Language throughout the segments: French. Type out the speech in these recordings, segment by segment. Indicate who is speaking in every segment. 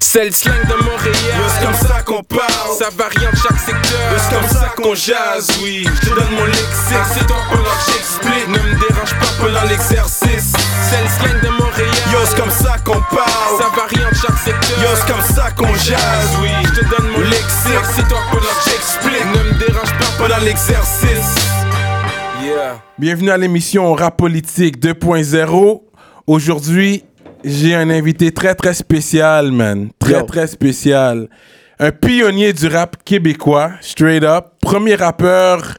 Speaker 1: C'est le slang de Montréal.
Speaker 2: c'est comme ça qu'on parle.
Speaker 1: Ça varie en chaque secteur.
Speaker 2: C'est comme ça qu'on jase, oui. Je te donne mon lexique, c'est toi pendant que j'explique. Ne me dérange pas pendant l'exercice.
Speaker 1: C'est le slang de Montréal.
Speaker 2: Yo, c'est comme ça qu'on parle.
Speaker 1: Ça varie en chaque secteur.
Speaker 2: Yo, c'est comme ça qu'on jase, oui.
Speaker 1: Je te donne mon
Speaker 2: Lexique,
Speaker 1: c'est toi pendant que
Speaker 2: j'explique.
Speaker 1: Ne me dérange pas
Speaker 2: Pendant l'exercice.
Speaker 1: Yeah.
Speaker 3: Bienvenue à l'émission Rap Politique 2.0. Aujourd'hui, j'ai un invité très très spécial, man. Très
Speaker 4: Yo.
Speaker 3: très spécial. Un pionnier du rap québécois, straight up. Premier rappeur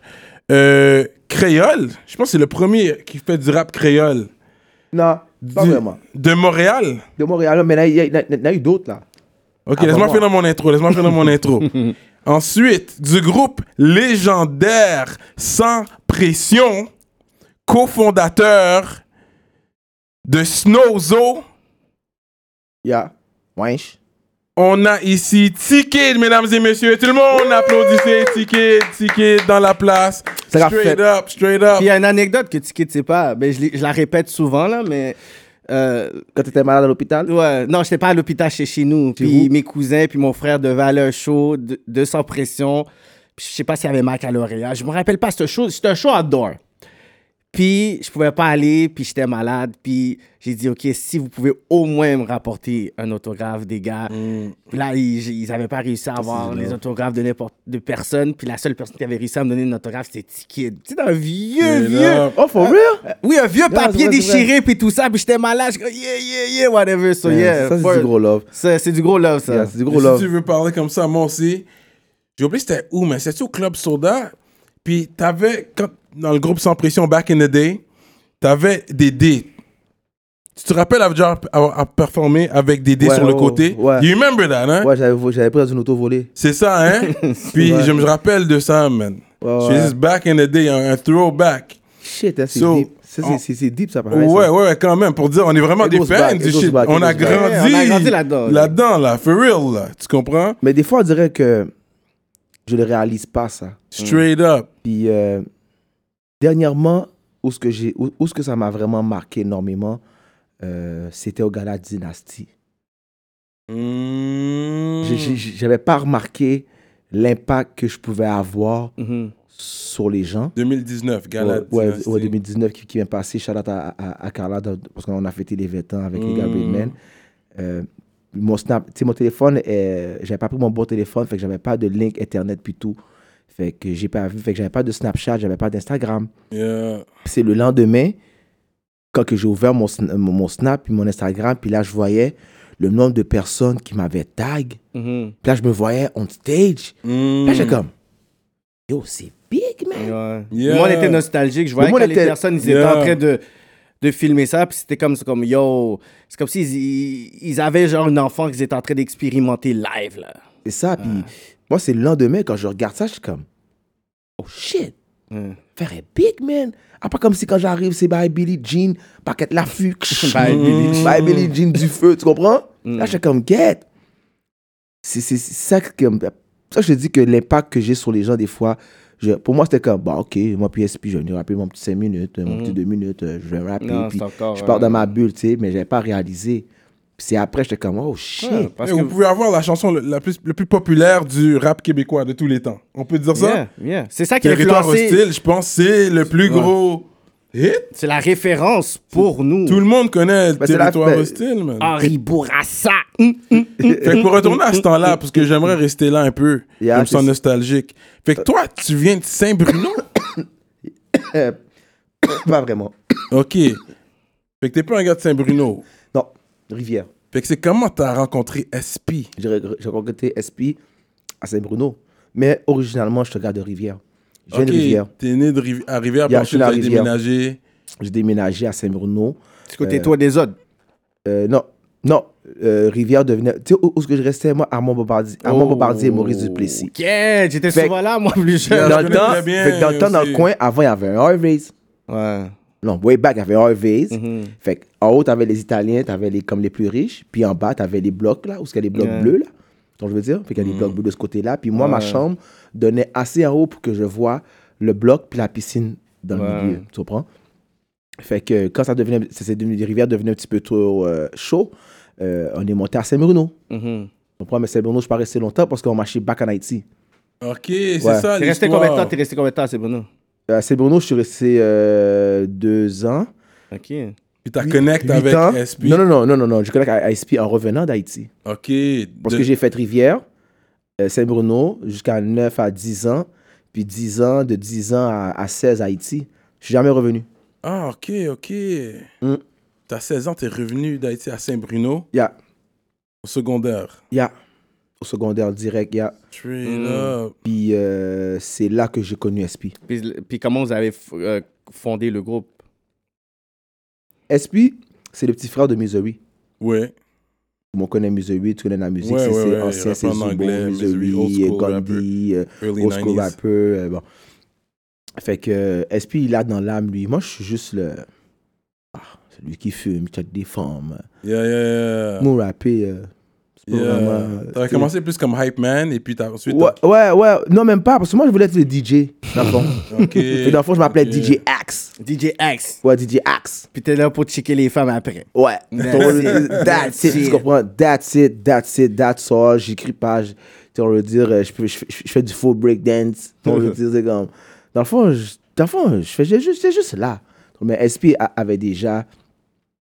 Speaker 3: euh, créole. Je pense que c'est le premier qui fait du rap créole.
Speaker 4: Non, pas
Speaker 3: Du-
Speaker 4: vraiment.
Speaker 3: De Montréal.
Speaker 4: De Montréal, mais il y, a- y a- y en a eu d'autres, là.
Speaker 3: Ok,
Speaker 4: Ah,
Speaker 3: laisse-moi
Speaker 4: bon,
Speaker 3: finir mon intro. Laisse-moi finir mon intro. Ensuite, du groupe légendaire Sans Pression, cofondateur de Snowzo,
Speaker 4: Yeah. Wesh.
Speaker 3: on a ici T-Kid, mesdames et messieurs. Tout le monde applaudissez T-Kid, T-Kid dans la place.
Speaker 4: Ça l'a
Speaker 3: Straight
Speaker 4: fait.
Speaker 3: up, straight up.
Speaker 5: Puis il y a une anecdote que Tiki, tu sais pas, ben, je, l'ai- je la répète souvent, là, mais. euh,
Speaker 4: Quand t'étais malade à l'hôpital?
Speaker 5: ouais, non, j'étais pas à l'hôpital chez, chez nous. Puis
Speaker 4: où?
Speaker 5: mes cousins, puis mon frère devaient aller à un show de, de sans pression. Puis je sais pas s'il y avait baccalauréat. Je me rappelle pas, c'était un show, c'était un show outdoor. Puis je pouvais pas aller, puis j'étais malade. Puis j'ai dit, OK, si vous pouvez au moins me rapporter un autographe des gars. Puis là, ils ils avaient pas réussi à avoir les autographes de n'importe de personne. Puis la seule personne qui avait réussi à me donner un autographe, c'était Tiki. Tu sais, un vieux,
Speaker 3: Straight
Speaker 5: vieux.
Speaker 3: up.
Speaker 4: Oh, for real?
Speaker 5: Euh, Oui, un vieux
Speaker 4: Yeah,
Speaker 5: papier
Speaker 4: c'est vrai,
Speaker 5: déchiré puis tout ça, puis j'étais malade, je comme, yeah yeah yeah whatever so yeah.
Speaker 4: ça, c'est
Speaker 5: for-
Speaker 4: du gros love.
Speaker 5: Ça, c'est du gros love ça.
Speaker 4: Yeah, c'est du gros
Speaker 3: si
Speaker 4: love.
Speaker 3: tu veux parler comme ça, moi aussi. J'ai oublié c'était où, mais c'était au Club Soda. Puis t'avais, quand- dans le groupe Sans Pression, back in the day, t'avais des dés. Tu te rappelles avoir, déjà- avoir- avoir performé avec des dés
Speaker 4: Ouais,
Speaker 3: sur le
Speaker 4: oh,
Speaker 3: côté?
Speaker 4: ouais.
Speaker 3: You remember that, hein?
Speaker 4: Ouais, j'avais vo- j'avais pris dans une auto volée.
Speaker 3: C'est ça, hein? Puis je me rappelle de ça, man.
Speaker 4: Ouais, ouais.
Speaker 3: C'est juste back in the day, un, un throwback.
Speaker 4: Shit, hein, c'est
Speaker 3: So,
Speaker 4: deep. Ça,
Speaker 3: on-
Speaker 4: C'est c'est- c'est deep, ça, par
Speaker 3: Ouais, ouais, ouais, quand même. Pour dire, on est vraiment
Speaker 4: It
Speaker 3: des
Speaker 4: goes
Speaker 3: fans
Speaker 4: back,
Speaker 3: du
Speaker 4: it goes
Speaker 3: shit.
Speaker 4: back, it
Speaker 3: on, a
Speaker 4: goes back.
Speaker 3: grandi,
Speaker 5: Ouais, on a grandi là-dedans.
Speaker 3: Là-dedans, là. For real, là. Tu comprends?
Speaker 4: Mais des fois, on dirait que je le réalise pas, ça.
Speaker 3: Straight up.
Speaker 4: Puis, euh, dernièrement, où ce que, j'ai- où, où ce que ça m'a vraiment marqué énormément, euh, c'était au gala Dynasty.
Speaker 3: Mmh.
Speaker 4: J'ai- j'ai- J'avais pas remarqué l'impact que je pouvais avoir
Speaker 5: Mhm.
Speaker 4: sur les gens.
Speaker 3: 2019, Gala.
Speaker 4: ouais,
Speaker 3: Dynasty.
Speaker 4: ouais, 2019 qui, qui vient passer. Shout out à, à- à Carla dans- parce qu'on a fêté les 20 ans avec les gars
Speaker 3: Mm.
Speaker 4: Breadman. Euh, mon snap, tu sais, mon téléphone, euh, j'avais pas pris mon bon téléphone, fait que j'avais pas de link internet puis tout. Fait que j'ai pas vu, fait que j'avais pas de Snapchat, j'avais pas d'Instagram.
Speaker 3: Yeah.
Speaker 4: C'est le lendemain, quand que j'ai ouvert mon, sn- mon, mon Snap puis mon Instagram, puis là, je voyais le nombre de personnes qui m'avaient tag.
Speaker 5: Mhm.
Speaker 4: Puis là, je me voyais on stage. Puis Là, j'étais comme, yo, c'est big, man.
Speaker 5: Ouais.
Speaker 3: Yeah.
Speaker 5: Moi on était nostalgique, je voyais
Speaker 4: monde
Speaker 5: que les
Speaker 4: était-
Speaker 5: personnes ils étaient
Speaker 3: Yeah.
Speaker 5: en train de de filmer ça puis c'était comme c'est comme yo, c'est comme s'ils ils- ils avaient genre un enfant qu'ils étaient en train d'expérimenter live là.
Speaker 4: C'est ça. Puis moi, c'est le lendemain, quand je regarde ça, je suis comme, oh shit,
Speaker 5: Ouais.
Speaker 4: faire est big, man. Après, comme si quand j'arrive, c'est by Billy Jean, paquet la fugue.
Speaker 5: Bye, Billie. Mm.
Speaker 4: by Billy Jean du feu, tu comprends? Là, je suis comme, get. C'est c'est- c'est ça que. comme- Ça, je te dis que l'impact que j'ai sur les gens, des fois, je- pour moi, c'était comme, bah, ok, moi, puis SP, je vais venir rapper mon petit 5 minutes, euh, mon petit 2 minutes, euh, je vais rapper,
Speaker 5: Mm. Non,
Speaker 4: puis
Speaker 5: c'est encore, euh,
Speaker 4: je pars
Speaker 5: ouais.
Speaker 4: dans ma bulle, tu sais, mais j'avais pas réalisé. Puis c'est après, j'étais comme, oh shit.
Speaker 5: Ouais, parce
Speaker 3: Et
Speaker 5: que
Speaker 3: Vous pouvez avoir la chanson le- la plus, le plus populaire du rap québécois de tous les temps. On peut dire ça?
Speaker 5: Yeah, yeah. C'est ça qui a
Speaker 3: Territoire
Speaker 5: influencé,
Speaker 3: hostile, je pense, c'est le plus gros hit.
Speaker 5: c'est la référence pour nous.
Speaker 3: Tout le monde connaît
Speaker 4: c'est la-
Speaker 3: Territoire
Speaker 4: ben-
Speaker 3: hostile, man.
Speaker 5: Henri Bourassa. Hum?
Speaker 3: Fait que pour retourner à ce temps-là, parce que j'aimerais rester là un peu,
Speaker 4: Yeah,
Speaker 3: je me sens
Speaker 4: c'est-
Speaker 3: nostalgique. Fait que toi, tu viens de Saint-Bruno?
Speaker 4: pas vraiment.
Speaker 3: OK. Fait que t'es pas un gars de Saint-Bruno.
Speaker 4: Non, Rivière.
Speaker 3: Fait que c'est comment t'as rencontré SP?
Speaker 4: J'ai re- j'ai rencontré SP à Saint-Bruno. Mais originalement, je te garde de Rivière. Je viens
Speaker 3: Ok,
Speaker 4: de Rivière.
Speaker 3: T'es né de Rivi- à Rivière,
Speaker 4: Yeah,
Speaker 3: parce que tu
Speaker 4: je suis de la
Speaker 3: as
Speaker 4: Rivière.
Speaker 3: déménagé.
Speaker 4: J'ai déménagé à Saint-Bruno.
Speaker 5: Du côté toi des autres.
Speaker 4: Euh, non, non. euh, Rivière devenait. Tu sais où, où est-ce que je restais, moi Armand Bombardier,
Speaker 3: Oh.
Speaker 4: Armand Bombardier et Maurice Duplessis.
Speaker 5: Oh. Ok, j'étais
Speaker 4: Fait-
Speaker 5: souvent là, moi, plus
Speaker 3: Yeah.
Speaker 5: jeune.
Speaker 4: Dans
Speaker 3: je
Speaker 4: le,
Speaker 3: connais
Speaker 4: temps,
Speaker 3: très bien
Speaker 4: fait que dans le temps, dans le
Speaker 3: aussi.
Speaker 4: coin, avant, il y avait un Harvey's.
Speaker 5: Ouais.
Speaker 4: Non, way back, il y avait un Harvey's.
Speaker 5: Mhm.
Speaker 4: Fait que, en haut, t'avais les Italiens, t'avais les, comme les plus riches. Puis en bas, t'avais les blocs, là, où est-ce qu'il y a les blocs
Speaker 5: Ouais. Mhm.
Speaker 4: bleus, là. Donc, je veux dire, fait qu'il y a les blocs bleus de ce côté-là. Puis moi, ma chambre donnait assez en haut pour que je vois le bloc puis la piscine dans le
Speaker 5: Ouais.
Speaker 4: milieu. Tu comprends? Fait que quand ça devenait, ça s'est devenu, les rivières devenaient un petit peu trop euh, chaud, euh, on est monté à Saint-Bruno.
Speaker 5: Mhm.
Speaker 4: On prend, mais Saint-Bruno, je suis pas resté longtemps parce qu'on marchait back en Haïti.
Speaker 3: Ok, c'est
Speaker 4: Ouais.
Speaker 3: ça.
Speaker 5: T'es resté combien de temps? T'es resté combien de temps, c'est bon,
Speaker 4: À Saint-Bruno, je suis resté euh, deux ans.
Speaker 5: Ok.
Speaker 3: Puis t'as connecté
Speaker 4: Huit
Speaker 3: avec
Speaker 4: ans.
Speaker 3: SP.
Speaker 4: Non, non, non, non, non, non. Je connecte à SP en revenant d'Haïti.
Speaker 3: Ok.
Speaker 4: Parce
Speaker 3: de-
Speaker 4: que j'ai fait Rivière, euh, Saint-Bruno, jusqu'à 9 à 10 ans. Puis 10 ans, de 10 ans à, à 16 à Haïti. Je suis jamais revenu.
Speaker 3: Ah, ok, ok.
Speaker 4: Mm.
Speaker 3: T'as 16 ans, t'es revenu d'Haïti à Saint-Bruno
Speaker 4: Yeah,
Speaker 3: au secondaire.
Speaker 4: yeah. Au secondaire direct, yeah.
Speaker 3: Straight
Speaker 4: Hmm.
Speaker 5: Mm.
Speaker 3: up.
Speaker 4: Puis euh, c'est là que j'ai connu SP.
Speaker 5: Puis, puis comment vous avez f- euh, fondé le groupe?
Speaker 4: SP, c'est le petit frère de Missouri.
Speaker 3: Ouais.
Speaker 4: Comme On connaît Missouri, tu connais la musique.
Speaker 3: Ouais,
Speaker 4: c'est
Speaker 3: ouais,
Speaker 4: c'est
Speaker 3: ouais,
Speaker 4: ancien, c'est
Speaker 3: rappeur en
Speaker 4: Zubo,
Speaker 3: anglais, Missouri, old
Speaker 4: Missouri,
Speaker 3: school
Speaker 4: Gandhi, euh,
Speaker 3: Early
Speaker 4: old school
Speaker 3: 90s.
Speaker 4: rapper. euh, bon. Fait que euh, SP, il a dans l'âme, lui. Moi, je suis juste le. Ah, celui qui fume, qui a des femmes.
Speaker 3: Yeah, yeah, yeah.
Speaker 4: Mon rapper, euh, c'est pas
Speaker 3: Ah. Yeah.
Speaker 4: vraiment. euh,
Speaker 3: T'avais
Speaker 4: c'est-
Speaker 3: commencé plus comme hype man et puis t'as ensuite.
Speaker 4: Ouais, ouais, ouais. Non, même pas, parce que moi, je voulais être le DJ. Dans le fond.
Speaker 3: Ok.
Speaker 4: Et dans le fond, je m'appelais
Speaker 3: Ok.
Speaker 4: DJ Axe.
Speaker 5: DJ Axe.
Speaker 4: Ouais, DJ Axe.
Speaker 5: Puis t'es là pour checker les femmes après.
Speaker 4: Ouais.
Speaker 5: That's
Speaker 4: Ton-
Speaker 5: it.
Speaker 4: that's it. Tu
Speaker 5: That's
Speaker 4: comprends? That's it, that's it, that's all. J'écris pas. je- tu sais, On veut dire, euh, je, peux- je, je- je fais du faux breakdance. On veut dire, c'est comme. Dans le fond, je, dans le fond, je fais j'étais juste, j'étais juste là. Mais SP a- avait déjà.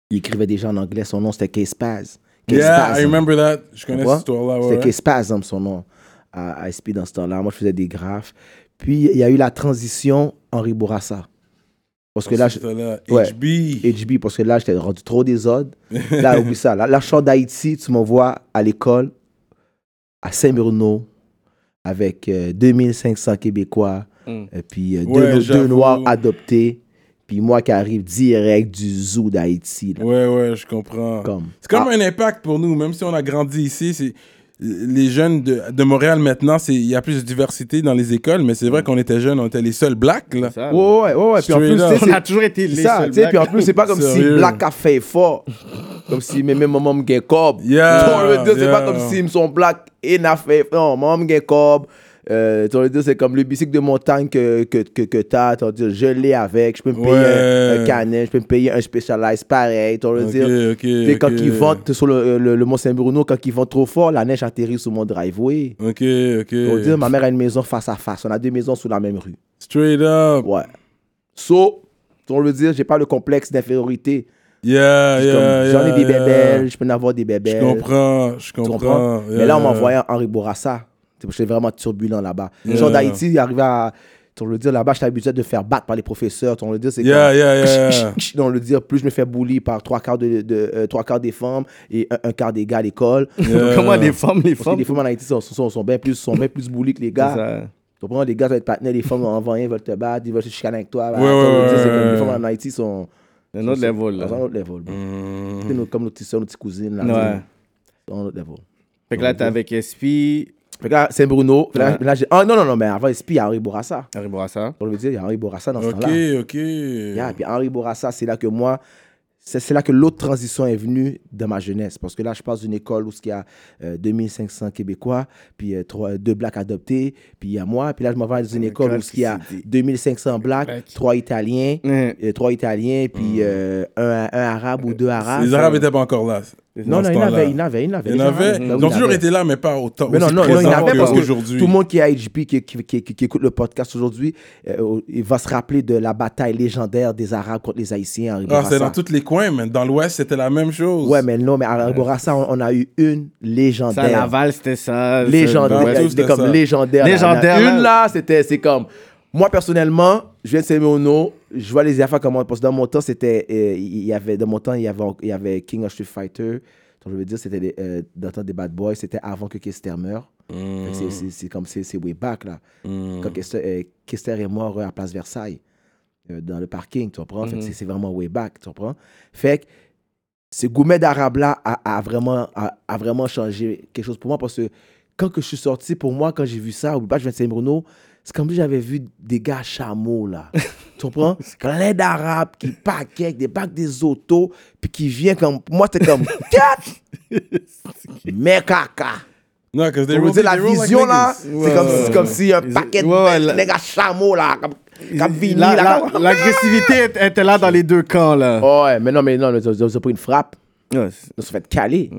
Speaker 4: Il écrivait déjà en anglais. Son nom, c'était K-Spaz.
Speaker 3: Yeah, I remember that. Je connais
Speaker 4: Pourquoi?
Speaker 3: cette histoire-là.
Speaker 4: C'était
Speaker 3: Ouais.
Speaker 4: K Spasm, son nom, à, à SP dans ce temps-là. Moi, je faisais des graphes. Puis, il y a eu la transition Henri Bourassa. Parce que là,
Speaker 3: Oh,
Speaker 4: je-
Speaker 3: là,
Speaker 4: Ouais.
Speaker 3: HB.
Speaker 4: HB, parce que là, j'étais rendu trop désordre. Là, oublie ça. Là, là je sors d'Haïti, tu m'envoies à l'école, à Saint-Bruno, avec euh, 2500 Québécois,
Speaker 5: Mm.
Speaker 4: et puis euh, deux
Speaker 3: Ouais,
Speaker 4: no- deux,
Speaker 3: j'avoue.
Speaker 4: Noirs adoptés, puis moi qui arrive direct du zoo d'Haïti. là,
Speaker 3: Ouais, ouais, je comprends.
Speaker 4: Comme.
Speaker 3: C'est comme
Speaker 4: Ah,
Speaker 3: un impact pour nous, même si on a grandi ici. C'est les jeunes de, de Montréal maintenant, c'est il y a plus de diversité dans les écoles, mais
Speaker 4: Mm.
Speaker 3: c'est vrai qu'on était jeunes, on était les seuls blacks là.
Speaker 5: Ça,
Speaker 4: Ouais, ouais, ouais, ouais. Puis en
Speaker 3: Straight
Speaker 4: plus, tu
Speaker 3: up.
Speaker 4: sais,
Speaker 5: On
Speaker 4: c'est-
Speaker 5: a toujours été
Speaker 4: c'est
Speaker 5: les
Speaker 4: ça,
Speaker 5: seuls
Speaker 4: tu sais, puis en
Speaker 5: blacks.
Speaker 4: plus, c'est pas comme
Speaker 3: Sérieux.
Speaker 4: si Black a fait fort. comme si mes mêmes mamans me gagnent cob.
Speaker 3: Yeah,
Speaker 4: Tu vois, on veut dire, c'est pas
Speaker 3: yeah.
Speaker 4: comme si ils sont Black et n'a fait Non, maman me gagne cob. Euh, tu vas dire, c'est comme le bicycle de montagne que, que, que, que t'as. Tu vas dire, je l'ai avec. Je peux me payer
Speaker 3: Ouais.
Speaker 4: un, un canet, je peux me payer un Specialized pareil. Tu vas
Speaker 3: Ok,
Speaker 4: dire,
Speaker 3: ok,
Speaker 4: tu sais, quand
Speaker 3: ok.
Speaker 4: ils vendent sur le, euh, le, le Mont Saint-Bruno, quand ils vendent trop fort, la neige atterrit sur mon driveway.
Speaker 3: Ok,
Speaker 4: Tu vas
Speaker 3: ok.
Speaker 4: dire, ma mère a une maison face à face. On a deux maisons sous la même rue.
Speaker 3: Straight up.
Speaker 4: Ouais. So, on veut dire, j'ai pas le complexe d'infériorité.
Speaker 3: Yeah,
Speaker 4: Comme,
Speaker 3: yeah,
Speaker 4: J'en ai
Speaker 3: yeah,
Speaker 4: des
Speaker 3: yeah.
Speaker 4: bébelles, je peux en avoir des
Speaker 3: Je
Speaker 4: bébelles.
Speaker 3: comprends, je
Speaker 4: Tu
Speaker 3: comprends.
Speaker 4: comprends?
Speaker 3: Yeah,
Speaker 4: Mais là, on
Speaker 3: yeah.
Speaker 4: m'envoyait Henri Bourassa. Tu sais, J'étais vraiment turbulent là-bas.
Speaker 3: Yeah.
Speaker 4: Genre d'Haïti, il arrivait à. On le dire là-bas, j'étais habitué de faire battre par les professeurs. On le dire, c'est
Speaker 3: Yeah,
Speaker 4: comme-
Speaker 3: yeah, yeah.
Speaker 4: On le dire, plus je me fais bully par trois quarts, de, de- euh, trois quarts des femmes et un, un quart des gars à l'école.
Speaker 3: Yeah.
Speaker 4: euh,
Speaker 5: Comment les femmes, les
Speaker 4: Parce que
Speaker 5: femmes.
Speaker 4: les femmes en Haïti sont, sont, sont bien plus, sont bien plus bully que les
Speaker 5: C'est
Speaker 4: gars.
Speaker 5: ça.
Speaker 4: Tu comprends? Les gars, ça va être partenaire, les femmes en rien veulent te battre, ils veulent se chicaner avec toi.
Speaker 3: Ouais,
Speaker 4: Attends,
Speaker 3: ouais,
Speaker 4: je veux dire, c'est
Speaker 3: ouais,
Speaker 4: comme
Speaker 3: ouais,
Speaker 4: les
Speaker 3: ouais.
Speaker 4: femmes en Haïti sont.
Speaker 5: Un autre level,
Speaker 4: sont-
Speaker 5: là.
Speaker 4: sont un autre level, bro.
Speaker 3: Mm.
Speaker 4: C'est nos- comme nos petites soeurs, nos petites cousines. Là,
Speaker 5: Ouais.
Speaker 4: Sont un autre level.
Speaker 5: Fait que là, t'es avec SP,
Speaker 4: Fait que là, Saint-Bruno. fait Là,
Speaker 5: Ouais.
Speaker 4: là, j'ai- ah, non, non, non, mais avant SP, il y a Henri Bourassa.
Speaker 5: arrive à ça.
Speaker 4: On veut dire, il y a Henri Bourassa dans ce
Speaker 3: Ok,
Speaker 4: temps-là.
Speaker 3: ok. Mm.
Speaker 4: Yeah, puis Henri Bourassa, c'est là que moi, c'est c'est là que l'autre transition est venue dans ma jeunesse. Parce que là, je passe d'une école où il y a euh, 2500 Québécois, puis euh, trois- deux Blacks adoptés, puis il y a moi. Puis là, je m'en vais dans une école où il y a
Speaker 5: qu'est-ce qu'il dit?
Speaker 4: 2500 Blacks,
Speaker 5: Black.
Speaker 4: trois Italiens,
Speaker 3: Mm.
Speaker 5: Hein.
Speaker 4: euh, trois Italiens, puis euh, un, un Arabe ou deux Arabes.
Speaker 3: Les Arabes n'étaient pas encore là. dans
Speaker 4: Non, non,
Speaker 3: ce
Speaker 4: il y en
Speaker 3: temps-là.
Speaker 4: avait, il y en avait, il y en avait.
Speaker 3: Il y
Speaker 4: les
Speaker 3: en
Speaker 4: gens-
Speaker 3: avait.
Speaker 4: Ben oui,
Speaker 3: Ils
Speaker 4: il y
Speaker 3: ont
Speaker 4: en
Speaker 3: toujours
Speaker 4: avait.
Speaker 3: été là, mais pas autant.
Speaker 4: Mais non,
Speaker 3: aussi
Speaker 4: non, non, il y en
Speaker 3: présents
Speaker 4: avait parce que
Speaker 3: qu'aujourd'hui. Ah,
Speaker 4: tout le monde qui est à HB, qui, qui, qui, qui- qui écoute le podcast aujourd'hui, euh, il va se rappeler de la bataille légendaire des Arabes contre les Haïtiens.
Speaker 3: Ah,
Speaker 4: à
Speaker 3: c'est
Speaker 4: Ribourassa.
Speaker 3: dans tous les coins, mais dans l'Ouest, c'était la même chose.
Speaker 4: Ouais, mais non, mais à Ribourassa, on, on a eu une
Speaker 5: Ça,
Speaker 4: légendaire.
Speaker 5: Laval, c'était ça.
Speaker 4: légendaire.
Speaker 3: Ouais, tout,
Speaker 4: c'était
Speaker 3: c'était
Speaker 4: comme
Speaker 3: ça.
Speaker 4: légendaire. là.
Speaker 5: Légendaire, là.
Speaker 4: Une là, c'était, c'est comme. Moi, personnellement, je viens de Semono, je vois les affaires comment. Parce que dans mon temps, c'était. euh, il y avait, dans mon temps, il y avait, il y avait King of Street Fighter. Donc, je veux dire, c'était des, euh, dans le temps des Bad Boys, c'était avant que Kester meure. Fait que
Speaker 3: Mm.
Speaker 4: c'est- c'est- C'est comme c'est c'est way back là.
Speaker 3: Mm-hmm.
Speaker 4: Quand Kester, euh, Kester est mort euh, à Place Versailles, euh, dans le parking, tu comprends? Fait que c'est- C'est vraiment way back, tu comprends? Fait que ce gourmet d'arabe là a, a vraiment, a, a vraiment changé quelque chose pour moi parce que quand que je suis sorti, pour moi, quand j'ai vu ça, au bas de Saint-Bruno, c'est comme si j'avais vu des gars chameaux là. tu comprends? Plein d'arabes qui paquaient, avec des bacs des autos, puis qui vient comme. Moi, c'était comme. Mais caca!
Speaker 3: Non, parce que they
Speaker 4: On veut
Speaker 3: roll-
Speaker 4: dire la
Speaker 3: they roll like
Speaker 4: vision là,
Speaker 3: niggas.
Speaker 4: c'est comme, c'est comme si un
Speaker 5: Ils-
Speaker 4: paquet de
Speaker 5: ouais, ouais, là-
Speaker 4: nègres à chameaux là, comme, comme
Speaker 5: La-
Speaker 4: Vini là.
Speaker 5: la-
Speaker 4: comme-
Speaker 5: L'agressivité était là dans les deux camps, là.
Speaker 4: Oh, ouais, mais non, mais non, ils ont, ils ont pris une frappe.
Speaker 5: Ouais, c'est-
Speaker 4: Ils se sont fait caler.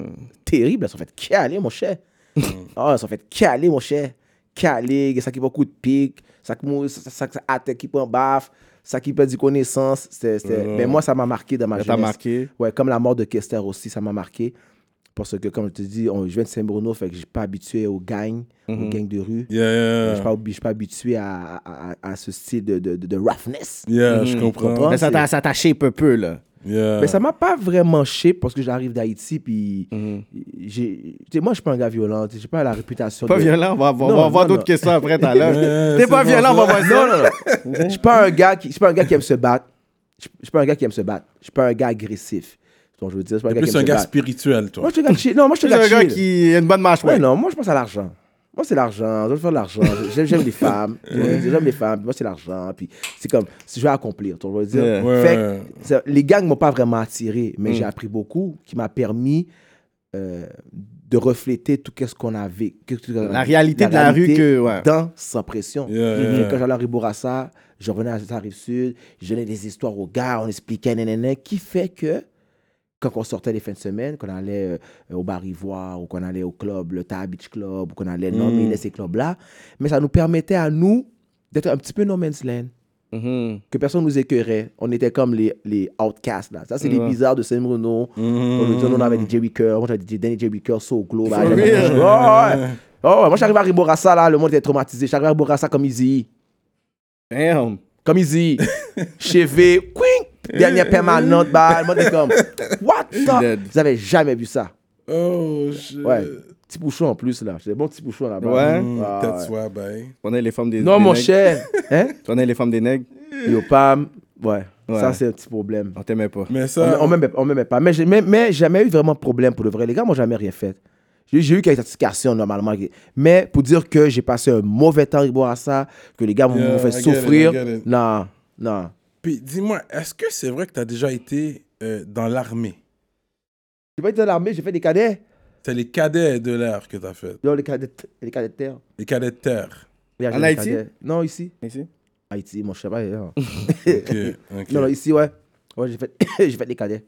Speaker 4: Terrible, ils se sont fait caler, mon cher.
Speaker 5: Mm.
Speaker 4: Ah, ils se sont fait caler, mon cher. Caler, ça qui prend coup de pique, ça qui mou- ça, ça, ça attaque qui prend baffe, ça qui perd du connaissance. C'était- c'était- Mais moi, ça m'a marqué dans ma
Speaker 5: Mm. Ça
Speaker 4: jeunesse.
Speaker 5: t'a marqué?
Speaker 4: Ouais, comme la mort de Kester aussi, ça m'a marqué. Parce que, comme je te dis, on, je viens de Saint-Bruno, fait que je suis pas habitué aux gangs, aux
Speaker 5: Mm-hmm.
Speaker 4: gangs de rue.
Speaker 3: Yeah,
Speaker 4: Je
Speaker 3: yeah.
Speaker 5: Ah.
Speaker 4: suis pas, je suis pas habitué à, à- à- à ce style de, de, de- de roughness.
Speaker 5: Ah.
Speaker 3: Yeah, je
Speaker 4: Mm-hmm. comprends.
Speaker 3: comprends.
Speaker 5: Mais ça
Speaker 4: c'est-
Speaker 5: t'a ça t'a shape un peu, là.
Speaker 3: Yeah.
Speaker 4: Mais ça m'a pas vraiment chier parce que j'arrive d'Haïti, puis
Speaker 5: Mhm.
Speaker 4: j'ai- tu sais, moi, je suis pas un gars violent, tu sais, j'ai pas la réputation
Speaker 5: Pas
Speaker 4: de-
Speaker 5: violent, on va, on va- on
Speaker 4: Non,
Speaker 5: va voir
Speaker 4: non,
Speaker 5: d'autres
Speaker 4: non.
Speaker 5: questions après tout à l'heure.
Speaker 3: Ouais,
Speaker 5: T'es
Speaker 3: c'est
Speaker 5: pas
Speaker 3: bon,
Speaker 5: violent, on va
Speaker 3: ça.
Speaker 5: voir ça.
Speaker 4: Je suis pas un gars qui, je suis pas un gars qui aime se battre. Je je suis pas un gars qui aime se battre. Je suis pas un gars agressif. C'est ce que je veux dire. Je suis pas un gars qui
Speaker 3: Plus
Speaker 4: aime
Speaker 3: un
Speaker 4: se
Speaker 3: gars
Speaker 4: battre.
Speaker 3: spirituel,
Speaker 4: Moi,
Speaker 3: toi.
Speaker 4: je suis un gars chill. Non, moi, je suis
Speaker 5: C'est
Speaker 4: un gars
Speaker 5: un gars
Speaker 4: chill.
Speaker 5: qui a une bonne mâche,
Speaker 4: Ouais,
Speaker 5: ouais.
Speaker 4: non, moi, je pense à l'argent. Moi, c'est l'argent. Je veux faire de l'argent. J'aime, j'aime les femmes. tu vois, J'aime les femmes. puis Moi, c'est l'argent. Puis c'est comme, si je vais accomplir. Tu vois, je veux
Speaker 5: Yeah.
Speaker 4: dire.
Speaker 3: Ouais,
Speaker 4: Fait que
Speaker 3: ouais.
Speaker 4: ça- les gangs m'ont pas vraiment attiré, mais
Speaker 5: Mm.
Speaker 4: j'ai appris beaucoup qui m'a permis euh, de refléter tout ce qu'on avait. que- tout-
Speaker 5: La réalité de la
Speaker 4: réalité
Speaker 5: rue que- ouais.
Speaker 4: Dans sans pression.
Speaker 3: Yeah,
Speaker 4: Fait que
Speaker 3: yeah.
Speaker 4: Quand j'allais à Ribourassa, je revenais à la Rive-Sud, je donnais des histoires aux gars, on expliquait, nanana, qui fait que quand on sortait les fins de semaine, qu'on allait euh, au bar Ivoire ou qu'on allait au club, le Tar Beach Club, ou qu'on allait nommer
Speaker 3: Mm.
Speaker 4: ces clubs-là, mais ça nous permettait à nous d'être un petit peu no man's land
Speaker 5: Mhm.
Speaker 4: que personne nous écœurait. On était comme les, les outcasts, là. Ça, c'est les bizarres de Saint Bruno. On nous dit, nous, on avait des Jerry Curl. Moi, j'avais des Danny Jerry Curl, So Globe.
Speaker 5: For real?
Speaker 4: ouais. Oh, ouais. Moi, j'arrivais à Riborassa, là. Le monde était traumatisé. J'arrivais à Riborassa comme Easy.
Speaker 5: Damn.
Speaker 4: Comme Easy. Chevé. Quink. Dernière permanente. Bah, le monde était comme, what the?
Speaker 5: Dead.
Speaker 4: Vous avez jamais vu ça.
Speaker 3: Oh, shit.
Speaker 4: Ouais. Petit bouchon en plus, là. J'étais bon petit bouchon là-bas.
Speaker 5: Ouais.
Speaker 3: Mm,
Speaker 4: Ah,
Speaker 3: That's
Speaker 4: ouais.
Speaker 3: why, bye.
Speaker 5: On est les femmes des
Speaker 4: Non,
Speaker 5: des
Speaker 4: mon
Speaker 5: nègres.
Speaker 4: cher. Hein?
Speaker 5: Tu connais les femmes des nègres
Speaker 4: Yo, Pam. Ouais.
Speaker 5: Ouais.
Speaker 4: Ça, c'est un petit problème.
Speaker 5: On t'aimait pas.
Speaker 3: Mais
Speaker 4: On
Speaker 3: ça.
Speaker 4: m'a- On m'aimait- on m'aimait pas. Mais j'ai mais- mais jamais eu vraiment de problème pour le vrai. Les gars, moi, jamais rien fait. J'ai j'ai eu quelques satisfactions normalement. Mais pour dire que j'ai passé un mauvais temps à ça, que les gars m'ont
Speaker 3: Yeah,
Speaker 4: m'ont fait
Speaker 3: I get it,
Speaker 4: souffrir.
Speaker 3: I get it.
Speaker 4: Non, non.
Speaker 3: Puis dis-moi, est-ce que c'est vrai que t'as déjà été euh, dans l'armée
Speaker 4: J'ai pas été dans l'armée, j'ai fait des cadets.
Speaker 3: C'est les cadets de l'air que t'as fait.
Speaker 4: Non, les cadets, les cadets de terre.
Speaker 3: Les cadets de terre.
Speaker 4: Les agents
Speaker 5: En
Speaker 4: de
Speaker 5: Haïti?
Speaker 4: cadets. Non, ici.
Speaker 5: Ici?
Speaker 4: Haïti, moi, je sais pas. Non,
Speaker 3: Ok, ok.
Speaker 4: hein. non, ici, ouais. Ouais, j'ai fait, j'ai fait des cadets.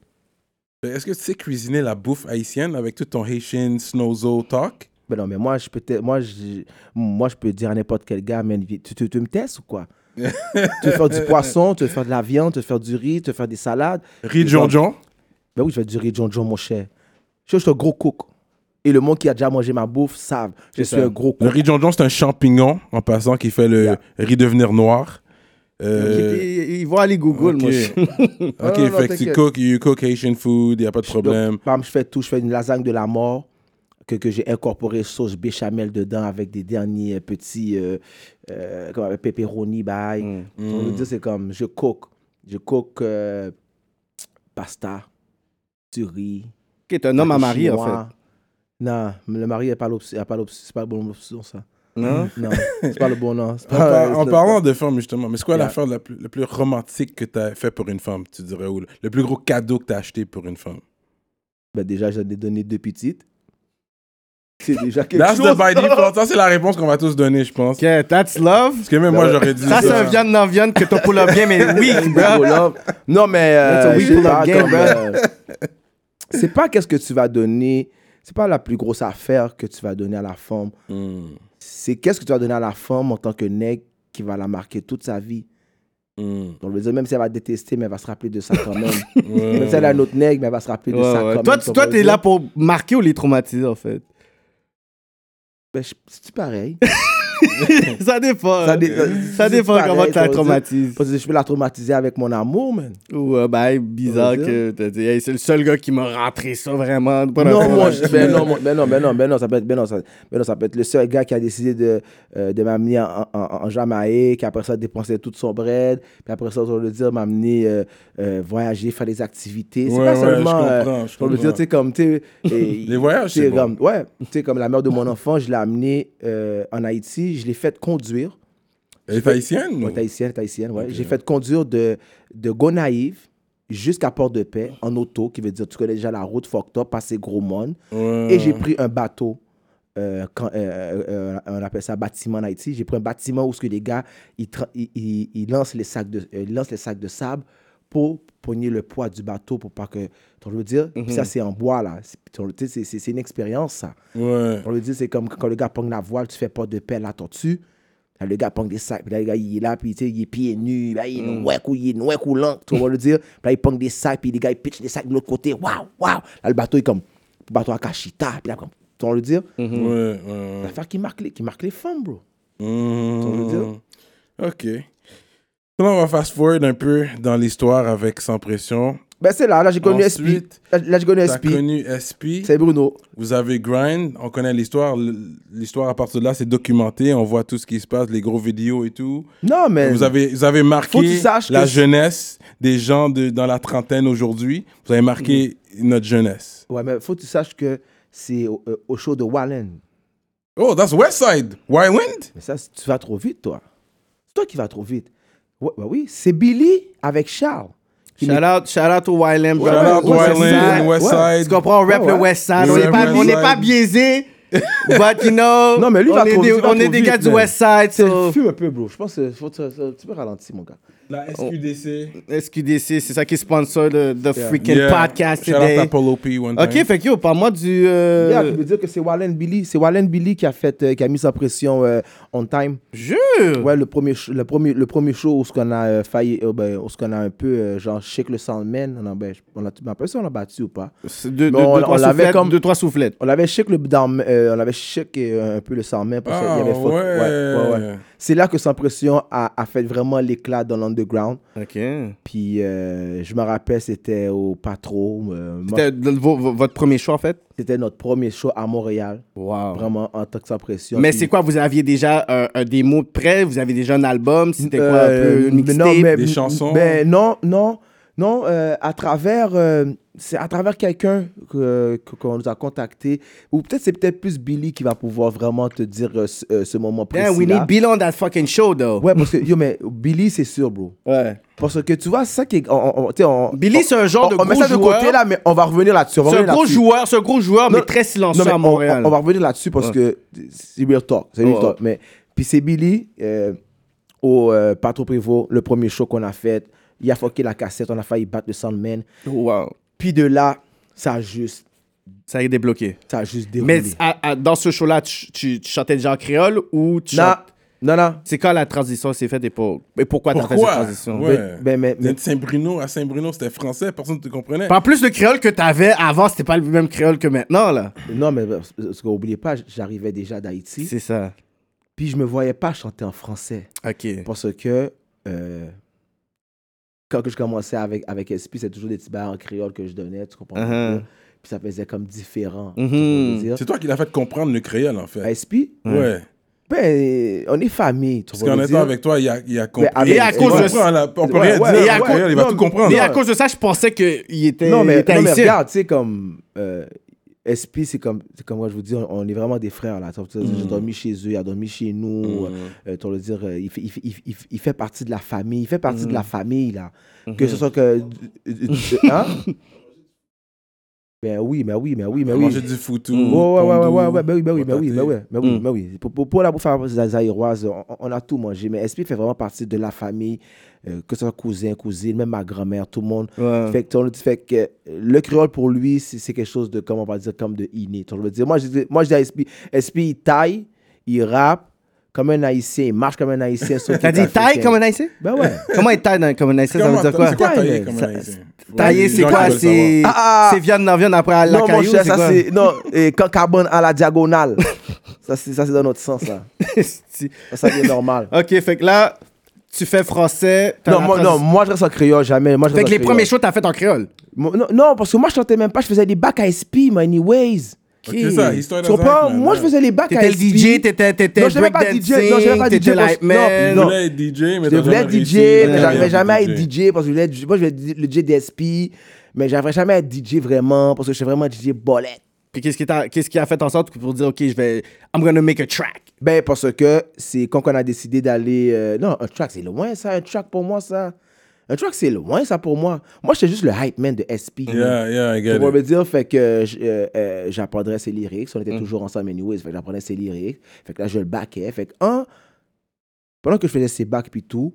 Speaker 3: Ben, Est-ce que tu sais cuisiner la bouffe haïtienne avec tout ton Haitian snowzo talk
Speaker 4: Mais Ben non, mais moi, je peux, te- moi, je, moi, je peux dire à n'importe quel gars, mais tu, tu, tu me testes ou quoi? tu veux faire du poisson, tu veux faire de la viande, tu veux faire du riz, tu veux faire des salades.
Speaker 3: Riz John John
Speaker 4: Ben oui, je vais dire John John, mon cher. Je suis un gros cook. Et le monde qui a déjà mangé ma bouffe savent. Je suis
Speaker 5: ça.
Speaker 4: un gros
Speaker 3: Le
Speaker 4: cook.
Speaker 3: riz John John, c'est un champignon, en passant, qui fait le
Speaker 4: Yeah.
Speaker 3: riz devenir noir. Euh,
Speaker 5: Ils ils vont aller Google,
Speaker 3: ok.
Speaker 5: moi. je-
Speaker 3: Ok,
Speaker 4: non, non,
Speaker 3: fait que tu
Speaker 4: t'inquiète.
Speaker 3: cook, you cook Haitian food, y a pas de problème.
Speaker 4: Donc, bam, je fais tout. Je fais une lasagne de la mort que, que j'ai incorporé sauce béchamel dedans avec des derniers petits euh, euh, comment on appelle, pepperoni bye.
Speaker 3: Mm.
Speaker 4: On veut dire c'est comme je cook, je cook euh, pasta, du riz.
Speaker 5: Ok, t'es un homme à marier, en
Speaker 4: chinois.
Speaker 5: fait.
Speaker 4: Non, le mari n'est pas l'option, elle a pas l'option- c'est pas la bonne option ça.
Speaker 5: Non?
Speaker 4: Non, c'est pas le bon nom. c'est
Speaker 3: Hein? En,
Speaker 4: pas-
Speaker 3: par-
Speaker 4: c'est
Speaker 3: Euh, en
Speaker 4: le-
Speaker 3: parlant de femmes, justement, mais c'est quoi
Speaker 4: Yeah.
Speaker 3: l'affaire la plus, la plus romantique que t'as fait pour une femme, tu dirais, ou le, le plus gros cadeau que t'as acheté pour une femme
Speaker 4: Ben déjà, j'en ai donné deux petites. C'est déjà quelque
Speaker 3: That's the
Speaker 4: chose.
Speaker 3: by default. Ça, c'est la réponse qu'on va tous donner, je pense.
Speaker 5: Ok, that's love.
Speaker 3: Parce que même moi, j'aurais dit
Speaker 5: Ça,
Speaker 3: ça.
Speaker 5: c'est un viande non viande que t'as pour le bien, mais oui,
Speaker 4: Bravo,
Speaker 5: bro.
Speaker 4: love. Non, mais
Speaker 5: That's a
Speaker 4: euh,
Speaker 5: weak
Speaker 4: je sais
Speaker 5: pull-up
Speaker 4: pas,
Speaker 5: game,
Speaker 4: comme,
Speaker 5: bro.
Speaker 4: euh, c'est pas qu'est-ce que tu vas donner, c'est pas la plus grosse affaire que tu vas donner à la femme.
Speaker 3: Mm,
Speaker 4: C'est qu'est-ce que tu vas donner à la femme en tant que nègre qui va la marquer toute sa vie.
Speaker 3: mm,
Speaker 4: Donc, je veux dire, même si elle va te détester, mais elle va se rappeler de ça quand même.
Speaker 3: ouais.
Speaker 4: même si elle a un autre nègre, mais elle va se rappeler de
Speaker 5: Ouais,
Speaker 4: ça
Speaker 5: ouais.
Speaker 4: quand
Speaker 5: Toi,
Speaker 4: même.
Speaker 5: tu- toi,
Speaker 4: Donc,
Speaker 5: t'es là pour marquer ou les traumatiser, en fait.
Speaker 4: Ben, je- c'est pareil.
Speaker 5: ça dépend.
Speaker 4: Ça
Speaker 5: Ça,
Speaker 4: dé- c'est
Speaker 5: dépend
Speaker 4: pareil,
Speaker 5: comment tu la
Speaker 4: ça veut dire-
Speaker 5: traumatises.
Speaker 4: Parce que je peux la traumatiser avec mon amour, man.
Speaker 5: Ou un bail bizarre
Speaker 4: Ça veut
Speaker 5: que t'as dit, hey, c'est le seul gars qui m'a rentré ça vraiment. Pas
Speaker 4: Non,
Speaker 5: dans-
Speaker 4: moi, je- ben non, moi- ben non, ben non, ben non, ça peut être, ben non, ça, ben non, ça peut être le seul gars qui a décidé de, euh, de m'amener en, en, en Jamaïque, après ça, dépenser tout son bread, puis après ça, on va le dire, m'amener euh, euh, voyager, faire des activités. C'est
Speaker 3: Ouais,
Speaker 4: pas
Speaker 3: ouais,
Speaker 4: seulement.
Speaker 3: je
Speaker 4: euh,
Speaker 3: comprends, je
Speaker 4: on va le dire,
Speaker 3: comprends.
Speaker 4: tu sais, comme, tu sais. et-
Speaker 3: Les voyages,
Speaker 4: tu sais,
Speaker 3: c'est bon.
Speaker 4: comme, Ouais, tu sais, comme la mère de mon enfant, je l'ai amenée euh, en Haïti, je l'ai faite conduire.
Speaker 3: Elle est haïtienne
Speaker 4: Ouais,
Speaker 3: ou-
Speaker 4: t'es haïtienne, t'es haïtienne, ouais. J'ai fait conduire de, de Gonaïve jusqu'à Port-de-Paix en auto, qui veut dire tu connais déjà la route fucked up, passer Gros Monde.
Speaker 3: Ouais.
Speaker 4: Et j'ai pris un bateau, euh, quand, euh, euh, on appelle ça bâtiment en Haïti. J'ai pris un bâtiment où ce que les gars, ils, tra- ils, ils- ils lancent, les sacs de, euh, ils lancent les sacs de sable pour pogner le poids du bateau pour pas que. Tu veux dire? Puis ça, c'est en bois, là. C'est- tu vois, tu sais, C'est c'est- c'est une expérience, ça.
Speaker 3: Ouais.
Speaker 4: On veut dire, c'est comme quand le gars pogne la voile, tu fais porte de paix, là, t'en dessus. Là, le gars pogne des sacs, puis là, le gars, il est là, puis tu sais, il est pieds nus, là, il est
Speaker 3: Mm.
Speaker 4: ouais ou il est ouais ou lent, tu vois le dire. Puis là, il pogne des sacs, puis les gars, ils pitchent des sacs de l'autre côté, waouh, waouh. Là, le bateau est comme, le bateau à Kashita, puis là, comme, tu vois le dire.
Speaker 3: Mm. Ouais, ouais, ouais.
Speaker 4: L'affaire qui marque, les, qui marque les femmes, bro.
Speaker 3: Mhm.
Speaker 4: veux dire?
Speaker 3: Ok. Là, on va fast forward un peu dans l'histoire avec Sans Pression.
Speaker 4: Ben, c'est là, là, j'ai connu SP.
Speaker 3: Ensuite,
Speaker 4: Là, là, j'ai connu
Speaker 3: T'as
Speaker 4: SP.
Speaker 3: connu SP.
Speaker 4: C'est Bruno.
Speaker 3: Vous avez Grind, on connaît l'histoire. L- L'histoire à partir de là, c'est documenté. On voit tout ce qui se passe, les gros vidéos et tout.
Speaker 4: Non, mais.
Speaker 3: Vous avez, vous avez
Speaker 4: Faut que tu
Speaker 3: marqué
Speaker 4: saches que
Speaker 3: la
Speaker 4: c'est-
Speaker 3: jeunesse des gens de, dans la trentaine aujourd'hui. Vous avez marqué
Speaker 4: Mhm.
Speaker 3: notre jeunesse.
Speaker 4: Ouais, mais faut que tu saches que c'est au, euh, au show de Wallen.
Speaker 3: Oh, that's Westside. Wyland?
Speaker 4: Mais ça, c'est- tu vas trop vite, toi. C'est toi qui vas trop vite. Ouais, bah oui, c'est Billy avec Charles. Qui
Speaker 5: Shout out, shout out au YLM,
Speaker 3: Shout
Speaker 5: brother.
Speaker 3: out
Speaker 4: ouais,
Speaker 5: West
Speaker 3: Wyland,
Speaker 5: Side.
Speaker 4: ouais.
Speaker 3: Westside.
Speaker 5: Tu comprends, on rap
Speaker 4: Ouais,
Speaker 5: le
Speaker 4: ouais.
Speaker 5: West Side.
Speaker 3: Le
Speaker 5: On n'est pas,
Speaker 3: rap
Speaker 5: on n'est
Speaker 3: West
Speaker 5: pas
Speaker 3: Side.
Speaker 5: biaisé. But you know.
Speaker 4: Non, mais lui, il
Speaker 5: on
Speaker 4: va
Speaker 5: est
Speaker 4: trop
Speaker 5: des,
Speaker 4: vite, il va
Speaker 5: On est
Speaker 4: trop
Speaker 5: des gars
Speaker 4: vite,
Speaker 5: du
Speaker 4: man.
Speaker 5: West Side,
Speaker 4: C'est
Speaker 5: so-
Speaker 4: fume un peu, bro. Je pense que faut, que tu- tu peux ralentir, mon gars.
Speaker 3: La SQDC.
Speaker 5: SQDC, c'est ça qui sponsor le the freaking
Speaker 3: Yeah.
Speaker 5: podcast
Speaker 3: Shout out
Speaker 5: today.
Speaker 3: à Polo P one
Speaker 5: Ok,
Speaker 3: time.
Speaker 5: fait que yo, parle-moi du. euh,
Speaker 4: Yeah, je veux dire que c'est Wallen Billy. C'est Wallen Billy qui a, fait, euh, qui a mis sa pression euh, on time.
Speaker 5: Jure!
Speaker 4: Ouais, le premier, sh- le premier, le premier show où ce qu'on a euh, failli, euh, ben, où ce qu'on a un peu, euh, genre, shake le soundman. On a, ben, on a, on a pas si on l'a battu ou pas.
Speaker 5: C'est Deux,
Speaker 4: Bon,
Speaker 5: deux-
Speaker 4: on-
Speaker 5: deux,
Speaker 4: on
Speaker 5: trois
Speaker 4: l'avait
Speaker 5: soufflettes,
Speaker 4: comme-
Speaker 5: deux, trois soufflettes.
Speaker 4: On avait shake le dans, euh, on avait shake euh, un peu le soundman parce qu'il y avait faute. ouais, ouais, ouais. C'est là que Sans Pression a, a fait vraiment l'éclat dans l'underground.
Speaker 5: Ok.
Speaker 4: Puis euh, je me rappelle, c'était au Patro. euh, moi,
Speaker 5: C'était le- vo- vo- votre premier choix, en fait?
Speaker 4: C'était notre premier show à Montréal,
Speaker 5: Wow.
Speaker 4: vraiment en tant que Sans Pression.
Speaker 5: Mais
Speaker 4: Puis-
Speaker 5: c'est quoi, vous aviez déjà euh, un démo de prêt, vous aviez déjà un album, c'était quoi
Speaker 4: Euh,
Speaker 5: un peu une
Speaker 4: mais
Speaker 5: mixtape?
Speaker 4: non, mais-
Speaker 3: Des chansons?
Speaker 4: mais non, non, non. euh, à travers, euh, c'est à travers quelqu'un que- que- qu'on nous a contacté. Ou peut-être c'est peut-être plus Billy qui va pouvoir vraiment te dire euh, ce, euh, ce moment précis.
Speaker 5: Damn, Hein, we need Bill on that fucking show, though.
Speaker 4: Ouais, parce que yo, mais Billy, c'est sûr, bro.
Speaker 5: Ouais.
Speaker 4: Parce que tu vois, c'est ça qui est. on- on- tu sais, on-
Speaker 5: Billy, c'est un genre
Speaker 4: on,
Speaker 5: de
Speaker 4: on met
Speaker 5: gros
Speaker 4: ça de
Speaker 5: joueur.
Speaker 4: côté là, mais on va revenir là-dessus. on va
Speaker 5: C'est un
Speaker 4: revenir
Speaker 5: gros
Speaker 4: là-dessus.
Speaker 5: joueur, c'est un gros joueur,
Speaker 4: Non,
Speaker 5: mais très silencieux
Speaker 4: Non, mais
Speaker 5: à
Speaker 4: on-
Speaker 5: Montréal.
Speaker 4: On, on va revenir là-dessus parce
Speaker 5: Ouais.
Speaker 4: que c'est real talk. C'est real
Speaker 5: Ouais,
Speaker 4: talk. Mais, puis c'est Billy euh, au euh, Patro Prévost, le premier show qu'on a fait. Il a fucké la cassette, on a failli battre le Sandman.
Speaker 5: Wow.
Speaker 4: Puis de là, ça a juste,
Speaker 5: Ça a été débloqué.
Speaker 4: ça a juste
Speaker 5: Mais
Speaker 4: déroulé.
Speaker 5: à- à- dans ce show-là, tu, tu- tu chantais déjà en créole ou tu
Speaker 4: non,
Speaker 5: chantes-
Speaker 4: non, non.
Speaker 5: C'est quand la transition s'est faite et, pour- et pourquoi, t'as fait cette
Speaker 3: Pourquoi?
Speaker 5: transition?
Speaker 3: Ouais.
Speaker 4: Ben, mais,
Speaker 3: Vous
Speaker 4: mais-
Speaker 3: êtes Saint-Bruno, à Saint-Bruno, c'était français, personne ne te comprenait.
Speaker 5: En plus, le créole que t'avais avant, c'était pas le même créole que maintenant, là.
Speaker 4: non, mais parce que oubliez pas, j'arrivais déjà d'Haïti.
Speaker 5: C'est ça.
Speaker 4: Puis je me voyais pas chanter en français.
Speaker 5: OK.
Speaker 4: Parce que euh, quand que je commençais avec, avec SP, c'est toujours des petits bails en créole que je donnais, tu comprends?
Speaker 5: Uh-huh.
Speaker 4: Puis ça faisait comme différent. tu comprends
Speaker 5: Mhm.
Speaker 4: ce que je veux dire?
Speaker 3: C'est toi qui l'as fait comprendre le créole, en fait.
Speaker 4: SP,
Speaker 3: Ouais.
Speaker 4: ben, on est famille, tu
Speaker 3: Parce qu'en
Speaker 4: comprends ce que je
Speaker 3: étant
Speaker 4: veux dire?
Speaker 3: avec toi, il a, il a compris.
Speaker 4: avec-
Speaker 5: Et à cause de-
Speaker 3: on, comprend, là, on peut
Speaker 4: Ouais,
Speaker 3: rien
Speaker 4: ouais,
Speaker 3: dire.
Speaker 5: et à
Speaker 3: en
Speaker 5: cause-
Speaker 3: créole, il va
Speaker 4: non,
Speaker 3: tout comprendre.
Speaker 5: Mais à
Speaker 4: Non.
Speaker 5: cause de ça, je pensais qu'il était.
Speaker 4: Non, mais,
Speaker 5: il était
Speaker 4: non, mais
Speaker 5: haïtien.
Speaker 4: regarde, tu sais, comme euh, SP, c'est comme, c'est comme moi, je vous dis, on, on est vraiment des frères, là. Tu vois,
Speaker 5: Mhm.
Speaker 4: J'ai dormi chez eux, il a dormi chez nous. euh, tu vas le dire, euh, il, fait, il, fait, il fait- il fait- il fait partie de la famille, il fait partie
Speaker 5: Mhm.
Speaker 4: de la famille, là. Que ce soit que. du- du- hein? ben oui, mais oui, mais oui, mais
Speaker 5: Ah,
Speaker 3: Manger
Speaker 4: oui.
Speaker 3: du foutou.
Speaker 4: Ouais, ouais, ouais, ouais, ouais, ouais, ben oui, ben oui, ben
Speaker 3: pondou,
Speaker 4: oui, ben oui, ben oui,
Speaker 5: Mm.
Speaker 4: ben oui. Pour, pour, pour la bouffe zaïroise, on, on a tout mangé, mais SP fait vraiment partie de la famille, euh, que ce soit cousin, cousine, même ma grand-mère, tout le monde.
Speaker 5: Ouais.
Speaker 4: Fait que, t'en- fait que euh, le créole pour lui, c'est c'est quelque chose de, comment on va dire, comme de inné. T'en- Je veux dire, moi, je dis, moi, je dis à SP, SP, il taille, il rappe comme un haïtien, il marche comme un haïtien. sauf
Speaker 5: T'as
Speaker 4: qu'il est
Speaker 5: dit taille
Speaker 4: africain.
Speaker 5: comme un haïtien?
Speaker 4: Ben ouais.
Speaker 5: Comment est taille dans- comme un haïtien? Ça
Speaker 3: Comment-
Speaker 5: veut dire quoi?
Speaker 3: C'est quoi
Speaker 4: Taille,
Speaker 3: tailler
Speaker 4: mais
Speaker 3: comme
Speaker 4: ça-
Speaker 3: un haïtien?
Speaker 5: Tailler, c'est
Speaker 3: Ouais,
Speaker 5: quoi?
Speaker 3: les gens veulent
Speaker 5: C'est
Speaker 4: Ah, ah.
Speaker 5: c'est viande, non viande après la
Speaker 4: non, mon
Speaker 5: caillou?
Speaker 4: cher, ça
Speaker 5: quoi?
Speaker 4: c'est. Non, et quand carbone à la diagonale. ça, c'est ça, c'est dans notre sens, ça.
Speaker 5: C'est-
Speaker 4: Ça, ça devient normal.
Speaker 5: Ok, fait que là, tu fais français. t'as
Speaker 4: Non,
Speaker 5: la
Speaker 4: moi, non,
Speaker 5: trans-
Speaker 4: moi, je reste en créole, jamais. Moi, je
Speaker 5: Fait
Speaker 4: reste en
Speaker 5: que les
Speaker 4: créole.
Speaker 5: premiers shows, t'as fait en créole.
Speaker 4: Mo- Non, non, parce que moi, je chantais même pas, je faisais des bacs à SP, mais anyways.
Speaker 3: Ok, c'est ça, histoire
Speaker 4: Tu
Speaker 3: d'un
Speaker 4: comprends?
Speaker 3: Zach, man,
Speaker 4: Moi,
Speaker 3: ouais.
Speaker 4: je faisais les bacs à
Speaker 5: T'étais le
Speaker 4: SP.
Speaker 5: DJ, t'étais t'étais
Speaker 4: Non, j'étais pas
Speaker 5: breakdancing,
Speaker 4: DJ, non, j'étais pas
Speaker 5: t'étais
Speaker 4: DJ, parce-
Speaker 5: light man.
Speaker 3: Tu
Speaker 4: Non.
Speaker 3: voulais être DJ, mais
Speaker 4: Je
Speaker 3: t'as
Speaker 4: voulais
Speaker 3: jamais
Speaker 4: être DJ,
Speaker 3: réussi.
Speaker 4: mais
Speaker 3: Ouais,
Speaker 4: j'arrivais
Speaker 3: ouais,
Speaker 4: jamais à être
Speaker 3: DJ.
Speaker 4: DJ parce que je voulais être- moi, je voulais être le DJ d'SP, mais j'arriverais jamais à être DJ vraiment parce que je suis vraiment DJ bolette.
Speaker 5: Puis qu'est-ce qui, t'a- qu'est-ce qui a fait en sorte que pour dire, ok, je vais. I'm gonna make a track.
Speaker 4: Ben, parce que c'est quand on a décidé d'aller. euh, non, un track, c'est loin, ça. Un track, pour moi, ça. Un track, c'est loin, ça, pour moi. Moi, j'étais juste le hype man de SP.
Speaker 3: Yeah, yeah, I get
Speaker 4: Tu vois,
Speaker 3: it.
Speaker 4: me dire, fait que je- euh, euh, j'apprendrais ses lyrics. On était toujours ensemble, anyways. Fait que j'apprenais ses lyrics. Fait que là, je le backais. Fait que, un, pendant que je faisais ses bacs puis tout,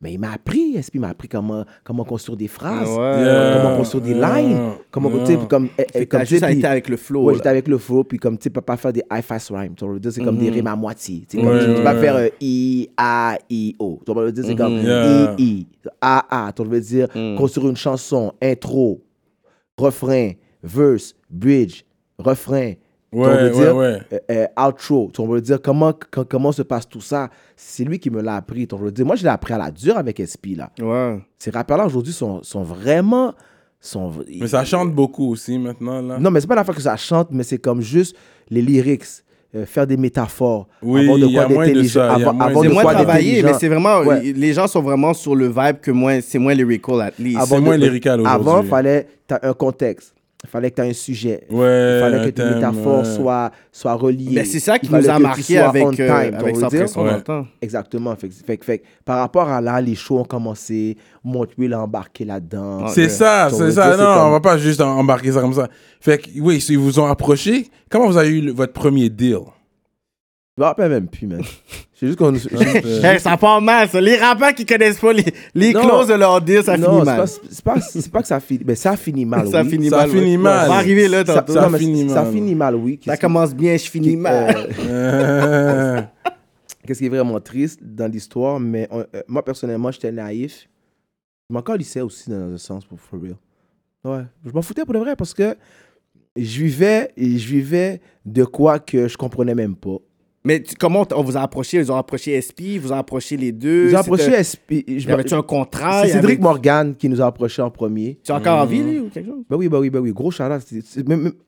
Speaker 4: Mais il m'a appris, SP m'a appris comment, comment construire des phrases,
Speaker 5: Ouais.
Speaker 3: Yeah.
Speaker 4: Euh, comment construire des lines, comment, tu sais, puis comme, eh, eh,
Speaker 5: Fait que
Speaker 4: comme
Speaker 5: t'as
Speaker 4: tu sais,
Speaker 5: juste à
Speaker 4: puis-
Speaker 5: être avec le flow.
Speaker 4: Ouais,
Speaker 5: là.
Speaker 4: j'étais avec le flow, puis comme, tu sais, pas- pas faire des high fast rhymes. Tu vois, je veux dire, c'est comme des
Speaker 5: Mm-hmm.
Speaker 4: rimes à moitié. Tu sais, comme,
Speaker 3: Ouais,
Speaker 4: tu tu vas
Speaker 3: ouais.
Speaker 4: faire euh, I, A, I, O. Tu vois, je veux dire, c'est comme
Speaker 3: Mm-hmm. Yeah.
Speaker 4: I, I, A, A. Tu vois, je veux dire,
Speaker 5: Mm.
Speaker 4: construire une chanson, intro, refrain, verse, bridge, refrain. Tu vois, je veux
Speaker 3: Ouais, ouais,
Speaker 4: dire,
Speaker 3: ouais.
Speaker 4: euh, euh, outro. Tu vois, je veux dire, comment, quand- comment se passe tout ça? C'est lui qui me l'a appris. Tu vois, je veux dire, moi, je l'ai appris à la dure avec SP, là.
Speaker 5: Ouais.
Speaker 4: Ces rappeurs-là, aujourd'hui, sont, sont vraiment... Sont,
Speaker 3: Mais ça chante beaucoup aussi maintenant, là.
Speaker 4: non, mais c'est pas la fois que ça chante, mais c'est comme juste les lyrics, euh, faire des métaphores.
Speaker 3: Oui,
Speaker 4: avoir de
Speaker 3: il y a
Speaker 4: quoi
Speaker 3: moins de
Speaker 4: d'intelligent-
Speaker 3: ça, il y a
Speaker 4: avoir-
Speaker 3: moins
Speaker 4: avoir
Speaker 5: C'est
Speaker 4: de
Speaker 3: Des
Speaker 5: moins
Speaker 4: quoi
Speaker 5: travaillé, mais
Speaker 4: d'intelligent.
Speaker 5: c'est vraiment.
Speaker 4: Ouais.
Speaker 5: Les gens sont vraiment sur le vibe que moins. C'est moins lyrical, at least.
Speaker 4: Avant
Speaker 3: C'est
Speaker 4: de-
Speaker 3: moins lyrical
Speaker 4: Avant,
Speaker 3: aujourd'hui.
Speaker 4: fallait t'as un contexte. Il fallait que tu aies un sujet.
Speaker 3: Ouais,
Speaker 4: il
Speaker 3: un
Speaker 4: fallait que tes
Speaker 3: thème,
Speaker 4: métaphores
Speaker 3: ouais.
Speaker 4: soient, soient reliées.
Speaker 5: Mais Ben, c'est ça qui
Speaker 4: Il fallait
Speaker 5: nous a
Speaker 4: que tu
Speaker 5: marqué
Speaker 4: sois
Speaker 5: avec,
Speaker 4: on time,
Speaker 5: euh,
Speaker 4: t'en
Speaker 5: avec
Speaker 4: veux
Speaker 5: sa
Speaker 4: dire?
Speaker 5: pression
Speaker 3: Ouais.
Speaker 5: dans le temps.
Speaker 4: Exactement. Fait, que- fait, que- fait que par rapport à là, les shows ont commencé. Montreal a embarqué là-dedans.
Speaker 5: Ah,
Speaker 3: C'est
Speaker 5: Ouais.
Speaker 3: ça,
Speaker 4: Ça
Speaker 3: c'est
Speaker 4: veut
Speaker 3: ça.
Speaker 4: dire, c'est
Speaker 3: non, on
Speaker 4: comme-
Speaker 3: va pas juste en- embarquer ça comme ça. Fait que, oui, si ils vous ont approché, comment vous avez eu le- votre premier deal?
Speaker 4: Je me rappelle même plus, man. C'est juste qu'on.
Speaker 5: Hey, ça part mal, ça. Les rappeurs qui connaissent pas les, les
Speaker 4: Non.
Speaker 5: clauses de leur deal, ça
Speaker 4: non,
Speaker 5: finit
Speaker 4: c'est
Speaker 5: mal.
Speaker 4: pas- c'est pas, c'est pas que ça finit. Mais ça finit mal.
Speaker 5: ça
Speaker 4: oui.
Speaker 5: finit
Speaker 3: Ça
Speaker 5: mal.
Speaker 3: finit
Speaker 5: ouais.
Speaker 3: mal.
Speaker 5: On va arriver là
Speaker 4: ça,
Speaker 5: tantôt. euh,
Speaker 4: ça
Speaker 5: Ça,
Speaker 3: mais
Speaker 4: finit
Speaker 3: c'est-
Speaker 4: mal.
Speaker 3: ça
Speaker 4: Ça
Speaker 3: finit
Speaker 4: finit mal, oui.
Speaker 5: commence bien, je finis mal.
Speaker 3: Euh,
Speaker 4: Qu'est-ce qui est vraiment triste dans l'histoire, mais on- euh, moi, personnellement, j'étais naïf. Je m'en calissais aussi, dans un sens, pour for real. Ouais, je m'en foutais pour de vrai, parce que je vivais, je vivais de quoi que je comprenais même pas.
Speaker 5: Mais tu- comment on vous a approché Ils ont approché SP, ils vous ont approché les deux.
Speaker 4: J'ai
Speaker 5: C'était-
Speaker 4: approché SP... je
Speaker 5: Y avait-tu
Speaker 4: me-
Speaker 5: un contrat
Speaker 4: C'est
Speaker 5: Y avait-
Speaker 4: Cédric Morgan qui nous a approchés en premier.
Speaker 5: Tu es encore en vie, lui, ou quelque chose
Speaker 4: Ben oui, ben oui, ben oui. Gros charade.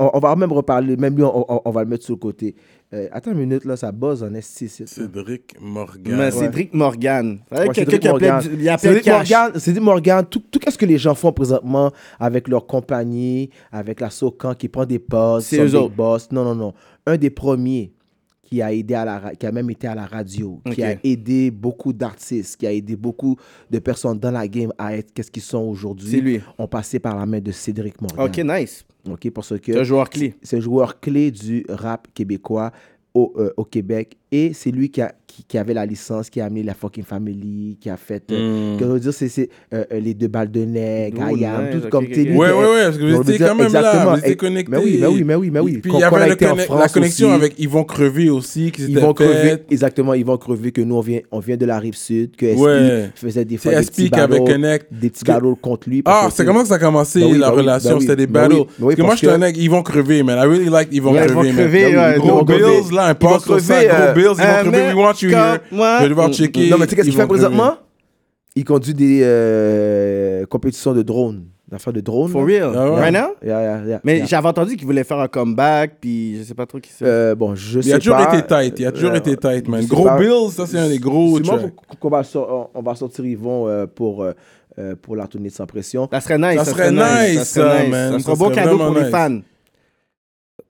Speaker 4: On, on va même reparler. Même lui, on, on- on va le mettre sur le côté. Euh, attends une minute, là, ça buzz en S6.
Speaker 3: Cédric Morgan.
Speaker 5: Mais Cédric Morgan. Ouais,
Speaker 4: Ouais,
Speaker 5: Quelqu'un
Speaker 4: Cédric
Speaker 5: qui appelait
Speaker 4: Morgan.
Speaker 5: du- il appelait
Speaker 4: Cédric
Speaker 5: Cash.
Speaker 4: Morgan, Cédric Morgan, tout, tout ce que les gens font présentement avec leur compagnie, avec la Socan qui prend des pauses,
Speaker 5: C'est
Speaker 4: sont
Speaker 5: eux
Speaker 4: des
Speaker 5: autres.
Speaker 4: boss. Non, non, non. Un des premiers qui a aidé à la, ra- qui a même été à la radio,
Speaker 5: Ok.
Speaker 4: qui a aidé beaucoup d'artistes, qui a aidé beaucoup de personnes dans la game à être qu'est-ce qu'ils sont aujourd'hui.
Speaker 5: C'est lui.
Speaker 4: On passait par la main de Cédric Morgan. Ok.
Speaker 5: Ok, nice.
Speaker 4: parce que
Speaker 5: C'est un joueur clé.
Speaker 4: c'est un joueur clé du rap québécois au, euh, au Québec. Et c'est lui qui, a- qui, qui avait la licence, qui a amené la fucking family, qui a
Speaker 3: Mm.
Speaker 4: fait. euh, que je veux dire, c'est- c'est euh, euh, les deux balles de nez,
Speaker 5: Oh,
Speaker 4: Ayam,
Speaker 5: nice,
Speaker 4: tout
Speaker 5: ok,
Speaker 4: comme.
Speaker 5: ok.
Speaker 4: t'es lui
Speaker 3: Ouais,
Speaker 4: qui-
Speaker 3: ouais, ouais, parce que
Speaker 4: je
Speaker 3: vous
Speaker 4: veux
Speaker 3: étiez
Speaker 4: dire,
Speaker 3: quand même là,
Speaker 4: exactement.
Speaker 3: vous étiez
Speaker 4: Et-
Speaker 3: connectés.
Speaker 4: Mais oui, mais oui, mais oui, mais oui.
Speaker 3: Puis
Speaker 4: Qu'on-
Speaker 3: il y
Speaker 4: qu'on
Speaker 3: avait
Speaker 4: a
Speaker 3: le
Speaker 4: été en
Speaker 3: conne- la
Speaker 4: France
Speaker 3: connexion
Speaker 4: aussi.
Speaker 3: avec Ils vont crever aussi, qui
Speaker 4: Ils
Speaker 3: s'était
Speaker 4: vont crever,
Speaker 3: faite.
Speaker 4: exactement, ils vont crever que nous, on vient, on vient de la rive sud, que SP
Speaker 3: Ouais.
Speaker 4: faisait des
Speaker 3: C'est
Speaker 4: fois des
Speaker 3: SP
Speaker 4: petits
Speaker 3: qui avait
Speaker 4: battles,
Speaker 3: connect.
Speaker 4: des petits
Speaker 3: Que-
Speaker 4: battles contre lui. parce
Speaker 3: Ah,
Speaker 4: que
Speaker 3: c'est comment que ça a commencé
Speaker 4: Ben oui,
Speaker 3: la
Speaker 4: ben oui,
Speaker 3: relation?
Speaker 4: ben oui,
Speaker 3: C'était des
Speaker 4: ben oui,
Speaker 3: battles.
Speaker 4: ben oui,
Speaker 3: parce que moi, je
Speaker 4: parce
Speaker 3: suis un
Speaker 4: que-
Speaker 3: mec, ils vont crever, man. I really like Ils vont
Speaker 5: Ils
Speaker 3: crever,
Speaker 5: vont
Speaker 3: man.
Speaker 5: crever,
Speaker 3: Ben oui,
Speaker 5: ouais,
Speaker 3: Gros
Speaker 5: ils vont
Speaker 3: Bills,
Speaker 4: crever.
Speaker 3: là, un
Speaker 4: Ils vont
Speaker 3: post comme ça.
Speaker 4: crever,
Speaker 3: Gros
Speaker 4: euh,
Speaker 3: Bills, ils
Speaker 5: un
Speaker 3: vont crever.
Speaker 5: mec
Speaker 3: We want you here.
Speaker 5: comme moi.
Speaker 3: Je vais devoir
Speaker 5: Mm.
Speaker 3: checker.
Speaker 4: Non, mais tu sais, qu'est-ce
Speaker 3: Ils
Speaker 4: qu'il fait
Speaker 3: vont crever.
Speaker 4: présentement? Il conduit des euh, compétitions de drones, d'affaires de drones.
Speaker 5: For
Speaker 4: là.
Speaker 5: real.
Speaker 3: Ah ouais.
Speaker 5: Right now
Speaker 4: Yeah, yeah, yeah,
Speaker 5: Mais
Speaker 4: yeah.
Speaker 5: j'avais entendu qu'il voulait faire un comeback, puis je sais pas trop qui c'est.
Speaker 4: Euh, bon, je sais
Speaker 3: Il a toujours
Speaker 4: pas.
Speaker 3: été tight. Il a toujours
Speaker 4: Euh,
Speaker 3: été tight, man.
Speaker 4: je sais
Speaker 3: Gros
Speaker 4: pas.
Speaker 3: Bills, ça, c'est un des gros
Speaker 4: Sûrement
Speaker 3: tracks.
Speaker 4: qu'on- qu'on va sor- on- on va sortir Yvon euh, pour, euh, euh, pour la tournée de Sans Pression.
Speaker 5: Ça serait nice.
Speaker 3: ça serait nice, ça, man.
Speaker 5: Ça
Speaker 3: Ça
Speaker 5: serait un beau
Speaker 3: serait
Speaker 5: cadeau pour
Speaker 3: vraiment
Speaker 5: les
Speaker 3: nice.
Speaker 5: fans.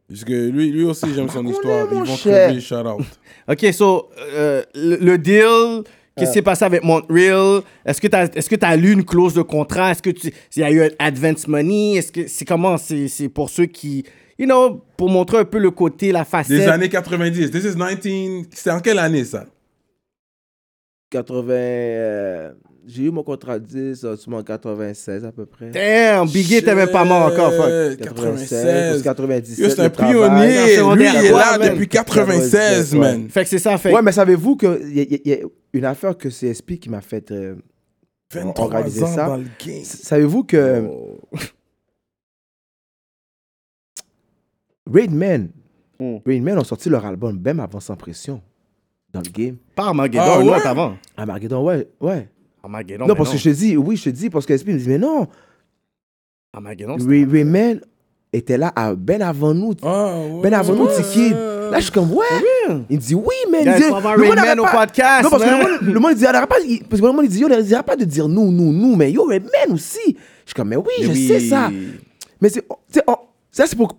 Speaker 3: Parce que lui, lui aussi, j'aime son
Speaker 4: on est,
Speaker 3: histoire. Ils
Speaker 4: mon
Speaker 3: vont
Speaker 4: cher.
Speaker 3: crever, shout out.
Speaker 5: OK, so, euh, le, le deal, qu'est-ce qui s'est passé avec Montreal? Est-ce que tu as, est lu une clause de contrat? Est-ce que tu- il y a eu un advance money? Est-ce que c'est comment? C'est c'est pour ceux qui, you know, pour montrer un peu le côté, la facette.
Speaker 3: Des années 90. This is 19. C'était en quelle année, ça?
Speaker 4: 80. euh, J'ai eu mon contrat de 10, euh, sûrement en 96 à peu près.
Speaker 5: Damn, Biggie, t'es même pas mort encore, fuck.
Speaker 3: 96.
Speaker 4: 96, 97.
Speaker 3: Yo, C'est un
Speaker 4: le travail.
Speaker 5: en
Speaker 3: pionnier. Lui,
Speaker 5: secondaire
Speaker 3: il est là
Speaker 5: trois, man.
Speaker 3: depuis 96,
Speaker 4: Ouais.
Speaker 3: man.
Speaker 5: Fait que c'est ça, fait.
Speaker 4: Ouais, mais savez-vous qu'il y, a- y a une affaire que c'est SP qui m'a fait. euh,
Speaker 3: 23
Speaker 4: organisait
Speaker 3: ans
Speaker 4: ça.
Speaker 3: dans le game.
Speaker 4: savez-vous que. Raidman.
Speaker 5: Mm.
Speaker 4: Raidman ont sorti leur album même avant Sans Pression dans le game.
Speaker 5: Pas Armageddon,
Speaker 3: Ah
Speaker 5: un
Speaker 3: ouais?
Speaker 5: autre avant.
Speaker 4: Armageddon, ouais, ouais. Non,
Speaker 5: Armageddon, mais
Speaker 4: parce que je te dis, oui, je te dis, parce que SP me dit, mais non,
Speaker 5: Armageddon, c'est-
Speaker 4: Ray- Rayman était là à- ben avant nous.
Speaker 3: Ah, ouais.
Speaker 4: Ben avant nous,
Speaker 3: Ouais.
Speaker 4: Tiki. Là, je suis comme, ouais. Il dit, oui, man.
Speaker 5: Guys,
Speaker 4: Il dit,
Speaker 5: faut avoir
Speaker 4: le monde
Speaker 5: Rayman
Speaker 4: arrête
Speaker 5: au
Speaker 4: pas-
Speaker 5: podcast, hein.
Speaker 4: Non, parce que
Speaker 5: man.
Speaker 4: le monde, le monde dit, elle arrête pas, il- parce que le monde il dit, yo, elle arrête pas de dire nous, nous, nous, mais yo, Rayman aussi. Je suis comme, mais oui,
Speaker 5: Mais
Speaker 4: je
Speaker 5: oui.
Speaker 4: sais ça. Mais c'est, on- tu sais, on- ça, c'est pour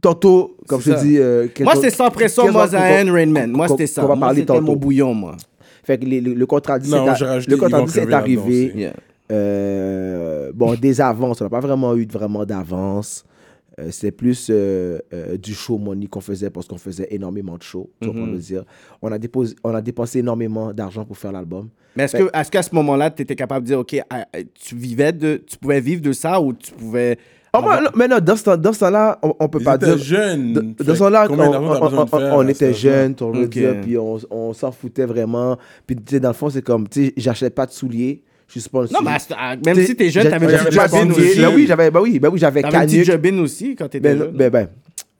Speaker 4: tantôt, comme
Speaker 5: C'est
Speaker 4: je te
Speaker 5: ça.
Speaker 4: dis. euh,
Speaker 5: Moi,
Speaker 4: quelque-
Speaker 5: c'était sans pression,
Speaker 4: quelque-
Speaker 5: Mozaïen,
Speaker 4: qu'on-
Speaker 5: Rainman. Moi,
Speaker 4: qu'on-
Speaker 5: c'était ça.
Speaker 4: qu'on va
Speaker 5: Moi,
Speaker 4: parler
Speaker 5: C'était mon
Speaker 4: tantôt.
Speaker 5: bouillon, moi.
Speaker 4: Fait que les- le, le contrat dit,
Speaker 3: Non, moi, j'ai
Speaker 4: c'est
Speaker 3: rajouté,
Speaker 4: le contrat
Speaker 3: ils vont
Speaker 4: dit, c'est
Speaker 3: crever là-dedans
Speaker 4: arrivé.
Speaker 3: aussi.
Speaker 5: Yeah.
Speaker 4: Euh, bon, des avances. On n'a pas vraiment eu de- vraiment d'avance. Euh, c'était plus euh, euh, du show money qu'on faisait parce qu'on faisait énormément de shows, tu comprends le
Speaker 5: Mhm.
Speaker 4: dire. On a, déposé, on a dépensé énormément d'argent pour faire l'album.
Speaker 5: Mais est-ce que- est-ce qu'à ce moment-là, tu étais capable de dire, OK, ah, ah, tu vivais de. Tu pouvais vivre de ça ou tu pouvais.
Speaker 4: Ah, moi, non, mais non, dans ce temps- dans ce temps-là, on, on peut
Speaker 3: Ils
Speaker 4: pas
Speaker 3: étaient
Speaker 4: dire.
Speaker 3: jeunes.
Speaker 4: De,
Speaker 3: Mm, Fait
Speaker 4: de son là, on,
Speaker 3: combien d'argent t'as
Speaker 4: on-
Speaker 3: besoin de
Speaker 4: on-
Speaker 3: faire
Speaker 4: on
Speaker 3: à cet
Speaker 4: était
Speaker 3: âge-là?
Speaker 4: jeunes, on veut
Speaker 5: Ok.
Speaker 4: dire, puis on, on s'en foutait vraiment. Puis, tu sais, dans le fond, c'est comme, tu sais, j'achète pas de souliers, je suis sponsor.
Speaker 5: Non, mais à ce- à- même si t'es jeune, t'avais
Speaker 3: ouais,
Speaker 5: une
Speaker 3: j'avais
Speaker 5: petite
Speaker 3: pas de
Speaker 5: jobine
Speaker 3: souliers.
Speaker 5: aussi.
Speaker 4: Ben oui, j'avais, ben oui, ben oui, j'avais
Speaker 5: T'avais une petite
Speaker 4: Canuck.
Speaker 5: jobine aussi quand t'étais
Speaker 4: Ben,
Speaker 5: jeune.
Speaker 4: ben, ben,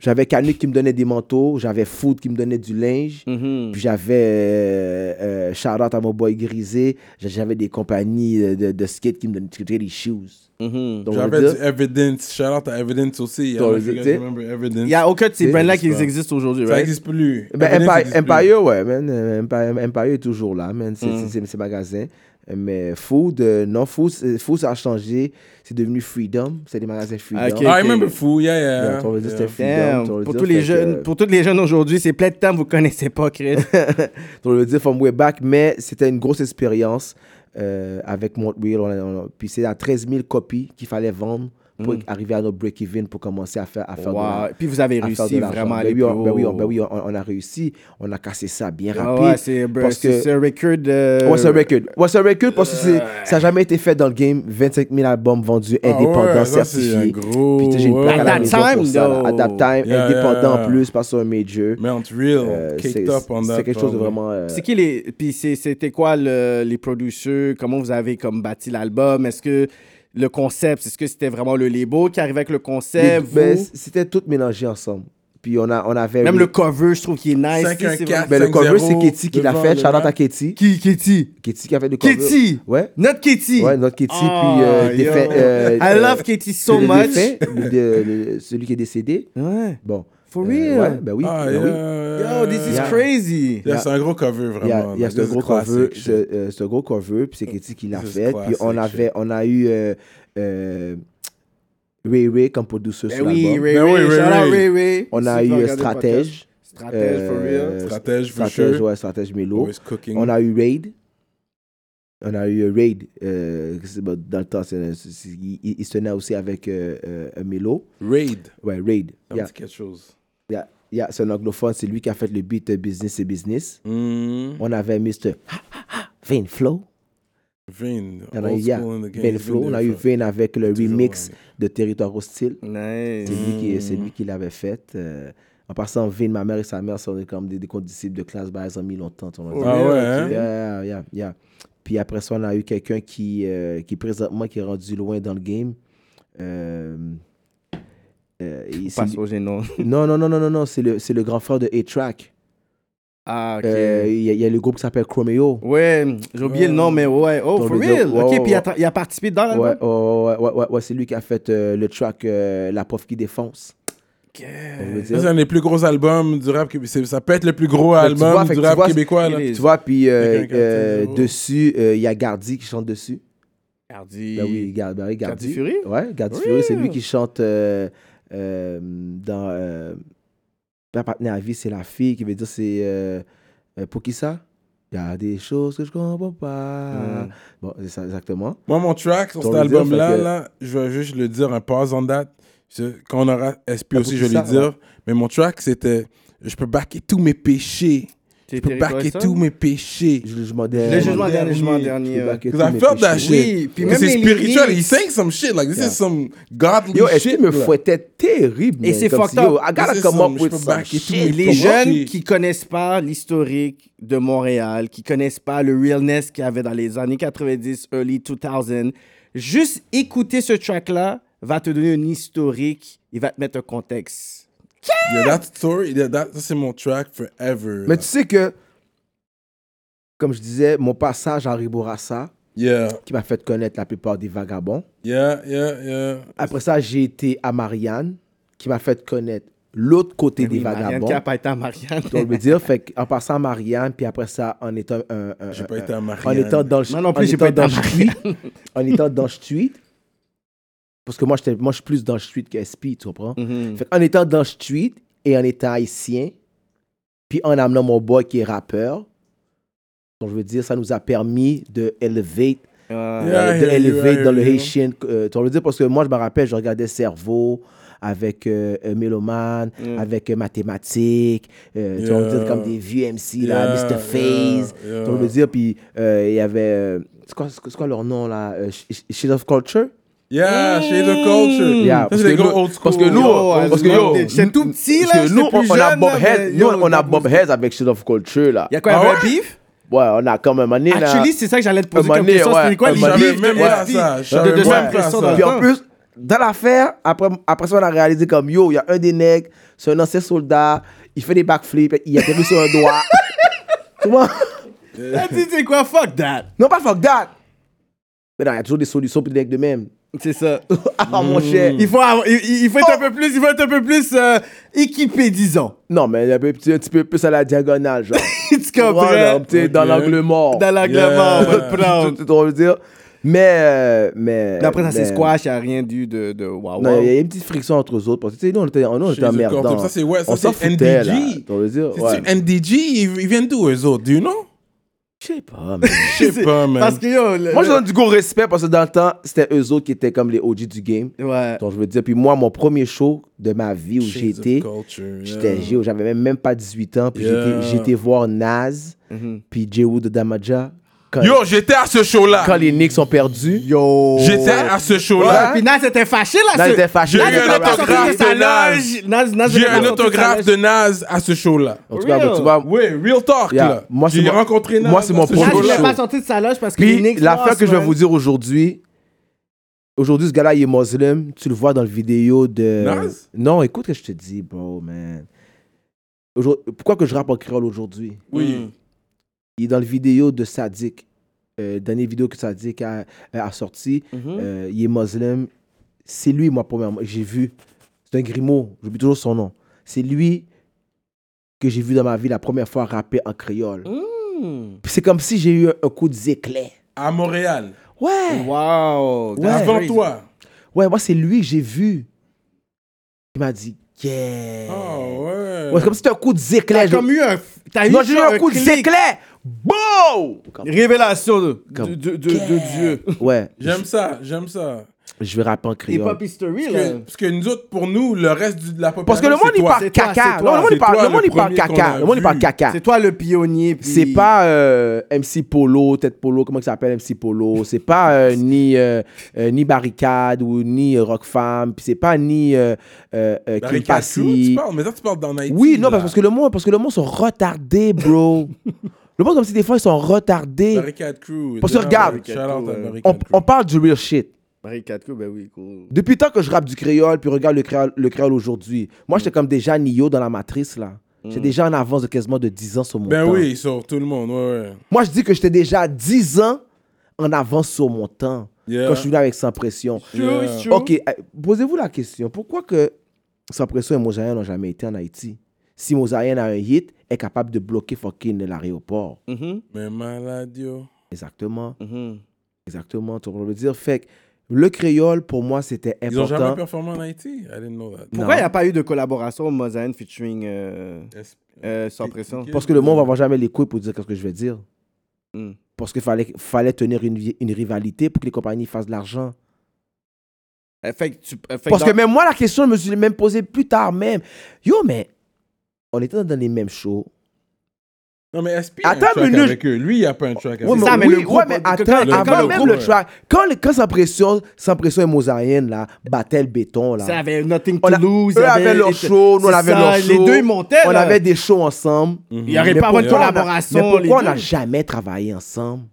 Speaker 4: j'avais Canuck qui me donnait des manteaux, j'avais Food qui me donnait du linge,
Speaker 5: Mhm.
Speaker 4: puis j'avais euh, euh, shout out à mon boy Grisé, j'avais des compagnies de, de, de skate qui me donnaient qui me donnaient des shoes.
Speaker 5: Mhm.
Speaker 4: Donc, on veut
Speaker 3: J'avais
Speaker 4: dire-
Speaker 3: du Evidence. Shout out à Evidence aussi. I don't know if you
Speaker 4: Donc,
Speaker 3: guys
Speaker 4: tu sais-
Speaker 3: remember
Speaker 5: Il
Speaker 3: Evidence.
Speaker 5: n'y a aucun de ces
Speaker 4: C'est-
Speaker 5: brands-là
Speaker 4: c'est
Speaker 5: qui
Speaker 4: pas-
Speaker 5: existent aujourd'hui,
Speaker 3: Ça
Speaker 5: right?
Speaker 3: n'existe plus.
Speaker 4: Ben,
Speaker 3: Evidence
Speaker 4: Empire,
Speaker 3: existe plus.
Speaker 4: Empire, ouais, man. euh, Empire, Empire est toujours là, man.
Speaker 5: Mm.
Speaker 4: C'est c'est- c'est- c'est magasin. Euh, Mais Food, euh, non, Food, c'est- Food, ça a changé. C'est devenu Freedom. C'est des magasins Freedom.
Speaker 5: Ok. Ah,
Speaker 3: Ah, I remember Fou. Yeah, yeah.
Speaker 4: Donc, on va dire c'était
Speaker 3: Yeah.
Speaker 5: Damn,
Speaker 4: Freedom. on va
Speaker 5: Pour
Speaker 4: dire,
Speaker 5: tous les
Speaker 4: fait que-
Speaker 5: jeunes, pour tous les jeunes aujourd'hui, c'est plein de temps que vous connaissez pas Chris.
Speaker 4: on le dire from way back, mais c'était une grosse expérience euh, avec Montreal. On a- on a- puis c'est à 13 000 copies qu'il fallait vendre pour arriver à notre break-even pour commencer à faire, à faire de la-
Speaker 5: Mm. Wow. Puis vous avez
Speaker 4: à faire
Speaker 5: réussi
Speaker 4: de l'argent.
Speaker 5: vraiment à
Speaker 4: Ben
Speaker 5: aller
Speaker 4: oui,
Speaker 5: plus
Speaker 4: on, ben oui,
Speaker 5: haut.
Speaker 4: on- ben oui, on, on a réussi. On a cassé ça bien
Speaker 5: Ah
Speaker 4: rapide.
Speaker 5: ouais, c'est bro,
Speaker 4: parce
Speaker 5: c'est
Speaker 4: que-
Speaker 5: c'est un record. euh,
Speaker 4: Ouais, c'est un record. Ouais, c'est un record parce que c'est- ça n'a jamais été fait dans le game. 25 000 albums vendus
Speaker 3: Ah, ouais,
Speaker 4: indépendants,
Speaker 3: ça, c'est
Speaker 4: certifiés.
Speaker 3: un gros-
Speaker 4: Puis tu sais, j'ai une plaque
Speaker 5: At
Speaker 4: à la
Speaker 5: that
Speaker 4: maison
Speaker 5: time,
Speaker 4: pour ça, là.
Speaker 5: though.
Speaker 4: At that time,
Speaker 3: Yeah,
Speaker 4: indépendant
Speaker 3: yeah.
Speaker 4: en plus, pas sur un major.
Speaker 3: Mount Real.
Speaker 4: Euh,
Speaker 3: Caked up on that.
Speaker 4: c'est quelque chose de
Speaker 3: probably.
Speaker 4: vraiment... euh,
Speaker 5: C'est qui les. Puis c'est- c'était quoi le- les producteurs? Comment vous avez comme bâti l'album? Est-ce que le concept, est-ce que c'était vraiment le label qui arrivait avec le
Speaker 4: les- eh
Speaker 5: concept?
Speaker 4: ben,
Speaker 5: vous?
Speaker 4: C'était tout mélangé ensemble. Puis on, a, on avait...
Speaker 5: Même le cover, je trouve qu'il est nice.
Speaker 3: 5,
Speaker 5: tu sais, c'est
Speaker 3: 1, 4.
Speaker 5: vraiment-
Speaker 4: Ben, le
Speaker 3: 5-0
Speaker 4: cover, c'est Katie qui l'a
Speaker 3: devant
Speaker 4: fait.
Speaker 3: le
Speaker 4: Shout out à
Speaker 3: rap.
Speaker 4: Katie.
Speaker 5: Qui, Kitty?
Speaker 4: Katie qui a fait le cover.
Speaker 5: Kitty!
Speaker 4: Ouais.
Speaker 5: Notre Kitty!
Speaker 4: Ouais, notre Katie.
Speaker 5: Ah,
Speaker 4: puis euh, des
Speaker 5: yo.
Speaker 4: faits, euh,
Speaker 5: I love
Speaker 4: euh,
Speaker 5: Katie so
Speaker 4: le
Speaker 5: much.
Speaker 4: défait, le- le- le- celui qui est décédé.
Speaker 5: Ouais.
Speaker 4: Bon.
Speaker 5: For
Speaker 4: Euh,
Speaker 5: real?
Speaker 4: ouais, ben oui.
Speaker 3: Ah,
Speaker 4: ben oui.
Speaker 3: yeah.
Speaker 5: Yo, this is
Speaker 4: Yeah.
Speaker 5: crazy!
Speaker 3: Yeah, c'est un gros cover, vraiment.
Speaker 4: Il y a, il y a
Speaker 3: Like,
Speaker 4: ce
Speaker 3: this is
Speaker 4: gros
Speaker 3: classic
Speaker 4: cover,
Speaker 3: shit.
Speaker 4: ce, euh, ce gros cover, puis c'est Katie qui l'a
Speaker 3: This is
Speaker 4: fait. Puis on
Speaker 3: classic
Speaker 4: avait, on a eu euh, euh, Ray Ray comme producteur
Speaker 5: Ben
Speaker 4: sur
Speaker 5: oui,
Speaker 4: l'album.
Speaker 5: Ray
Speaker 3: Ben
Speaker 5: Ray,
Speaker 3: oui, Ray
Speaker 5: shout
Speaker 3: Ray.
Speaker 5: out Ray Ray.
Speaker 4: On a
Speaker 5: Si
Speaker 4: eu
Speaker 5: vous
Speaker 4: euh,
Speaker 5: regardez le podcast.
Speaker 4: Stratège,
Speaker 5: Stratège, for real.
Speaker 4: euh,
Speaker 3: Stratège, for
Speaker 4: Stratège,
Speaker 3: sure.
Speaker 4: ouais, Stratège Melo.
Speaker 3: Always cooking.
Speaker 4: On a eu Raid. On a eu euh, Raid. euh, c'est- bah, dans le temps, c'est- c'est- il, il- il se tenait aussi avec euh, euh, euh, Melo.
Speaker 3: Raid.
Speaker 4: Ouais, Raid.
Speaker 3: Ça me
Speaker 4: Yeah,
Speaker 3: dit quelque chose.
Speaker 4: yeah, yeah, c'est un anglophone, c'est lui qui a fait le beat euh, Business et Business.
Speaker 3: Mm.
Speaker 4: On avait Mr. Vane Flow.
Speaker 3: Vin.
Speaker 4: Il y en a eu,
Speaker 3: old
Speaker 4: yeah,
Speaker 3: school in the game.
Speaker 4: Vane
Speaker 3: He's
Speaker 4: Flow.
Speaker 3: been
Speaker 4: On a
Speaker 3: there
Speaker 4: eu
Speaker 3: for-
Speaker 4: Vane avec le
Speaker 3: toujours,
Speaker 4: remix
Speaker 3: ouais. Mm-hmm.
Speaker 4: de Territoire Hostile.
Speaker 5: Nice.
Speaker 4: C'est lui qui, c'est lui qui l'avait fait. euh, en passant, Vane, ma mère et sa mère sont comme des, des condisciples de classe basse en mis longtemps. on va dire.
Speaker 3: Ah ouais, hein?
Speaker 4: Yeah, yeah, yeah, yeah. Puis après ça, on a eu quelqu'un qui, euh, qui présentement qui est rendu loin dans le game. Euh, euh, il- c'est
Speaker 5: Passe
Speaker 4: lui-
Speaker 5: au génome.
Speaker 4: non, non, non, non, non, non, c'est le, c'est le grand frère de A-Track.
Speaker 5: Ah, ok.
Speaker 4: Euh, Il y, a- il y a le groupe qui s'appelle Chromeo.
Speaker 5: Ouais, j'ai oublié le nom, mais ouais. Oh,
Speaker 4: Dans
Speaker 5: for
Speaker 4: le-
Speaker 5: real?
Speaker 4: ouais,
Speaker 5: ok,
Speaker 4: Euh, ouais,
Speaker 5: puis il a,
Speaker 4: ouais.
Speaker 5: tra- il a participé dans
Speaker 4: Ouais,
Speaker 5: l'album?
Speaker 4: ouais, ouais, ouais, ouais, ouais, c'est lui qui a fait euh, le track euh, La prof qui défonce. On veut
Speaker 3: Eh, Ça,
Speaker 4: dire.
Speaker 3: C'est un des plus gros albums du rap québécois. Ça peut être le plus gros
Speaker 4: Fait que tu
Speaker 3: album
Speaker 4: vois, fait
Speaker 3: du
Speaker 4: que tu
Speaker 3: rap
Speaker 4: vois,
Speaker 3: québécois. là.
Speaker 5: il est-
Speaker 4: Tu vois, puis euh,
Speaker 3: Quelqu'un qui a
Speaker 4: euh,
Speaker 3: fait le-
Speaker 4: dessus, euh, il y a Gardi qui chante dessus.
Speaker 5: Cardi.
Speaker 4: Ben oui, Gar- ben oui, Gardi.
Speaker 5: Gardi Fury?
Speaker 4: Ouais, Gardi Fury, c'est lui qui chante euh, euh, dans euh, La partenaire à vie, c'est la fille qui veut dire c'est. euh, euh, pour qui ça Il y a des choses que je comprends
Speaker 3: Hmm.
Speaker 4: pas. Bon, c'est ça exactement.
Speaker 3: Moi, mon track sur
Speaker 4: Ton
Speaker 3: cet
Speaker 4: le dire,
Speaker 3: album-là,
Speaker 4: fait que-
Speaker 3: là, je vais juste le dire, un pause en date. Ce- Quand on aura SP aussi, je vais
Speaker 4: ça,
Speaker 3: le dire. Mais mon track, c'était Je peux baquer tous mes péchés.
Speaker 5: T'es
Speaker 3: Je peux
Speaker 5: Terry
Speaker 3: baquer
Speaker 5: Corson?
Speaker 3: tous mes péchés.
Speaker 4: Le jugement dernier.
Speaker 5: Le jugement dernier,
Speaker 3: dernier,
Speaker 5: jugement
Speaker 4: Ben Je
Speaker 5: dernier.
Speaker 4: peux
Speaker 5: ouais.
Speaker 4: baquer tous
Speaker 3: Because I
Speaker 4: mes
Speaker 3: felt that
Speaker 4: péchés.
Speaker 5: Oui,
Speaker 3: shit.
Speaker 5: puis
Speaker 3: Parce que
Speaker 5: même
Speaker 3: c'est
Speaker 5: les
Speaker 3: spirituel.
Speaker 5: lyrics.
Speaker 3: He's saying some shit. Like, this
Speaker 4: Yeah.
Speaker 3: is some godly
Speaker 4: Yo,
Speaker 3: shit.
Speaker 4: est-ce qu'il me
Speaker 3: là.
Speaker 4: fouettait terrible?
Speaker 5: Et
Speaker 4: man,
Speaker 5: c'est
Speaker 4: comme
Speaker 5: fucked
Speaker 4: si, Yo,
Speaker 5: up.
Speaker 4: I gotta
Speaker 3: This is
Speaker 4: come
Speaker 3: some-
Speaker 4: up
Speaker 3: je
Speaker 4: with
Speaker 3: peux
Speaker 4: some
Speaker 3: back et tout,
Speaker 4: shit.
Speaker 3: mais
Speaker 5: Les
Speaker 3: Pour moi,
Speaker 5: jeunes
Speaker 3: puis-
Speaker 5: qui connaissent pas l'historique de Montréal, qui connaissent pas le realness qu'il y avait dans les années 90, early 2000, juste écouter ce track-là va te donner un historique, il va te mettre un contexte.
Speaker 3: Yeah, that story, yeah, that- ça, c'est mon track forever.
Speaker 4: Mais
Speaker 3: là.
Speaker 4: tu sais que, comme je disais, mon passage à Riborassa,
Speaker 3: Yeah,
Speaker 4: qui m'a fait connaître la plupart des vagabonds.
Speaker 3: yeah, yeah, yeah.
Speaker 4: Après ça, j'ai été à Marianne, qui m'a fait connaître l'autre côté des
Speaker 5: Ben Oui, Marianne
Speaker 4: vagabonds.
Speaker 5: qui a pas été à Marianne.
Speaker 4: Donc, je veux dire, fait, en passant à Marianne, puis après ça, en étant, un- un-
Speaker 3: J'ai
Speaker 4: un-
Speaker 3: pas été à
Speaker 4: un-
Speaker 3: Marianne.
Speaker 4: en étant dans le
Speaker 5: Moi non plus,
Speaker 4: en
Speaker 5: j'ai
Speaker 4: étant
Speaker 5: pas été à
Speaker 4: dans le street, en étant dans le street, parce que moi, j'étais- moi, je suis plus dans le street que SP, tu comprends?
Speaker 5: Mhm.
Speaker 4: Fait, en étant dans le street et en étant haïtien, puis en amenant mon boy qui est rappeur, donc je veux dire, ça nous a permis de elevate
Speaker 5: Ouais.
Speaker 3: Yeah,
Speaker 4: euh, de
Speaker 3: yeah,
Speaker 4: élever
Speaker 3: yeah,
Speaker 4: dans le
Speaker 3: yeah.
Speaker 4: Haitian. euh, tu vas le dire parce que moi, je me rappelle, je regardais Cerveau avec euh, euh, Méloman, avec euh, Mathématiques, euh, tu vois, on veut dire,
Speaker 3: Mm. Yeah.
Speaker 4: comme des vieux MC,
Speaker 3: Yeah,
Speaker 4: là, Mr. Phase,
Speaker 3: yeah, yeah.
Speaker 4: tu vois, on veut dire, puis euh, il y avait, euh, c'est quoi, c'est quoi- c'est quoi leur nom, là, euh, Sh- Sh- Shades of Culture?
Speaker 3: Yeah, shade of culture.
Speaker 4: Yeah,
Speaker 3: Ça,
Speaker 4: parce,
Speaker 3: c'est des
Speaker 4: que
Speaker 3: gars
Speaker 4: nous,
Speaker 3: old school.
Speaker 4: parce que nous,
Speaker 5: Yo,
Speaker 4: parce que
Speaker 5: I
Speaker 4: yo,
Speaker 5: loved it. J'étais tout petit,
Speaker 4: parce
Speaker 5: là,
Speaker 4: que
Speaker 5: j'étais
Speaker 4: nous,
Speaker 5: plus
Speaker 4: on a
Speaker 5: jeune, là,
Speaker 4: Bobhead,
Speaker 5: mais
Speaker 4: nous,
Speaker 5: yo,
Speaker 4: on a
Speaker 5: t'as boosté.
Speaker 4: Bobhead avec Shades of Culture, là.
Speaker 5: Il y a quoi,
Speaker 3: Ah
Speaker 5: il y avait
Speaker 3: ouais?
Speaker 5: un beef?
Speaker 4: Ouais, on a quand même année, là.
Speaker 5: Actually, c'est ça que j'allais te poser
Speaker 4: Un moment
Speaker 5: comme
Speaker 4: donné,
Speaker 5: question.
Speaker 4: ouais,
Speaker 5: C'était
Speaker 4: un
Speaker 5: quoi les
Speaker 4: moment donné,
Speaker 5: beefs
Speaker 3: même
Speaker 5: de
Speaker 3: pas
Speaker 5: SB?
Speaker 3: ça, je savais
Speaker 5: De- de
Speaker 3: même
Speaker 5: sa
Speaker 3: pas
Speaker 5: pression
Speaker 3: ça.
Speaker 5: dans le
Speaker 4: Puis en
Speaker 5: temps.
Speaker 4: plus, dans l'affaire, après, après ça, on a réalisé comme yo, il y a un des nègres, c'est un ancien soldat, il fait des backflips, il a atterri sur un doigt. tu vois?
Speaker 5: Ah, Tu sais quoi, fuck that.
Speaker 4: Non, pas fuck that! Mais non, il y a toujours des solutions pour des nègres de même.
Speaker 5: C'est ça.
Speaker 4: ah, mon cher!
Speaker 5: Il faut, avoir- il, il- il faut être un peu plus, il faut être un peu plus euh, équipé, disons.
Speaker 4: Non, mais un, peu, un petit peu plus à la diagonale, genre.
Speaker 5: tu comprends?
Speaker 4: Voilà, tu sais, dans
Speaker 3: Ok.
Speaker 4: l'angle mort.
Speaker 5: Dans la
Speaker 3: Yeah.
Speaker 5: glamour, on va te
Speaker 4: Tu-
Speaker 5: prendre.
Speaker 4: tu- tu- on veut dire. Mais. euh, mais
Speaker 5: D'après ça, c'est
Speaker 4: mais-
Speaker 5: squash, il n'y a rien du de, de
Speaker 3: Oh,
Speaker 5: wow,
Speaker 4: Ben. Non,
Speaker 5: wow.
Speaker 4: il y a une petite friction entre eux autres. Parce que, tu sais, nous, on était, nous, on était
Speaker 3: Shades of
Speaker 4: emmerdants.
Speaker 3: Culture. Ça, c'est ouais, ça,
Speaker 4: On s'en
Speaker 3: c'est
Speaker 4: foutait, là.
Speaker 3: NDG.
Speaker 4: On veut dire, ouais.
Speaker 3: C'est NDG, ils ils viennent d'où eux autres, do you know?
Speaker 4: Je sais pas, mais.
Speaker 3: Je sais pas, man.
Speaker 5: Parce que yo, le-
Speaker 4: Moi, je
Speaker 5: le-
Speaker 4: donne du gros respect parce que dans le temps, c'était eux autres qui étaient comme les OG du game.
Speaker 5: Ouais.
Speaker 4: Donc, je veux dire, puis moi, mon premier show de ma vie où
Speaker 3: Shades
Speaker 4: j'ai
Speaker 3: of
Speaker 4: été,
Speaker 3: culture, yeah.
Speaker 4: j'étais Géo, j'avais même, même pas 18 ans, puis
Speaker 3: Yeah. Mm-hmm.
Speaker 4: j'étais- j'étais voir Naz, puis J.O. de Damaja. Quand,
Speaker 3: Yo, j'étais à ce
Speaker 4: quand
Speaker 3: show-là.
Speaker 4: les Knicks ont perdu,
Speaker 5: Yo.
Speaker 3: J'étais à ce
Speaker 5: Ouais,
Speaker 3: show-là.
Speaker 5: puis Nas était fâché là.
Speaker 4: Naz
Speaker 5: ce-
Speaker 4: était
Speaker 3: J'ai
Speaker 4: fâché.
Speaker 5: Nas
Speaker 3: eu
Speaker 5: était
Speaker 3: un
Speaker 5: pas sorti
Speaker 3: autographe
Speaker 5: sa
Speaker 3: de Nas.
Speaker 5: loge. Nas. Nas
Speaker 3: J'ai
Speaker 5: était pas
Speaker 3: un
Speaker 5: sorti sa
Speaker 3: autographe
Speaker 5: loge.
Speaker 3: de Naz à ce show-là.
Speaker 4: En tout cas,
Speaker 5: Real.
Speaker 4: tu vois,
Speaker 3: Oui, real talk,
Speaker 4: Yeah.
Speaker 3: là.
Speaker 4: Moi, c'est
Speaker 3: J'ai
Speaker 4: mon-
Speaker 3: rencontré Nas
Speaker 4: moi, c'est
Speaker 3: à
Speaker 4: mon
Speaker 3: ce
Speaker 4: premier
Speaker 5: Nas,
Speaker 3: show-là.
Speaker 5: il n'est
Speaker 4: show.
Speaker 5: pas sorti de sa loge parce que
Speaker 4: Puis
Speaker 5: Knicks
Speaker 4: l'affaire
Speaker 5: lost,
Speaker 4: que je vais
Speaker 5: man.
Speaker 4: vous dire aujourd'hui, aujourd'hui, ce gars-là, il est musulman. Tu le vois dans le vidéo de.
Speaker 3: Nas?
Speaker 4: Non, écoute ce que je te dis, bro, man. Aujourd- Pourquoi que je rappe en créole aujourd'hui? Mm.
Speaker 3: Oui.
Speaker 4: Il est dans le vidéo de Sadik. Euh, dernière vidéo que Sadik a, a sorti.
Speaker 5: Mhm.
Speaker 3: Mm.
Speaker 4: Euh, il est musulman. C'est lui, moi, premièrement, que j'ai vu. C'est un grimaud. J'oublie toujours son nom. C'est lui que j'ai vu dans ma vie la première fois rapper en créole.
Speaker 3: Mm.
Speaker 4: Puis C'est comme si j'ai eu un, un coup Mm. de éclair.
Speaker 3: À Montréal.
Speaker 4: Ouais.
Speaker 5: Wow. that's
Speaker 4: Ouais.
Speaker 3: Avant
Speaker 5: crazy.
Speaker 3: toi.
Speaker 4: Ouais, moi, c'est lui que j'ai vu. Il m'a dit, yeah.
Speaker 3: Oh,
Speaker 4: Ouais,
Speaker 3: ouais.
Speaker 4: c'est comme si c'était un coup de
Speaker 5: T'as
Speaker 4: d'éclair.
Speaker 5: comme eu un. T'as eu
Speaker 4: Non, j'ai eu
Speaker 5: genre
Speaker 4: un coup de
Speaker 5: clic.
Speaker 4: d'éclair. Boom! Comme-
Speaker 5: Révélation de,
Speaker 4: Comme-
Speaker 5: de, de, de- de Dieu.
Speaker 4: Ouais,
Speaker 3: J'aime ça, j'aime ça.
Speaker 4: je vais rapper en
Speaker 5: Hip
Speaker 4: créole.
Speaker 5: Hop History,
Speaker 3: Parce que,
Speaker 5: là.
Speaker 3: parce que nous autres, pour nous, le reste du- de la
Speaker 4: Parce
Speaker 3: population.
Speaker 4: que le monde,
Speaker 3: c'est
Speaker 4: il
Speaker 3: toi.
Speaker 4: parle
Speaker 5: c'est toi,
Speaker 4: caca.
Speaker 5: c'est
Speaker 4: Non,
Speaker 5: toi.
Speaker 4: le monde,
Speaker 3: C'est
Speaker 4: il parle-
Speaker 3: toi
Speaker 4: le monde,
Speaker 3: le
Speaker 4: il parle
Speaker 3: premier qu'on
Speaker 4: caca.
Speaker 3: a
Speaker 4: Le monde, il parle
Speaker 3: vu.
Speaker 4: caca.
Speaker 5: C'est toi le pionnier. puis-
Speaker 4: C'est pas euh, MC Polo, Tête Polo, comment il s'appelle MC Polo. C'est pas euh, ni, euh, euh, ni Barricade ou ni euh, Rock Femme. Puis c'est pas ni euh, euh, euh, Kim
Speaker 3: Barricade
Speaker 4: Passy.
Speaker 3: Crew, tu parles, mais ça, tu parles dans Haïti.
Speaker 4: Oui, non,
Speaker 3: là.
Speaker 4: parce que le monde, parce que le monde sont retardés, bro. le monde, comme si des fois, ils sont retardés.
Speaker 3: Barricade Crew.
Speaker 4: Parce que
Speaker 3: Shout
Speaker 4: regarde,
Speaker 3: out à Barricade
Speaker 4: On,
Speaker 3: Crew.
Speaker 4: on parle du real shit.
Speaker 5: Marie Katko, ben oui, cool.
Speaker 4: Depuis le temps que je rappe du créole, puis regarde le créole, le créole aujourd'hui.
Speaker 3: Mm.
Speaker 4: Moi, j'étais comme déjà Nio dans la matrice, là. J'étais déjà en avance de quasiment de 10 ans sur mon
Speaker 3: Ben
Speaker 4: temps.
Speaker 3: oui, sur tout le monde, ouais, ouais.
Speaker 4: Moi, je dis que j'étais déjà 10 ans en avance sur mon temps.
Speaker 3: Yeah.
Speaker 4: Quand je suis venu avec Sans Pression.
Speaker 5: True,
Speaker 3: Yeah.
Speaker 5: it's true.
Speaker 4: Ok, euh, posez-vous la question. Pourquoi que Sans Pression et Mosaïen n'ont jamais été en Haïti? Si Mosaïen a un hit, est capable de bloquer fucking l'aéroport.
Speaker 5: Mhm,
Speaker 3: Mais malade, yo.
Speaker 4: Exactement.
Speaker 5: mhm.
Speaker 4: Exactement. Tu comprends ce que je veux dire? Fait que le créole, pour moi, c'était
Speaker 3: Ils ont jamais
Speaker 4: important.
Speaker 3: performé en Haïti? I didn't know that.
Speaker 5: Pourquoi il
Speaker 4: Non.
Speaker 5: n'y a pas eu de collaboration Mosaïne featuring euh,
Speaker 3: Est-
Speaker 5: euh, Sans Pression?
Speaker 4: Parce que le monde va avoir jamais les couilles pour dire qu'est-ce que je vais dire.
Speaker 5: Mm.
Speaker 4: Parce qu'il fallait, fallait tenir une, vi- une rivalité pour que les compagnies fassent de l'argent.
Speaker 5: Euh, Fait que tu. euh, fait
Speaker 4: Parce
Speaker 5: dans-
Speaker 4: que même moi, la question, je me suis même posée plus tard même. Yo, mais on était dans les mêmes shows.
Speaker 3: Non, mais SP.
Speaker 4: Attends
Speaker 3: Attends,
Speaker 4: une
Speaker 3: mais
Speaker 4: minute.
Speaker 3: avec eux. Lui, il a pas un track avec
Speaker 4: Ouais,
Speaker 3: eux.
Speaker 4: mais,
Speaker 5: ça, mais
Speaker 4: oui,
Speaker 5: le groupe-
Speaker 4: ouais, mais
Speaker 5: le-
Speaker 4: attends,
Speaker 5: le-
Speaker 4: avant
Speaker 3: le
Speaker 4: même
Speaker 3: groupe,
Speaker 4: le
Speaker 3: ouais.
Speaker 4: track, quand, le- quand sans pression, sans pression et Mosaïenne, là, battait le béton, là.
Speaker 5: Ça avait nothing to
Speaker 4: On a-
Speaker 5: lose.
Speaker 4: eux
Speaker 5: ils
Speaker 4: avaient
Speaker 5: avaient-
Speaker 4: leur show, nous on
Speaker 5: C'est
Speaker 4: avait
Speaker 5: ça,
Speaker 4: leur
Speaker 5: les
Speaker 4: show.
Speaker 5: deux, ils montaient,
Speaker 4: On
Speaker 5: là.
Speaker 4: avait des shows ensemble.
Speaker 5: Il n'y aurait
Speaker 4: Mais
Speaker 5: pas avoir de
Speaker 4: pourquoi on a-
Speaker 5: collaboration.
Speaker 4: Mais pourquoi on
Speaker 5: les deux?
Speaker 4: n'a jamais travaillé ensemble?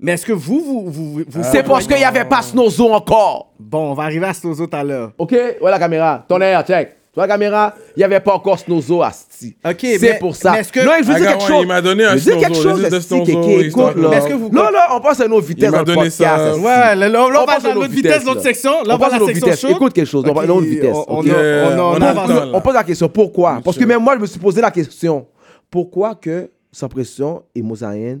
Speaker 5: Mais est-ce que vous, vous, vous, vous-
Speaker 4: C'est parce qu'il n'y avait pas Snozo encore.
Speaker 5: Bon, on va arriver à Slozo tout à l'heure.
Speaker 4: OK, ouais la caméra. Ton air, check. Tu vois la caméra? Il n'y avait pas encore Snozo Asti.
Speaker 5: OK,
Speaker 4: C'est
Speaker 5: mais-
Speaker 4: pour ça.
Speaker 5: mais est-ce que-
Speaker 4: Non, je vous dis
Speaker 3: Regarde,
Speaker 4: quelque
Speaker 3: ouais,
Speaker 4: chose.
Speaker 3: il m'a donné un
Speaker 4: Je vous dis quelque
Speaker 3: Snozo,
Speaker 4: chose,
Speaker 3: laisse de
Speaker 4: Asti,
Speaker 3: Snozo,
Speaker 4: Kéké,
Speaker 3: histoire
Speaker 4: écoute,
Speaker 3: de-
Speaker 4: là.
Speaker 5: Mais est-ce que vous-
Speaker 4: Là, là, on passe à nos vitesses
Speaker 3: Il m'a
Speaker 4: dans le
Speaker 3: donné
Speaker 4: podcast.
Speaker 3: ça.
Speaker 4: Asti.
Speaker 5: Ouais, là, là, on, va
Speaker 4: passe
Speaker 5: dans
Speaker 4: à nos
Speaker 5: notre vitesse,
Speaker 4: vitesses,
Speaker 5: notre
Speaker 4: là.
Speaker 5: section. Là,
Speaker 4: On
Speaker 5: on, va
Speaker 4: passe
Speaker 5: à
Speaker 4: à
Speaker 5: la
Speaker 4: nos
Speaker 5: section
Speaker 4: vitesses.
Speaker 5: show.
Speaker 4: Écoute quelque chose. On va à nos
Speaker 5: Ok,
Speaker 4: vitesses,
Speaker 5: On, on
Speaker 4: ok.
Speaker 5: a-
Speaker 3: Euh,
Speaker 5: on a-
Speaker 3: on
Speaker 5: on
Speaker 3: a
Speaker 5: avance.
Speaker 3: le temps, là.
Speaker 4: On pose la question. Pourquoi? Parce que
Speaker 3: sûr.
Speaker 4: même moi, je me suis posé la question. Pourquoi que Sans Pression et Mosaïen,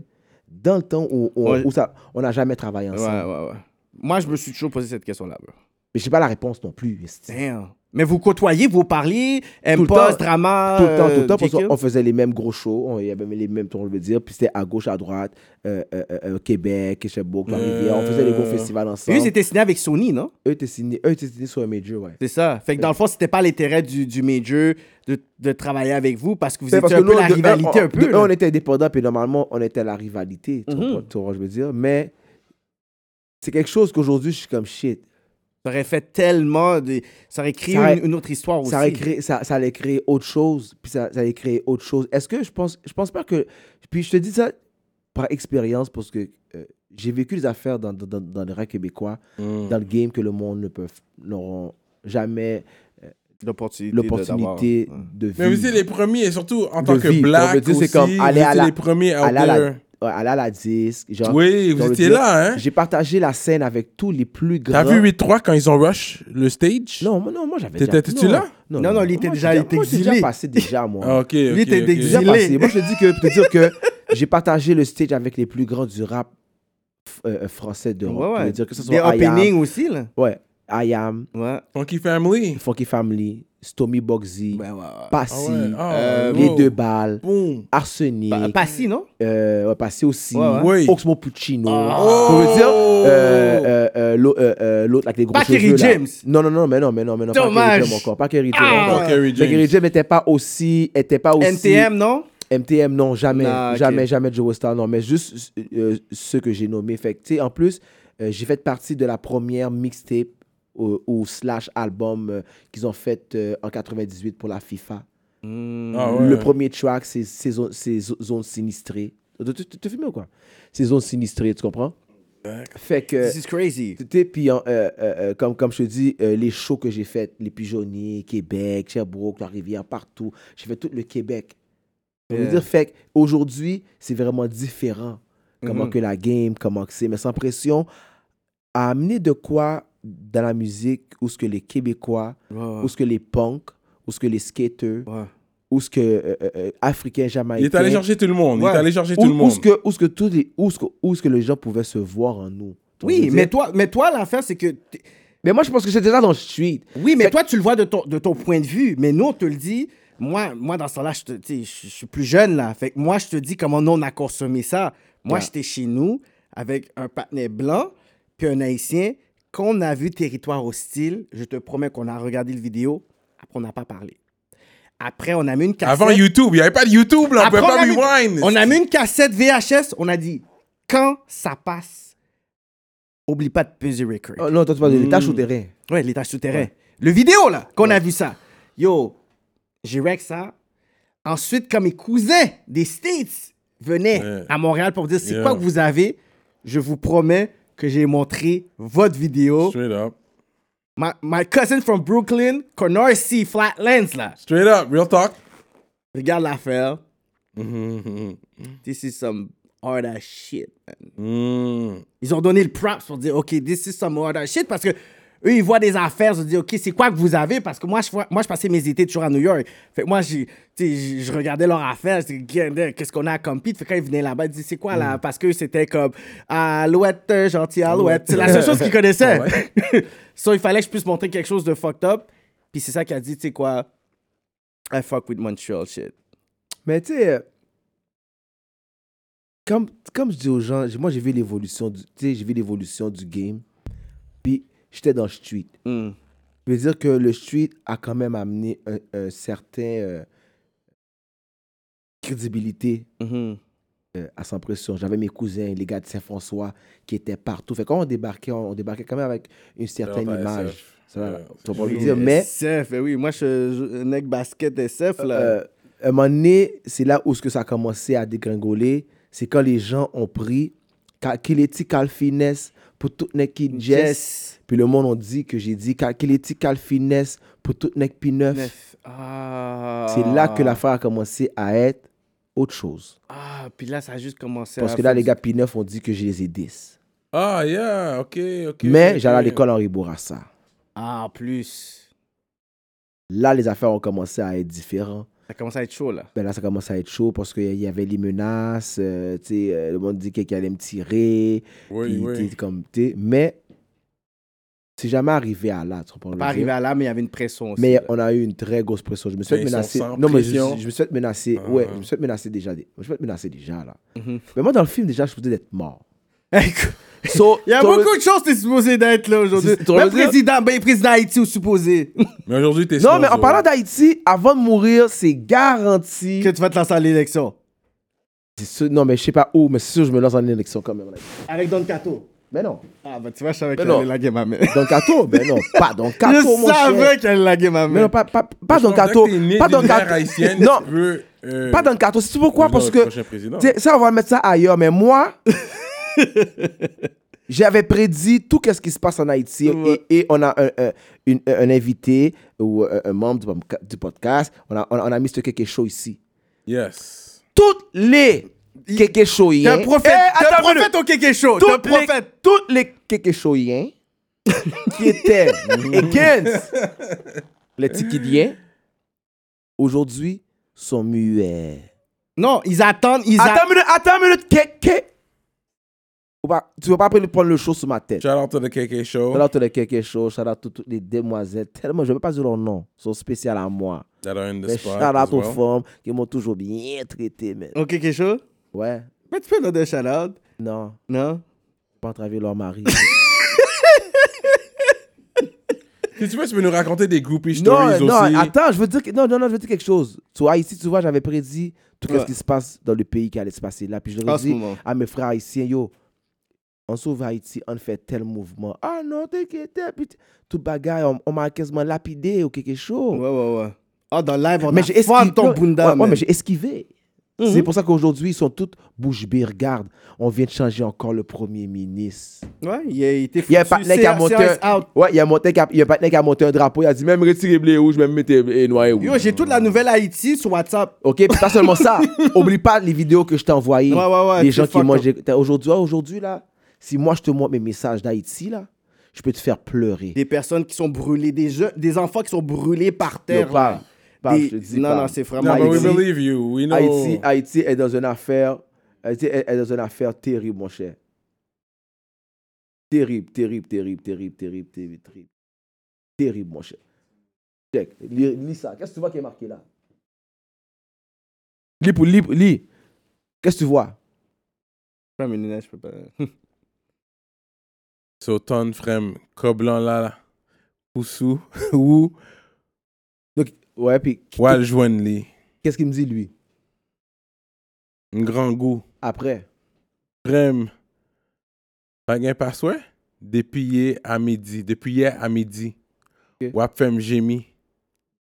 Speaker 4: dans le temps où, où-
Speaker 5: Ouais.
Speaker 4: où ça- on n'a jamais travaillé
Speaker 5: Ouais,
Speaker 4: ensemble?
Speaker 5: ouais, ouais. Moi, je me suis toujours posé cette question-là, bro.
Speaker 4: Mais je n'ai pas la réponse non plus. esti.
Speaker 5: Damn. Mais vous côtoyez, vous parlez,
Speaker 4: Tout le
Speaker 5: Impulse,
Speaker 4: temps.
Speaker 5: drama.
Speaker 4: tout le temps, tout le temps,
Speaker 5: euh,
Speaker 4: parce
Speaker 5: JQ.
Speaker 4: qu'on faisait les mêmes gros shows, on- il y avait les mêmes tours, on veut dire, puis c'était à gauche, à droite, euh, euh, euh, euh, Québec, Sherbrooke, Trois-Rivières, on faisait les gros festivals
Speaker 5: Puis
Speaker 4: ensemble.
Speaker 5: Euh. Eux, c'était signé avec Sony, non?
Speaker 4: Eux étaient signés, eux étaient signés sur un major, ouais.
Speaker 5: C'est ça. Fait que dans le fond, c'était pas l'intérêt du, du major de, de travailler avec vous parce que vous
Speaker 4: C'est
Speaker 5: étiez
Speaker 4: parce que
Speaker 5: un peu
Speaker 4: nous,
Speaker 5: la
Speaker 4: de un,
Speaker 5: rivalité
Speaker 4: on-
Speaker 5: un peu.
Speaker 4: de
Speaker 5: là. Mm-hmm.
Speaker 4: un, on était indépendant, puis normalement, on était à la rivalité, tu comprends- tu vois, je veux dire, mais c'est quelque chose qu'aujourd'hui, je suis comme shit.
Speaker 5: Ça aurait fait tellement de... Ça aurait créé
Speaker 4: Ça aurait-
Speaker 5: une, une autre histoire aussi.
Speaker 4: Ça, aurait créé- ça, ça allait créer autre chose, puis ça, ça allait créer autre chose. Est-ce que je pense, je pense pas que. Puis je te dis ça par expérience, parce que euh, j'ai vécu des affaires dans, dans, dans, dans le rap québécois,
Speaker 5: Mm-hmm.
Speaker 4: dans le game que le monde ne peut n'auront jamais
Speaker 5: l'opportunité.
Speaker 4: l'opportunité de vivre.
Speaker 3: Mais vous êtes les premiers, et surtout en
Speaker 4: De
Speaker 3: tant que
Speaker 4: vie.
Speaker 3: black
Speaker 4: On veut dire, c'est
Speaker 3: aussi,
Speaker 4: comme aller
Speaker 3: vous
Speaker 4: à
Speaker 3: étiez
Speaker 4: la-
Speaker 3: les premiers out
Speaker 4: aller à la,
Speaker 3: there.
Speaker 4: ouais, aller à la disque. Genre,
Speaker 3: Oui,
Speaker 4: genre
Speaker 3: vous
Speaker 4: le
Speaker 3: étiez
Speaker 4: dire,
Speaker 3: là, hein.
Speaker 4: J'ai partagé la scène avec tous les plus
Speaker 3: T'as
Speaker 4: grands.
Speaker 3: vu 8-3 quand ils ont rush le stage?
Speaker 4: Non, moi, non, moi j'avais
Speaker 3: T'étais-
Speaker 4: déjà...
Speaker 3: t'étais
Speaker 4: non,
Speaker 3: là?
Speaker 4: Non,
Speaker 5: Non, non, lui, il était
Speaker 4: moi,
Speaker 5: déjà-
Speaker 4: j'ai
Speaker 5: il était
Speaker 4: moi, j'ai
Speaker 5: exilé.
Speaker 4: déjà passé déjà, moi.
Speaker 3: Ah, ok. ok,
Speaker 5: Lui, t'es
Speaker 3: ok.
Speaker 4: J'ai déjà
Speaker 5: exilé.
Speaker 4: passé. Moi, je te dis que, pour te dire que j'ai partagé le stage avec les plus grands du rap f- euh, français d'Europe.
Speaker 5: Ouais,
Speaker 4: Je
Speaker 5: ouais.
Speaker 4: veux dire que ce
Speaker 5: Des
Speaker 4: soit I Am,
Speaker 5: openings aussi, là.
Speaker 4: ouais, I Am,
Speaker 5: Ouais.
Speaker 3: Funky Family.
Speaker 4: Funky Family, Stomy Boxy,
Speaker 5: ouais, ouais.
Speaker 3: Ah
Speaker 4: Passy,
Speaker 3: ouais, ah,
Speaker 5: Euh,
Speaker 4: Les
Speaker 3: wow.
Speaker 4: Deux Balles,
Speaker 3: Boum.
Speaker 4: Arsenic,
Speaker 5: Pa- pas si, non?
Speaker 4: euh, Bah, ouais, Passy aussi,
Speaker 5: Ouais,
Speaker 3: ouais. Oui.
Speaker 4: Oxmo Puccino.
Speaker 5: Ah.
Speaker 4: On veut dire, euh, euh, euh, l'au- euh, euh, l'autre avec les gros
Speaker 5: Pas Kerry
Speaker 4: cheveux, là.
Speaker 5: James.
Speaker 4: Non, non, non, mais non, mais non, mais non, pas
Speaker 5: Dommage.
Speaker 4: Kerry James encore, pas Kerry James
Speaker 5: Ah.
Speaker 4: encore.
Speaker 3: Fuck Harry
Speaker 4: Mais Kerry
Speaker 3: James.
Speaker 4: James n'était pas aussi, était pas aussi.
Speaker 5: NTM, non?
Speaker 4: MTM, non, jamais.
Speaker 5: Ah, ok.
Speaker 4: Jamais, jamais Joe Star, non. Mais juste euh, ceux que j'ai nommés. Fait que, tu sais, en plus, euh, j'ai fait partie de la première mixtape ou, ou slash album euh, qu'ils ont fait euh, en 98 pour la FIFA.
Speaker 3: Ah ouais.
Speaker 4: Le premier track, c'est c'est Zone- c'est Zo- Zone Sinistrée. Tu- Tu tu- tu filmes ou quoi? C'est Zone Sinistrée, tu comprends? Fait que...
Speaker 5: This is crazy.
Speaker 4: Tu sais, puis en- euh, euh, euh, comme, comme je te dis, euh, les shows que j'ai fait, les Pigeonniers, Québec, Sherbrooke, Trois-Rivières, partout, j'ai fait tout le Québec. Ça veut
Speaker 5: Yeah.
Speaker 4: dire, fait aujourd'hui, c'est vraiment différent. Comment
Speaker 3: Mm-hmm.
Speaker 5: Mhm.
Speaker 4: que la game, comment que c'est, mais sans pression, à amener de quoi dans la musique où ce que les Québécois, où ce que les punks, où ce que les skaters,
Speaker 5: Ouais.
Speaker 4: où ce que euh, euh, euh, Africains,
Speaker 3: Il
Speaker 4: Jamaïcains.
Speaker 3: est allé chercher tout le monde. Il
Speaker 5: Ouais.
Speaker 3: est allé chercher
Speaker 4: où,
Speaker 3: tout le
Speaker 4: où
Speaker 3: monde.
Speaker 4: ce que, où ce que tous les, où ce que, où ce que les gens pouvaient se voir en nous. Tu vois ce que
Speaker 5: Oui,
Speaker 4: je veux
Speaker 5: mais
Speaker 4: dire?
Speaker 5: toi, mais toi l'affaire, c'est que. t'es-
Speaker 4: mais moi je pense que c'est déjà dans le street.
Speaker 5: Oui, mais
Speaker 4: Fait-
Speaker 5: toi, tu le vois de ton, de ton point de vue. Mais nous, on te le dit. Moi, moi dans ce temps-là, je te- tu sais, je- je suis plus jeune, là. Fait que moi, je te dis comment nous, on a consommé ça. Moi,
Speaker 4: Ouais.
Speaker 5: j'étais chez nous avec un partenaire blanc puis un haïtien. Quand on a vu Territoire hostile, je te promets qu'on a regardé le vidéo. Après, on n'a pas parlé. Après, on a mis une cassette.
Speaker 3: Avant YouTube, il n'y avait pas de YouTube, là. On ne
Speaker 5: Après,
Speaker 3: pouvait
Speaker 5: on,
Speaker 3: pas
Speaker 5: a mis,
Speaker 3: rewind.
Speaker 5: on a mis une cassette VHS, on a dit quand ça passe, oublie pas de peser record.
Speaker 4: Oh, non, toi, tu parles de tâches au terrain.
Speaker 5: Ouais, l'étage souterrain. Le vidéo là, qu'on a vu ça. Yo, j'ai rec ça. Ensuite, quand mes cousins des States venaient
Speaker 3: Ouais.
Speaker 5: à Montréal pour dire c'est
Speaker 3: Yeah.
Speaker 5: quoi que vous avez, je vous promets que j'ai montré votre vidéo.
Speaker 3: Straight up.
Speaker 5: My, my cousin from Brooklyn, Connor C. Flatlands là.
Speaker 3: Straight up. Real talk.
Speaker 5: Regarde l'affaire.
Speaker 3: Mm-hmm.
Speaker 5: This is some hard ass shit, man.
Speaker 3: Mm.
Speaker 5: Ils ont donné le props pour dire, OK, this is some other shit, parce que eux, ils voient des affaires, ils se disent, OK, c'est quoi que vous avez? Parce que moi, je, vois- moi, je passais mes étés toujours à New York. Fait que moi, j'ai- tu sais, je, je regardais leurs affaires, je disais, Gandin, qu'est-ce qu'on a comme pit? Fait que quand ils venaient là-bas, ils disaient, c'est quoi
Speaker 4: Mm.
Speaker 5: là? Parce que c'était comme, alouette, euh, gentil alouette. C'est la seule chose qu'ils
Speaker 3: Ah,
Speaker 5: connaissaient.
Speaker 4: Ah
Speaker 5: so, il fallait que je puisse montrer quelque chose de fucked up. Puis c'est ça qu'il a dit, tu sais quoi? I fuck with Montreal shit.
Speaker 4: Mais tu sais, euh, comme, comme je dis aux gens, j'ai- moi j'ai vu l'évolution du, tu sais, j'ai vu l'évolution du game. Puis j'étais dans le street.
Speaker 5: Mm.
Speaker 4: Je veux dire que le street a quand même amené un, un certain euh, crédibilité
Speaker 5: Mhm.
Speaker 4: euh, à sans pression. J'avais mes cousins, les gars de Saint-François, qui étaient partout. Fait que quand on débarquait, on, on débarquait quand même avec une certaine
Speaker 3: Leur
Speaker 4: image.
Speaker 3: SF.
Speaker 4: Ça,
Speaker 3: Ouais,
Speaker 4: tu vas pas
Speaker 5: Oui,
Speaker 4: me dire, mais
Speaker 5: SF, eh oui, moi, je suis un mec basket SF, là.
Speaker 4: Euh, à un moment donné, c'est là où ce que ça a commencé à dégringoler. C'est quand les gens ont pris Ka- Kileti Calfiness pour tout nec qui jess.
Speaker 5: Jess.
Speaker 4: Puis le monde ont dit que j'ai dit Ka- Kileti Calfiness pour tout nec pi neuf.
Speaker 5: Neuf. Ah.
Speaker 4: C'est là que l'affaire a commencé à être autre chose.
Speaker 5: Ah, puis là, ça a juste commencé
Speaker 4: Parce
Speaker 5: à
Speaker 4: que là,
Speaker 5: faire
Speaker 4: les
Speaker 5: du-
Speaker 4: gars pi neuf ont dit que je les ai 10.
Speaker 3: Ah, yeah. OK, OK.
Speaker 4: Mais
Speaker 3: ok.
Speaker 4: j'allais à l'école Henri Bourassa.
Speaker 5: Ah, en plus.
Speaker 4: Là, les affaires ont commencé à être différentes.
Speaker 5: Ça commence à être chaud, là.
Speaker 4: Ben là, ça commence à être chaud parce qu'il y avait les menaces. euh, tu sais, euh, le monde dit qu'il allait me tirer.
Speaker 3: Oui,
Speaker 4: Puis
Speaker 3: oui.
Speaker 4: t'es comme t'es- Mais C'est jamais arrivé à là, tu comprends?
Speaker 5: Pas arrivé à là, mais il y avait une pression aussi.
Speaker 4: Mais
Speaker 5: là.
Speaker 4: on a eu une très grosse pression. Je me suis
Speaker 3: Mais
Speaker 4: fait
Speaker 3: ils sont
Speaker 4: menacer.
Speaker 3: sans
Speaker 4: Non, mais je,
Speaker 3: pression.
Speaker 4: je me suis fait menacer.
Speaker 5: Ah.
Speaker 4: Ouais, je me suis fait menacer déjà. des- Je me suis fait menacer déjà, là.
Speaker 5: Mhm.
Speaker 4: Mais moi, dans le film, déjà, je faisais d'être mort.
Speaker 5: Écoute,
Speaker 4: So,
Speaker 5: Il y a
Speaker 4: t'aurais-
Speaker 5: beaucoup de choses t'es supposé d'être là aujourd'hui.
Speaker 4: C'est- t'aurais
Speaker 5: Le
Speaker 4: dit ça?
Speaker 5: président, ben, le président Haïti ou supposé
Speaker 3: Mais aujourd'hui, t'es
Speaker 4: Non,
Speaker 3: sans
Speaker 4: mais en
Speaker 3: zéro.
Speaker 4: parlant d'Haïti, avant de mourir, c'est garanti.
Speaker 5: que tu vas te lancer à l'élection.
Speaker 4: C'est sûr- non, mais je sais pas où, mais c'est sûr, je me lance en élection quand même. là.
Speaker 5: Avec Don Cato.
Speaker 4: Mais non.
Speaker 5: Ah, ben tu vois, je savais
Speaker 4: Mais
Speaker 5: qu'elle
Speaker 4: non.
Speaker 5: allait laguer ma mère.
Speaker 4: Don Cato, mais non, pas Don Cato,
Speaker 5: Je
Speaker 4: mon cher.
Speaker 5: savais qu'elle laguait ma
Speaker 4: Mais non,
Speaker 5: mère.
Speaker 4: pas, pas, pas
Speaker 3: Je
Speaker 4: Don
Speaker 3: pense que
Speaker 4: Cato.
Speaker 3: t'es né
Speaker 4: Pas
Speaker 3: d'une
Speaker 4: Don
Speaker 3: mère
Speaker 4: Cato.
Speaker 3: haïtienne,
Speaker 4: Non,
Speaker 3: tu veux, euh,
Speaker 4: pas Don Cato. C'est pourquoi?
Speaker 3: le
Speaker 4: Parce que.
Speaker 3: prochain président.
Speaker 4: tu sais, Ça, on va mettre ça ailleurs, mais moi. J'avais prédit tout ce qui se passe en Haïti
Speaker 5: Ouais.
Speaker 4: et, et on a un, un- une- un invité ou un, un membre du podca- du podcast. On a, on a, on a mis ce quelque chose ici.
Speaker 3: Yes.
Speaker 4: Toutes les quelque chose.
Speaker 5: T'es un prophète.
Speaker 4: Eh,
Speaker 5: T'es un prophète au quelque chose. T'es un
Speaker 4: toutes les,
Speaker 5: prophète.
Speaker 4: toutes les Kékéchoïens qui étaient against les Tikidiens, aujourd'hui, sont muets.
Speaker 5: Non, ils attendent. Ils
Speaker 4: Attends
Speaker 5: attendent.
Speaker 4: une minute, attends une minute, Kéké. Ou pas- Tu ne vas pas après prendre le show sur ma tête.
Speaker 3: Shout out to the KK Show.
Speaker 4: Shout out to les Kékéchos, shout out to toutes les demoiselles. Tellement, je ne vais pas dire leur nom. Ils sont spéciales à moi.
Speaker 3: That are in the
Speaker 4: Mais shout
Speaker 3: spot
Speaker 4: out
Speaker 3: as
Speaker 4: aux
Speaker 3: well.
Speaker 4: femmes qui m'ont toujours bien traité. man.
Speaker 5: Au quelque chose.
Speaker 4: Ouais,
Speaker 5: Mais tu peux leur donner un shout-out.
Speaker 4: non,
Speaker 5: Non?
Speaker 4: pas entraver leur mari.
Speaker 3: Si tu veux, tu peux nous raconter des groupie
Speaker 4: Non,
Speaker 3: stories
Speaker 4: non,
Speaker 3: aussi.
Speaker 4: attends, je veux dire, que- non, non, non, je veux dire quelque chose. Tu vois, ici, tu vois, j'avais prédit tout
Speaker 5: Ouais.
Speaker 4: ce qui se passe dans le pays qui allait se passer là. Puis je leur
Speaker 5: En
Speaker 4: ai
Speaker 5: ce
Speaker 4: dit
Speaker 5: moment.
Speaker 4: à mes frères haïtiens, yo, on sauve Haïti, on fait tel mouvement. Ah non, t'inquiète, puis t- tout bagaille, on, on m'a quasiment lapidé ou quelque chose.
Speaker 5: Ouais, ouais, ouais. Ah, dans le live, on
Speaker 4: Mais
Speaker 5: mais
Speaker 4: j'ai esquivé.
Speaker 5: ton
Speaker 4: Ouais,
Speaker 5: bunda,
Speaker 4: ouais,
Speaker 5: man.
Speaker 4: mais j'ai esquivé. C'est pour ça qu'aujourd'hui, ils sont tous bouche bée. Regarde, on vient de changer encore le premier ministre.
Speaker 5: Ouais, il a été
Speaker 4: Il y a un
Speaker 5: foutu.
Speaker 4: partenaire qui a
Speaker 5: C'est-
Speaker 4: monté
Speaker 5: c'est
Speaker 4: un-
Speaker 5: out.
Speaker 4: ouais, il y a un partenaire qui a- il y a un partenaire qui a monté un drapeau. Il a dit même retirez blé rouge, même mettez blé euh, noir et rouge.
Speaker 5: Yo, j'ai toute la nouvelle Haïti sur WhatsApp.
Speaker 4: OK, puis pas seulement ça. Oublie pas les vidéos que je t'ai envoyées.
Speaker 5: Ouais, ouais, ouais,
Speaker 4: Les
Speaker 5: c'est
Speaker 4: gens qui
Speaker 5: fucked
Speaker 4: mangent.
Speaker 5: up.
Speaker 4: des- T'as- Aujourd'hui, ah, aujourd'hui, là, si moi je te montre mes messages d'Haïti, là, je peux te faire pleurer.
Speaker 5: Des personnes qui sont brûlées, des, jeux, des enfants qui sont brûlés par
Speaker 4: Yo,
Speaker 5: terre.
Speaker 4: parle, parle,
Speaker 5: Des-
Speaker 4: je te dis,
Speaker 5: non,
Speaker 4: parle.
Speaker 5: non, c'est vraiment
Speaker 3: Non, but we
Speaker 5: Haïti.
Speaker 3: believe you. We know.
Speaker 4: Haïti, Haïti est dans une affaire. Haïti est, est dans une affaire terrible, mon cher. Terrible, terrible, terrible, terrible, terrible, terrible, terrible. Terrible, mon cher. Check, lis, lis ça. Qu'est-ce que tu vois qui est marqué là? Lis pour lis, lis. Qu'est-ce que tu vois?
Speaker 5: Pas mes lunettes, je peux pas.
Speaker 3: Sauton, frem, Coblan, là, Poussou, ou
Speaker 4: Donc, ouais, puis
Speaker 3: Wal Joinli.
Speaker 4: qu'est-ce qu'il me dit lui?
Speaker 3: Un grand goût.
Speaker 4: Après.
Speaker 3: Frem, pas gain pas souhait. Depuis hier à midi. Depuis hier à midi.
Speaker 4: Ok.
Speaker 3: Wap fem gémi.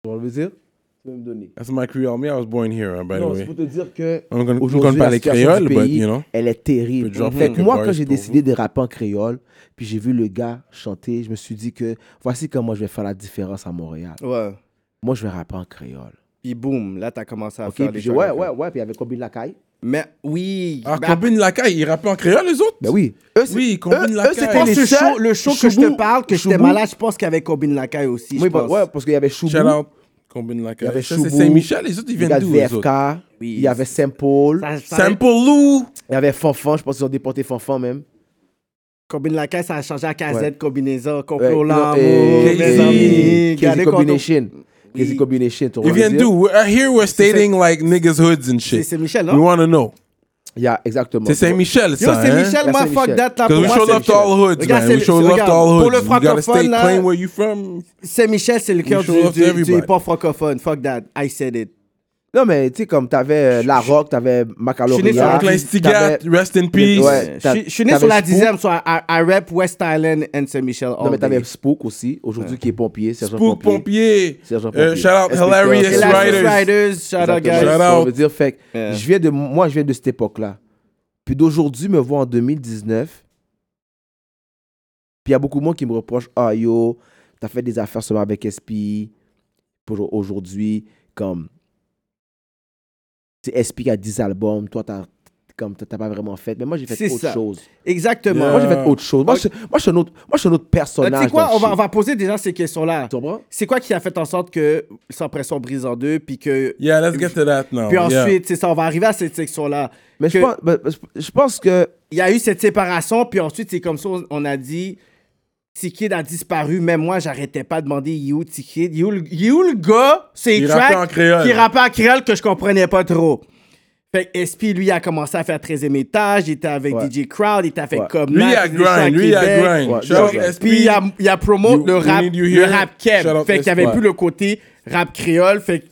Speaker 4: On veut dire? Tu peux me donner.
Speaker 3: That's my Creole me. I was born here, by
Speaker 4: non,
Speaker 3: the
Speaker 4: c'est
Speaker 3: way.
Speaker 4: pour te dire que
Speaker 3: On ne connaît
Speaker 4: aujourd'hui, la
Speaker 3: pas les
Speaker 4: situation
Speaker 3: créoles,
Speaker 4: du
Speaker 3: but,
Speaker 4: pays,
Speaker 3: you know.
Speaker 4: elle est terrible.
Speaker 3: Peut-être genre
Speaker 4: Fait que
Speaker 3: quelques
Speaker 4: moi,
Speaker 3: bars
Speaker 4: quand j'ai
Speaker 3: pour
Speaker 4: décidé
Speaker 3: vous.
Speaker 4: de rapper en créole, puis j'ai vu le gars chanter, je me suis dit que voici comment je vais faire la différence à Montréal.
Speaker 5: Ouais.
Speaker 4: Moi, je vais rapper en créole.
Speaker 5: Puis boum, là, t'as commencé à
Speaker 4: Ok,
Speaker 5: faire
Speaker 4: puis
Speaker 5: des
Speaker 4: j'ai-
Speaker 5: choses.
Speaker 4: ouais, ouais, ouais, puis il y avait Combine Lacaille.
Speaker 5: Mais oui.
Speaker 3: Ah,
Speaker 5: ben,
Speaker 3: Combine la caille, ils rappent en créole, les autres?
Speaker 4: Ben oui. Eux, c'est-
Speaker 3: Oui,
Speaker 4: eux-
Speaker 3: Combine la
Speaker 4: eux,
Speaker 5: je
Speaker 4: c'était
Speaker 5: pense
Speaker 3: caille.
Speaker 4: les
Speaker 5: que le show,
Speaker 4: seuls-
Speaker 5: le show que je te
Speaker 4: Choubou-
Speaker 5: parle, que j'étais
Speaker 4: Choubou-
Speaker 5: malade, je pense qu'avec Combine Lacaille aussi.
Speaker 4: Oui, bah,
Speaker 5: je pense.
Speaker 4: ouais, parce qu'il y avait Choubou.
Speaker 3: Shout out, Combine la
Speaker 4: Il y avait
Speaker 3: caille. Ça,
Speaker 4: Choubou.
Speaker 3: c'est Saint-Michel, les autres, ils
Speaker 4: Il y
Speaker 3: viennent
Speaker 4: avait
Speaker 3: d'où, les autres?
Speaker 4: VFK,
Speaker 5: Oui,
Speaker 4: il y avait
Speaker 5: c'est-
Speaker 4: Saint-Paul,
Speaker 5: Ça- ça-
Speaker 3: Simple Lou!
Speaker 4: il y avait Fanfan, je pense qu'ils ont déporté Fanfan même.
Speaker 5: Combine Lacaille, ça a changé à KZ, combinaison, complot,
Speaker 4: Ouais,
Speaker 5: l'amour,
Speaker 4: euh,
Speaker 5: mes
Speaker 3: Casey-
Speaker 4: Casey
Speaker 5: amis. gardez
Speaker 4: Combination.
Speaker 5: Oui.
Speaker 4: Casey Combination, tu
Speaker 3: Ils
Speaker 4: vois,
Speaker 3: viennent
Speaker 4: dire.
Speaker 3: d'où? I hear we're stating like niggas hoods and
Speaker 5: C'est
Speaker 3: shit.
Speaker 5: c'est Michel,
Speaker 3: We
Speaker 5: non?
Speaker 3: want to know.
Speaker 4: Il y a exactement.
Speaker 3: C'est Saint-Michel,
Speaker 5: Yo,
Speaker 3: ça,
Speaker 5: c'est
Speaker 3: hein?
Speaker 5: Michel,
Speaker 4: La
Speaker 5: moi,
Speaker 4: Saint-Michel.
Speaker 5: fuck that, là, pour
Speaker 3: Because we
Speaker 5: moi,
Speaker 3: show
Speaker 5: c'est
Speaker 3: love to all hoods,
Speaker 5: Regarde,
Speaker 3: man.
Speaker 5: c'est
Speaker 3: We
Speaker 5: le-
Speaker 3: show love
Speaker 5: regarde,
Speaker 3: to all hoods.
Speaker 5: pour le
Speaker 3: You gotta stay
Speaker 5: francophone, là-
Speaker 3: claim where you from.
Speaker 5: Saint-Michel, c'est le cœur
Speaker 3: show love to
Speaker 5: du, du, du
Speaker 3: everybody.
Speaker 5: hip-hop francophone. Fuck that, I said it.
Speaker 4: Non, mais tu sais, comme t'avais euh, La Rock, t'avais
Speaker 5: Je suis né
Speaker 4: Macaloria.
Speaker 5: sur la
Speaker 3: Franklin Stigat, rest in peace.
Speaker 4: Ouais.
Speaker 5: Je
Speaker 4: t'as-
Speaker 5: suis- je suis né
Speaker 4: t'avais
Speaker 5: sur la
Speaker 4: Spook.
Speaker 5: dixième, soit I, I rap West Island and Saint-Michel. all
Speaker 4: Non, mais t'avais
Speaker 5: day.
Speaker 4: Spook aussi, aujourd'hui qui est pompier, sergent
Speaker 3: Spook
Speaker 4: pompier.
Speaker 3: Pompier.
Speaker 4: Sergent
Speaker 3: Euh,
Speaker 4: Pompier.
Speaker 3: Shout out
Speaker 4: Inspecteur,
Speaker 3: Hilarious
Speaker 4: Hilarious
Speaker 5: Riders.
Speaker 3: Riders.
Speaker 5: Riders, shout out guys.
Speaker 3: Shout out.
Speaker 4: Ça veut dire, fait que
Speaker 5: Yeah.
Speaker 4: Euh. je viens de, moi, je viens de cette époque-là. Puis d'aujourd'hui, me voir en 2019. Puis il y a beaucoup de monde qui me reproche Ah yo, t'as fait des affaires seulement avec SP. Pour aujourd'hui, comme. C'est SP qui a 10 albums, toi, t'as comme t'as- t'as pas vraiment fait. Mais moi, j'ai fait
Speaker 5: C'est
Speaker 4: autre
Speaker 5: ça.
Speaker 4: chose.
Speaker 5: Exactement.
Speaker 3: Yeah.
Speaker 4: Moi, j'ai fait autre chose. Moi, je, moi, je suis un autre, moi, je suis un autre
Speaker 5: Euh,
Speaker 4: personnage.
Speaker 5: Tu sais quoi,
Speaker 4: dans le
Speaker 5: on va,
Speaker 4: shit.
Speaker 5: on va poser déjà ces questions-là.
Speaker 4: Tu comprends?
Speaker 5: C'est quoi qui a fait en sorte que Sans Pression brise en deux, puis que.
Speaker 3: Yeah, let's get to that now.
Speaker 5: Puis
Speaker 3: Oh, Yeah.
Speaker 5: ensuite, c'est ça, on va arriver à cette section-là.
Speaker 4: Mais je
Speaker 5: Que-
Speaker 4: pense, mais- mais je- je pense que
Speaker 5: Il y a eu cette séparation, puis ensuite, c'est comme ça, on- on a dit T-Kid a disparu, même moi, j'arrêtais pas de demander You T-Kid. You, le gars, c'est
Speaker 3: Il rappait en
Speaker 5: track
Speaker 3: créole.
Speaker 5: qui rappait en créole que je comprenais pas trop. Fait que SP, lui, a commencé à faire 13e étage. Il était avec
Speaker 4: Ouais.
Speaker 5: DJ Crowd, il était avec
Speaker 4: Ouais.
Speaker 5: Cobna.
Speaker 3: Lui, il a grind. Lui, il a grind.
Speaker 4: Ouais,
Speaker 3: Shout out
Speaker 4: yeah.
Speaker 3: SP.
Speaker 5: Puis il a, il a promote
Speaker 3: You-
Speaker 5: le
Speaker 3: you
Speaker 5: rap,
Speaker 3: need you
Speaker 5: le
Speaker 3: here.
Speaker 5: rap keb.
Speaker 3: Shout out
Speaker 5: Fait qu'il y avait
Speaker 3: SP.
Speaker 5: plus le côté rap créole. Fait que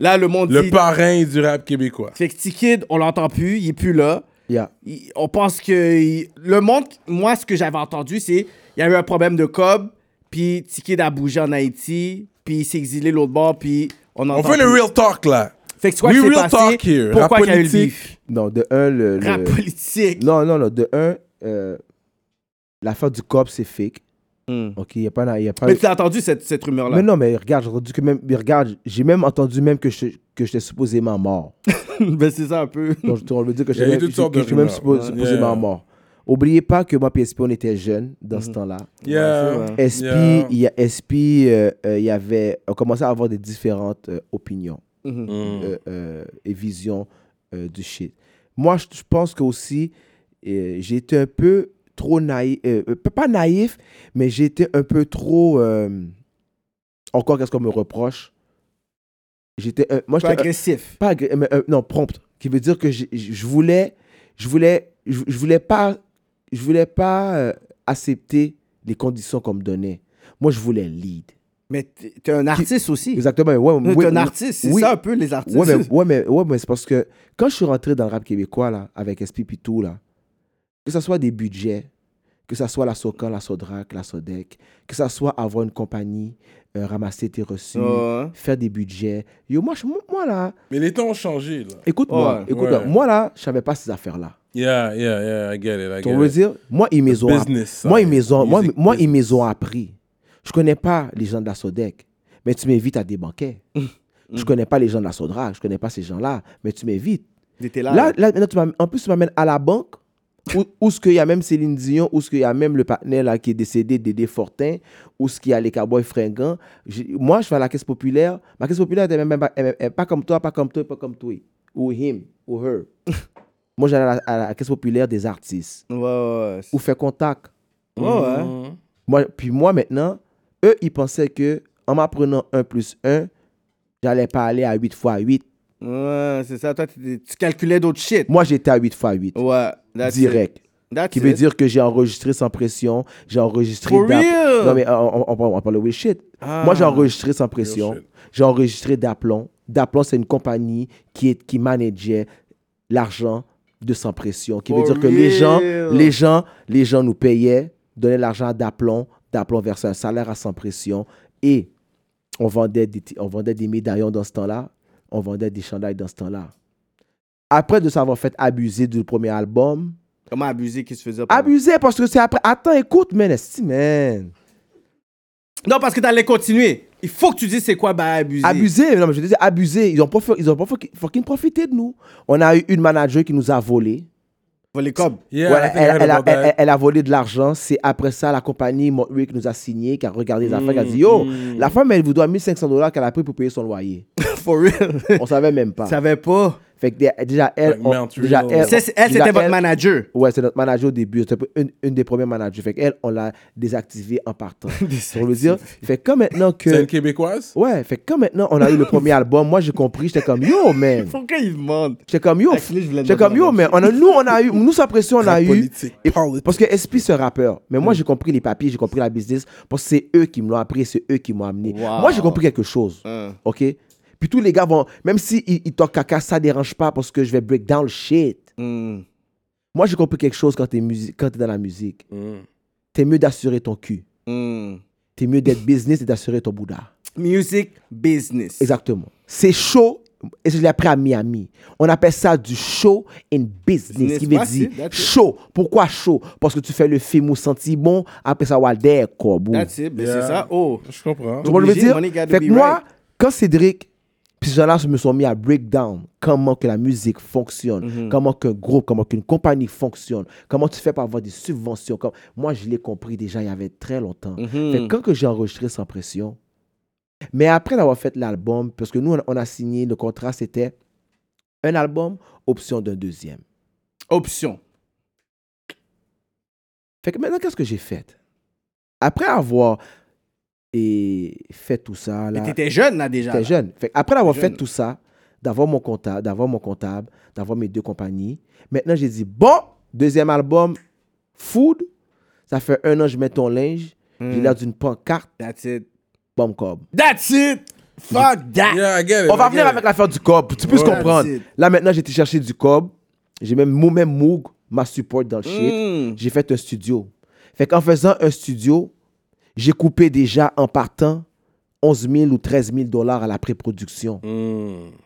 Speaker 5: là, le monde
Speaker 3: Le
Speaker 5: dit.
Speaker 3: parrain du rap québécois.
Speaker 5: Fait que T-Kid, on l'entend plus, il est plus là.
Speaker 4: Yeah.
Speaker 5: Il- on pense que il- le monde, moi, ce que j'avais entendu, c'est il y a eu un problème de cob, puis Tikid a bougé en Haïti, puis il s'est exilé l'autre bord, puis on entend.
Speaker 3: On fait le
Speaker 5: plus.
Speaker 3: real talk là.
Speaker 5: Fait que c'est quoi
Speaker 3: We
Speaker 5: qui s'est
Speaker 3: real
Speaker 5: passé?
Speaker 3: talk here.
Speaker 5: Pourquoi
Speaker 3: Rap
Speaker 5: qu'il y a eu le
Speaker 3: politique.
Speaker 5: beef?
Speaker 4: Non, de un, le. le-
Speaker 5: Rap politique.
Speaker 4: Euh, Non, non, non. De un, euh, l'affaire du cop, c'est fake.
Speaker 5: Hmm.
Speaker 4: OK, il n'y a pas. Y a pas
Speaker 5: Mais tu as entendu cette, cette rumeur-là?
Speaker 4: Mais non, mais regarde, j'ai entendu que même. mais Regarde, j'ai même entendu même que je- que j'étais supposément mort.
Speaker 5: Ben, c'est ça un peu.
Speaker 4: Donc, je- on veut dire que
Speaker 3: Il y a
Speaker 4: j'étais
Speaker 3: eu toutes sortes de
Speaker 4: que j'étais même
Speaker 3: rumeurs.
Speaker 4: suppo-
Speaker 3: Ouais.
Speaker 4: supposément
Speaker 3: Yeah. Mm-hmm.
Speaker 4: mort. Oubliez pas que moi, PSP, on était jeunes dans ce temps-là.
Speaker 3: Yeah.
Speaker 5: Ouais,
Speaker 4: SP,
Speaker 3: Yeah.
Speaker 4: il y a SP, euh, euh, il y avait, on commençait à avoir des différentes euh, opinions
Speaker 5: Mhm.
Speaker 3: Mm.
Speaker 4: euh, euh, et visions euh, du shit. Moi, je je pense que aussi, euh, j'ai été un peu trop naïf, euh, euh, pas naïf, mais j'ai été un peu trop. euh, encore, qu'est-ce qu'on me reproche J'étais, un- moi,
Speaker 5: Pas
Speaker 4: j'étais un-
Speaker 5: agressif.
Speaker 4: pas agré- mais, euh, non prompt qui veut dire que j'ai- j- je voulais je voulais je je voulais pas je voulais pas euh, accepter les conditions qu'on me donnait moi je voulais lead
Speaker 5: Mais t'es t'es un artiste aussi.
Speaker 4: exactement ouais
Speaker 5: T'es
Speaker 4: ouais,
Speaker 5: un
Speaker 4: ouais,
Speaker 5: artiste, c'est
Speaker 4: oui.
Speaker 5: ça un peu les artistes.
Speaker 4: ouais, mais, ouais mais ouais, mais c'est parce que quand je suis rentré dans le rap québécois là avec SP puis tout là que ce soit des budgets que ce soit la Socan, la Sodrac, la Sodec, que ce soit avoir une compagnie, euh, ramasser tes reçus,
Speaker 3: Oh.
Speaker 5: Ouais.
Speaker 4: faire des budgets. Yo, moi, je- moi là,
Speaker 3: Mais les temps ont changé là.
Speaker 4: Écoute-moi,
Speaker 5: Ouais,
Speaker 4: écoute-moi.
Speaker 3: Oh, ouais.
Speaker 4: Moi, là, je savais pas ces affaires-là.
Speaker 3: Yeah, yeah, yeah. I get it. I
Speaker 4: Tu
Speaker 3: get
Speaker 4: veux
Speaker 3: it.
Speaker 4: dire, moi, ils m'ont
Speaker 3: business
Speaker 4: moi, ils
Speaker 3: side,
Speaker 4: m'ont- moi,
Speaker 3: music
Speaker 4: moi, ils m'ont appris. Je connais pas les gens de la Sodec, mais tu m'invites à des banquets. Je connais pas les gens de la Sodra, je connais pas ces gens-là, mais tu m'invites.
Speaker 5: Il était là.
Speaker 4: Là, là, maintenant, tu m'amènes- en plus, tu m'amènes à la banque, où, où ce qu'il y a même Céline Dion, où ce qu'il y a même le partenaire là, qui est décédé, Dédé Fortin, où ce qu'il y a les cowboys fringants. J'ai- Moi, je vais à la caisse populaire. Ma caisse populaire, elle est même pas, elle est- elle est pas comme toi, pas comme toi, pas comme toi. Ou him, ou her. Moi, j'allais à, la- à la caisse populaire des artistes.
Speaker 5: Ouais, ouais,
Speaker 4: Ou
Speaker 5: ouais.
Speaker 4: fait contact.
Speaker 5: Ouais, ouais.
Speaker 4: Moi, puis moi, maintenant, eux, ils pensaient que en m'apprenant 1 plus 1, j'allais pas aller à 8 fois 8.
Speaker 5: Ouais, c'est ça. Toi, t'étais- tu calculais d'autres shit.
Speaker 4: Moi, j'étais à 8 fois 8.
Speaker 5: Ouais. Oh, that's it.
Speaker 4: direct.
Speaker 5: That's
Speaker 4: Qui veut
Speaker 5: it.
Speaker 4: dire que j'ai enregistré sans pression, j'ai enregistré.
Speaker 5: For
Speaker 4: d'ap-
Speaker 5: real?
Speaker 4: Non, mais euh, on, on, on parle de real shit.
Speaker 5: Ah.
Speaker 4: Moi, j'ai enregistré sans pression,
Speaker 3: Real shit.
Speaker 4: j'ai enregistré d'aplomb. D'aplomb, c'est une compagnie qui, est, qui manageait l'argent de sans pression. Qui veut
Speaker 5: For
Speaker 4: dire que les gens,
Speaker 5: real?
Speaker 4: les, gens, les gens nous payaient, donnaient l'argent à d'aplomb, d'aplomb versait un salaire à sans pression et on vendait des, ti- on vendait des médaillons dans ce temps-là, on vendait des chandails dans ce temps-là. Après de s'avoir fait abuser du premier album,
Speaker 5: Comment abuser qui se faisait pas
Speaker 4: Abusé parce que c'est après. Attends, écoute, man, esti, man.
Speaker 5: Non, parce que t'allais continuer. Il faut que tu dises c'est quoi bah, abuser.
Speaker 4: Abusé, non, mais je te dis, abusé. Ils ont pas, fait- ils ont pas fuck- fucking profité de nous. On a eu une manager qui nous a volé.
Speaker 5: Pour les cobs.
Speaker 3: Yeah,
Speaker 4: Ouais,
Speaker 3: I think I
Speaker 4: elle,
Speaker 3: heard
Speaker 4: elle a,
Speaker 3: about that.
Speaker 4: elle- elle a volé de l'argent. C'est après ça, la compagnie Monterey qui nous a signé, qui a regardé les affaires, qui a dit Yo,
Speaker 3: Hmm.
Speaker 4: la femme, elle vous doit 1500 dollars qu'elle a pris pour payer son loyer.
Speaker 5: For real.
Speaker 4: On savait même pas.
Speaker 5: Tu savais pas.
Speaker 4: Fait que dé- déjà, elle.
Speaker 3: Like
Speaker 4: on-
Speaker 3: Mount
Speaker 4: déjà,
Speaker 3: Real.
Speaker 4: elle,
Speaker 5: C'est- c'est- elle,
Speaker 4: déjà,
Speaker 5: c'était votre
Speaker 4: elle-
Speaker 5: manager.
Speaker 4: Ouais, c'est notre manager au début. C'était une, une des premières managers. Fait qu'elle, on l'a désactivée en partant. Pour le dire. Fait que maintenant que.
Speaker 3: C'est une québécoise.
Speaker 4: Ouais, fait que quand maintenant on a eu le premier album, moi j'ai compris, j'étais comme yo man.
Speaker 5: Pourquoi il demande
Speaker 4: J'étais comme yo.
Speaker 5: Actually, je voulais le
Speaker 4: J'étais
Speaker 5: mettre
Speaker 4: comme
Speaker 5: dans
Speaker 4: yo
Speaker 5: la
Speaker 4: man. On a, nous on a eu, nous sans pression on a
Speaker 3: Rap
Speaker 4: eu.
Speaker 3: politique.
Speaker 4: et- parce que SP c'est un rappeur, mais moi j'ai compris les papiers, j'ai compris la business, parce que c'est eux qui me l'ont appris, c'est eux qui m'ont amené.
Speaker 5: Wow.
Speaker 4: Moi j'ai compris quelque chose,
Speaker 5: Hum,
Speaker 4: ok. Puis tous les gars vont, même si ils, ils toquent caca, ça dérange pas parce que je vais break down le shit.
Speaker 5: Hmm.
Speaker 4: Moi j'ai compris quelque chose quand t'es musi- quand t'es dans la musique,
Speaker 3: Mm.
Speaker 4: t'es mieux d'assurer ton cul,
Speaker 5: Hmm.
Speaker 4: t'es mieux d'être business et d'assurer ton bouddha.
Speaker 5: Music business.
Speaker 4: Exactement. C'est show, et je l'ai appris à Miami. On appelle ça du show in business,
Speaker 5: Business,
Speaker 4: qui veut
Speaker 5: that's
Speaker 4: dire
Speaker 5: it, that's it.
Speaker 4: show. Pourquoi show Parce que tu fais le film au senti bon, après ça, Walder, Kobo.
Speaker 5: That's it. Ben,
Speaker 3: Yeah.
Speaker 5: C'est ça. Oh.
Speaker 3: Je comprends.
Speaker 4: Tu vois ce que je veux
Speaker 5: Obligé,
Speaker 4: dire
Speaker 5: money gotta
Speaker 4: Fait que
Speaker 5: be
Speaker 4: moi,
Speaker 5: right.
Speaker 4: quand Cédric, puis ces gens-là se me sont mis à breakdown comment que la musique fonctionne,
Speaker 5: Mm-hmm.
Speaker 4: comment qu'un groupe, comment qu'une compagnie fonctionne, comment tu fais pour avoir des subventions. comme- Moi, je l'ai compris déjà il y avait très longtemps.
Speaker 5: Mhm.
Speaker 4: Fait que
Speaker 5: Hmm.
Speaker 4: quand que j'ai enregistré sans pression, mais après d'avoir fait l'album, parce que nous, on, on a signé, le contrat, c'était un album, option d'un deuxième.
Speaker 5: Option.
Speaker 4: Fait que maintenant, qu'est-ce que j'ai fait après avoir et fait tout ça, là,
Speaker 5: Mais t'étais jeune, là, déjà.
Speaker 4: j'étais
Speaker 5: là.
Speaker 4: jeune. Fait que après avoir fait
Speaker 5: Jeune.
Speaker 4: tout ça, d'avoir mon comptable, d'avoir mon comptable, d'avoir mes deux compagnies, maintenant j'ai dit, bon, deuxième album, Food, ça fait un an que je mets ton linge,
Speaker 5: Hmm.
Speaker 4: j'ai l'air d'une pancarte,
Speaker 5: That's it.
Speaker 4: bombe cob.
Speaker 5: That's it! Fuck that!
Speaker 3: Yeah, I get it.
Speaker 4: On va
Speaker 3: I get
Speaker 4: venir
Speaker 3: it.
Speaker 4: avec l'affaire du cob, pour que tu puisses
Speaker 3: Ouais.
Speaker 4: comprendre.
Speaker 5: That's it.
Speaker 4: Là maintenant, j'ai été chercher du cob, j'ai même, moi, même Moog, ma support dans le shit.
Speaker 5: Mm.
Speaker 4: j'ai fait un studio. Fait qu'en faisant un studio, j'ai coupé déjà en partant 11 000 ou 13 000 dollars à la pré-production.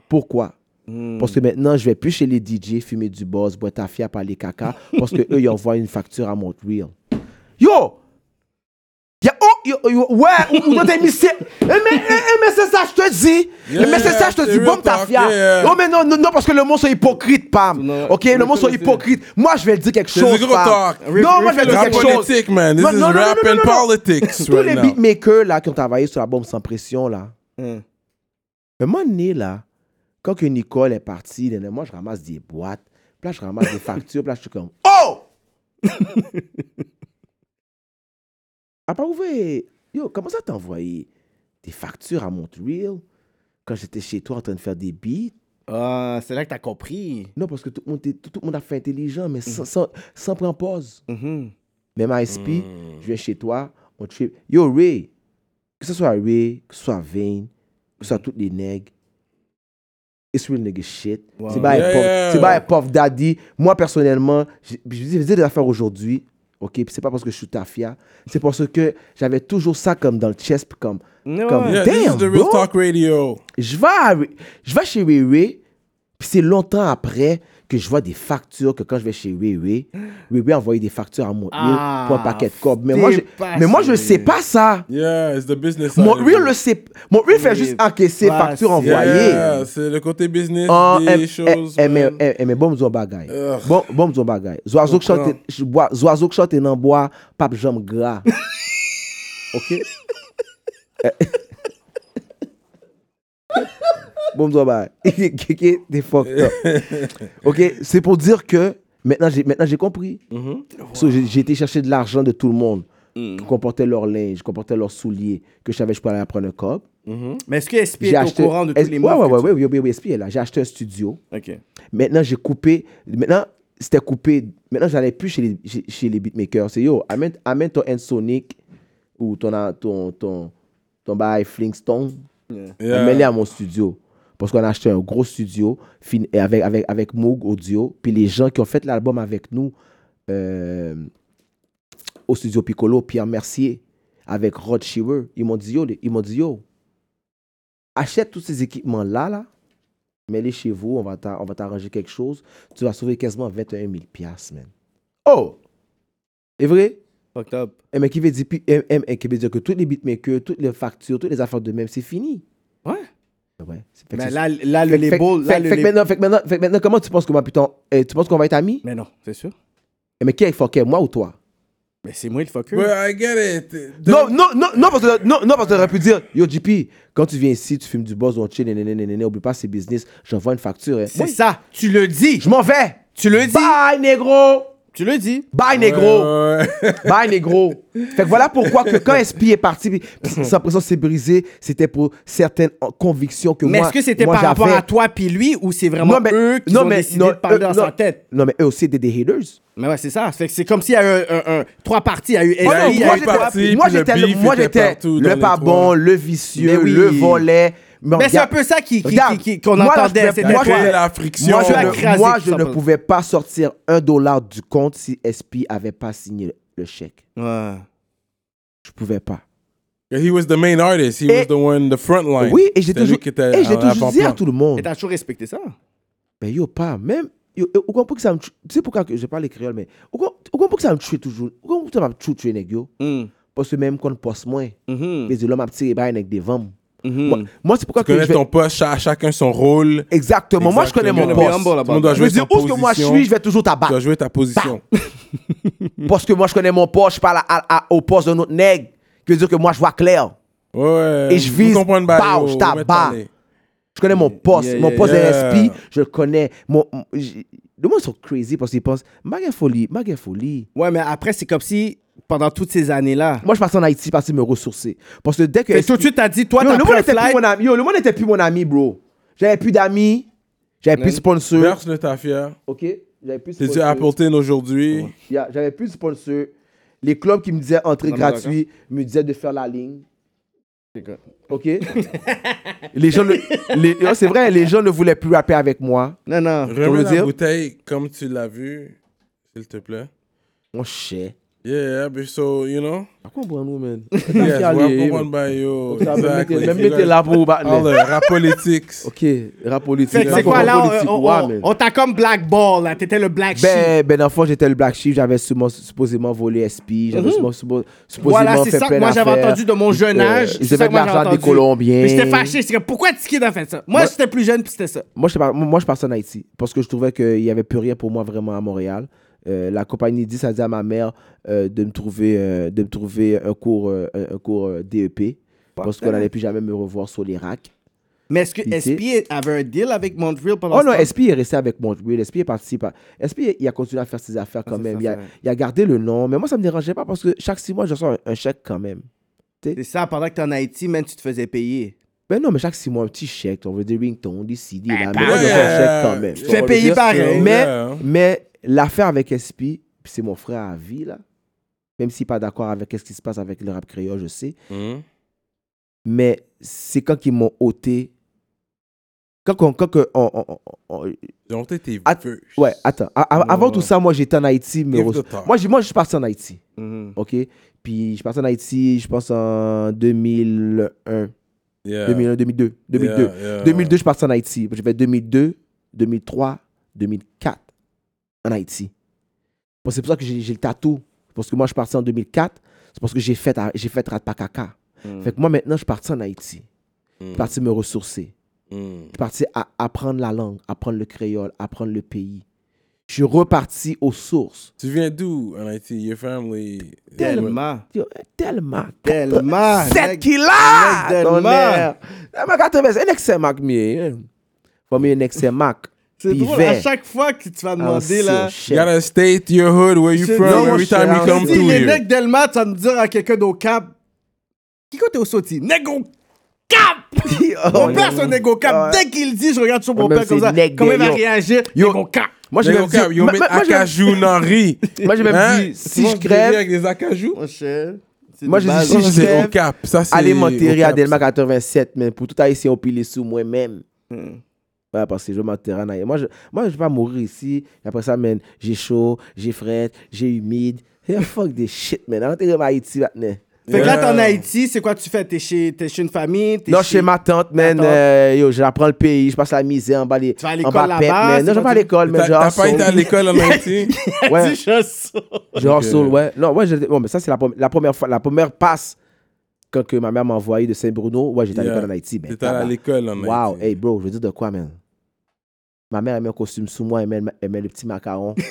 Speaker 4: Pourquoi?
Speaker 3: Hmm.
Speaker 4: Parce que maintenant, je vais plus chez les DJ fumer du boss, boire ta fière par les caca, parce que eux, ils envoient une facture à mon reel. Yo! Ya- oh, yo- yo- ouais, ou, ou dans tes missi- Eh, Mais, eh, eh, mais c'est ça, je te dis. Eh,
Speaker 3: Yeah,
Speaker 4: mais c'est ça, je te
Speaker 3: c'est
Speaker 4: dis.
Speaker 3: real
Speaker 4: Bombe ta
Speaker 3: talk,
Speaker 4: fière.
Speaker 3: yeah.
Speaker 4: Oh, mais non, non, non, parce que le monde sont hypocrite, Pam.
Speaker 5: Non,
Speaker 4: ok,
Speaker 5: mais
Speaker 4: le monde
Speaker 5: toi
Speaker 4: sont
Speaker 5: aussi.
Speaker 4: hypocrite. Moi, je vais le dire quelque
Speaker 3: C'est
Speaker 4: chose.
Speaker 3: du gros
Speaker 4: Pam.
Speaker 3: talk.
Speaker 4: Non, moi, je vais dire
Speaker 3: Rap
Speaker 4: quelque chose.
Speaker 3: politics, man. This
Speaker 4: Non,
Speaker 3: is
Speaker 4: non, non,
Speaker 3: rap
Speaker 4: non, non,
Speaker 3: and
Speaker 4: non.
Speaker 3: politics
Speaker 4: Tous les
Speaker 3: right now.
Speaker 4: beatmakers là, qui ont travaillé sur la bombe sans pression, là,
Speaker 5: Mm.
Speaker 4: un moment donné, là, quand que Nicole est partie, là, moi, je ramasse des boîtes, puis là, je ramasse des factures, puis là, je suis comme « Oh! » À part ouvrir, yo, comment ça t'envoyer des factures à Montreal quand j'étais chez toi en train de faire des beats?
Speaker 5: Ah, c'est là que t'as compris.
Speaker 4: Non, parce que tout le monde, est- tout, tout le monde a fait intelligent, mais sans, sans, sans prendre pause.
Speaker 5: Mhm.
Speaker 4: Même ISP, je viens chez toi, on trip. Yo, Ray, que ce soit Ray, que ce soit Vane, que ce soit toutes les nègres, it's real nigga shit.
Speaker 5: Wow.
Speaker 4: C'est pas
Speaker 3: Yeah,
Speaker 4: un puff-
Speaker 3: yeah.
Speaker 4: c'est pas un puff daddy. Moi, personnellement, j'ai- puis je dis des affaires aujourd'hui, ok, puis c'est pas parce que je suis tafia, c'est parce que j'avais toujours ça comme dans le chest, puis comme,
Speaker 5: Ouais,
Speaker 4: comme
Speaker 5: ouais.
Speaker 3: Yeah, this
Speaker 4: damn,
Speaker 3: is the real
Speaker 4: bro.
Speaker 3: talk radio.
Speaker 4: Je vais, à- je vais chez Wewe, puis c'est longtemps après que je vois des factures que quand je vais chez Wewe, Wewe envoyait des factures à mon
Speaker 5: Ah,
Speaker 4: pour un paquet de cobs. Mais moi, je,
Speaker 5: dépasse,
Speaker 4: mais moi, je
Speaker 5: Wewe.
Speaker 4: sais pas ça.
Speaker 3: Yeah, it's the business
Speaker 4: Mon
Speaker 3: side of
Speaker 4: reel
Speaker 3: it.
Speaker 4: le sait. Mon reel fait
Speaker 5: Oui,
Speaker 4: juste encaisser
Speaker 5: bah,
Speaker 4: factures
Speaker 5: c'est-
Speaker 4: envoyées.
Speaker 3: Yeah, c'est le côté business
Speaker 4: Ah,
Speaker 3: des
Speaker 4: eh,
Speaker 3: choses.
Speaker 4: eh, eh, mais-
Speaker 3: man.
Speaker 4: eh, eh, mais bon, zon bagay.
Speaker 3: Ugh.
Speaker 4: Bon, bon, zon bagay. Zoazo k
Speaker 3: Comprends.
Speaker 4: chante, ch- boa- zoazo k chante nan boa, pap jom gra. ok? Eh. bon, zon bagay. Keke, t'es fucked up. ok? C'est pour dire que maintenant, j'ai, maintenant, j'ai compris. So, j'ai, j'ai été chercher de l'argent de tout le monde. Qui comportait leur linge, qui comportait leurs souliers, que je savais que je pouvais aller prendre un cop.
Speaker 5: Mais est-ce que SP
Speaker 4: J'ai
Speaker 5: est
Speaker 4: acheté.
Speaker 5: au courant de tous
Speaker 4: est- ouais,
Speaker 5: les moves
Speaker 4: ouais,
Speaker 5: que
Speaker 4: ouais,
Speaker 5: tu-
Speaker 4: ouais, oui, oui, oui, SP est là. J'ai acheté un studio.
Speaker 5: Ok.
Speaker 4: Maintenant, j'ai coupé. Maintenant, c'était coupé. Maintenant, j'allais plus chez les, chez, chez les beatmakers. C'est yo, amène, amène ton N Sonic ou ton ton ton ton bail Flintstone.
Speaker 3: Yeah.
Speaker 4: Amène-les à mon studio. Parce qu'on a acheté un gros studio fin- et avec, avec, avec Moog Audio. Puis les gens qui ont fait l'album avec nous euh, au studio Piccolo, Pierre Mercier, avec Rod Shearer, ils m'ont dit, yo, les- ils m'ont dit, yo, achète tous ces équipements-là, là, mets-les chez vous, on va t'a- on va t'arranger quelque chose. Tu vas sauver quasiment 21 000 piastres, man. Oh! C'est vrai?
Speaker 5: Fucked up.
Speaker 4: Eh, Mais qui veut dire, puis, eh, eh, eh, qui veut dire que tous les beatmakers, toutes les factures, toutes les affaires de même, c'est fini.
Speaker 5: Ouais.
Speaker 4: Ouais. c'est- fait que
Speaker 5: Mais
Speaker 4: c'est-
Speaker 5: là, là, le
Speaker 4: fait- fait- fait-
Speaker 5: label. là, le
Speaker 4: fait que
Speaker 5: label-
Speaker 4: maintenant- fait que maintenant- fait que maintenant, comment tu penses qu'on va putain, eh, tu penses qu'on va être amis?
Speaker 5: Mais non, c'est sûr.
Speaker 4: Eh, Mais qui est fucké, moi ou toi?
Speaker 5: Mais c'est moi le fucker.
Speaker 3: But I get it.
Speaker 5: Euh,
Speaker 4: Non, non, non, non, parce que, non, non, parce que t'aurais pu dire, yo, JP, quand tu viens ici, tu fumes du boss, on chill, nénéné, nénéné, oublie pas, c'est business, j'envoie une facture. hein.
Speaker 5: C'est
Speaker 4: Oui,
Speaker 5: ça. Tu le dis.
Speaker 4: Je m'en vais.
Speaker 5: Tu le dis.
Speaker 4: Bye, négro.
Speaker 5: Tu le dis.
Speaker 4: Bye, négro. Bye, négro. Fait que voilà pourquoi que quand SP est parti, puis sa pression s'est brisée, c'était pour certaines en- convictions que
Speaker 5: Mais
Speaker 4: moi
Speaker 5: est-ce que c'était
Speaker 4: moi,
Speaker 5: par rapport
Speaker 4: j'avais.
Speaker 5: à toi puis lui ou c'est vraiment eux qui ont décidé de parler
Speaker 4: eux,
Speaker 5: dans
Speaker 4: non.
Speaker 5: sa tête?
Speaker 4: Non, mais eux aussi étaient des haters.
Speaker 5: Mais ouais, c'est ça. Fait que c'est comme s'il y a eu un, un- un- trois parties. Il y a eu
Speaker 4: Moi,
Speaker 5: SP,
Speaker 4: non,
Speaker 5: il y
Speaker 4: moi,
Speaker 5: a eu
Speaker 4: j'étais-
Speaker 5: toi.
Speaker 3: parti, puis
Speaker 4: moi,
Speaker 3: le
Speaker 4: j'étais le,
Speaker 3: beef
Speaker 4: moi,
Speaker 3: était
Speaker 4: j'étais
Speaker 3: partout dans
Speaker 4: le
Speaker 3: les
Speaker 4: pas
Speaker 3: trois.
Speaker 4: bon, le vicieux,
Speaker 5: Mais oui.
Speaker 4: le volet.
Speaker 5: Mais c'est
Speaker 4: regarde-
Speaker 5: un peu ça qu'on qui, qui,
Speaker 4: Regarde,
Speaker 5: qui- qu'on
Speaker 4: moi, là, je
Speaker 5: entendait.
Speaker 4: pouvais-
Speaker 5: C'était
Speaker 4: moi,
Speaker 5: toi.
Speaker 4: je
Speaker 3: Créer
Speaker 4: pouvais-
Speaker 3: la friction.
Speaker 4: Moi, je,
Speaker 5: l'as
Speaker 4: ne,
Speaker 5: écrasé,
Speaker 4: moi,
Speaker 5: tout
Speaker 4: je ne
Speaker 5: simplement.
Speaker 4: pouvais pas sortir un dollar du compte si SP avait pas signé le chèque.
Speaker 5: Ouais.
Speaker 4: Je pouvais pas.
Speaker 3: He was the main artist. He was
Speaker 4: Et-
Speaker 3: the one, the front line.
Speaker 4: Oui, et j'ai
Speaker 3: C'était
Speaker 4: toujours,
Speaker 3: lui qui était
Speaker 4: et j'ai
Speaker 3: en
Speaker 4: toujours dit à
Speaker 3: avant-plan.
Speaker 4: tout le monde,
Speaker 5: Et t'as toujours respecté ça.
Speaker 4: mais yo, pas, même, yo, yo, vous comprenez que ça me tue- tu sais pourquoi que je parle les créoles, mais vous com- vous comprenez que ça me tue toujours, vous comprenez que ça me tue, tue, nèg, yo,
Speaker 5: Hum.
Speaker 4: parce que même quand on passe moins,
Speaker 5: Mhm.
Speaker 4: mais de l'homme a tiré bail avec des ventes.
Speaker 5: Mhm.
Speaker 4: Moi, moi, c'est pourquoi
Speaker 3: Tu
Speaker 4: que
Speaker 3: connais
Speaker 4: je vais-
Speaker 3: ton poste, cha- chacun son rôle.
Speaker 4: Exactement, moi, je connais
Speaker 3: Exactement.
Speaker 4: mon
Speaker 5: You're gonna be
Speaker 4: poste.
Speaker 5: humble about
Speaker 3: Tout le monde
Speaker 5: that.
Speaker 3: doit
Speaker 4: Je veux
Speaker 3: jouer sa
Speaker 4: dire, où est-ce que moi je
Speaker 3: position.
Speaker 4: suis, je vais Bah. toujours
Speaker 3: Tu
Speaker 4: t'abattre.
Speaker 3: dois jouer ta position.
Speaker 4: Parce que moi, je connais mon poste, je parle à- à- à- au poste d'un autre nègre. Qui veut dire que moi, je vois clair.
Speaker 3: Ouais.
Speaker 4: Et je vise,
Speaker 3: Vous comprenez, bah,
Speaker 4: pow,
Speaker 3: yo,
Speaker 4: je tabac.
Speaker 3: on va t'en aller.
Speaker 4: Je connais mon poste.
Speaker 5: Yeah,
Speaker 4: mon
Speaker 5: yeah,
Speaker 4: poste
Speaker 3: yeah.
Speaker 4: de SP, je le connais. Mon, mon- j- Le monde sont crazy parce qu'ils pensent, Maguet folie, Maguet folie.
Speaker 5: Ouais, mais après, c'est comme si pendant toutes ces années-là.
Speaker 4: Moi, je partais en Haïti, je partais me ressourcer. Parce que dès que.
Speaker 5: Et tout de suite, t'as dit, toi,
Speaker 4: Yo,
Speaker 5: t'as
Speaker 4: le
Speaker 5: pris
Speaker 4: monde
Speaker 5: un
Speaker 4: était plus
Speaker 5: flight.
Speaker 4: mon ami. Yo, le monde était plus mon ami, bro. J'avais plus d'amis. J'avais plus de sponsors.
Speaker 3: Verse le tafia.
Speaker 4: Ok? J'avais plus de
Speaker 3: C'est du
Speaker 4: sponsors.
Speaker 3: Appleton aujourd'hui.
Speaker 4: Yeah, J'avais plus de sponsors. Les clubs qui me disaient entrée
Speaker 5: Non, mais
Speaker 4: gratuite me disaient de faire la ligne. Ok? les gens le- les- oh, C'est vrai, les gens ne voulaient plus rapper avec moi.
Speaker 5: Non, non.
Speaker 3: Remets
Speaker 4: le
Speaker 3: la
Speaker 4: dire?
Speaker 3: bouteille comme tu l'as vu, s'il te plaît.
Speaker 4: Mon chien.
Speaker 3: Yeah, yeah, but so, you know.
Speaker 4: À quoi nous, man?
Speaker 3: Yes, we're going by you. Exactly.
Speaker 4: Même mettez là pour
Speaker 3: All the rap politics.
Speaker 4: Ok, rap politique.
Speaker 5: Fait que c'est
Speaker 4: rap
Speaker 5: quoi, là,
Speaker 4: politique,
Speaker 5: on- on,
Speaker 4: ouais,
Speaker 5: on-
Speaker 4: man.
Speaker 5: on t'a comme blackball, là. T'étais le black sheep.
Speaker 4: Ben, ben, dans le fond, j'étais le Black Sheep, j'avais supposément- supposément volé SP, j'avais suppo- suppo- supposément
Speaker 5: Voilà, c'est
Speaker 4: fait
Speaker 5: ça que
Speaker 4: plein
Speaker 5: moi j'avais
Speaker 4: d'affaires.
Speaker 5: entendu de mon jeune
Speaker 4: Euh,
Speaker 5: âge.
Speaker 4: ils
Speaker 5: C'est ça
Speaker 4: avaient
Speaker 5: que
Speaker 4: de
Speaker 5: moi, j'avais
Speaker 4: l'argent des
Speaker 5: entendu.
Speaker 4: Colombiens.
Speaker 5: Puis j'étais fâché. J'étais comme, pourquoi Tiki a fait ça? Moi,
Speaker 4: Moi-
Speaker 5: j'étais plus jeune, puis c'était ça.
Speaker 4: Moi, je, sais pas- moi, je partais en Haïti parce que je trouvais qu'il n'y avait plus rien pour moi vraiment à Montréal. Euh, la compagnie 10 a dit à ma mère euh, de, me trouver, euh, de me trouver un cours, euh, un un cours euh, DEP parce qu'on n'allait plus jamais me revoir sur les racks.
Speaker 5: Mais est-ce que
Speaker 4: Ici.
Speaker 5: SP avait un deal avec Montreal pendant
Speaker 4: Oh
Speaker 5: ce
Speaker 4: non,
Speaker 5: temps?
Speaker 4: SP est resté avec moi. Oui, SP est parti. par- SP, il a continué à faire ses affaires quand
Speaker 5: ses
Speaker 4: même. Il a,
Speaker 5: affaires.
Speaker 4: il a gardé le nom, mais moi, ça ne me dérangeait pas parce que chaque six mois, je reçois un- un chèque quand même.
Speaker 5: C'est ça, pendant que t'es en Haïti, même tu te faisais payer.
Speaker 4: Ben non, mais chaque six mois, un petit chèque, on veut des ringtones, des CD, là, mais
Speaker 5: pareil.
Speaker 4: moi, je fais un chèque quand même.
Speaker 3: Tu
Speaker 4: Tu vois,
Speaker 5: fais
Speaker 4: on veut
Speaker 5: payer
Speaker 4: dire,
Speaker 5: pareil.
Speaker 4: Mais,
Speaker 3: Yeah.
Speaker 4: mais l'affaire avec SP, puis c'est mon frère à vie, là, même s'il n'est pas d'accord avec ce qui se passe avec le rap créole, je sais,
Speaker 3: Mhm.
Speaker 4: mais c'est quand ils m'ont ôté. Quand, on, quand que on- on- on- on-
Speaker 3: Ils ont été
Speaker 4: Att-
Speaker 3: vœux.
Speaker 4: Ouais, attends. A- a- avant
Speaker 3: Ouais.
Speaker 4: tout ça, moi, j'étais en Haïti, mais.
Speaker 3: Give
Speaker 4: reço-
Speaker 3: the talk. Mm-hmm.
Speaker 4: Moi, j'ai- moi, je suis parti en Haïti. OK? Puis, je suis parti en Haïti, je pense, en 2001.
Speaker 3: Yeah.
Speaker 4: 2001, 2002. 2002.
Speaker 3: Yeah,
Speaker 5: Euh,
Speaker 3: yeah.
Speaker 4: 2002, je suis parti en Haïti. J'ai fait 2002, 2003, 2004 en Haïti. Bon, c'est pour ça que j'ai j'ai le tatou. Parce que moi, je suis parti en 2004. C'est parce que j'ai fait, à- j'ai fait Ratpakaka.
Speaker 5: Hmm.
Speaker 4: Fait que moi, maintenant, je suis parti en Haïti. Je suis parti me ressourcer.
Speaker 3: Mhm.
Speaker 4: Je suis parti à apprendre la langue, apprendre le créole, apprendre le pays. Je suis reparti aux sources.
Speaker 3: Tu viens d'où en Haïti? Your family?
Speaker 5: Tellement.
Speaker 4: Yo, hein, Tellement.
Speaker 5: Tellement.
Speaker 4: 7
Speaker 5: Mec,
Speaker 4: kilos!
Speaker 5: mec,
Speaker 4: Ton
Speaker 5: tellement.
Speaker 4: air. Ah, ma 80, un excès Mac, mieux. Faut mieux un excès Mac.
Speaker 5: C'est drôle, à chaque fois que
Speaker 4: Ah,
Speaker 5: tu vas demander, là.
Speaker 3: You gotta state your hood, where you
Speaker 5: C'est
Speaker 3: from,
Speaker 5: drôle,
Speaker 3: every
Speaker 4: c'est
Speaker 3: time you
Speaker 4: drôle.
Speaker 3: come
Speaker 5: Si
Speaker 3: through
Speaker 5: les
Speaker 3: here.
Speaker 5: nègres d'Elma, tu vas me dire à quelqu'un d'au cap. Qui côté au sauti? Négo cap! Mon père, c'est un négo cap. Dès qu'il dit, je regarde sur mon
Speaker 4: Oh, Même
Speaker 5: père comme
Speaker 4: c'est
Speaker 5: ça.
Speaker 4: nègre,
Speaker 5: Comment il va
Speaker 4: yo.
Speaker 5: réagir? Négo cap!
Speaker 4: Moi, j'ai
Speaker 3: Nègre
Speaker 4: même
Speaker 3: au cap,
Speaker 4: dit,
Speaker 3: yo hein?
Speaker 4: moi,
Speaker 3: met
Speaker 4: moi, moi, j'ai-
Speaker 3: acajou Nari.
Speaker 4: moi, j'ai même dit, si je crève,
Speaker 3: avec des acajou.
Speaker 5: Mon cher. Oh, c'est
Speaker 4: Moi,
Speaker 5: des
Speaker 4: je dis
Speaker 5: bases.
Speaker 4: si
Speaker 3: Ça,
Speaker 4: je
Speaker 3: c'est
Speaker 4: crève,
Speaker 3: au cap. Ça, c'est
Speaker 4: allez
Speaker 3: au
Speaker 4: m'enterrer à
Speaker 3: cap,
Speaker 4: Delma
Speaker 3: ça.
Speaker 4: 87, mais pour tout haïtien, on pile les sous moi-même.
Speaker 5: Hmm.
Speaker 4: Ouais, parce que je vais m'enterrer en Haïti. Moi, je moi, je vais pas mourir ici. Et Après ça, man, j'ai chaud, j'ai fret, j'ai humide. Hey, fuck des shit, man. Enterrer ma Haïti, maintenant.
Speaker 5: Fait que là, t'es en
Speaker 3: Yeah.
Speaker 5: Haïti, c'est quoi tu fais? T'es chez, t'es chez une famille? t'es
Speaker 4: Non, chez ma tante, man.
Speaker 5: tante.
Speaker 4: euh, yo, j'apprends le pays, je passe la misère en bas les.
Speaker 5: vas à
Speaker 4: en
Speaker 5: l'école
Speaker 4: bas
Speaker 5: là-bas,
Speaker 4: pep, man.
Speaker 5: c'est
Speaker 4: Non, je vais
Speaker 5: quoi
Speaker 4: pas à
Speaker 5: tu-
Speaker 4: l'école, man.
Speaker 3: T'as
Speaker 4: je
Speaker 3: t'as pas
Speaker 4: hustle.
Speaker 3: été à l'école en Haïti?
Speaker 4: Ouais.
Speaker 5: Tu chasses.
Speaker 4: Je hustle,
Speaker 3: euh,
Speaker 4: ouais. Non, ouais, j'étais- bon, mais ça, c'est la, prom- la première fois, la première passe quand que ma mère m'a envoyé de Saint-Bruno. Ouais, j'étais à
Speaker 3: Yeah.
Speaker 4: l'école en Haïti, man.
Speaker 3: T'étais à
Speaker 4: tabarnak.
Speaker 3: l'école en Haïti.
Speaker 4: Wow, hey bro, je veux dire de quoi, man? Ma mère aimait un costume sous moi, elle aimait, elle aimait le petit macaron. tu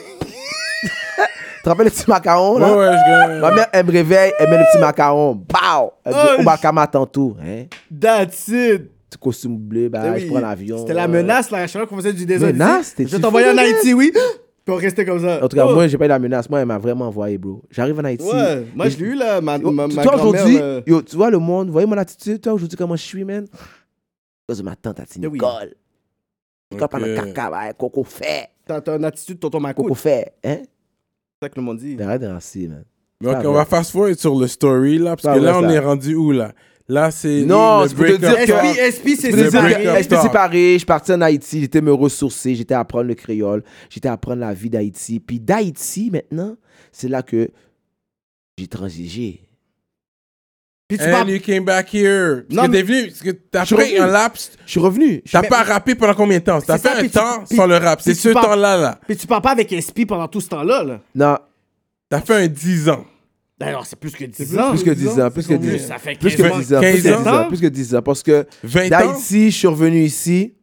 Speaker 4: te rappelles le petit macaron,
Speaker 3: Ouais,
Speaker 4: eh, oh là?
Speaker 3: ouais, je
Speaker 4: Ma mère, elle me réveille, elle met le petit macaron. Bow! Elle
Speaker 5: Oh,
Speaker 4: dit,
Speaker 5: je-
Speaker 4: au bakama tantôt. Hein?
Speaker 5: That's it.
Speaker 4: Petit costume bleu, bah,
Speaker 5: Eh
Speaker 4: je
Speaker 5: oui,
Speaker 4: prends l'avion.
Speaker 5: C'était la
Speaker 4: euh.
Speaker 5: menace, là. Je crois qu'on faisait du désordre.
Speaker 4: Menace,
Speaker 5: ici.
Speaker 4: t'es-
Speaker 5: Je
Speaker 4: tu
Speaker 5: t'envoyais
Speaker 4: fous
Speaker 5: en
Speaker 4: de
Speaker 5: Haïti, oui. Puis on restait comme ça.
Speaker 4: En tout cas,
Speaker 5: Oh.
Speaker 4: moi, j'ai pas eu la menace. Moi, elle m'a vraiment envoyé, bro. J'arrive en Haïti.
Speaker 5: Ouais, moi
Speaker 4: Et
Speaker 5: je l'ai eu là, ma,
Speaker 4: Yo,
Speaker 5: ma,
Speaker 4: tu-
Speaker 5: ma
Speaker 4: toi,
Speaker 5: grand-mère,
Speaker 4: aujourd'hui,
Speaker 5: euh,
Speaker 4: yo, tu vois le monde, vous voyez mon attitude, toi, aujourd'hui, comment je suis, man? Parce que ma tante a dit,
Speaker 5: Eh oui.
Speaker 4: Nicole. Nicole, pas de
Speaker 3: Ok.
Speaker 4: caca, bah, coco fait.
Speaker 5: T'as t'as une attitude tonton Macoute,
Speaker 4: Coco
Speaker 5: c'est
Speaker 4: fait, hein?
Speaker 5: ça que le monde dit.
Speaker 4: Arrête de rasser, man.
Speaker 3: Donc,
Speaker 4: Ça
Speaker 3: on
Speaker 4: va.
Speaker 3: va fast forward sur le story, là, parce
Speaker 4: Ça
Speaker 3: que
Speaker 4: va,
Speaker 3: là, on
Speaker 4: Ah ça.
Speaker 3: est rendu où, là? Là, c'est.
Speaker 4: Non,
Speaker 3: le
Speaker 4: c'est pour te
Speaker 3: break-up
Speaker 4: dire que-
Speaker 3: talk.
Speaker 5: SP, SP c'est
Speaker 3: Le
Speaker 4: Je
Speaker 5: séparé.
Speaker 3: break-up.
Speaker 4: suis
Speaker 3: talk.
Speaker 4: séparé, je suis parti en Haïti, j'étais me ressourcer, j'étais à apprendre le créole, j'étais à apprendre la vie d'Haïti. Puis d'Haïti, maintenant, c'est là que j'ai transigé.
Speaker 5: Puis
Speaker 4: Eh,
Speaker 5: tu
Speaker 3: And
Speaker 5: parles.
Speaker 3: you came back here.
Speaker 5: Non,
Speaker 3: Parce que
Speaker 5: mais-
Speaker 3: t'es venu, parce que t'as
Speaker 4: Je
Speaker 3: pris
Speaker 4: revenu.
Speaker 3: un laps.
Speaker 4: Je suis revenu. Je suis-
Speaker 3: T'as pas rappé pendant combien de temps? T'as
Speaker 5: C'est ça,
Speaker 3: fait un
Speaker 5: puis tu-
Speaker 3: temps
Speaker 5: puis-
Speaker 3: sans le rap.
Speaker 5: puis
Speaker 3: C'est
Speaker 5: tu
Speaker 3: ce
Speaker 5: pars-
Speaker 3: temps-là, là.
Speaker 5: Puis tu parles pas avec SP pendant tout ce temps-là. Là.
Speaker 4: Non,
Speaker 3: T'as fait un 10 ans.
Speaker 5: D'ailleurs, c'est plus que 10
Speaker 3: plus-
Speaker 5: ans.
Speaker 4: plus que 10 ans, plus que 10 ans.
Speaker 5: Ça fait
Speaker 4: Plus que
Speaker 5: quasiment
Speaker 4: 10 ans, plus que
Speaker 3: 15
Speaker 4: 10
Speaker 5: ans.
Speaker 4: ans, plus que 10 ans. Parce que
Speaker 3: 20 ans.
Speaker 4: d'Haïti, je suis revenu ici.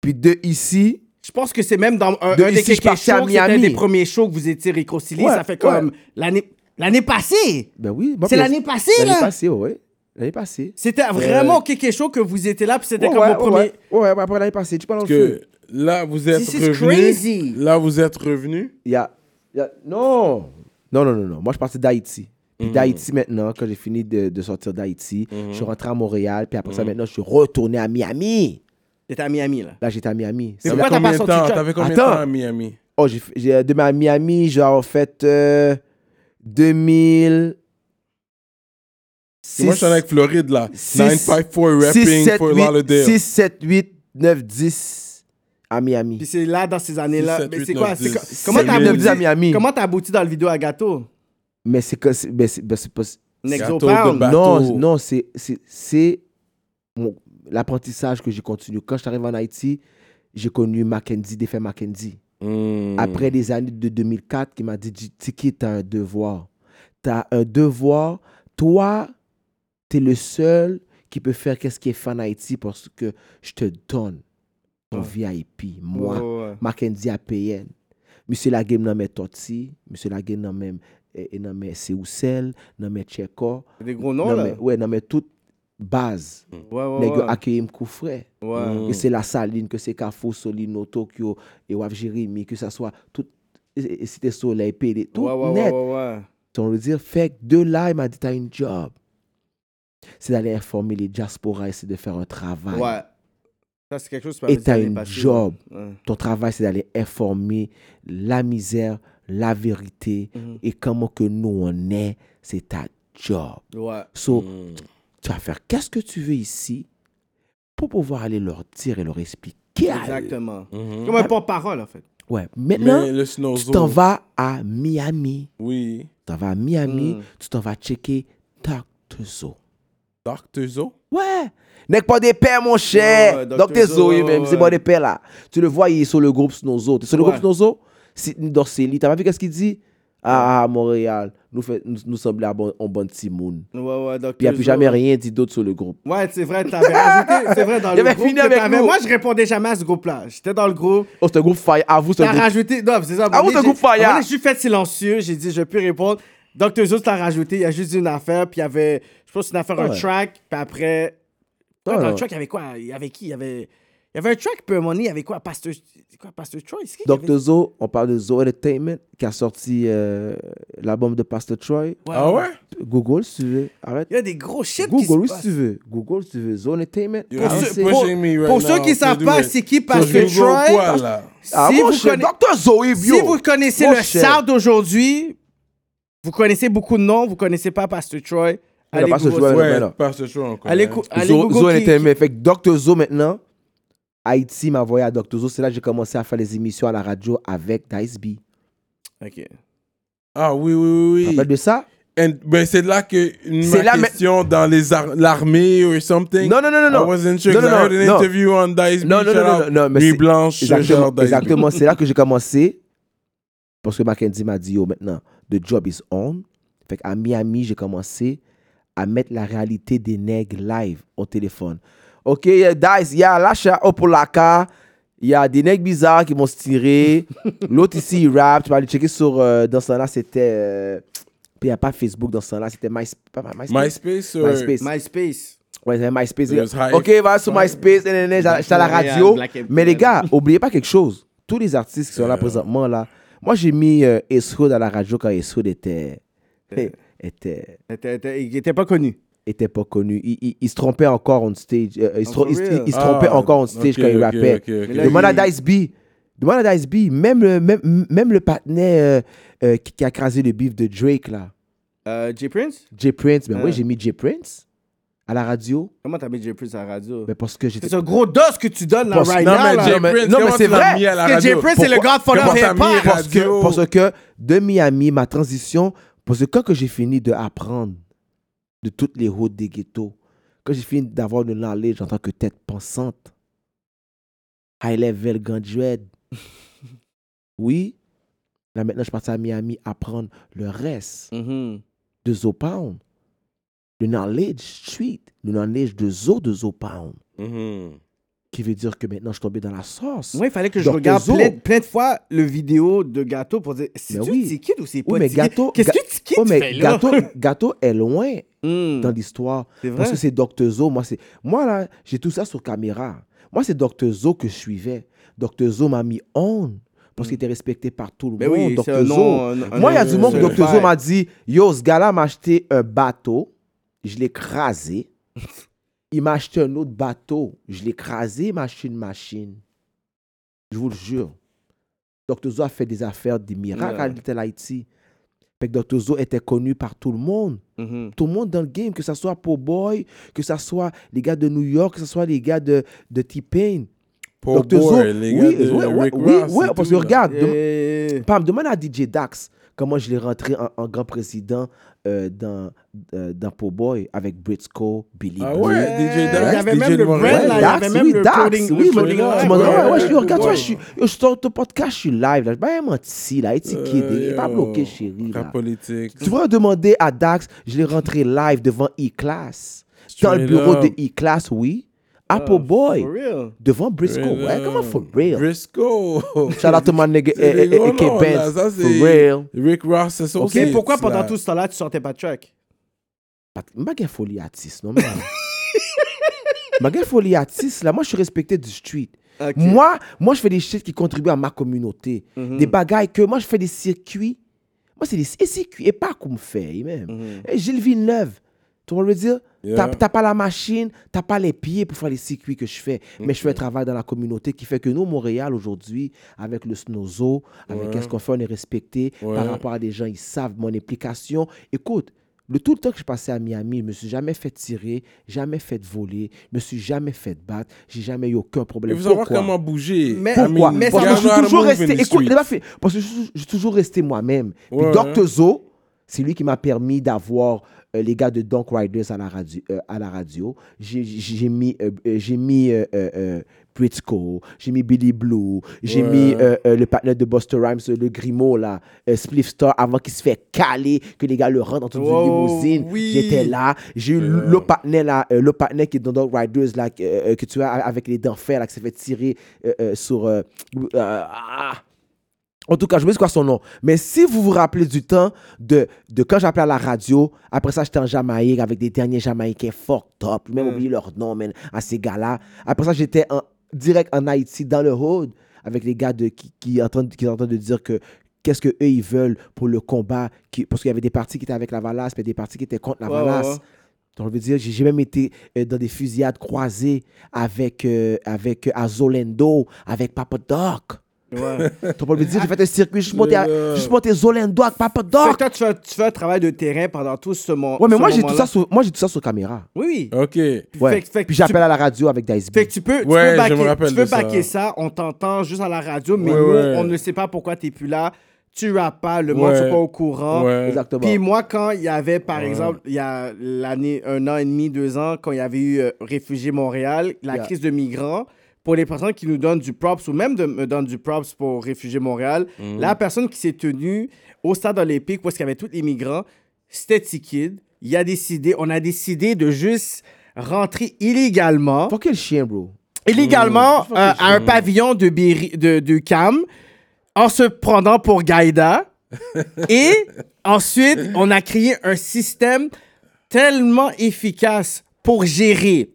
Speaker 4: Puis de ici,
Speaker 5: Je pense que c'est même dans un, un
Speaker 4: De
Speaker 5: des
Speaker 4: ici, je suis
Speaker 5: quelques
Speaker 4: parti à
Speaker 5: shows, c'était un
Speaker 4: Miami.
Speaker 5: des premiers shows que vous étiez réconciliés.
Speaker 4: Ouais,
Speaker 5: ça fait
Speaker 4: ouais.
Speaker 5: comme l'année l'année passée.
Speaker 4: ben oui. moi,
Speaker 5: C'est
Speaker 4: puis-
Speaker 5: l'année passée,
Speaker 4: L'année
Speaker 5: là.
Speaker 4: passée, oui. L'année passée.
Speaker 5: C'était vraiment quelque chose que vous étiez là, puis c'était
Speaker 4: Ouais,
Speaker 5: comme
Speaker 4: ouais,
Speaker 5: vos premiers.
Speaker 4: ouais, ouais, ouais, après l'année passée, tu parles en
Speaker 3: Parce que Là, vous êtes
Speaker 5: This is
Speaker 3: revenu.
Speaker 5: crazy.
Speaker 3: Là, vous êtes revenu.
Speaker 4: Il y a, il y a- Non! Non, non, non, non. Moi, je suis parti d'Haïti. Puis
Speaker 3: Mhm.
Speaker 4: d'Haïti, maintenant, quand j'ai fini de, de sortir d'Haïti, je suis rentré à Montréal. Puis après
Speaker 3: Mhm.
Speaker 4: ça, maintenant, je suis retourné à Miami.
Speaker 5: T'es à Miami, là.
Speaker 4: Là, j'étais à Miami. C'est
Speaker 5: C'est
Speaker 4: là-
Speaker 5: pourquoi t'as pas
Speaker 3: Combien de
Speaker 5: sorti
Speaker 3: temps
Speaker 5: de job?
Speaker 3: T'avais combien de
Speaker 4: Attends.
Speaker 3: temps à Miami
Speaker 4: Oh, j'ai, j'ai, de ma Miami, j'ai en fait euh, 2000.
Speaker 3: Moi, je suis allé avec Floride, là.
Speaker 4: Six-
Speaker 3: 954 rapping for Lauderdale.
Speaker 4: 6, 7, 8, 9, 10 à Miami.
Speaker 5: Puis c'est là, dans ces années-là.
Speaker 3: Six, sept,
Speaker 5: Mais
Speaker 3: huit,
Speaker 5: c'est quoi?
Speaker 3: neuf,
Speaker 5: c'est
Speaker 3: dix.
Speaker 5: co- Comment
Speaker 4: Sept,
Speaker 5: t'as
Speaker 4: huit, neuf,
Speaker 5: abouti,
Speaker 4: dix à Miami.
Speaker 5: Comment t'as abouti dans le vidéo à gâteau?
Speaker 4: Mais c'est que. c'est- Mais c'est, mais c'est pas-
Speaker 5: Nexo
Speaker 3: Gâteau de
Speaker 5: Pound.
Speaker 3: ba-
Speaker 4: non,
Speaker 3: Bateau.
Speaker 4: non, c'est, c'est, c'est mon- l'apprentissage que j'ai continué. Quand je suis arrivé en Haïti, j'ai connu Mackenzie, défait Mackenzie.
Speaker 3: Hmm.
Speaker 4: Après les années de 2004, qui m'a dit J- Tiki, t'as un devoir. T'as un devoir. Toi, t'es le seul qui peut faire qu'est-ce qui est fait en Haïti parce que je te donne ton VIP, moi.
Speaker 5: Ouais, ouais.
Speaker 4: Mackenzie a payé. Monsieur la game nan men Toti, monsieur la game nan men eh, eh, nan men Seousel, nan men Tcheko,
Speaker 5: C'est Des gros noms,
Speaker 4: nan
Speaker 5: Non, là.
Speaker 4: men, ouais, nan men tout baz.
Speaker 5: Ouais, ouais,
Speaker 4: Nèg yo
Speaker 5: ouais.
Speaker 4: accueilli m'kou frère.
Speaker 5: Ouais.
Speaker 4: Que c'est la Saline, que c'est Kafou, Solino, Tokyo, et Waf Jérémy, que ça soit tout eh, eh, Cité Soleil, PD, tout
Speaker 5: Ouais, ouais,
Speaker 4: net.
Speaker 5: ouais, ouais, ouais.
Speaker 4: On veut dire, fait que de là, il m'a dit, t'as une job. C'est d'aller informer les diasporas et c'est de faire un travail.
Speaker 5: Ouais. Ça, c'est quelque chose que
Speaker 4: Et
Speaker 5: m'avais dit
Speaker 4: t'as
Speaker 5: l'année
Speaker 4: une
Speaker 5: passée,
Speaker 4: job.
Speaker 5: ouais. Ouais.
Speaker 4: Ton travail, c'est d'aller informer la misère, la vérité
Speaker 5: Mhm.
Speaker 4: et comment que nous on est. C'est ta job.
Speaker 5: Ouais.
Speaker 4: So, tu vas faire qu'est-ce que tu veux ici pour pouvoir aller leur dire et leur expliquer. à eux.
Speaker 5: Exactement.
Speaker 3: Mhm.
Speaker 5: Comme un porte-parole, en fait.
Speaker 4: Ouais.
Speaker 3: Mm-hmm. Mais
Speaker 4: Maintenant,
Speaker 3: le snow
Speaker 4: tu t'en
Speaker 3: zone.
Speaker 4: vas à Miami.
Speaker 3: Oui.
Speaker 4: Tu t'en vas à Miami.
Speaker 5: Mhm.
Speaker 4: Tu t'en vas checker Dr. Zo.
Speaker 3: Dr. Zo.
Speaker 4: Ouais. N'est pas des pères, mon cher.
Speaker 5: Ouais, ouais,
Speaker 4: Dr.
Speaker 5: Dr. Zo,
Speaker 4: Zo, lui-même,
Speaker 5: ouais,
Speaker 4: c'est pas
Speaker 5: ouais.
Speaker 4: des pères là. Tu le vois, il est sur le groupe Snozo. Tu es sur le
Speaker 5: Ouais.
Speaker 4: groupe Snozo? Sidney Dorcelli. T'as pas vu qu'est-ce qu'il dit? Ah, ah, Montréal, nous, fait, nous, nous sommes là bon, en bon petit monde.
Speaker 5: Ouais, ouais, donc.
Speaker 4: Puis il n'y a
Speaker 5: les
Speaker 4: plus
Speaker 5: autres-
Speaker 4: jamais rien dit d'autre sur le groupe.
Speaker 5: Ouais, c'est vrai, t'avais ajouté. C'est vrai, dans
Speaker 4: Il
Speaker 5: le
Speaker 4: avait
Speaker 5: groupe.
Speaker 4: fini
Speaker 5: que
Speaker 4: avec
Speaker 5: t'avais-
Speaker 4: nous.
Speaker 5: Moi, je répondais jamais à ce groupe-là. J'étais dans le groupe.
Speaker 4: Oh, c'est un groupe fire. Ah, vous, c'est
Speaker 5: T'as
Speaker 4: un groupe.
Speaker 5: rajouté. Non, c'est ça.
Speaker 4: Ah, vous, c'est un groupe fire.
Speaker 5: Après, Je suis fait silencieux. J'ai dit, je peux répondre. Donc, tes autres, t'as rajouté. Il y a juste une affaire. Puis il y avait, je pense, une affaire, un
Speaker 4: Ah Ouais. Ah.
Speaker 5: track. Puis après.
Speaker 4: Ouais,
Speaker 5: dans le
Speaker 4: ouais.
Speaker 5: track, il y avait quoi Il y avait qui Il y avait. Il y avait un track, peu money, il y avait quoi Pasteur. C'est quoi Pasteur Troy C'est qui qui avait-
Speaker 4: Dr. Zo, on parle de Zo Entertainment qui a sorti euh, l'album de Pastor Troy.
Speaker 3: Ah ouais?
Speaker 4: Google, si tu veux. Arrête.
Speaker 5: Il y a des gros shit qui
Speaker 4: Google,
Speaker 5: se
Speaker 4: oui, si
Speaker 5: passent.
Speaker 4: tu veux. Google, si tu veux. Zo Entertainment.
Speaker 3: You're
Speaker 4: Ah,
Speaker 3: pushing
Speaker 4: c'est-
Speaker 5: pour-
Speaker 3: me right
Speaker 5: pour ceux
Speaker 3: now
Speaker 5: qui
Speaker 3: to
Speaker 5: savent
Speaker 3: do
Speaker 5: pas
Speaker 3: it.
Speaker 5: c'est qui
Speaker 3: So,
Speaker 5: Pastor
Speaker 3: je Google
Speaker 5: Troy,
Speaker 3: quoi, là?
Speaker 4: Ah,
Speaker 5: si,
Speaker 4: mon
Speaker 5: vous
Speaker 4: cher,
Speaker 5: conna-
Speaker 4: Dr. Zo, il
Speaker 5: si vous connaissez
Speaker 4: Mon
Speaker 5: le
Speaker 4: cher.
Speaker 5: South d'aujourd'hui, vous connaissez beaucoup de noms, vous connaissez pas Pasteur Troy. Allez,
Speaker 4: Pastor
Speaker 5: Google-
Speaker 4: Troy,
Speaker 3: Ouais,
Speaker 4: là.
Speaker 3: Pastor Troy, on connaît.
Speaker 5: allez, cou- allez
Speaker 4: Zo,
Speaker 5: Google
Speaker 4: Zo
Speaker 5: qui-
Speaker 4: était mais fait que Dr Zo maintenant Haïti m'a envoyé à Dr Zo c'est là que j'ai commencé à faire les émissions à la radio avec Dice B
Speaker 5: Ok.
Speaker 3: Ah oui, oui,
Speaker 4: Tu te
Speaker 3: oui,
Speaker 4: rappelles
Speaker 3: oui.
Speaker 4: de ça
Speaker 3: And- ben, c'est là que une
Speaker 4: C'est
Speaker 3: ma
Speaker 4: là, mais-
Speaker 3: question dans les ar- l'armée or something.
Speaker 4: non non non non
Speaker 3: I
Speaker 4: non
Speaker 3: wasn't sure
Speaker 4: Non,
Speaker 3: 'cause
Speaker 4: non,
Speaker 3: I heard an
Speaker 4: non.
Speaker 3: interview on Ah Dice
Speaker 4: Non,
Speaker 3: B,
Speaker 4: non,
Speaker 3: shout
Speaker 4: non,
Speaker 3: out
Speaker 4: non, non, mais
Speaker 3: Nuit
Speaker 4: c'est-
Speaker 3: Blanche, shout out
Speaker 4: exactement
Speaker 3: Dice B.
Speaker 4: exactement c'est là que j'ai commencé parce que Mackenzie m'a dit yo maintenant the job is on fait qu'à Miami j'ai commencé à mettre la réalité des nègres live au téléphone ok yeah, Dice il y a l'achat au Polaka il y a des nègres bizarres qui vont se tirer l'autre ici il rap tu vas aller checker sur euh, dans ce temps là c'était euh, puis il n'y a pas Facebook dans ce temps là c'était My, pas My- MySpace
Speaker 3: MySpace or-
Speaker 4: MySpace.
Speaker 5: MySpace.
Speaker 4: Ouais, c'est MySpace.
Speaker 3: It was hype.
Speaker 4: Ok, va sur MySpace, nan, nan, nan, j'a- j'étais à la
Speaker 5: Montréal,
Speaker 4: radio.
Speaker 5: Black and
Speaker 4: Mais les
Speaker 5: Blue.
Speaker 4: gars, oubliez pas quelque chose. Tous les artistes qui sont là présentement, là. Moi, j'ai mis euh, Esrod à la radio quand Esrod était, était,
Speaker 5: Il était- était- Il était pas connu.
Speaker 4: était pas connu. Il, il- il se trompait encore on stage. euh, il, se trom-
Speaker 5: Oh, for
Speaker 4: il se-
Speaker 5: real?
Speaker 4: il se trompait
Speaker 3: Ah,
Speaker 4: encore on stage
Speaker 3: ok,
Speaker 4: quand il
Speaker 3: ok,
Speaker 4: rappait.
Speaker 3: ok, ok.
Speaker 5: Mais là,
Speaker 4: Demande
Speaker 5: il-
Speaker 4: à Dice B. Demande à Dice B. Même le, même, même le patinet euh, euh, qui, qui a crasé le bif de Drake, là.
Speaker 5: Euh, J Prince
Speaker 4: J Prince. Ben
Speaker 5: Ah.
Speaker 4: oui, j'ai mis J Prince à la radio.
Speaker 5: Comment t'as mis J Prince à la radio
Speaker 4: Mais parce que j'étais.
Speaker 5: C'est un gros dose que tu donnes là,
Speaker 4: Parce-
Speaker 5: right
Speaker 3: Non,
Speaker 5: now.
Speaker 3: mais
Speaker 5: là.
Speaker 3: Jay
Speaker 4: non, mais-
Speaker 3: Prince,
Speaker 4: non, mais
Speaker 3: comment
Speaker 4: c'est
Speaker 3: tu l'as
Speaker 4: vrai,
Speaker 3: mis à la
Speaker 5: Parce que J
Speaker 3: radio?
Speaker 5: Prince, c'est le
Speaker 4: Pourquoi-
Speaker 5: godfather
Speaker 3: Comment
Speaker 5: of
Speaker 3: t'as mis
Speaker 5: hip-hop.
Speaker 4: parce que,
Speaker 3: radio.
Speaker 4: parce que de Miami, ma transition, parce que quand que j'ai fini de apprendre de toutes les routes des ghettos, quand j'ai fini d'avoir une knowledge en tant que tête pensante, high level graduate, oui, là maintenant je suis parti à Miami apprendre le reste
Speaker 5: Mhm.
Speaker 4: de Zopound, le knowledge street, le knowledge de Zo de Zopound,
Speaker 3: Mhm.
Speaker 4: qui veut dire que maintenant je suis tombé dans la sauce.
Speaker 5: Moi, il fallait que je
Speaker 4: Dr.
Speaker 5: regarde
Speaker 4: Zo.
Speaker 5: plein, plein de fois le vidéo de Gâteau pour dire c'est
Speaker 4: Mais
Speaker 5: tu
Speaker 4: Ben oui.
Speaker 5: Tiki ou c'est pas
Speaker 4: Oui, mais
Speaker 5: Tiki?
Speaker 4: Gâteau-
Speaker 5: Qu'est-ce
Speaker 4: Ga-
Speaker 5: que Tiki
Speaker 4: Oh,
Speaker 5: tu
Speaker 4: mais
Speaker 5: fais Ben là?
Speaker 4: gâteau, gâteau est loin.
Speaker 5: Hmm.
Speaker 4: dans l'histoire.
Speaker 5: C'est
Speaker 4: Parce
Speaker 5: vrai.
Speaker 4: que c'est Dr. Zo. Moi, c'est... moi là, j'ai tout ça sur caméra. Moi, c'est Dr. Zo que je suivais. Dr. Zo m'a mis on parce qu'il était respecté par tout le
Speaker 5: Mm. Ben
Speaker 4: monde.
Speaker 5: oui, c'est un
Speaker 4: Dr. Zo.
Speaker 5: nom, un- un
Speaker 4: Moi, il y a
Speaker 5: nom
Speaker 4: du monde que Dr. Zo
Speaker 5: certified.
Speaker 4: m'a dit Yo, ce gars-là m'a acheté un bateau, je l'ai crasé. Il m'a acheté un autre bateau, je l'ai crasé, machine, machine. Je vous le jure. Dr. Zo a fait des affaires, des miracles à
Speaker 5: Yeah.
Speaker 4: Little Haïti. Fait que Dr. Zo était connu par tout le monde
Speaker 5: Mhm.
Speaker 4: tout le monde dans le game, que ce soit Po Boy, que ce soit les gars de New York, que ce soit les gars de, de T-Pain.
Speaker 3: Pour
Speaker 4: Dr. Zo,
Speaker 3: Boy, les gars
Speaker 4: oui,
Speaker 3: de
Speaker 4: oui, oui,
Speaker 3: Rick
Speaker 4: oui,
Speaker 3: Ross
Speaker 4: oui,
Speaker 3: et
Speaker 4: parce
Speaker 3: tout, là.
Speaker 4: que regarde, dem-
Speaker 5: Yeah.
Speaker 4: Pam, demande à DJ Dax comment je l'ai rentré en, en grand président euh, dans, euh, dans Po Boy avec Briscoe, Billy
Speaker 3: Ah
Speaker 4: Bray.
Speaker 3: ouais, DJ Dax,
Speaker 5: Il y avait
Speaker 3: DJ
Speaker 5: même le
Speaker 3: de Montréal.
Speaker 5: brand, là, il y
Speaker 4: Dax,
Speaker 5: avait même
Speaker 4: oui,
Speaker 5: le
Speaker 4: Dax, oui,
Speaker 5: coding-
Speaker 4: je
Speaker 5: le
Speaker 4: me
Speaker 5: coding
Speaker 4: dis,
Speaker 5: line.
Speaker 4: tu m'as dit, ouais, ouais, je suis,
Speaker 3: ouais,
Speaker 4: regarde,
Speaker 3: ouais.
Speaker 4: toi, je suis, je suis sur ton podcast, je suis live, là, je vais menti, là, étiqueté,
Speaker 5: Euh,
Speaker 4: il est pas bloqué, chérie,
Speaker 3: La
Speaker 4: là.
Speaker 3: Euh, politique.
Speaker 4: Tu vas demander à Dax, je l'ai rentré live devant E-Class.
Speaker 3: Straight
Speaker 4: Dans le bureau
Speaker 3: up. Oh,
Speaker 4: de E-Class, oui. Apple Boy,
Speaker 5: For real.
Speaker 4: devant Briscoe.
Speaker 3: Straight
Speaker 4: Ouais,
Speaker 3: up.
Speaker 4: comment for real?
Speaker 3: Briscoe.
Speaker 4: Shout out to my nigga eh,
Speaker 3: C'est des gros noms,
Speaker 4: AK
Speaker 3: là.
Speaker 4: Benz.
Speaker 3: Ça,
Speaker 4: For
Speaker 3: c'est
Speaker 4: real.
Speaker 3: Rick Ross, c'est ça aussi.
Speaker 5: Et pourquoi
Speaker 3: C'est
Speaker 5: pendant
Speaker 3: la-
Speaker 5: tout ce temps-là, tu sortais pas de track?
Speaker 4: Pat- M'a gen folie artiste, non, man. M'a gen folie artiste, là. Moi, je suis respecté du street.
Speaker 5: Ok.
Speaker 4: Moi, moi, je fais des shit qui contribuent à ma communauté. Des bagailles que moi, je fais des circuits. Moi, c'est des et circuits. Et pas qu'on me fait, même. Et Gilles Villeneuve, tu vois, je veux dire,
Speaker 3: Yeah.
Speaker 4: t'as- t'as pas la machine, t'as pas les pieds pour faire les circuits que je fais. Mais je fais un travail dans la communauté qui fait que nous, Montréal, aujourd'hui, avec le snozo, avec qu'est-ce qu'on fait, on est respecté par rapport à des gens, ils savent mon implication. Écoute, le tout le temps que je passais à Miami, je me suis jamais fait tirer, jamais fait voler, je me suis jamais fait battre, j'ai jamais eu aucun
Speaker 3: Il
Speaker 4: problème.
Speaker 3: faut savoir
Speaker 4: Pourquoi?
Speaker 3: comment bouger.
Speaker 5: Mais-
Speaker 4: Pourquoi
Speaker 5: Mais
Speaker 4: Parce
Speaker 5: ça
Speaker 4: que
Speaker 5: va-
Speaker 4: je suis
Speaker 3: Y'all
Speaker 4: toujours
Speaker 3: gotta move in
Speaker 4: resté.
Speaker 3: the
Speaker 4: Écoute,
Speaker 3: street.
Speaker 4: les affaires- parce que je suis je suis toujours resté moi-même. Puis
Speaker 3: Ouais,
Speaker 4: Dr.
Speaker 3: ouais.
Speaker 4: Zo, c'est lui qui m'a permis d'avoir euh, les gars de Donk Riders à la radio. euh, à la radio. J'ai- J'ai j'ai mis, euh, euh, j'ai mis euh, euh, euh, Britco, j'ai mis Billy Blue, j'ai
Speaker 3: Ouais.
Speaker 4: mis euh, euh, le partenaire de Buster Rhymes, euh, le Grimaud, là, euh, Spliff Star, avant qu'il se fait caler, que les gars le rentrent en dessous
Speaker 5: Oh,
Speaker 4: d'une limousine.
Speaker 5: oui.
Speaker 4: J'étais là. J'ai eu le partenaire, là, euh, le partenaire qui est dans Dog Riders, là, que, euh, que tu as avec les dents fer, là, qui s'est fait tirer euh, euh, sur. euh, euh, ah. en tout cas, je me sais quoi son nom. Mais si vous vous rappelez du temps de, de quand j'appelais à la radio, après ça, j'étais en Jamaïque avec des derniers Jamaïcains fucked up. J'ai
Speaker 5: Mm.
Speaker 4: même oublié leur nom, man, à ces gars-là. Après ça, j'étais en, direct en Haïti, dans le hood, avec les gars de, qui, qui, en train de- qui sont en train de dire que qu'est-ce que eux ils veulent pour le combat. qui- parce qu'il y avait des partis qui étaient avec la Valasse, puis des partis qui étaient contre la
Speaker 5: Ouais, ouais,
Speaker 4: Valasse.
Speaker 5: ouais.
Speaker 4: Donc, je veux dire, j'ai j'ai même été euh, dans des fusillades croisées avec, euh, avec euh, Azolendo, avec Papa Doc.
Speaker 5: Ouais.
Speaker 4: Tu peux me dire, j'ai fait un circuit, je suis monté, à-
Speaker 3: Euh.
Speaker 4: je suis monté Zolendo avec Papa
Speaker 5: Fait que
Speaker 4: Doc.
Speaker 5: toi, tu fais, tu fais un travail de terrain pendant tout ce moment.
Speaker 4: Ouais, mais
Speaker 5: Ah! ce
Speaker 4: moi j'ai, tout
Speaker 5: moment-là.
Speaker 4: ça sur, moi, j'ai tout ça sur caméra.
Speaker 5: Oui, oui.
Speaker 3: Ok.
Speaker 4: Ouais.
Speaker 5: que- fait
Speaker 4: Puis
Speaker 5: que tu-
Speaker 4: j'appelle à la radio avec Dice B.
Speaker 5: Fait que tu peux, tu
Speaker 3: Ouais,
Speaker 5: peux
Speaker 3: je
Speaker 5: baquer,
Speaker 3: me rappelle
Speaker 5: tu peux
Speaker 3: de ça.
Speaker 5: baquer ça. on t'entend juste à la radio, mais
Speaker 3: Ouais,
Speaker 5: nous,
Speaker 3: ouais.
Speaker 5: on ne sait pas pourquoi t'es plus là. Tu rappes pas, le monde n'est
Speaker 3: Ouais.
Speaker 5: pas au
Speaker 4: Ah,
Speaker 5: courant.
Speaker 3: Ouais.
Speaker 4: Exactement.
Speaker 5: euh, Puis moi, quand il y avait, par exemple, il y a l'année, un an et demi, deux ans, quand il y avait eu euh, Réfugiés Montréal, la
Speaker 4: Yeah.
Speaker 5: crise de migrants, pour les personnes qui nous donnent du props ou même de, me donnent du props pour Réfugiés Montréal,
Speaker 3: Mhm.
Speaker 5: la personne qui s'est tenue au stade olympique où est-ce qu'il y avait tous les migrants, c'était Tikid. Il a décidé, on a décidé de juste rentrer illégalement
Speaker 4: Fuck quel chien, bro. Oh,
Speaker 5: illégalement euh, à un pavillon de, Berry- de, de Cam en se prenant pour Gaïda. Et ensuite, on a créé un système tellement efficace pour gérer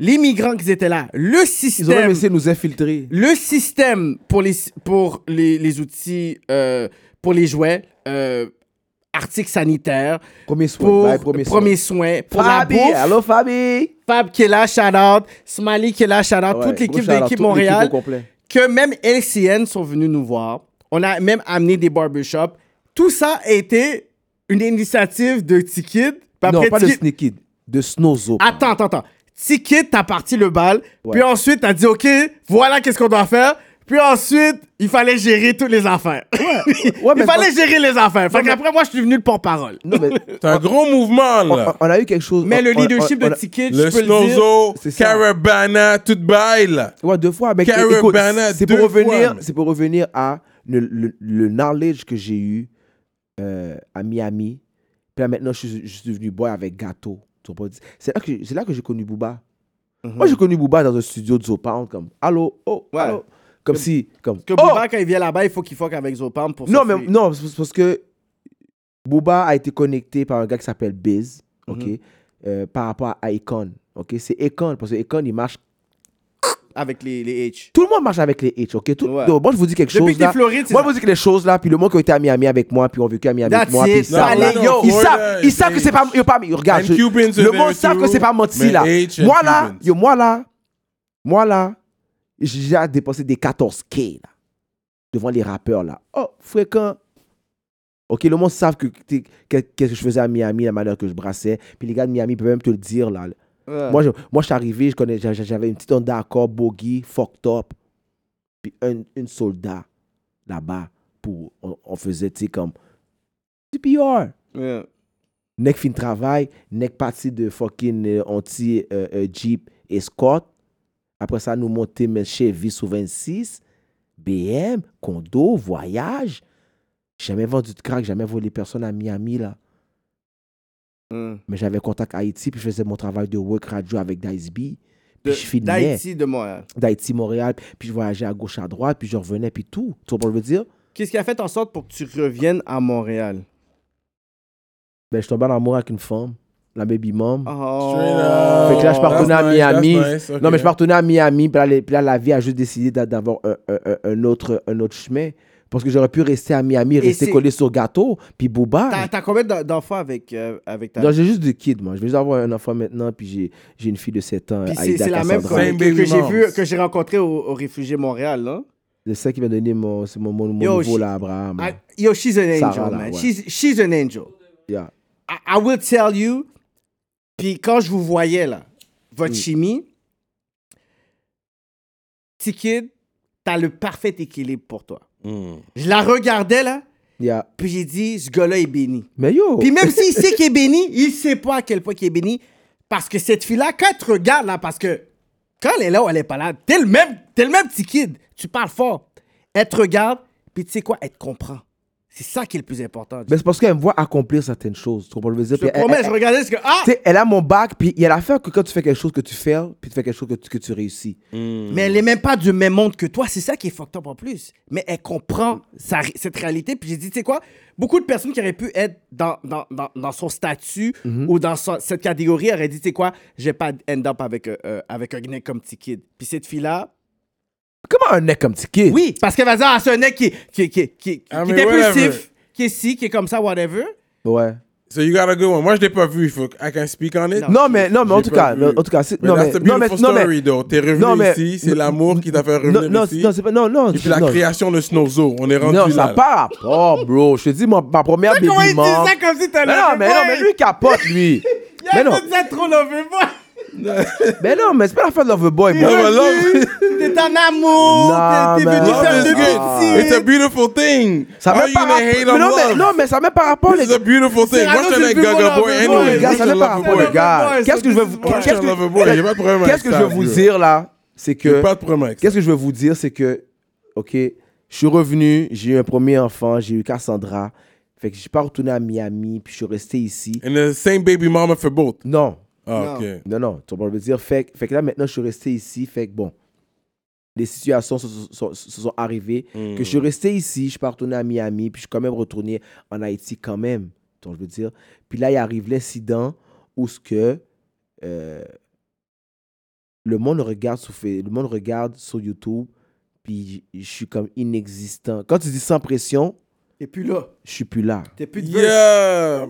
Speaker 5: les migrants qui étaient là, le
Speaker 4: Ils ont même
Speaker 5: système,
Speaker 4: essayé de nous infiltrer.
Speaker 5: le système pour les, pour les, les outils, euh, pour les jouets, euh, articles sanitaires,
Speaker 4: Premier soin.
Speaker 5: pour
Speaker 4: bye,
Speaker 5: premiers
Speaker 4: ben, premier
Speaker 5: soins,
Speaker 4: soin.
Speaker 5: pour la
Speaker 4: Fabi,
Speaker 5: bouffe,
Speaker 4: allô Fabi.
Speaker 5: Fab qui est là, shout-out, Smiley qui est là, shout-out,
Speaker 4: Ouais,
Speaker 5: toute l'équipe
Speaker 4: gros shout-out, toute
Speaker 5: d'équipe
Speaker 4: l'équipe
Speaker 5: Montréal
Speaker 4: au complet.
Speaker 5: que même LCN sont venus nous voir. On a même amené des barbershops. Tout ça a été une initiative de Tikid. Puis
Speaker 4: Non,
Speaker 5: après, Ah,
Speaker 4: pas de
Speaker 5: Tikid-
Speaker 4: Sneaky, de Snowzo.
Speaker 5: Attends, attends, attends. Tikid, t'as parti le bal. Puis ensuite, t'as dit, OK, voilà qu'est-ce qu'on doit faire. Puis ensuite, il fallait gérer toutes les affaires.
Speaker 4: ouais, mais
Speaker 5: il fallait gérer les affaires. Fait qu'après, moi, je suis venu le porte-parole.
Speaker 4: Non, mais
Speaker 3: C'est un gros mouvement,
Speaker 4: on,
Speaker 3: là.
Speaker 4: on a eu quelque chose.
Speaker 5: Mais
Speaker 4: on-
Speaker 5: le
Speaker 4: on-
Speaker 5: leadership
Speaker 4: on- on
Speaker 5: de
Speaker 4: a-
Speaker 5: Tikid, je
Speaker 3: Le
Speaker 5: peux le dire.
Speaker 3: Snozo,
Speaker 4: c'est ça.
Speaker 3: Carabana, tout bail, là.
Speaker 4: Ouais, deux fois. Mais
Speaker 3: Carol
Speaker 4: écoute,
Speaker 3: Burnett,
Speaker 4: c'est
Speaker 3: deux
Speaker 4: pour
Speaker 3: fois,
Speaker 4: revenir,
Speaker 3: mais-
Speaker 4: c'est pour revenir à le, le- le knowledge que j'ai eu euh, à Miami. Puis là, maintenant, je suis, je suis devenu boy avec Gâteau. Tu comprends? C'est là que c'est là que j'ai connu Booba. Moi, j'ai connu Booba dans un studio de Zopound comme allô, oh,
Speaker 5: Mhm. Ouais.
Speaker 4: allô, comme si, comme
Speaker 5: Que
Speaker 4: oh!
Speaker 5: Bouba, quand il vient là-bas, il faut qu'il fuck avec Zopam pour
Speaker 4: Non,
Speaker 5: se
Speaker 4: mais
Speaker 5: faire-
Speaker 4: non, c'est parce que Booba a été connecté par un gars qui s'appelle Biz,
Speaker 5: Mhm.
Speaker 4: ok, euh, par rapport à Icon, ok. C'est Icon parce que Icon il marche
Speaker 5: avec les, les H.
Speaker 4: Tout le monde marche avec les H, ok? Tout,
Speaker 5: Ouais.
Speaker 4: Donc, moi, je vous dis quelque
Speaker 5: Depuis
Speaker 4: chose.
Speaker 5: que t'es
Speaker 4: là.
Speaker 5: Floride, c'est
Speaker 4: Moi,
Speaker 5: ça.
Speaker 4: je vous dis que les choses là, puis le monde qui a été à Miami avec moi, puis ont vécu à Miami avec
Speaker 5: That's
Speaker 4: moi,
Speaker 5: it.
Speaker 4: puis ils savent. là.
Speaker 5: Allez, yo,
Speaker 4: Ils
Speaker 3: ouais,
Speaker 4: savent, ils
Speaker 3: ouais,
Speaker 4: savent que
Speaker 3: H.
Speaker 4: c'est pas. yo, pas yo, regarde,
Speaker 3: And
Speaker 4: je-
Speaker 3: Cubans are
Speaker 4: le
Speaker 3: there
Speaker 4: monde savent
Speaker 3: too,
Speaker 4: que c'est pas menti
Speaker 3: mais
Speaker 4: là.
Speaker 3: H and
Speaker 4: Moi là,
Speaker 3: Cubans.
Speaker 4: yo, moi là, moi là, j'ai déjà dépensé des 14K là, devant les rappeurs là. Oh, fréquent. Ok, le monde savent que t'es- que- qu'est-ce que je faisais à Miami, la manière que je brassais. Puis les gars de Miami peuvent même te le dire là.
Speaker 5: Ouais.
Speaker 4: Moi, je, moi, je suis arrivé, je connais- j'a- j'avais une petite Honda Accord, Bogey, fucked up. Puis un- une soldat là-bas. Pour, on, on faisait, tu sais, comme CPR.
Speaker 5: Ouais.
Speaker 4: Nec fin de travail, nec parti de fucking euh, anti euh, euh, Jeep Escort. Après ça, nous monter mes Chevy sous 26, BM, condo, voyage. J'ai Jamais vendu de crack, jamais volé personne à Miami, là.
Speaker 5: Mm.
Speaker 4: Mais j'avais contact Haïti, puis je faisais mon travail de work radio avec Dice B.
Speaker 5: De-
Speaker 4: Puis je filmais.
Speaker 5: D'Haïti, de Montréal.
Speaker 4: d'Haïti, Montréal, puis je voyageais à gauche, à droite, puis je revenais, puis tout. Tu vois ce que je veux dire?
Speaker 5: Qu'est-ce qui a fait en sorte pour que tu reviennes à Montréal?
Speaker 4: Ben, je tombais en amour avec une femme, la baby mom.
Speaker 5: Oh.
Speaker 3: Straight up.
Speaker 4: Fait que là, je partais à
Speaker 3: That's nice, that's
Speaker 4: Miami.
Speaker 3: nice, ok.
Speaker 4: Non, mais je partais à Miami, puis là, les- puis là, la vie a juste décidé d'a- d'avoir un, un- un- un autre, un autre chemin. Parce que j'aurais pu rester à Miami, rester
Speaker 5: c'est-
Speaker 4: collé sur gâteau, puis Booba.
Speaker 5: T'as t'as combien d'en- d'enfants avec, euh, avec ta...
Speaker 4: Non, j'ai juste deux kids, moi. Je vais juste avoir un enfant maintenant, puis j'ai- j'ai une fille de 7 ans,
Speaker 5: Puis c'est
Speaker 4: Aïda
Speaker 5: c'est la même que,
Speaker 4: Cassandra.
Speaker 3: Same
Speaker 5: que- que
Speaker 3: baby
Speaker 5: j'ai
Speaker 3: moms.
Speaker 5: vu, que j'ai rencontré au, au réfugié Montréal, là.
Speaker 4: C'est ça qui m'a donné mon, c'est mon, mon, mon
Speaker 5: Yo,
Speaker 4: nouveau,
Speaker 5: she-
Speaker 4: là, Abraham.
Speaker 5: I- Ah, yo, she's an angel,
Speaker 4: Sarah, là,
Speaker 5: man.
Speaker 4: ouais.
Speaker 5: She's, she's an angel.
Speaker 4: Yeah.
Speaker 5: I, I will tell you. Puis quand je vous voyais là, votre chimie, petit kid, t'as le parfait équilibre pour toi.
Speaker 3: Mm,
Speaker 5: Je la regardais là,
Speaker 4: Yeah.
Speaker 5: puis j'ai dit, ce gars-là est béni.
Speaker 4: Mais yo!
Speaker 5: Puis même s'il sait qu'il est béni, il sait pas à quel point qu'il est béni. Parce que cette fille-là, quand elle te regarde là, parce que quand elle est là ou elle est pas là, t'es le même, t'es le même petit kid. Tu parles fort. Elle te regarde, puis tu sais quoi, elle te comprend. C'est ça qui est le plus important.
Speaker 4: Mais ben, c'est parce qu'elle me voit accomplir certaines choses. Tu comprends ce que je veux dire?
Speaker 5: je
Speaker 4: Puis
Speaker 5: te
Speaker 4: elle-
Speaker 5: promets,
Speaker 4: elle-
Speaker 5: je regardais ce que. Ah!
Speaker 4: Tu sais, elle a mon bac, puis il y a l'affaire que quand tu fais quelque chose que tu fais, puis tu fais quelque chose que tu, que tu réussis.
Speaker 3: mm.
Speaker 5: Mais elle est même pas du même monde que toi. C'est ça qui est fucked up en plus. Mais elle comprend sa ré- cette réalité. Puis j'ai dit, tu sais quoi, beaucoup de personnes qui auraient pu être dans, dans, dans, dans son statut
Speaker 4: Mhm.
Speaker 5: ou dans son- cette catégorie auraient dit, tu sais quoi, je vais pas end up avec, euh, euh, avec un gars comme petit kid. Puis cette fille-là,
Speaker 4: Comment un mec comme petit kid?
Speaker 5: oui, parce qu'elle va dire, ah, c'est un mec qui, qui, qui, qui, qui,
Speaker 3: Ah,
Speaker 5: qui
Speaker 3: mais
Speaker 5: est
Speaker 3: whatever.
Speaker 5: impulsif, qui est ci, qui est comme ça, whatever.
Speaker 4: Ouais.
Speaker 3: So you got a good one. Moi, je l'ai pas vu. Faut, I can speak on it.
Speaker 4: Non, mais, non, mais en
Speaker 3: J'ai
Speaker 4: tout
Speaker 3: pas
Speaker 4: cas,
Speaker 3: vu.
Speaker 4: en tout cas, c'est-
Speaker 3: Mais
Speaker 4: non, mais,
Speaker 3: that's a
Speaker 4: non, mais,
Speaker 3: beautiful
Speaker 4: non, mais,
Speaker 3: story, though. T'es revenu
Speaker 4: non, mais-
Speaker 3: ici, c'est l'amour qui t'a fait
Speaker 4: non,
Speaker 3: revenir
Speaker 4: non,
Speaker 3: ici.
Speaker 4: non, c'est pas, non, non,
Speaker 3: Et puis la
Speaker 4: non.
Speaker 3: création de Snowzo, on est rendu
Speaker 4: Non,
Speaker 3: là.
Speaker 4: ça
Speaker 3: là.
Speaker 4: part. Oh, bro, je te dis, ma, ma première baby
Speaker 5: Comment il dit
Speaker 4: mom.
Speaker 5: ça comme si t'as
Speaker 4: mais non, mais non, mais lui capote, lui. mais non,
Speaker 5: ça trop loveboy.
Speaker 4: mais non, mais c'est pas la fin de Love Boy,
Speaker 3: Non,
Speaker 4: bro.
Speaker 3: mais love-
Speaker 5: T'es en amour.
Speaker 4: Non,
Speaker 5: t'es- t'es
Speaker 4: mais
Speaker 5: venu
Speaker 4: non,
Speaker 3: love
Speaker 5: faire
Speaker 3: is
Speaker 5: des
Speaker 3: good. It's
Speaker 5: bêtises.
Speaker 3: a beautiful thing.
Speaker 4: Ça
Speaker 3: How
Speaker 4: met
Speaker 3: you
Speaker 4: pas
Speaker 3: gonna
Speaker 4: rapport.
Speaker 3: hate
Speaker 4: Mais
Speaker 3: on
Speaker 4: non, mais,
Speaker 3: love?
Speaker 4: non, mais ça met pas rapport, les
Speaker 3: It's a
Speaker 4: gars.
Speaker 3: beautiful
Speaker 5: C'est
Speaker 3: thing. Moi, je suis
Speaker 5: un
Speaker 3: un
Speaker 5: autre film,
Speaker 3: gaga
Speaker 5: on
Speaker 3: boy
Speaker 5: l'a
Speaker 4: Non,
Speaker 5: vu,
Speaker 3: anyway.
Speaker 4: les gars,
Speaker 3: Moi,
Speaker 4: ça
Speaker 3: je
Speaker 4: met
Speaker 3: suis
Speaker 4: pas
Speaker 3: un
Speaker 4: rapport,
Speaker 3: lover
Speaker 4: les
Speaker 3: boy.
Speaker 4: gars. Qu'est-ce que je vais vous,
Speaker 3: Moi, je suis
Speaker 4: qu'est-ce
Speaker 3: un lover boy. J'ai pas de problème
Speaker 4: que,
Speaker 3: avec
Speaker 4: qu'est-ce que
Speaker 3: ça,
Speaker 4: je vais vous
Speaker 3: bro.
Speaker 4: dire là? C'est
Speaker 3: J'ai
Speaker 4: que.
Speaker 3: pas de problème avec ça.
Speaker 4: Qu'est-ce que je veux vous dire, c'est que, OK, je suis revenu, j'ai eu un premier enfant, j'ai eu Cassandra. Fait que je suis pas retourné à Miami, puis je suis resté ici.
Speaker 3: And the same baby mama for both.
Speaker 4: Non,
Speaker 3: Ah, ok.
Speaker 4: non, non, tu vas me dire, fait, que- fait que là, maintenant, je suis resté ici, fait que bon, les situations se se- se- se sont, arrivées,
Speaker 3: Mm.
Speaker 4: que je suis resté ici, je suis pas retourné à Miami, puis je suis quand même retourné en Haïti quand même, tu vois, je veux dire. Puis là, il arrive l'incident où ce que euh, le monde regarde sur Fa- le monde regarde sur YouTube, puis je je suis comme inexistant. Quand tu dis sans pression,
Speaker 5: Et puis là,
Speaker 4: je suis plus là.
Speaker 5: t'es plus de verse.
Speaker 3: Yeah.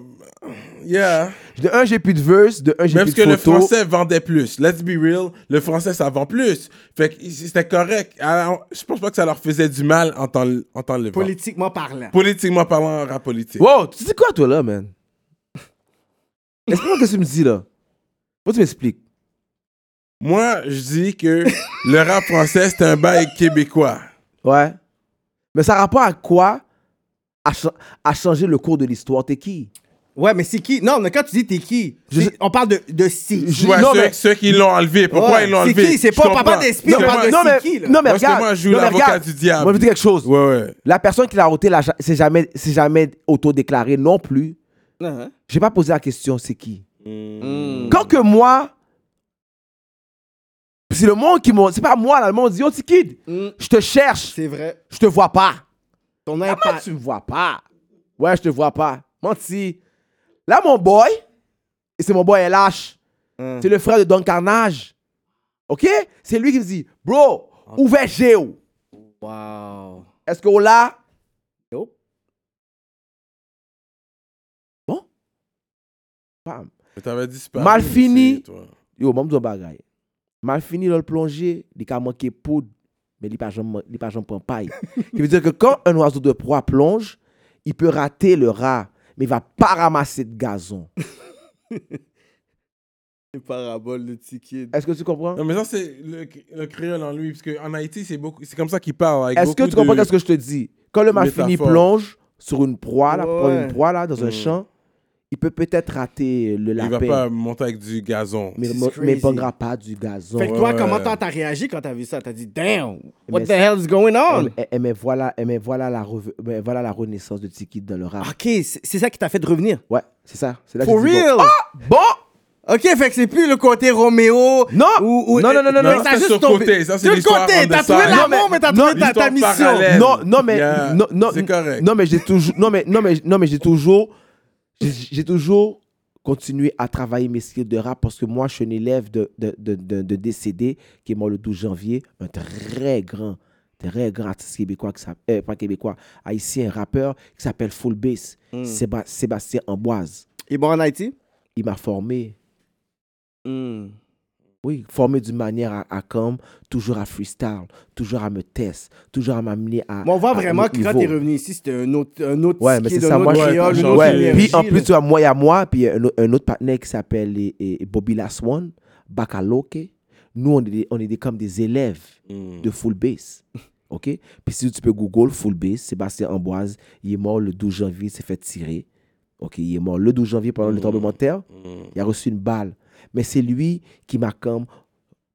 Speaker 3: Yeah.
Speaker 4: De un, j'ai plus de verse, de un, j'ai
Speaker 3: Même
Speaker 4: plus
Speaker 3: parce
Speaker 4: de
Speaker 3: que le
Speaker 4: photos.
Speaker 3: français vendait plus. Let's be real, le français ça vend plus. Fait que c'était correct. Alors, je pense pas que ça leur faisait du mal en temps, en temps le vent.
Speaker 5: Politiquement parlant.
Speaker 3: Politiquement parlant, rap politique.
Speaker 4: Wow, tu dis quoi, toi, là, man? Explique-moi ce que tu me dis, là. Faut que tu m'expliques.
Speaker 3: Moi, je dis que le rap français c'est un bail québécois.
Speaker 4: Ouais. Mais ça a rapport à quoi? À, cha- à changer le cours de l'histoire. T'es qui?
Speaker 5: Ouais, mais c'est qui Non, mais quand tu dis t'es qui
Speaker 4: Je-
Speaker 5: c'est- On parle de, de si.
Speaker 4: Je-
Speaker 3: Ouais,
Speaker 4: non,
Speaker 3: ceux,
Speaker 4: mais-
Speaker 3: ceux qui l'ont enlevé, pourquoi
Speaker 5: Ouais,
Speaker 3: ils l'ont
Speaker 5: c'est
Speaker 3: enlevé
Speaker 5: qui? C'est
Speaker 3: Je
Speaker 5: pas papa
Speaker 3: comprends.
Speaker 5: d'esprit,
Speaker 3: Non,
Speaker 5: on parle
Speaker 3: mais-
Speaker 5: de-
Speaker 4: non, mais,
Speaker 5: c'est qui, là?
Speaker 4: non, mais
Speaker 3: Parce que
Speaker 4: regarde.
Speaker 3: moi, je joue
Speaker 4: non, mais
Speaker 3: l'avocat
Speaker 4: regarde.
Speaker 3: du diable.
Speaker 4: Moi, je veux dire quelque chose.
Speaker 3: Ouais, ouais.
Speaker 4: La personne qui l'a ôté, la cha- c'est jamais, c'est jamais autodéclaré non plus.
Speaker 5: Uh-huh.
Speaker 4: J'ai pas posé la question, c'est qui?
Speaker 5: Mm.
Speaker 4: Quand que moi, c'est le monde qui m'a. C'est pas moi, là, le monde dit, oh, t'es qui?
Speaker 5: Mm.
Speaker 4: Je te cherche,
Speaker 5: C'est vrai.
Speaker 4: je te vois pas.
Speaker 5: Ton
Speaker 4: Comment
Speaker 5: impact.
Speaker 4: tu me vois pas? Ouais, je te vois pas. Menti. Là, mon boy, et c'est mon boy LH,
Speaker 5: Hein.
Speaker 4: c'est le frère de Don Carnage. OK? C'est lui qui me dit, bro, ouvert Géo.
Speaker 5: Wow.
Speaker 4: Est-ce qu'on l'a?
Speaker 5: Nope.
Speaker 4: Bon? Bam.
Speaker 3: Mais t'avais disparu.
Speaker 4: Mal
Speaker 3: aussi,
Speaker 4: fini.
Speaker 3: toi.
Speaker 4: Yo, mwen mdou bagay. Mal fini lò plonje, li ka manke poud, men li pa jom, man- li pa jom pren paille. Qui veut dire que quand un oiseau de proie plonge, il peut rater le rat, mais il va pas ramasser de gazon.
Speaker 5: Une parabole de ticket.
Speaker 4: Est-ce que tu comprends?
Speaker 3: Non, mais ça, c'est le, le créole en lui. Parce qu'en Haïti, c'est beaucoup- c'est comme ça qu'il parle. avec
Speaker 4: Est-ce que
Speaker 3: beaucoup
Speaker 4: tu comprends
Speaker 3: de-
Speaker 4: ce que je te dis Quand le Malfini
Speaker 3: métaphores.
Speaker 4: plonge sur une proie, là, pour prendre
Speaker 5: Ouais.
Speaker 4: une proie là, dans un
Speaker 3: Mm.
Speaker 4: champ, il peut peut-être rater euh, le
Speaker 3: Il va
Speaker 4: lapin,
Speaker 3: pas monter avec du gazon.
Speaker 4: mais
Speaker 5: This is
Speaker 4: mais il
Speaker 5: crazy.
Speaker 4: prendra pas du gazon.
Speaker 5: Fait que
Speaker 3: Ouais,
Speaker 5: toi,
Speaker 3: ouais.
Speaker 5: comment t'as t'as réagi quand t'as vu ça? T'as dit, damn, what
Speaker 4: Mais
Speaker 5: the
Speaker 4: c'est-
Speaker 5: hell is going
Speaker 4: Eh,
Speaker 5: on?
Speaker 4: mais- eh, mais voilà, eh, mais voilà la reve- mais voilà la renaissance de Tiki dans le rap.
Speaker 5: Ok, c'est c'est ça qui t'a fait de revenir.
Speaker 4: Ouais, c'est ça. C'est là que
Speaker 5: Ah. For
Speaker 4: je dis, bon.
Speaker 5: real?
Speaker 4: Bon,
Speaker 5: Ok, fait que c'est plus le côté Roméo.
Speaker 4: Non.
Speaker 5: ou, ou-
Speaker 4: Non, non, non, non, non,
Speaker 5: Fait que t'as
Speaker 3: ça,
Speaker 5: juste
Speaker 3: c'est le
Speaker 5: tombé.
Speaker 3: côté, ça, c'est
Speaker 5: le
Speaker 3: l'histoire
Speaker 5: côté,
Speaker 3: on
Speaker 5: T'as
Speaker 3: the
Speaker 5: trouvé
Speaker 3: side.
Speaker 5: l'amour,
Speaker 4: Ah, Non,
Speaker 5: Ah, mais t'as
Speaker 4: non,
Speaker 5: trouvé ta, ta
Speaker 3: l'histoire
Speaker 5: mission.
Speaker 3: parallèle.
Speaker 4: non, non mais
Speaker 3: Yeah,
Speaker 4: non, non,
Speaker 3: c'est correct.
Speaker 4: non mais j'ai toujours non mais non mais non mais j'ai toujours j'ai- j'ai toujours continué à travailler mes skills de rap parce que moi je suis un élève de de, de, de- de décédé qui est mort le 12 janvier, un très grand très grand artiste québécois qui s'appelle euh, pas québécois, haïtien rappeur qui s'appelle Full Bass,
Speaker 5: Mm.
Speaker 4: Séba- Sébastien Amboise.
Speaker 5: Il est bon en Haïti?
Speaker 4: Il m'a formé
Speaker 5: Hmm.
Speaker 4: Oui, formé d'une manière à, à comme, toujours à freestyle, toujours à me test, toujours à m'amener à.
Speaker 5: Mais on voit
Speaker 4: à un
Speaker 5: vraiment
Speaker 4: autre
Speaker 5: que quand
Speaker 4: Ah, niveau.
Speaker 5: t'es revenu ici, c'était un autre, un autre
Speaker 4: Ouais, mais
Speaker 5: ticket
Speaker 4: c'est ça,
Speaker 5: d'un
Speaker 4: moi
Speaker 5: autre
Speaker 4: je
Speaker 3: ouais,
Speaker 5: créole, une
Speaker 3: ouais.
Speaker 5: autre
Speaker 3: Ouais,
Speaker 4: Ouais,
Speaker 5: énergie,
Speaker 4: puis en
Speaker 5: là.
Speaker 4: plus, tu as moi et à moi, puis un, au- un autre partenaire qui s'appelle eh, eh, Bobby Laswan, Bakaloke. Nous, on est, des- on est des- comme des élèves
Speaker 3: Mm.
Speaker 4: de Full Bass. OK? Puis si tu peux Google Full Bass, Sébastien Amboise, il est mort le 12 janvier, il s'est fait tirer. OK? Il est mort le 12 janvier pendant le tremblement de terre. Il a reçu une balle. Mais c'est lui qui m'a comme.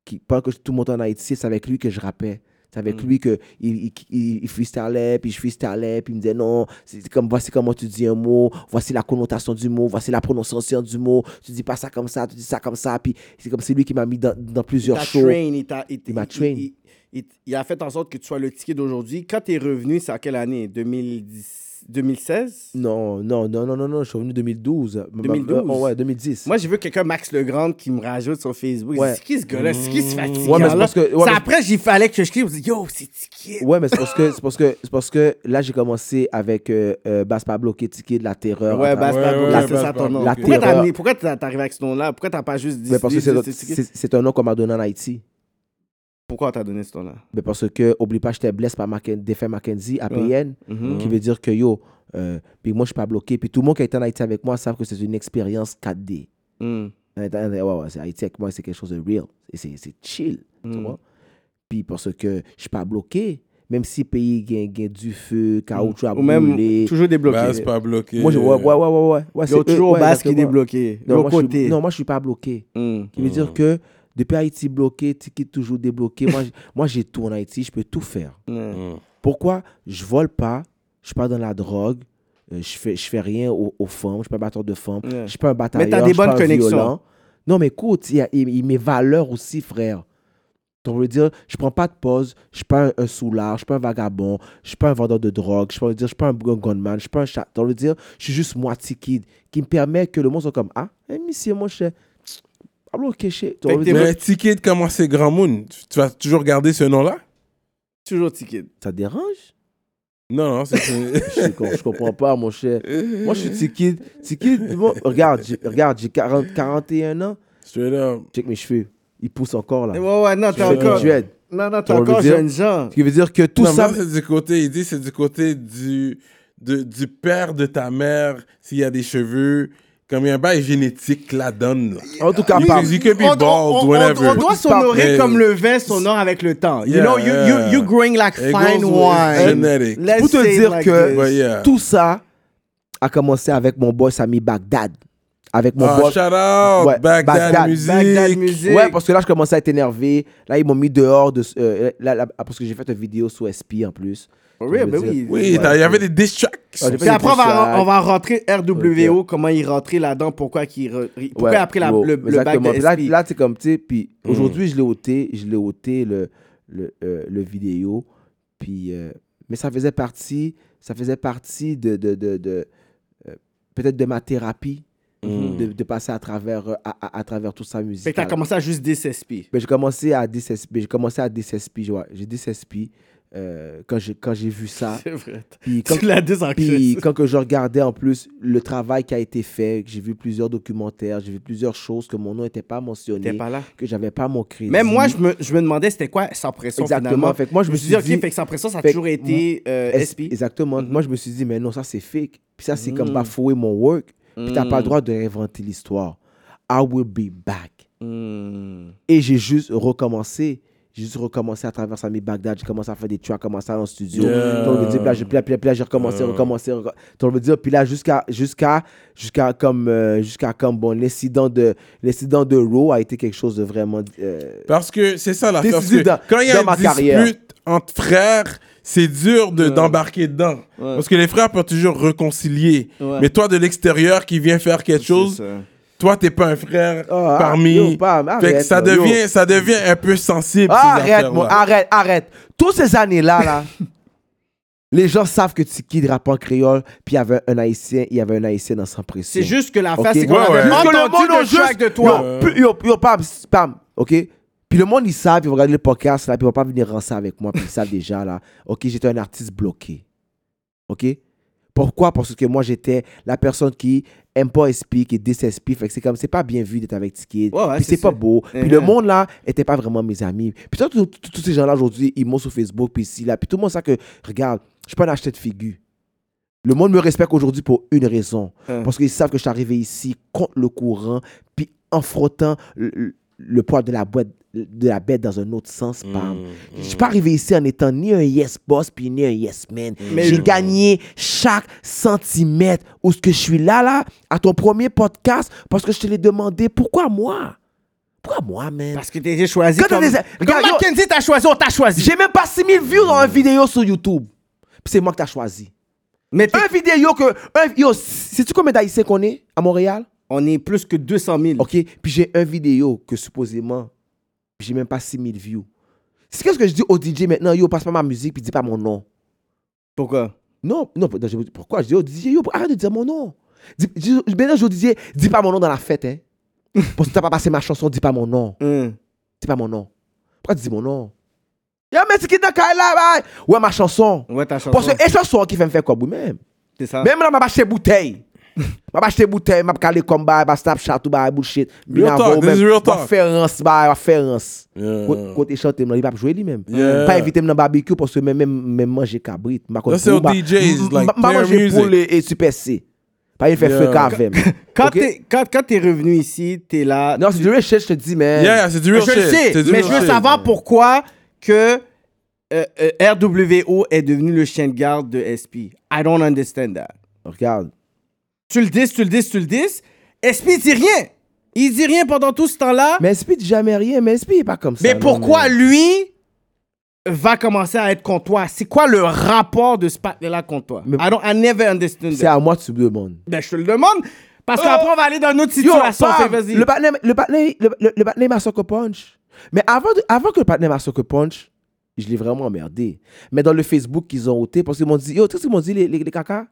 Speaker 4: Qui, pendant que tout le monde en Haïti, c'est avec lui que je rappais. C'est avec
Speaker 5: Mm.
Speaker 4: lui que il, il, il, il freestylait, puis je freestylais, puis il me disait non, c'est comme voici comment tu dis un mot, voici la connotation du mot, voici la prononciation du mot, tu dis pas ça comme ça, tu dis ça comme ça, puis c'est comme c'est lui qui m'a mis dans, dans plusieurs
Speaker 5: t'a
Speaker 4: shows.
Speaker 5: train, il t'a- il-
Speaker 4: Il m'a
Speaker 5: il-
Speaker 4: train.
Speaker 5: il- il- il a fait en sorte que tu sois le ticket d'aujourd'hui. Quand t'es revenu, c'est à quelle année 2010, 2016
Speaker 4: Non, non, non, non, non, non, je suis revenu 2012.
Speaker 5: 2012?
Speaker 4: Euh, ouais, 2010.
Speaker 5: Moi, j'ai vu quelqu'un, Max Legrand, qui me rajoute sur Facebook.
Speaker 4: Ouais.
Speaker 5: C'est qui ce gars-là C'est qui ce fatigant
Speaker 4: Ouais, mais c'est parce que- ouais, mais-
Speaker 5: Après, j'y fallait que je crie. Je me dis, yo, c'est ticket.
Speaker 4: Ouais, mais c'est parce que c'est parce que c'est parce que là j'ai commencé avec euh, euh, Bass Pablo qui est ticket de la terreur.
Speaker 5: Ouais,
Speaker 4: à
Speaker 5: Bass
Speaker 4: travers-
Speaker 3: ouais, bah,
Speaker 5: Pablo,
Speaker 3: ouais,
Speaker 5: c'est
Speaker 3: Bass
Speaker 5: ça ton
Speaker 3: Pablo,
Speaker 5: nom.
Speaker 4: ok.
Speaker 5: Pourquoi t'as
Speaker 4: Terreur.
Speaker 5: amené- Pourquoi t'as- t'es arrivé avec ce nom-là Pourquoi t'as pas juste dit
Speaker 4: Mais parce que
Speaker 5: dit-
Speaker 4: c'est-
Speaker 5: dit- dit-
Speaker 4: c'est c'est un nom qu'on m'a donné en Haïti.
Speaker 5: Pourquoi t'as donné ce nom-là
Speaker 4: Mais parce que oublie pas j'étais blessé par Macken, défait Mackenzie à PN
Speaker 5: Mhm.
Speaker 4: qui veut dire que yo euh, puis moi je suis pas bloqué puis tout le monde qui a été en Haïti avec moi savent que c'est une expérience 4D.
Speaker 5: Hmm.
Speaker 4: Ouais, ouais, ouais, c'est Haïti avec moi, c'est quelque chose de real. Et c'est c'est chill. Tu
Speaker 5: Mm.
Speaker 4: vois? Puis parce que je suis pas bloqué, même si le pays gagne gagne du feu, caoutchouc a
Speaker 5: Mm. Ou même
Speaker 4: brûlé.
Speaker 5: toujours débloqué.
Speaker 3: Bah, c'est pas bloqué.
Speaker 4: Moi, je, ouais, ouais, ouais, ouais, ouais. ouais
Speaker 5: Yo,
Speaker 4: c'est eux,
Speaker 5: toujours
Speaker 4: ouais,
Speaker 5: Bass qui
Speaker 4: exactement.
Speaker 5: débloqué.
Speaker 4: Non,
Speaker 5: L'autre
Speaker 4: moi, je
Speaker 5: côté.
Speaker 4: suis, non, moi, je suis pas bloqué.
Speaker 5: Hmm.
Speaker 4: Qui veut dire que depuis Haïti bloqué, Tiki toujours débloqué. moi, j- moi, j'ai tout en Haïti, je peux tout faire.
Speaker 5: Hmm.
Speaker 4: Pourquoi je vole pas, je suis pas dans la drogue, euh, je fais, je fais rien aux, aux femmes, je suis pas un batteur de femmes,
Speaker 5: Ouais.
Speaker 4: je suis pas un batailleur,
Speaker 5: t'as des
Speaker 4: je suis
Speaker 5: bonnes
Speaker 4: pas un
Speaker 5: connexions.
Speaker 4: violent. Non, mais écoute, il y a, il- il- mes valeurs aussi, frère. Donc, on veut dire, je prends pas de pause, je suis pas un, un soulard, je suis pas un vagabond, je suis pas un vendeur de drogue, je peux dire, je suis pas un gun- gunman, je suis pas un chat. Donc, on veut dire, je suis juste moi, kid, qui me permet que le monde soit comme, ah, eh, monsieur, mon cher, ah, bon, ok, chez. Donc,
Speaker 5: Fait
Speaker 4: on veut
Speaker 5: que t'es
Speaker 4: dire,
Speaker 5: vrai-
Speaker 3: Mais Ticket, comment c'est Grand Moon Tu vas toujours garder ce nom-là
Speaker 5: Toujours ticket.
Speaker 4: Ça te dérange?
Speaker 3: Non, non, c'est. c'est-
Speaker 4: Je, com- je comprends pas, mon cher. Moi, je suis Tiki. Tiki, moi, regarde, j'ai- regarde, j'ai 40 41 ans.
Speaker 3: Straight up.
Speaker 4: Check mes cheveux. Ils poussent encore, là.
Speaker 5: Ouais, ouais, non, t'es
Speaker 4: Je veux que
Speaker 5: encore.
Speaker 4: Ah. tu aides.
Speaker 5: Non, non, t'es
Speaker 4: On veut
Speaker 5: encore
Speaker 4: dire-
Speaker 5: jeune gens.
Speaker 4: Ce qui veut dire que tout
Speaker 3: Non, mais
Speaker 4: ça.
Speaker 3: là, c'est du côté, il dit, c'est du côté du, de- du père de ta mère, s'il y a des cheveux. Comme il y a un bail génétique, la donne. là.
Speaker 4: En tout cas,
Speaker 3: You
Speaker 4: pas.
Speaker 3: can- you can be
Speaker 5: on,
Speaker 3: bald,
Speaker 5: on- on-
Speaker 3: whatever.
Speaker 5: on doit s'honorer
Speaker 3: Mais-
Speaker 5: comme le vin s'honore avec le temps. You
Speaker 3: Yeah,
Speaker 5: know, you, you,
Speaker 3: yeah.
Speaker 5: you're growing like
Speaker 3: It
Speaker 5: fine
Speaker 3: goes with
Speaker 5: wine.
Speaker 3: genetic.
Speaker 5: Let's
Speaker 4: Pour te
Speaker 5: say it
Speaker 4: dire
Speaker 5: like
Speaker 4: que
Speaker 5: this.
Speaker 3: But yeah.
Speaker 4: tout ça a commencé avec mon boy Sami Bagdad. Avec mon
Speaker 3: Ah,
Speaker 4: boy.
Speaker 3: shout out,
Speaker 4: Ouais,
Speaker 3: Bagdad,
Speaker 4: Bagdad.
Speaker 3: musique.
Speaker 5: Bagdad musique.
Speaker 4: Ouais, parce que là, je commençais à être énervé. Là, ils m'ont mis dehors. De, euh, là, là, parce que j'ai fait une vidéo sous SP en plus.
Speaker 5: For real,
Speaker 4: Je veux
Speaker 5: ben
Speaker 4: dire-
Speaker 3: Oui, t'as- il y avait des diss tracks.
Speaker 4: Ah, j'ai
Speaker 5: Puis
Speaker 4: fait
Speaker 5: après, on
Speaker 4: des
Speaker 5: va,
Speaker 4: tracks.
Speaker 5: on va rentrer RWO, comment il rentrait là-dedans, pourquoi, qu'il re- pourquoi
Speaker 4: Ouais,
Speaker 5: après la,
Speaker 4: wow,
Speaker 5: le, le bac
Speaker 4: exactement.
Speaker 5: de Hmm.
Speaker 4: Puis Là,
Speaker 5: SP.
Speaker 4: là c'est comme, tu sais, puis aujourd'hui, je l'ai ôté, je l'ai ôté le, le, euh, le vidéo, puis, euh, mais ça faisait partie, ça faisait partie de, de, de, de, euh, peut-être de ma thérapie, de, de passer à travers, euh, à, à- à travers tout ça
Speaker 5: Hmm. Fait
Speaker 4: musical.
Speaker 5: que t'as commencé à juste DSSP.
Speaker 4: Ben, j'ai commencé à 16 ben, j'ai commencé à 16 piges, ouais. J'ai 16 piges, euh, quand j'ai quand j'ai vu ça.
Speaker 5: C'est vrai.
Speaker 4: Puis quand,
Speaker 5: Tu l'as désancré.
Speaker 4: puis quand que je regardais en plus le travail qui a été fait, que j'ai vu plusieurs documentaires, j'ai vu plusieurs choses que mon nom n'était pas
Speaker 5: T'es
Speaker 4: mentionné,
Speaker 5: pas là.
Speaker 4: que j'avais pas mon crédit.
Speaker 5: Même moi, je me, je me demandais c'était quoi sans pression.
Speaker 4: Exactement.
Speaker 5: Finalement.
Speaker 4: Fait que moi, je me suis
Speaker 5: dit,
Speaker 4: dit-
Speaker 5: OK, fait que sans pression, ça a
Speaker 4: Fait que
Speaker 5: toujours été euh,
Speaker 4: Es-
Speaker 5: SP.
Speaker 4: Exactement. Moi, je me suis dit, mais non, ça c'est fake. Puis ça, c'est
Speaker 5: Mm.
Speaker 4: comme bafouer mon work. Puis t'as pas le droit de réinventer l'histoire. I will be back.
Speaker 5: Hmm.
Speaker 4: Et j'ai juste recommencé. J'ai juste recommencé à travers Sami Bagdad. J'ai commencé à faire des tracks, commencé à aller en studio.
Speaker 3: Yeah.
Speaker 4: Donc, je me dis, puis là, j'ai- puis là, puis là, puis là, j'ai recommencé, recommencé, recommencé. Donc, je me dis, puis là, jusqu'à, jusqu'à, jusqu'à comme, euh, jusqu'à comme, bon, l'incident de, l'incident de Raw a été quelque chose de vraiment. euh,
Speaker 3: Parce que c'est ça l'affaire. Parce
Speaker 4: Décisif
Speaker 3: que
Speaker 4: dans-
Speaker 3: quand il y a
Speaker 4: dans
Speaker 3: une
Speaker 4: ma
Speaker 3: dispute
Speaker 4: carrière. Euh.
Speaker 3: entre frères, c'est dur de- d'embarquer dedans. Parce que les frères peuvent toujours réconcilier.
Speaker 5: Ouais.
Speaker 3: Mais toi, de l'extérieur qui vient faire quelque chose,
Speaker 5: C'est ça.
Speaker 3: toi, t'es pas un frère
Speaker 4: ah,
Speaker 3: parmi.
Speaker 4: yo, pas-
Speaker 3: fait que
Speaker 4: arrête,
Speaker 3: ça
Speaker 4: là, yo. Ah,
Speaker 3: devient, ça devient un peu sensible. ces
Speaker 4: Arrête,
Speaker 3: affaires-là.
Speaker 4: moi, arrête, arrête. Toutes ces années-là, là, les gens savent que Tiki rappe en créole, puis il y avait un haïtien, il y avait un haïtien dans son précis.
Speaker 5: C'est juste que l'affaire,
Speaker 4: Ok.
Speaker 5: c'est qu'on
Speaker 3: Ouais, ouais.
Speaker 5: avait
Speaker 3: Juste
Speaker 4: que le
Speaker 5: entendu
Speaker 4: monde a
Speaker 5: le
Speaker 4: juste-
Speaker 5: track de toi.
Speaker 4: Yo, pu- yo, yo, pam, pam, ok? Puis le monde, il savent, ils vont regarder le podcast, là, puis ils vont pas venir rancer avec moi, puis ils savent déjà, là, ok, j'étais un artiste bloqué. Ok? Pourquoi? Parce que moi, j'étais la personne qui aime pas SP, qui désespire. Fait que c'est comme, c'est pas bien vu d'être avec Tiki.
Speaker 5: Ouais, ouais,
Speaker 4: puis
Speaker 5: c'est
Speaker 4: c'est pas
Speaker 5: ça.
Speaker 4: beau.
Speaker 5: Mhm.
Speaker 4: Puis le monde, là, était pas vraiment mes amis. Puis toi, tous tous- tous ces gens-là, aujourd'hui, ils m'ont sur Facebook, puis ici, là. Puis tout le monde sait que, regarde, je suis pas un acheteur de figure. Le monde me respecte aujourd'hui pour une raison.
Speaker 5: Hein.
Speaker 4: Parce qu'ils savent que je suis arrivé ici contre le courant, puis en frottant le, le- le poids de la, boîte, de la bête dans un autre sens.
Speaker 5: Mmh,
Speaker 4: bam. Je suis pas arrivé ici en étant ni un yes boss, puis ni un yes man.
Speaker 5: Mmh. Mais
Speaker 4: J'ai
Speaker 5: je-
Speaker 4: gagné chaque centimètre où ce que je suis là, là, à ton premier podcast, parce que je te l'ai demandé, pourquoi moi? Pourquoi moi, man?
Speaker 5: Parce que t'as été choisi.
Speaker 4: Quand t'as
Speaker 5: Comme,
Speaker 4: des-
Speaker 5: comme
Speaker 4: Regarde, yo-
Speaker 5: Mackenzie t'a choisi, on t'a choisi.
Speaker 4: J'ai même pas 6000 views dans une vidéo sur YouTube. Puis c'est moi que t'as choisi.
Speaker 5: Mais t'es-
Speaker 4: Un vidéo que... Un, yo, sais-tu combien d'Haïtiens qu'on est à Montréal?
Speaker 5: on est plus que 200 000.
Speaker 4: OK? Puis j'ai un vidéo que supposément, j'ai même pas 6000 views. C'est qu'est-ce que je dis au DJ maintenant? Yo, passe pas ma musique puis dis pas mon nom.
Speaker 5: Pourquoi
Speaker 4: Non, non, non, je- pourquoi? Je dis au DJ, yo, arrête de dire mon nom. Dis- dis- maintenant, je dis au DJ, dis pas mon nom dans la fête, hein. Parce que t'as pas passé ma chanson, dis pas mon nom.
Speaker 5: Hein.
Speaker 4: Dis pas mon nom. Pourquoi tu dis mon nom? Yo, mais c'est qui dans là, bye? Ouais, ma chanson.
Speaker 5: Ouais, ta chanson.
Speaker 4: Parce que, et chanson qui fait me faire quoi, vous-même?
Speaker 5: C'est ça.
Speaker 4: Même là, m'a acheté bouteille. M'a acheté bouteille, m'a calé comme bail, m'a snapchat ou bail, bullshit.
Speaker 3: Real talk, this is real talk.
Speaker 4: M'a fait rance, bail, m'a fait rance.
Speaker 3: Yeah.
Speaker 4: Cô- Côté chanté, il va pas jouer lui-même.
Speaker 3: Yeah.
Speaker 4: Pas invité dans barbecue parce que même, même, même manger cabrit. M'a
Speaker 3: That's how DJs, like,
Speaker 4: M'a
Speaker 3: play
Speaker 4: mangé
Speaker 3: music.
Speaker 4: poule et et super C. Pas il fait
Speaker 3: Yeah.
Speaker 4: feu qu'avec.
Speaker 5: Quand
Speaker 4: Ok?
Speaker 5: t'es- quand- quand t'es revenu ici, t'es là.
Speaker 4: Non, c'est du real shit, je te dis, man.
Speaker 3: Yeah, c'est du
Speaker 5: Mais
Speaker 3: real
Speaker 5: je
Speaker 3: shit.
Speaker 5: le sais,
Speaker 3: C'est du
Speaker 5: mais
Speaker 3: real
Speaker 5: je veux
Speaker 3: shit.
Speaker 5: savoir pourquoi que euh, euh, RWO est devenu le chien de garde de SP. I don't understand that.
Speaker 4: Regarde.
Speaker 5: Tu le dis, tu le dis, tu le dis. SP dit rien. Il dit rien pendant tout ce temps-là. Mais,
Speaker 4: Mais SP dit jamais rien, mais SP est pas comme ça. non,
Speaker 5: pourquoi
Speaker 4: man.
Speaker 5: lui va commencer à être contre toi? C'est quoi le rapport de ce partenaire-là contre toi?
Speaker 4: Mais-
Speaker 5: I, don't, I never understand
Speaker 4: C'est
Speaker 5: that.
Speaker 4: à moi que tu me demandes.
Speaker 5: Ben, je te le demande. Parce qu'après, on va aller dans une autre
Speaker 4: Yo,
Speaker 5: situation.
Speaker 4: bam!
Speaker 5: Fait, vas-y.
Speaker 4: Le partenaire, le partenaire, le, le, le partenaire m'a sucker punch. Mais avant, de- avant que le partenaire m'a sucker punch, je l'ai vraiment emmerdé. Mais dans le Facebook qu'ils ont ôté, parce qu'ils m'ont dit, yo, tu sais ce qu'ils m'ont dit, les, les, les cacas?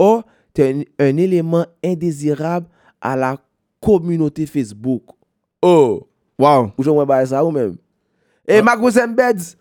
Speaker 4: Oh, t'es un, un élément indésirable à la communauté Facebook.
Speaker 3: Oh.
Speaker 5: Wow.
Speaker 4: Ou je vais parler ça ou même. Eh, Et
Speaker 5: Ah.
Speaker 4: Marco Zembeds!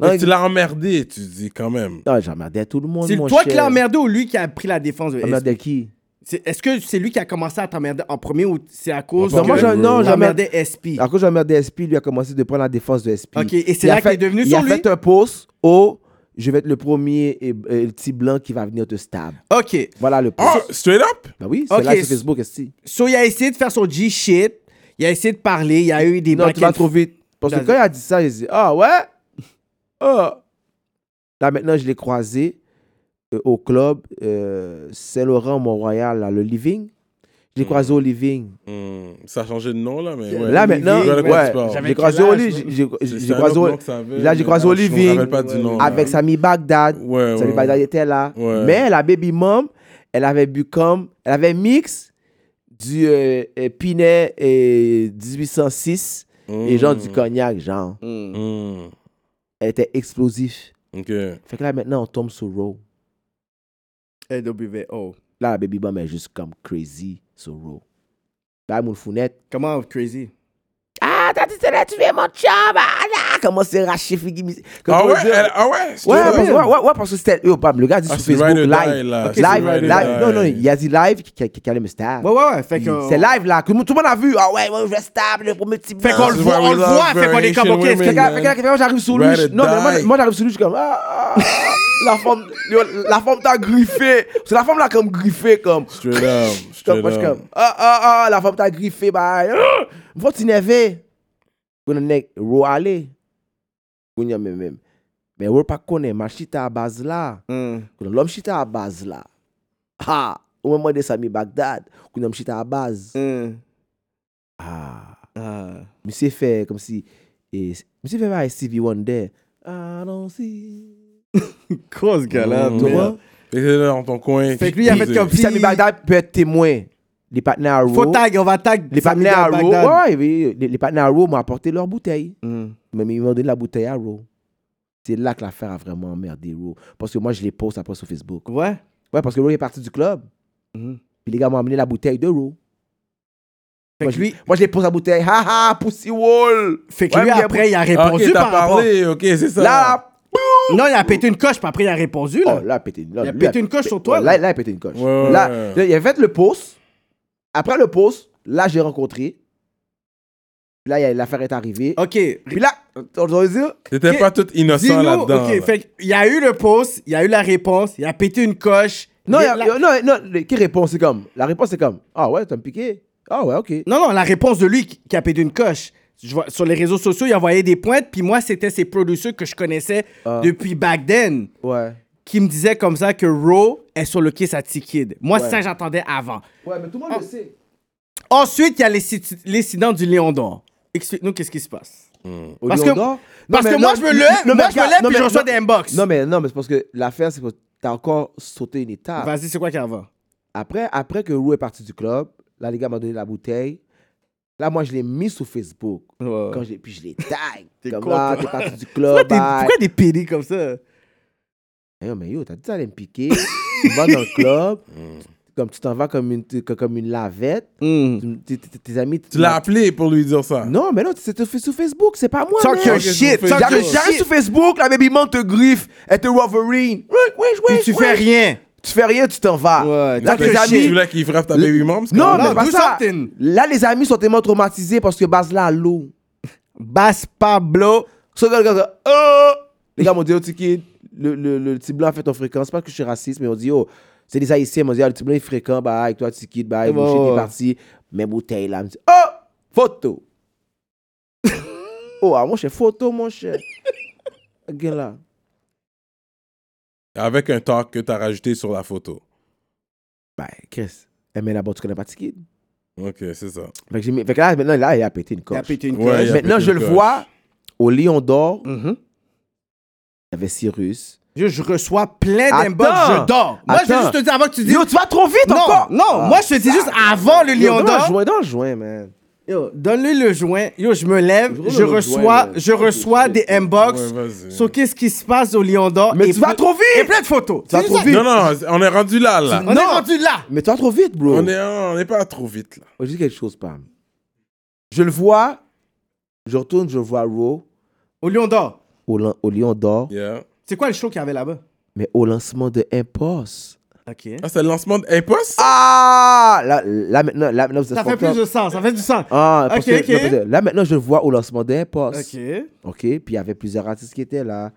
Speaker 4: Non,
Speaker 3: Mais tu l'as emmerdé, tu dis quand même.
Speaker 4: non, j'emmerdais tout le monde,
Speaker 5: C'est
Speaker 4: mon
Speaker 5: toi
Speaker 4: cher.
Speaker 5: qui l'as emmerdé ou lui qui a pris la défense de SP?
Speaker 4: J'emmerdais qui?
Speaker 5: C'est- Est-ce que c'est lui qui a commencé à t'emmerder en premier ou c'est à cause
Speaker 4: Non,
Speaker 5: que
Speaker 4: Ah, moi, je- non,
Speaker 5: t'as
Speaker 4: jamais- Ah.
Speaker 5: emmerdé SP?
Speaker 4: À cause de la merde d'SP, lui a commencé de prendre la défense de SP.
Speaker 5: Ok, et c'est
Speaker 4: Il a
Speaker 5: là qu'il
Speaker 4: fait-
Speaker 5: est devenu
Speaker 4: il
Speaker 5: sur
Speaker 4: a
Speaker 5: lui?
Speaker 4: fait un post au je vais être le premier et, et le petit blanc qui va venir te stab.
Speaker 5: Ok.
Speaker 4: Voilà le post.
Speaker 3: Ah, straight up?
Speaker 4: Bah oui, c'est
Speaker 5: Oh! Ok,
Speaker 4: là sur
Speaker 5: c'est-
Speaker 4: Facebook, est
Speaker 5: So, il a essayé de faire son G-shit. Il a essayé de parler. Il y a eu des
Speaker 4: Non,
Speaker 5: back
Speaker 4: tu vas
Speaker 5: and-
Speaker 4: trop vite. Parce que
Speaker 5: Vas-y.
Speaker 4: quand il a dit ça, j'ai dit Ah ouais Ah Là maintenant, je l'ai croisé euh, au club euh, Saint-Laurent, Mont-Royal, là, le Living. Je l'ai croisé au Living.
Speaker 3: Hmm, Ça a changé de nom, là, mais. Ouais.
Speaker 4: là maintenant,
Speaker 3: Je vois de quoi tu parles.
Speaker 4: ouais,
Speaker 5: J'avais
Speaker 4: j'ai croisé
Speaker 5: quel
Speaker 4: au
Speaker 5: âge,
Speaker 4: Living.
Speaker 5: moi?
Speaker 4: J'ai
Speaker 3: C'est-
Speaker 4: j'ai
Speaker 3: c'est un autre
Speaker 4: croisé
Speaker 3: hein.
Speaker 4: au-
Speaker 3: nom que ça avait,
Speaker 4: Là, j'ai
Speaker 3: mais
Speaker 4: croisé
Speaker 3: je
Speaker 4: au
Speaker 3: me rappelle
Speaker 4: Living
Speaker 3: pas du nom, là.
Speaker 4: avec Sami Bagdad.
Speaker 3: Ouais,
Speaker 4: Sami
Speaker 3: ouais,
Speaker 4: Bagdad
Speaker 3: ouais.
Speaker 4: était là.
Speaker 3: Ouais.
Speaker 4: Mais la baby mom, elle avait bu comme, elle avait mix du euh, euh, Pinet et 1806 et genre
Speaker 3: Mm.
Speaker 4: du cognac, genre.
Speaker 5: Hmm.
Speaker 3: Hmm,
Speaker 4: Elle était explosif.
Speaker 3: Ok.
Speaker 4: Fait que là maintenant on tombe sur Raw.
Speaker 5: LWO.
Speaker 4: Là, Baby Bum est juste comme crazy sur Raw. Là, mon founette.
Speaker 5: Comment crazy?
Speaker 4: Ah, t'as dit, c'est là, tu es mon chum. Ah, ah, comment c'est raché, Figgy Miss- Comme
Speaker 3: Ah
Speaker 4: on
Speaker 3: ouais,
Speaker 4: dit-
Speaker 3: elle- ah ouais, c'est
Speaker 4: Ouais,
Speaker 3: vrai.
Speaker 4: parce, ouais, ouais, ouais, parce que c'était. Yo, Bam, le gars dit
Speaker 3: Ah,
Speaker 4: sur
Speaker 3: c'est
Speaker 4: Facebook
Speaker 3: ride or die,
Speaker 4: live.
Speaker 3: là.
Speaker 4: Ok,
Speaker 3: C'est
Speaker 4: live,
Speaker 3: ride or
Speaker 4: live.
Speaker 3: die.
Speaker 4: Non, non, il a dit live qui- qui qui- qui allait me stab.
Speaker 5: Ouais, ouais, ouais. Fait que.
Speaker 4: Ah. Mm. C'est live là, que tout le monde a vu. Ah ouais, ouais, je vais stab le premier petit blanc.
Speaker 5: Fait qu'on le
Speaker 3: This is
Speaker 5: voit,
Speaker 3: why we
Speaker 5: on le
Speaker 3: love
Speaker 5: voit. Fait qu'on est
Speaker 3: variation
Speaker 5: comme, ok, est-ce que-
Speaker 4: Fait
Speaker 3: women.
Speaker 4: que- fait que- fait que moi, j'arrive sur lui.
Speaker 3: Ride or
Speaker 4: Non, mais moi,
Speaker 3: die.
Speaker 4: moi, j'arrive sur lui, je suis comme. Ah, ah, la femme, yo, la femme t'a griffé. C'est la femme là comme griffé, comme.
Speaker 3: Straight up,
Speaker 4: Comme,
Speaker 3: straight
Speaker 4: moi, je suis
Speaker 3: up.
Speaker 4: comme, ah, ah, ah, la femme t'a griffé, bah, ah, va t'énerver. Pour le nec, roue aller. Pour le même, même. Mais roue pas connaît, ma chita à base là.
Speaker 5: Hmm.
Speaker 4: Quand l'homme chita à base là. Ah, au moment de Sami Bagdad, quand l'homme chita à base.
Speaker 5: Hmm.
Speaker 4: Ah,
Speaker 5: Ah.
Speaker 4: monsieur fait comme si, eh, monsieur fait pas Stevie Wonder. Ah, non, si.
Speaker 5: Cause, gars, là.
Speaker 3: Mm.
Speaker 4: Tu
Speaker 5: mais-
Speaker 4: vois?
Speaker 3: Fait que là, dans ton coin.
Speaker 5: Fait que lui, il a fait comme
Speaker 4: Puis Sami Bagdad peut être témoin. Les partenaires à
Speaker 5: Faut
Speaker 4: Raw-
Speaker 5: tag, on va tag.
Speaker 4: Les
Speaker 5: Sami
Speaker 4: partenaires à Raw,
Speaker 5: Bagdad.
Speaker 4: ouais, oui, les, les partenaires à Raw m'ont apporté leur bouteille.
Speaker 5: Hmm.
Speaker 4: Mais ils m'ont donné la bouteille à Raw. C'est là que l'affaire a vraiment emmerdé Raw. Parce que moi, je les poste après sur Facebook.
Speaker 5: Ouais.
Speaker 4: Ouais, parce que Raw est parti du club.
Speaker 5: Mhm.
Speaker 4: Puis les gars m'ont amené la bouteille de Raw.
Speaker 5: Fait
Speaker 4: Moi,
Speaker 5: que
Speaker 4: je-
Speaker 5: lui,
Speaker 4: Moi, je les pose la bouteille. Ha ha, Pussy Wall.
Speaker 5: fait que
Speaker 4: Ouais,
Speaker 5: lui
Speaker 4: mais-
Speaker 5: après, il a
Speaker 3: Ah,
Speaker 5: répondu
Speaker 3: Ok, t'as
Speaker 5: par rapport.
Speaker 3: parlé, ok, c'est ça.
Speaker 4: Là,
Speaker 5: Non, il a pété une coche, puis après, il a répondu,
Speaker 4: oh,
Speaker 5: là.
Speaker 4: là, il a pété une, là,
Speaker 5: Il a
Speaker 4: lui,
Speaker 5: pété une coche sur toi,
Speaker 4: Ouais,
Speaker 5: là.
Speaker 4: Là, là, il a pété une coche.
Speaker 3: Ouais, ouais,
Speaker 4: là,
Speaker 3: ouais.
Speaker 4: là, il a fait le post. Après le post, là, j'ai rencontré. Puis Là, il y a- l'affaire est arrivée.
Speaker 5: Ok.
Speaker 4: Puis là, on doit dire,
Speaker 3: T'étais
Speaker 5: Ok.
Speaker 3: pas tout innocent
Speaker 5: Dis-nous,
Speaker 3: là-dedans.
Speaker 5: ok,
Speaker 3: là.
Speaker 5: fait qu'il y a eu le post, il y a eu la réponse, il a pété une coche.
Speaker 4: non,
Speaker 5: Il
Speaker 4: il
Speaker 5: y a-
Speaker 4: y a-
Speaker 5: la-
Speaker 4: non, non, le- qui répond, c'est comme, la réponse, c'est comme, ah ouais, t'as me piqué. Ah ouais, ok.
Speaker 5: non, non, la réponse de lui qui qui a pété une coche. Je vois- sur les réseaux sociaux, il envoyait des pointes, puis moi, c'était ses producteurs que je connaissais
Speaker 4: Ah.
Speaker 5: depuis back then,
Speaker 4: Ouais.
Speaker 5: qui me disaient comme ça que Raw est sur le kiss à T-Kid. Moi, ça, j'entendais avant.
Speaker 4: Ouais, mais tout
Speaker 5: Ah.
Speaker 4: le monde le sait.
Speaker 5: Ensuite, il y a l'inci- l'incident du Léon d'Or. Explique-nous qu'est-ce qui se passe.
Speaker 3: Hmm.
Speaker 5: Parce que- parce que moi, je me lève, moi, je me lève, puis je reçois des inbox.
Speaker 4: Non, mais, non, mais c'est parce que l'affaire, c'est que t'as encore sauté une étape.
Speaker 5: Vas-y, c'est quoi qui y a avant?
Speaker 4: Après, après que Roux est parti du club, là, les gars m'ont donné la bouteille. Là, moi, je l'ai mis sur Facebook.
Speaker 5: Ouais.
Speaker 4: Quand j'ai- puis je l'ai tag.
Speaker 5: T'es
Speaker 4: comme
Speaker 5: con,
Speaker 4: là,
Speaker 5: toi.
Speaker 4: t'es parti du
Speaker 5: Pourquoi
Speaker 4: club.
Speaker 5: t'es-
Speaker 4: bye.
Speaker 5: pourquoi des pédés comme ça?
Speaker 4: Eh, Yo, mais yo, t'as dit ça allait me piquer. tu vas dans le club. comme tu t'en vas comme une, tu- comme une lavette.
Speaker 5: Hmm.
Speaker 4: Tu- tu- tu- Tes amis.
Speaker 3: Tu l'as appelé pour lui dire ça.
Speaker 4: Non, mais non, c'était fait sur Facebook, c'est pas moi.
Speaker 5: Talk
Speaker 4: man.
Speaker 5: your
Speaker 4: Ok,
Speaker 5: shit,
Speaker 4: sur Facebook.
Speaker 5: talk your
Speaker 4: J'arrive j'arrive
Speaker 5: shit.
Speaker 4: sur Facebook, la baby man te griffe, elle te Wolverine. Oui, oui, oui.
Speaker 5: Puis tu fais rien.
Speaker 4: Tu fais rien, tu t'en vas.
Speaker 5: Ouais,
Speaker 4: là,
Speaker 5: talk your
Speaker 4: tes
Speaker 5: shit.
Speaker 4: amis,
Speaker 3: Tu voulais qu'il frappe ta baby mom? c'est
Speaker 4: Non,
Speaker 3: comme-
Speaker 5: Non,
Speaker 4: mais pas
Speaker 5: do
Speaker 4: ça.
Speaker 5: something.
Speaker 4: Là, les amis sont tellement traumatisés parce que Baz là, l'eau.
Speaker 5: Basse Pablo.
Speaker 4: So, regarde, regarde, regarde. Oh! Les gars m'ont dit, oh, petit kid, le, le, le petit blanc fait ton fréquence. C'est pas que je suis raciste, mais on dit, oh, c'est des haïtiens. Ils m'ont dit, ah, le petit blanc est fréquent, bah, avec toi, petit kid, bah, il
Speaker 5: Ouais,
Speaker 4: bouché,
Speaker 5: ouais.
Speaker 4: t'es parti. Mes bouteilles là. me dit, oh, photo. oh, ah, mon cher, photo, mon cher. Regarde là.
Speaker 3: Avec un talk que t'as rajouté sur la photo.
Speaker 4: Ben, Chris, eh, mais là-bas, tu connais pas petit kid.
Speaker 3: Ok, c'est ça.
Speaker 4: Fait que, j'ai mis- fait que là, maintenant, là, il a pété une
Speaker 5: Il a
Speaker 4: coche.
Speaker 5: pété une
Speaker 3: Ouais,
Speaker 5: coche.
Speaker 3: il a
Speaker 4: Maintenant,
Speaker 3: pété
Speaker 4: je
Speaker 3: une
Speaker 4: le
Speaker 3: coche.
Speaker 4: vois au Lion d'Or. Il
Speaker 5: Mhm.
Speaker 4: y avait Cyrus.
Speaker 5: Je, je reçois plein
Speaker 4: Attends.
Speaker 5: d'inbox, je dors. Moi, je veux
Speaker 4: Attends.
Speaker 5: juste te dire avant que tu dis.
Speaker 4: Yo, tu vas trop vite
Speaker 5: non,
Speaker 4: encore!
Speaker 5: non,
Speaker 4: Ah.
Speaker 5: moi, je te dis juste avant le
Speaker 4: Yo,
Speaker 5: lion
Speaker 4: donne-moi un
Speaker 5: d'or.
Speaker 4: joint, donne un joint, man.
Speaker 5: Yo, Donne-lui le joint. Yo, je me lève,
Speaker 4: Je
Speaker 5: je
Speaker 4: le
Speaker 5: reçois,
Speaker 4: joint, là.
Speaker 5: je reçois des inbox.
Speaker 3: Ouais, vas-y.
Speaker 5: sur qu'est-ce qui se passe au lion d'or.
Speaker 4: Mais
Speaker 5: et
Speaker 4: tu vas
Speaker 5: ple-
Speaker 4: trop vite!
Speaker 5: Et plein de photos.
Speaker 4: Tu vas
Speaker 5: C'est
Speaker 4: trop
Speaker 5: ça.
Speaker 4: vite.
Speaker 3: Non, non, on est rendu là, là.
Speaker 5: On est rendu là.
Speaker 4: Mais tu vas trop vite, bro.
Speaker 3: On est, on est pas trop vite, là.
Speaker 4: Oh, je dis quelque chose, Pam. Je le vois, je retourne, je vois Raw
Speaker 5: Au lion d'or.
Speaker 4: au, lan- au Lion d'Or,
Speaker 3: Yeah.
Speaker 5: C'est quoi le show qu'il y avait là-bas?
Speaker 4: mais au lancement de Impulse.
Speaker 5: Ok.
Speaker 3: Ah, c'est le lancement de Impost?
Speaker 4: Ah! Là, là, maintenant, là, maintenant, vous êtes
Speaker 5: Ça fait
Speaker 4: content.
Speaker 5: plus de sens, ça fait du sens.
Speaker 4: Ah, parce
Speaker 5: Ok,
Speaker 4: que-
Speaker 5: ok.
Speaker 4: non, parce que là, maintenant, je le vois au lancement de Impulse.
Speaker 5: Ok.
Speaker 4: OK. Puis il y avait plusieurs artistes qui étaient là.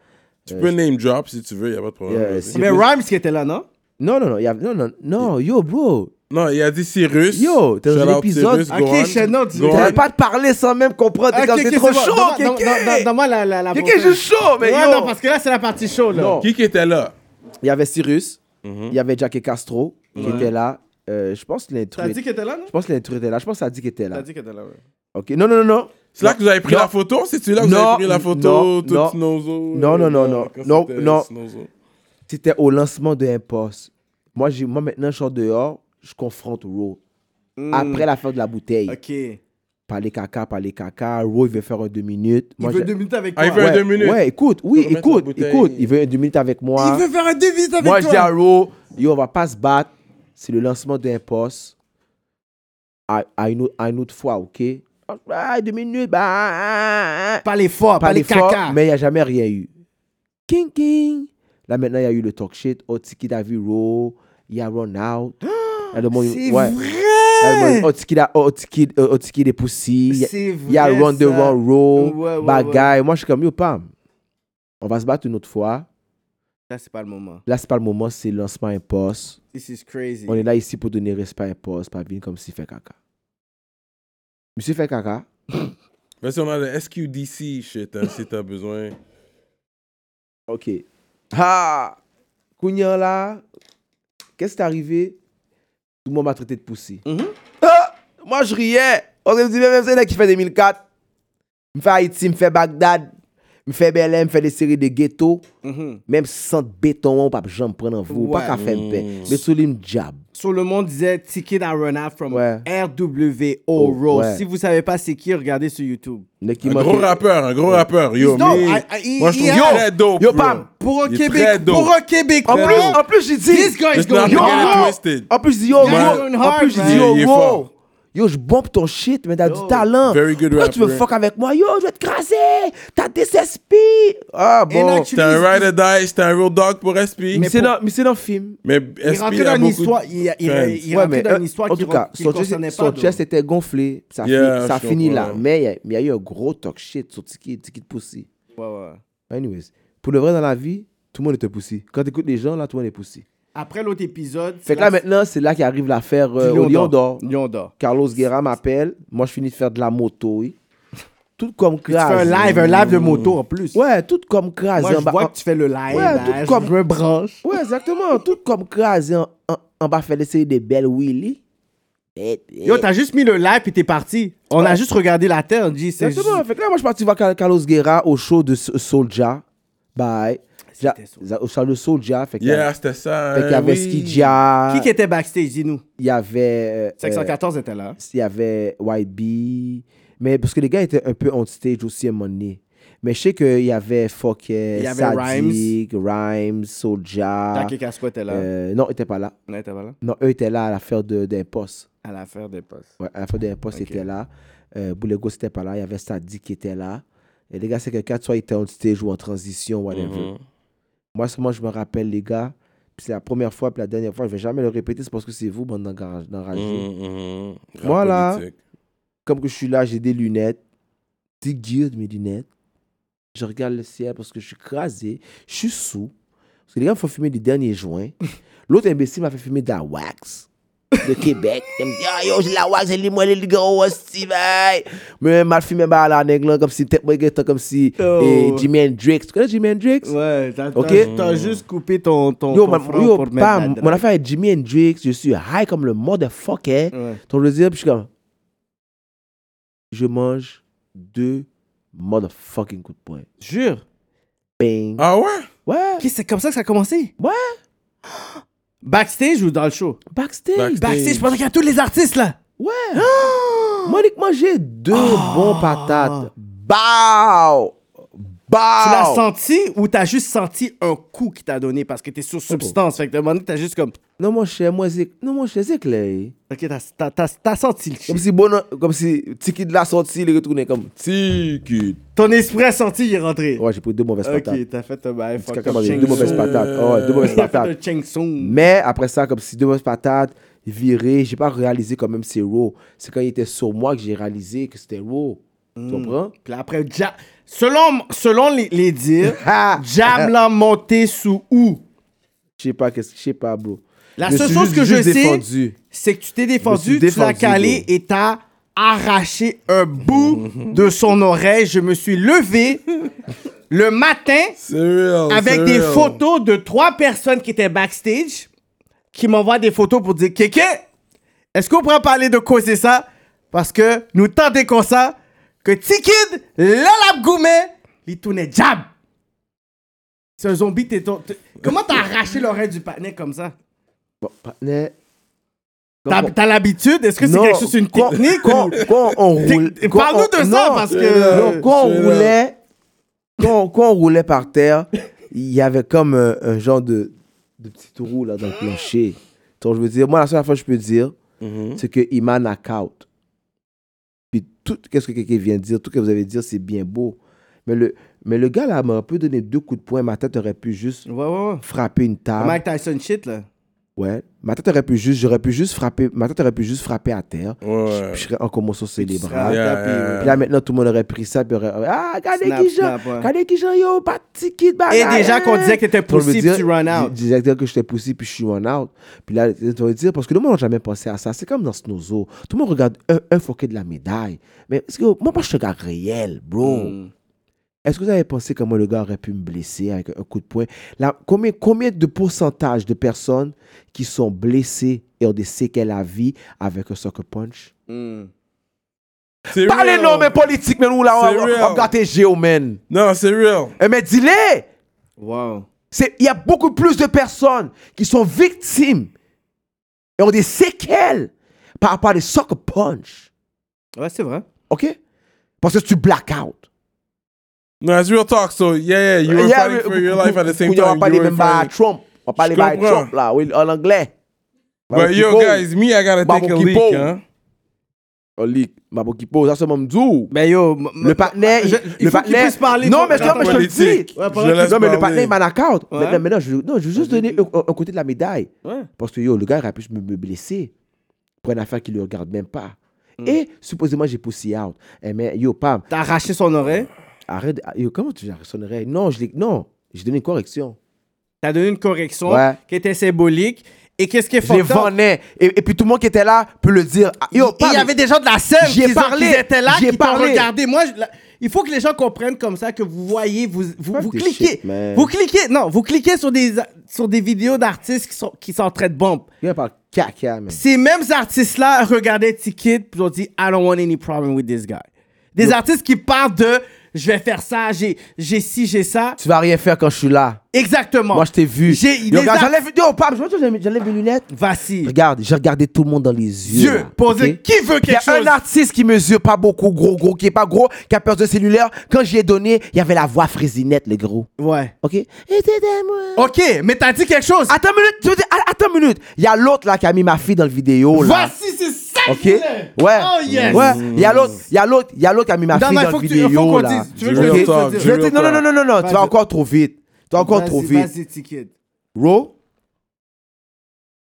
Speaker 3: Tu peux name drop si tu veux, y a pas de problème.
Speaker 4: Yeah,
Speaker 3: vas-y.
Speaker 4: si-
Speaker 5: Mais Rhymes qui était là, non?
Speaker 4: Non, non, non, il y avait- non, non, non, yo, bro.
Speaker 3: Non, il a dit Cyrus.
Speaker 4: Yo, t'as
Speaker 3: Shout
Speaker 4: un
Speaker 3: out
Speaker 4: épisode-
Speaker 3: Cyrus,
Speaker 5: Ok,
Speaker 3: go on.
Speaker 5: Shannon, tu-
Speaker 3: Go
Speaker 4: T'avais
Speaker 3: on.
Speaker 4: pas de parler sans même comprendre. T'es
Speaker 5: Ok,
Speaker 4: comme,
Speaker 5: Ah, ok,
Speaker 4: c'est
Speaker 5: c'est
Speaker 4: trop
Speaker 5: bon.
Speaker 4: chaud,
Speaker 5: Donne-
Speaker 4: kéké.
Speaker 5: donne- donne- Donne-moi la- la la
Speaker 4: Kéké est
Speaker 5: photo.
Speaker 4: juste chaud, mais
Speaker 5: Ouais,
Speaker 4: yo.
Speaker 5: non, parce que là, c'est la partie show, là.
Speaker 4: Non.
Speaker 3: Qui qui était là?
Speaker 4: Il y avait Cyrus,
Speaker 3: Mhm.
Speaker 4: il y avait Jack et Castro qui était là. Euh, je pense que l'intro.
Speaker 5: T'as dit qu'elle était là, non?
Speaker 4: Je pense que l'intro était là. Je pense que ça dit qu'il était là.
Speaker 5: T'as dit qu'elle était là, ouais.
Speaker 4: Ok. Non, non, non, non.
Speaker 3: C'est là que vous avez pris
Speaker 4: Non.
Speaker 3: la photo? C'est celui-là que vous
Speaker 4: Non,
Speaker 3: avez pris la photo?
Speaker 4: non, non.
Speaker 3: Tout Snowzo?
Speaker 4: Non, non, non,
Speaker 3: euh,
Speaker 4: non.
Speaker 3: quand
Speaker 4: Non,
Speaker 3: c'était
Speaker 4: non.
Speaker 3: Snowzo.
Speaker 4: C'était au lancement de Impost. Moi, j'ai- moi maintenant, je sors dehors, je confronte Raw. Après la fin de la bouteille.
Speaker 5: Hmm. Ok. Il
Speaker 4: Parler caca, parler caca. Raw, il veut faire un deux minutes. Moi,
Speaker 5: veut
Speaker 4: j'ai-
Speaker 5: deux minutes avec toi.
Speaker 3: Ah, il veut-
Speaker 4: ouais,
Speaker 3: deux minutes.
Speaker 4: Ouais, écoute, oui,
Speaker 3: Pour remettre
Speaker 4: écoute,
Speaker 3: la bouteille.
Speaker 4: écoute. Il veut un deux minutes avec Ah. moi.
Speaker 5: faire un deux minutes avec
Speaker 4: Moi, je dis à Raw, yo, on va pas se battre. c'est le lancement d'un poste à, à une, autre- à une autre fois, OK? Ah, deux minutes, bah, ah, ah, ah.
Speaker 5: Pas les forts, pas,
Speaker 4: Pas
Speaker 5: les
Speaker 4: d'effort,
Speaker 5: caca.
Speaker 4: mais il n'y a jamais rien eu. King, king. Là, maintenant, il y a eu le talk shit. Otiki da Viro, il y a Run Out. Il y a le monde- ouais. Il
Speaker 5: C'est
Speaker 4: y a le
Speaker 5: vrai!
Speaker 4: monde- Otiki da- Otiki- euh, Otiki des Pussy. Il y a-
Speaker 5: C'est vrai.
Speaker 4: il y a Ron de
Speaker 5: ça.
Speaker 4: Ron Row,
Speaker 5: Ouais, ouais,
Speaker 4: Bagay. Moi, je suis comme, yo, pam. On va se battre une autre fois.
Speaker 5: Ça, c'est pas le moment.
Speaker 4: Là, c'est pas le moment, c'est le lancement un poste.
Speaker 5: This is crazy.
Speaker 4: On est là ici pour donner respect à un poste, pas venir comme s'il fait caca. Monsieur fait caca.
Speaker 3: Mais si on a le SQDC shit, hein, si t'as besoin.
Speaker 4: OK. Ha! Kounyan là, qu'est-ce qui est arrivé? Tout le monde m'a traité de poussi.
Speaker 5: Mhm.
Speaker 4: Ah! Moi, je riais. On me dit, même c'est là qui fait 2004. Me fait Haïti, me fait Bagdad, me fait Belém, me fait des séries de ghettos.
Speaker 5: Mhm.
Speaker 4: Même sans béton, on pas jamais prendre en vous,
Speaker 5: Ouais.
Speaker 4: pas qu'à faire paix. Mais sous l'une jab.
Speaker 5: Sur le monde disait Ticket à Run Out from
Speaker 4: Ouais.
Speaker 5: RWO
Speaker 4: Oh,
Speaker 5: Row.
Speaker 4: ouais.
Speaker 5: Si vous savez pas c'est qui, regardez sur YouTube.
Speaker 4: Mais qui
Speaker 3: Un
Speaker 4: m'a-
Speaker 3: gros rappeur, un gros rappeur. Yo,
Speaker 5: He's dope.
Speaker 3: mais-
Speaker 5: I- I-
Speaker 3: moi je
Speaker 5: he-
Speaker 3: trouve
Speaker 5: he-
Speaker 3: très dope.
Speaker 4: Yo,
Speaker 3: bro.
Speaker 4: Pam,
Speaker 5: Pour un
Speaker 3: Il est très
Speaker 5: Québec,
Speaker 3: dope.
Speaker 5: pour un Québec.
Speaker 4: En plus, en plus, j'ai dit.
Speaker 5: this guy is
Speaker 3: Let's not
Speaker 5: going
Speaker 3: get it
Speaker 5: hard.
Speaker 3: twisted.
Speaker 4: En plus, je dis, yo,
Speaker 5: Yeah,
Speaker 4: yo,
Speaker 5: going
Speaker 4: en
Speaker 5: hard,
Speaker 4: plus, je dis,
Speaker 5: man.
Speaker 4: yo,
Speaker 3: Yeah, il est
Speaker 4: wow.
Speaker 3: fort.
Speaker 4: Yo, je bombe ton shit, mais t'as
Speaker 5: Yo.
Speaker 4: du talent.
Speaker 3: Very good
Speaker 4: Pourquoi tu veux
Speaker 3: rapper.
Speaker 4: fuck avec moi? Yo, je vais te craser. T'as des SP. Ah,
Speaker 5: And
Speaker 4: bon.
Speaker 5: actually,
Speaker 3: T'es un
Speaker 5: he's-
Speaker 3: ride or die, t'es un real dog pour SP.
Speaker 4: Mais c'est dans, mais c'est dans le film.
Speaker 3: Mais SP
Speaker 5: Il est rentré
Speaker 3: a
Speaker 5: dans une
Speaker 3: beaucoup de
Speaker 5: histoire, il, il,
Speaker 3: fans.
Speaker 5: il, est rentré dans
Speaker 4: euh,
Speaker 5: une histoire
Speaker 4: en
Speaker 5: qui
Speaker 4: tout cas,
Speaker 5: qui
Speaker 4: son
Speaker 5: ne concernait
Speaker 4: chest,
Speaker 5: pas.
Speaker 4: son
Speaker 5: donc.
Speaker 4: chest était gonflé. Ça, fi-
Speaker 3: Yeah,
Speaker 4: ça
Speaker 3: je
Speaker 4: finit
Speaker 3: comprends.
Speaker 4: là. Mais il y a- il y, a eu un gros talk shit sur Tiki, Tiki de Pussy.
Speaker 5: Ouais, ouais.
Speaker 4: Anyways, pour le vrai dans la vie, tout le monde était poussé. Quand t'écoutes les gens, là, tout le monde est poussé.
Speaker 5: Après l'autre épisode,
Speaker 4: Fait que là, maintenant, c'est là qu'arrive l'affaire euh, au Lion d'Or.
Speaker 5: Lion d'or.
Speaker 4: Carlos Guerra m'appelle. Moi, je finis de faire de la moto. oui. Tout comme
Speaker 5: Tu fais
Speaker 4: crasé.
Speaker 5: un live, un live de moto en plus.
Speaker 4: Ah, Ouais, tout comme crasé.
Speaker 5: Moi, je
Speaker 4: en bas-
Speaker 5: vois
Speaker 4: en-
Speaker 5: que tu fais le live.
Speaker 4: Ouais,
Speaker 5: là,
Speaker 4: tout
Speaker 5: je
Speaker 4: comme-
Speaker 5: me branche.
Speaker 4: Ouais, exactement. tout comme crasé en, en, en bas, fait l'essayer des belles Willy. Et- et-
Speaker 5: Yo, t'as juste mis le live et t'es parti. On a juste regardé la terre, on dit c'est
Speaker 4: Exactement.
Speaker 5: juste-
Speaker 4: Fait que là, moi, je suis parti voir Car- Carlos Guerra au show de S- Soulja. Bye. Ja-
Speaker 5: C'était Soulja.
Speaker 4: za- Au show de Soulja. Fait que-
Speaker 3: Yeah, c'était ça.
Speaker 4: fait
Speaker 3: hein,
Speaker 4: qu'il y avait
Speaker 3: oui.
Speaker 4: Skidja.
Speaker 5: Qui qui était backstage, dis-nous.
Speaker 4: Il y avait. euh,
Speaker 5: 514 était là.
Speaker 4: il y avait YB. Mais parce que les gars étaient un peu on stage aussi à un moment donné. Mais je sais qu'il y avait Fuck,
Speaker 5: Il y
Speaker 4: euh,
Speaker 5: avait
Speaker 4: Sadik, Rhymes, Soulja.
Speaker 5: Jack et Casco était là.
Speaker 4: ah. Euh, non, ils n'étaient pas là.
Speaker 5: Non, il était pas là.
Speaker 4: Non, eux étaient là à l'affaire de- d'un poste.
Speaker 5: À l'affaire des postes.
Speaker 4: Ouais, à l'affaire d'un poste,
Speaker 5: Ok.
Speaker 4: ils étaient là. Euh, Boulego, c'était pas là. Il y avait Sadik qui était là. Et les gars, c'est que quand soit ils étaient on stage ou en transition, whatever.
Speaker 3: Mhm.
Speaker 4: Moi, seulement, je me rappelle, les gars. puis C'est la première fois, puis la dernière fois, je vais jamais le répéter, c'est parce que c'est vous, bande d'engar- d'enragés.
Speaker 3: Mhm, mhm. Rap
Speaker 4: Voilà.
Speaker 3: politique.
Speaker 4: comme que je suis là, j'ai des lunettes, des guilles de mes lunettes. Je regarde le ciel parce que je suis crasé, je suis sous. Parce que les gars me font fumer des derniers joints. L'autre imbécile m'a fait fumer de la wax de Québec. Il me dit, ah yo, j'ai la wax, j'ai les moelleux, les gros, aussi, bye. Mais m'a fumé mal à l'angle, comme si, t'es moi, gars, t'es comme si,
Speaker 5: Oh.
Speaker 4: et Jimi Hendrix. Tu connais Jimi Hendrix?
Speaker 5: Ouais, t'as
Speaker 4: Ok.
Speaker 5: t'as- t'as juste coupé ton, ton,
Speaker 4: Yo,
Speaker 5: ton
Speaker 4: ma-
Speaker 5: front
Speaker 4: yo,
Speaker 5: pour mettre
Speaker 4: bam,
Speaker 5: la
Speaker 4: mon
Speaker 5: drogue.
Speaker 4: affaire est Jimi Hendrix, je suis high comme le motherfucker.
Speaker 5: Ouais.
Speaker 4: Ton deuxième, puis je suis comme. Je mange deux motherfucking coups de poing.
Speaker 5: Jure.
Speaker 4: Bang.
Speaker 3: Ah ouais?
Speaker 4: Ouais.
Speaker 5: Ok, c'est comme ça que ça a commencé.
Speaker 4: Ouais.
Speaker 5: Backstage ou dans le show?
Speaker 4: Backstage.
Speaker 3: Backstage.
Speaker 5: Backstage, pendant qu'il y a tous les artistes là.
Speaker 4: Ouais. Monique mangeait deux bons patates. Bao.
Speaker 5: Tu l'as
Speaker 4: Bao.
Speaker 5: senti ou t'as juste senti un coup qui t'a donné parce que t'es sur substance? Fait que de moment donné, t'as juste comme.
Speaker 4: Non, mon cher, moi, c'est. Non, mon cher, c'est clair.
Speaker 5: Ok, t'as- t'as- t'as t'as senti le
Speaker 4: Comme
Speaker 5: shit.
Speaker 4: si, bon, comme si Tiki de la sortie, il est retourné comme.
Speaker 3: Ticket.
Speaker 5: Ton esprit a senti, il est rentré.
Speaker 4: Ouais, j'ai pris deux mauvaises patates.
Speaker 5: Ok, t'as fait un bail.
Speaker 4: Petit
Speaker 5: fuck
Speaker 4: caca,
Speaker 5: up,
Speaker 4: moi, j'ai
Speaker 5: Cheng
Speaker 4: deux mauvaises
Speaker 5: Sung.
Speaker 4: patates. Oh, ouais, deux mauvaises
Speaker 5: T'as fait
Speaker 4: patates.
Speaker 5: un Cheng Sung.
Speaker 4: Mais après ça, comme si deux grosses patates, viré, j'ai pas réalisé quand même c'est raw. C'est quand il était sur moi que j'ai réalisé que c'était raw.
Speaker 5: Hmm.
Speaker 4: Tu comprends?
Speaker 5: Puis là, après, Ja- selon, selon les, les dires,
Speaker 4: Ha!
Speaker 5: Jam l'a monté sous où?
Speaker 4: Je sais pas, qu'est-ce que je sais pas, bro.
Speaker 5: La
Speaker 4: Je me
Speaker 5: seule
Speaker 4: suis
Speaker 5: chose
Speaker 4: juste-
Speaker 5: que je
Speaker 4: juste
Speaker 5: sais,
Speaker 4: défendu.
Speaker 5: c'est que tu t'es
Speaker 4: Je me
Speaker 5: défendu,
Speaker 4: suis
Speaker 5: tu l'as
Speaker 4: défendu,
Speaker 5: calé
Speaker 4: bro.
Speaker 5: et t'as arraché un bout de son oreille. Je me suis levé le matin
Speaker 3: C'est
Speaker 4: Oh,
Speaker 3: real.
Speaker 5: avec
Speaker 3: c'est
Speaker 5: des
Speaker 3: real.
Speaker 5: photos de trois personnes qui étaient backstage qui m'envoient des photos pour dire Kéké, est-ce qu'on pourrait parler de causer ça Parce que nous tentons comme ça que Tikid, l'alab gourmet, il tournait jab. C'est un zombie, t'es ton- t'es- Comment t'as arraché l'oreille du patinet comme ça
Speaker 4: Bon, partner.
Speaker 5: T'as
Speaker 4: Quand-
Speaker 5: t'as l'habitude Est-ce que c'est
Speaker 4: Non,
Speaker 5: quelque chose, c'est une
Speaker 4: quand-
Speaker 5: technique
Speaker 4: Quand,
Speaker 5: ou-
Speaker 4: quand on roule.
Speaker 5: Technique.
Speaker 4: quand
Speaker 5: Parle-nous
Speaker 4: on-
Speaker 5: de ça, parce que-
Speaker 4: non, quand on
Speaker 3: C'est
Speaker 4: roulait. Quand, quand on roulait par
Speaker 5: Ah.
Speaker 4: terre, il y avait comme un, un genre de, de petit trou là dans le plancher. Tu Donc, je veux dire, moi, la seule fois que je peux dire,
Speaker 3: Mm-hmm.
Speaker 5: Hmm?
Speaker 4: c'est que il m'a knock-out. Puis tout ce que quelqu'un vient dire, tout ce que vous avez dit, c'est bien beau. Mais le, mais le gars, là, m'aurait pu donner deux coups de poing. Ma tête aurait pu juste
Speaker 5: Ouais, ouais, ouais.
Speaker 4: frapper une table.
Speaker 5: Mike Tyson shit, là.
Speaker 4: Ouais. Ma tête aurait pu juste, j'aurais pu juste frapper, ma tête aurait pu juste frapper à terre.
Speaker 3: Ouais.
Speaker 4: Je, je serais en commotion
Speaker 5: Ah,
Speaker 4: célébrale.
Speaker 3: Yeah,
Speaker 5: tapis,
Speaker 3: yeah,
Speaker 5: ouais.
Speaker 4: Puis là, maintenant, tout le monde aurait pris ça, puis aurait, ah, regardez
Speaker 5: Snap,
Speaker 4: qui j'en,
Speaker 5: snap, ouais.
Speaker 4: regardez qui j'en, yo, pas de petit kid,
Speaker 5: Et
Speaker 4: bagaille,
Speaker 5: déjà qu'on
Speaker 4: hein.
Speaker 5: disait que t'étais
Speaker 4: Donc, je veux
Speaker 5: poussif,
Speaker 4: dire,
Speaker 5: tu run
Speaker 4: di-
Speaker 5: out.
Speaker 4: Disait que que j'étais poussé, puis je suis run out. Puis là, tu vas dire, parce que le monde n'a jamais pensé à ça. C'est comme dans Snozo. Tout le monde regarde un, un foquet de la médaille. Mais est-ce que, moi, moi, je suis un gars réel, bro. Est-ce que vous avez pensé comment le gars aurait pu me blesser avec un coup de poing Là, combien, combien de pourcentage de personnes qui sont blessées et ont des séquelles à vie avec un soccer punch
Speaker 5: Mm.
Speaker 3: C'est
Speaker 4: Parlez
Speaker 3: real.
Speaker 4: non, mais politique, mais nous, là,
Speaker 3: C'est
Speaker 4: on- on
Speaker 3: real.
Speaker 4: regarde tes géo, man.
Speaker 3: Non, c'est real.
Speaker 4: Eh, Mais dis-les
Speaker 5: Wow.
Speaker 4: C'est- Il y a beaucoup plus de personnes qui sont victimes et ont des séquelles par rapport à des soccer punch.
Speaker 5: Ouais, c'est vrai.
Speaker 4: OK Parce que tu black out.
Speaker 3: Non, it's real talk. So, yeah, yeah, you were fighting for your life at the same
Speaker 4: On
Speaker 3: time.
Speaker 4: va parler
Speaker 3: you were
Speaker 4: même pas à
Speaker 3: fighting.
Speaker 4: Trump. On va parler pas à
Speaker 3: comprends.
Speaker 4: Trump, là, oui, en anglais.
Speaker 3: But yo, guys, me, I gotta
Speaker 4: Babo
Speaker 3: take a
Speaker 4: qui
Speaker 3: leak,
Speaker 4: pose.
Speaker 3: hein.
Speaker 4: On Oh, leak. Mabo Kipo, ça c'est mon dou.
Speaker 5: Ben yo, m- m-
Speaker 4: Le partenaire.
Speaker 5: je-
Speaker 4: il-
Speaker 5: il
Speaker 4: le
Speaker 5: faut qu'il
Speaker 4: partenaire-
Speaker 5: puisse parler.
Speaker 4: Non,
Speaker 5: faut-
Speaker 4: mais je non, mais je te le dis.
Speaker 3: Ouais,
Speaker 5: pendant
Speaker 3: je laisse
Speaker 4: Non, mais le
Speaker 3: parler.
Speaker 4: partenaire, il m'a knock-out.
Speaker 5: Ouais.
Speaker 4: Maintenant, maintenant, je, non, je veux juste donner un, un- un côté de la médaille.
Speaker 5: Ouais.
Speaker 4: Parce que yo, le gars aurait pu me, me blesser pour une affaire qui ne le regarde même pas. Et supposément, j'ai poussé out. Eh, mais yo, Pam,
Speaker 5: T'as arraché son oreille.
Speaker 4: arrête. ah, Yo, comment tu sonnerais Non, je l'ai- non, j'ai donné une correction.
Speaker 5: T'as donné une correction
Speaker 4: Ouais.
Speaker 5: qui était symbolique. Et qu'est-ce qui est
Speaker 4: Je les
Speaker 5: fort?
Speaker 4: vendais. Et, et puis tout le monde qui était là peut le dire. Ah, Yo,
Speaker 5: il
Speaker 4: Pam,
Speaker 5: y avait des gens de la scène
Speaker 4: J'y
Speaker 5: qui,
Speaker 4: ai
Speaker 5: sont-
Speaker 4: parlé,
Speaker 5: qui étaient là,
Speaker 4: j'y ai
Speaker 5: qui t'ont
Speaker 4: parlé.
Speaker 5: regardé. Moi, je- là, il faut que les gens comprennent comme ça que vous voyez, vous, vous,
Speaker 4: Fuck
Speaker 5: vous
Speaker 4: this
Speaker 5: cliquez.
Speaker 4: shit, man.
Speaker 5: vous cliquez, non, vous cliquez sur des, sur des vidéos d'artistes qui sont, qui sont en train de bombe.
Speaker 4: Il y a pas caca, man.
Speaker 5: Ces mêmes artistes-là regardaient Ticket puis ont dit I don't want any problem with this guy. Des artistes qui parlent de je vais faire ça, j'ai j'ai ci, j'ai ça.
Speaker 4: Tu vas rien faire quand je suis là.
Speaker 5: Exactement.
Speaker 4: Moi, je t'ai vu.
Speaker 5: J'ai-
Speaker 4: Yo,
Speaker 5: les
Speaker 4: regarde,
Speaker 5: arts-
Speaker 4: j'enlève, yo, Pam, je vois que j'enlève- j'enlève mes lunettes.
Speaker 5: Vas-y.
Speaker 4: Regarde, j'ai regardé tout le monde dans les yeux.
Speaker 5: Dieu,
Speaker 4: là,
Speaker 5: posez
Speaker 4: ok?
Speaker 5: qui veut
Speaker 4: Il y a
Speaker 5: quelque chose.
Speaker 4: un artiste qui mesure pas beaucoup, gros, gros, qui est pas gros, qui a peur de cellulaire. Quand j'y ai donné, il y avait la voix frésinette, le gros.
Speaker 5: Ouais.
Speaker 4: OK? Et t'es des moi.
Speaker 5: Ok, mais t'as dit quelque chose.
Speaker 4: Attends une minute, tu veux dire, a- attends une minute. Il y a l'autre là qui a mis ma fille dans le vidéo là.
Speaker 5: Vas-y, c'est ça.
Speaker 4: OK?
Speaker 5: que je
Speaker 4: Ouais.
Speaker 5: voulais. Oh yes.
Speaker 4: Ouais. Il y a l'autre, il y a l'autre, il y a l'autre qui a mis ma
Speaker 5: Non,
Speaker 4: fille
Speaker 5: non,
Speaker 4: dans
Speaker 5: faut
Speaker 4: le
Speaker 5: que tu- faut
Speaker 4: vidéo
Speaker 5: qu'on
Speaker 4: là.
Speaker 5: dise- tu veux
Speaker 4: Ok?
Speaker 5: que je le dise,
Speaker 3: talk,
Speaker 5: je
Speaker 4: Je vais te- Non, non, non, non, non, non, tu
Speaker 5: Vas-y.
Speaker 4: vas encore trop vite. Tu vas encore trop
Speaker 5: Vas-y,
Speaker 4: vite.
Speaker 5: Vas-y, Ticket.
Speaker 4: Bro,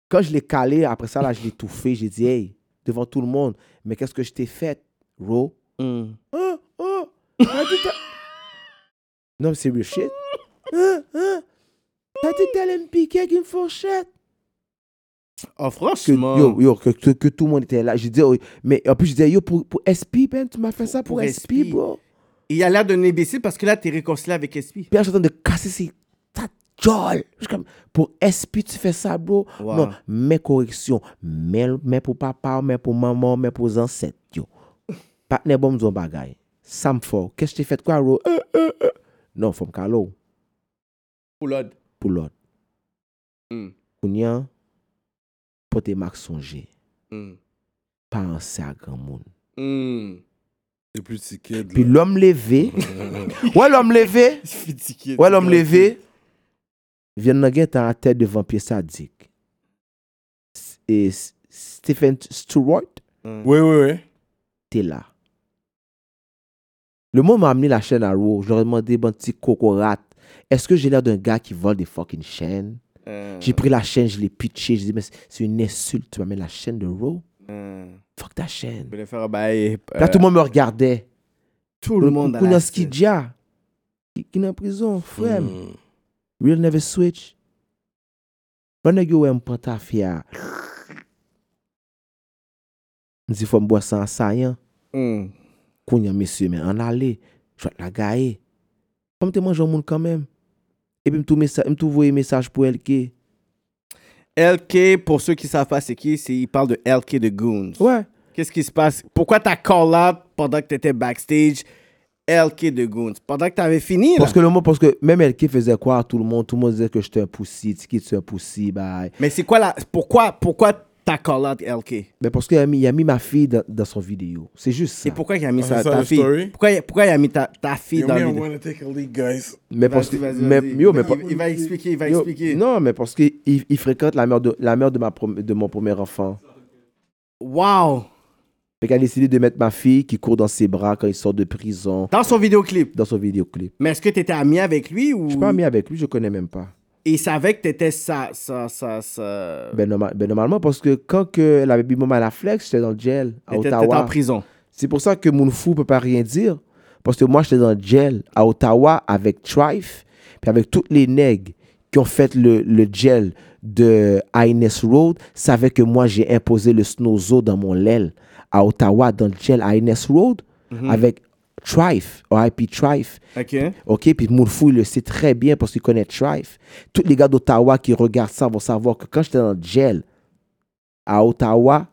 Speaker 4: quand je l'ai calé, après ça, là, je l'ai touffé. J'ai dit, hey, devant tout le monde, mais qu'est-ce que je t'ai fait, bro? Hein, hein, t'as dit t'as- Oh, non, mais c'est real shit. Hein, hein, T'as dit que t'allais me piquer avec une fourchette.
Speaker 5: Oh,
Speaker 4: Que,
Speaker 5: franchement.
Speaker 4: yo, yo, que, que- que tout le monde était là. J'ai dit, oh, mais en plus, je disais, yo, pour, pour SP, Ben, tu m'as fait ça pour,
Speaker 5: pour
Speaker 4: SP,
Speaker 5: SP.
Speaker 4: bro.
Speaker 5: Il a l'air d'un imbécile parce que là, t'es réconcilié avec SP.
Speaker 4: Puis là, je suis en train de casser ses ta gueule. Je suis comme, pour SP, tu fais ça, bro.
Speaker 5: Wow.
Speaker 4: Non, mes corrections. Mais, mais pour papa, mais pour maman, mais pour ancêtres, yo. Partner bon, m'dou bagay. Ça me fait. Qu'est-ce que t'ai fait quoi, bro? Euh, euh, euh. Non, faut me caler
Speaker 5: Pour l'autre.
Speaker 4: pour l'autre.
Speaker 5: Mm.
Speaker 4: Kounia, pour tes marques songer.
Speaker 5: Mm.
Speaker 4: Pas penser à grand monde.
Speaker 5: Mm.
Speaker 3: C'est plus petit kid,
Speaker 4: Puis
Speaker 3: là.
Speaker 4: l'homme levé. ouais, l'homme levé.
Speaker 5: Ticket.
Speaker 4: Ouais, l'homme levé. Vient de guetta à tête devant pied sadique. S- Et S- Stephen Stewart,
Speaker 3: Oui, oui, oui.
Speaker 4: t'es là. Le monde m'a amené la chaîne à Raw. Je leur ai demandé, bon petit cocorate, est-ce que j'ai l'air d'un gars qui vole des fucking chaînes?
Speaker 5: Euh,
Speaker 4: J'ai pris la chaîne, je l'ai pitchée. J'ai dit, mais c'est- c'est une insulte, tu m'amènes la chaîne de Raw? Fuck ta chaîne.
Speaker 5: euh, voulais faire un bail. euh,
Speaker 4: Là, tout le monde me regardait.
Speaker 5: tout
Speaker 4: Le
Speaker 5: le monde. dans la
Speaker 4: Kukunowski
Speaker 5: scène.
Speaker 4: Dia, qui qui est en prison, frère.
Speaker 5: Hmm.
Speaker 3: Mm.
Speaker 4: Real never switch. Bon, When I go and put a fia. Mzi fò mbwa san sayan.
Speaker 5: Mm.
Speaker 4: Koun yon mesye men an ale. Chouat la gaye. Fòm te manjè moun kanmèm. E pi mtou, mesa, mtou voye mesaj pou elke.
Speaker 5: LK, pour ceux qui savent pas c'est qui, c'est, il parle de LK de Goons.
Speaker 4: Ouais.
Speaker 5: Qu'est-ce qui se passe? Pourquoi t'as call out pendant que t'étais backstage LK de Goons? Pendant que t'avais fini, là.
Speaker 4: Parce que le mot, parce que même elke faisait croire à tout le monde. Tout le monde disait que j'étais un poussi, tiki, tu es un poussi, bye.
Speaker 5: Mais c'est quoi la... Pourquoi, pourquoi ta call out LK?
Speaker 4: Mais parce qu'il a mis, il a mis ma fille dans, dans son vidéo. C'est juste ça.
Speaker 5: Et pourquoi il a mis
Speaker 3: Ah,
Speaker 5: ça,
Speaker 3: c'est ça,
Speaker 5: ta
Speaker 3: le
Speaker 5: fille?
Speaker 3: story?
Speaker 5: Pourquoi, il- pourquoi il a mis ta, ta fille
Speaker 3: Yo,
Speaker 5: dans
Speaker 3: me,
Speaker 5: le
Speaker 3: I
Speaker 5: vidéo?
Speaker 3: wanna take a leak, guys.
Speaker 4: Mais parce que. Mais, yo, mais pas-
Speaker 5: il, va expliquer, il va
Speaker 4: yo,
Speaker 5: expliquer.
Speaker 4: Non, mais parce qu'il il il fréquente la mère de, la mère de, ma prom- de mon premier enfant.
Speaker 5: Wow!
Speaker 4: Fait qu'elle a décidé de mettre ma fille qui court dans ses bras quand il sort de prison
Speaker 5: Dans son vidéoclip.
Speaker 4: dans son vidéoclip.
Speaker 5: Mais est-ce que tu étais ami avec lui ou.
Speaker 4: Je suis pas ami avec lui, je connais même pas.
Speaker 5: Il savait que tu étais ça, ça, ça, ça.
Speaker 4: Ben, norma- ben, normalement, parce que quand que la baby mama la flex, j'étais dans le gel à
Speaker 5: T'étais- t'étais en
Speaker 4: Ottawa.
Speaker 5: prison.
Speaker 4: C'est pour ça que mon fou peut pas rien dire. Parce que moi, j'étais dans le gel à Ottawa avec Trife, puis avec toutes les nègres qui ont fait le, le gel de Ines Road, savaient que moi, j'ai imposé le snozo dans mon l'aile à Ottawa, dans le gel à Ines Road, avec Trife, RIP Trife.
Speaker 5: OK.
Speaker 4: OK, puis Moulfou, il le sait très bien parce qu'il connaît Trife. Tous les gars d'Ottawa qui regardent ça vont savoir que quand j'étais dans le gel à Ottawa,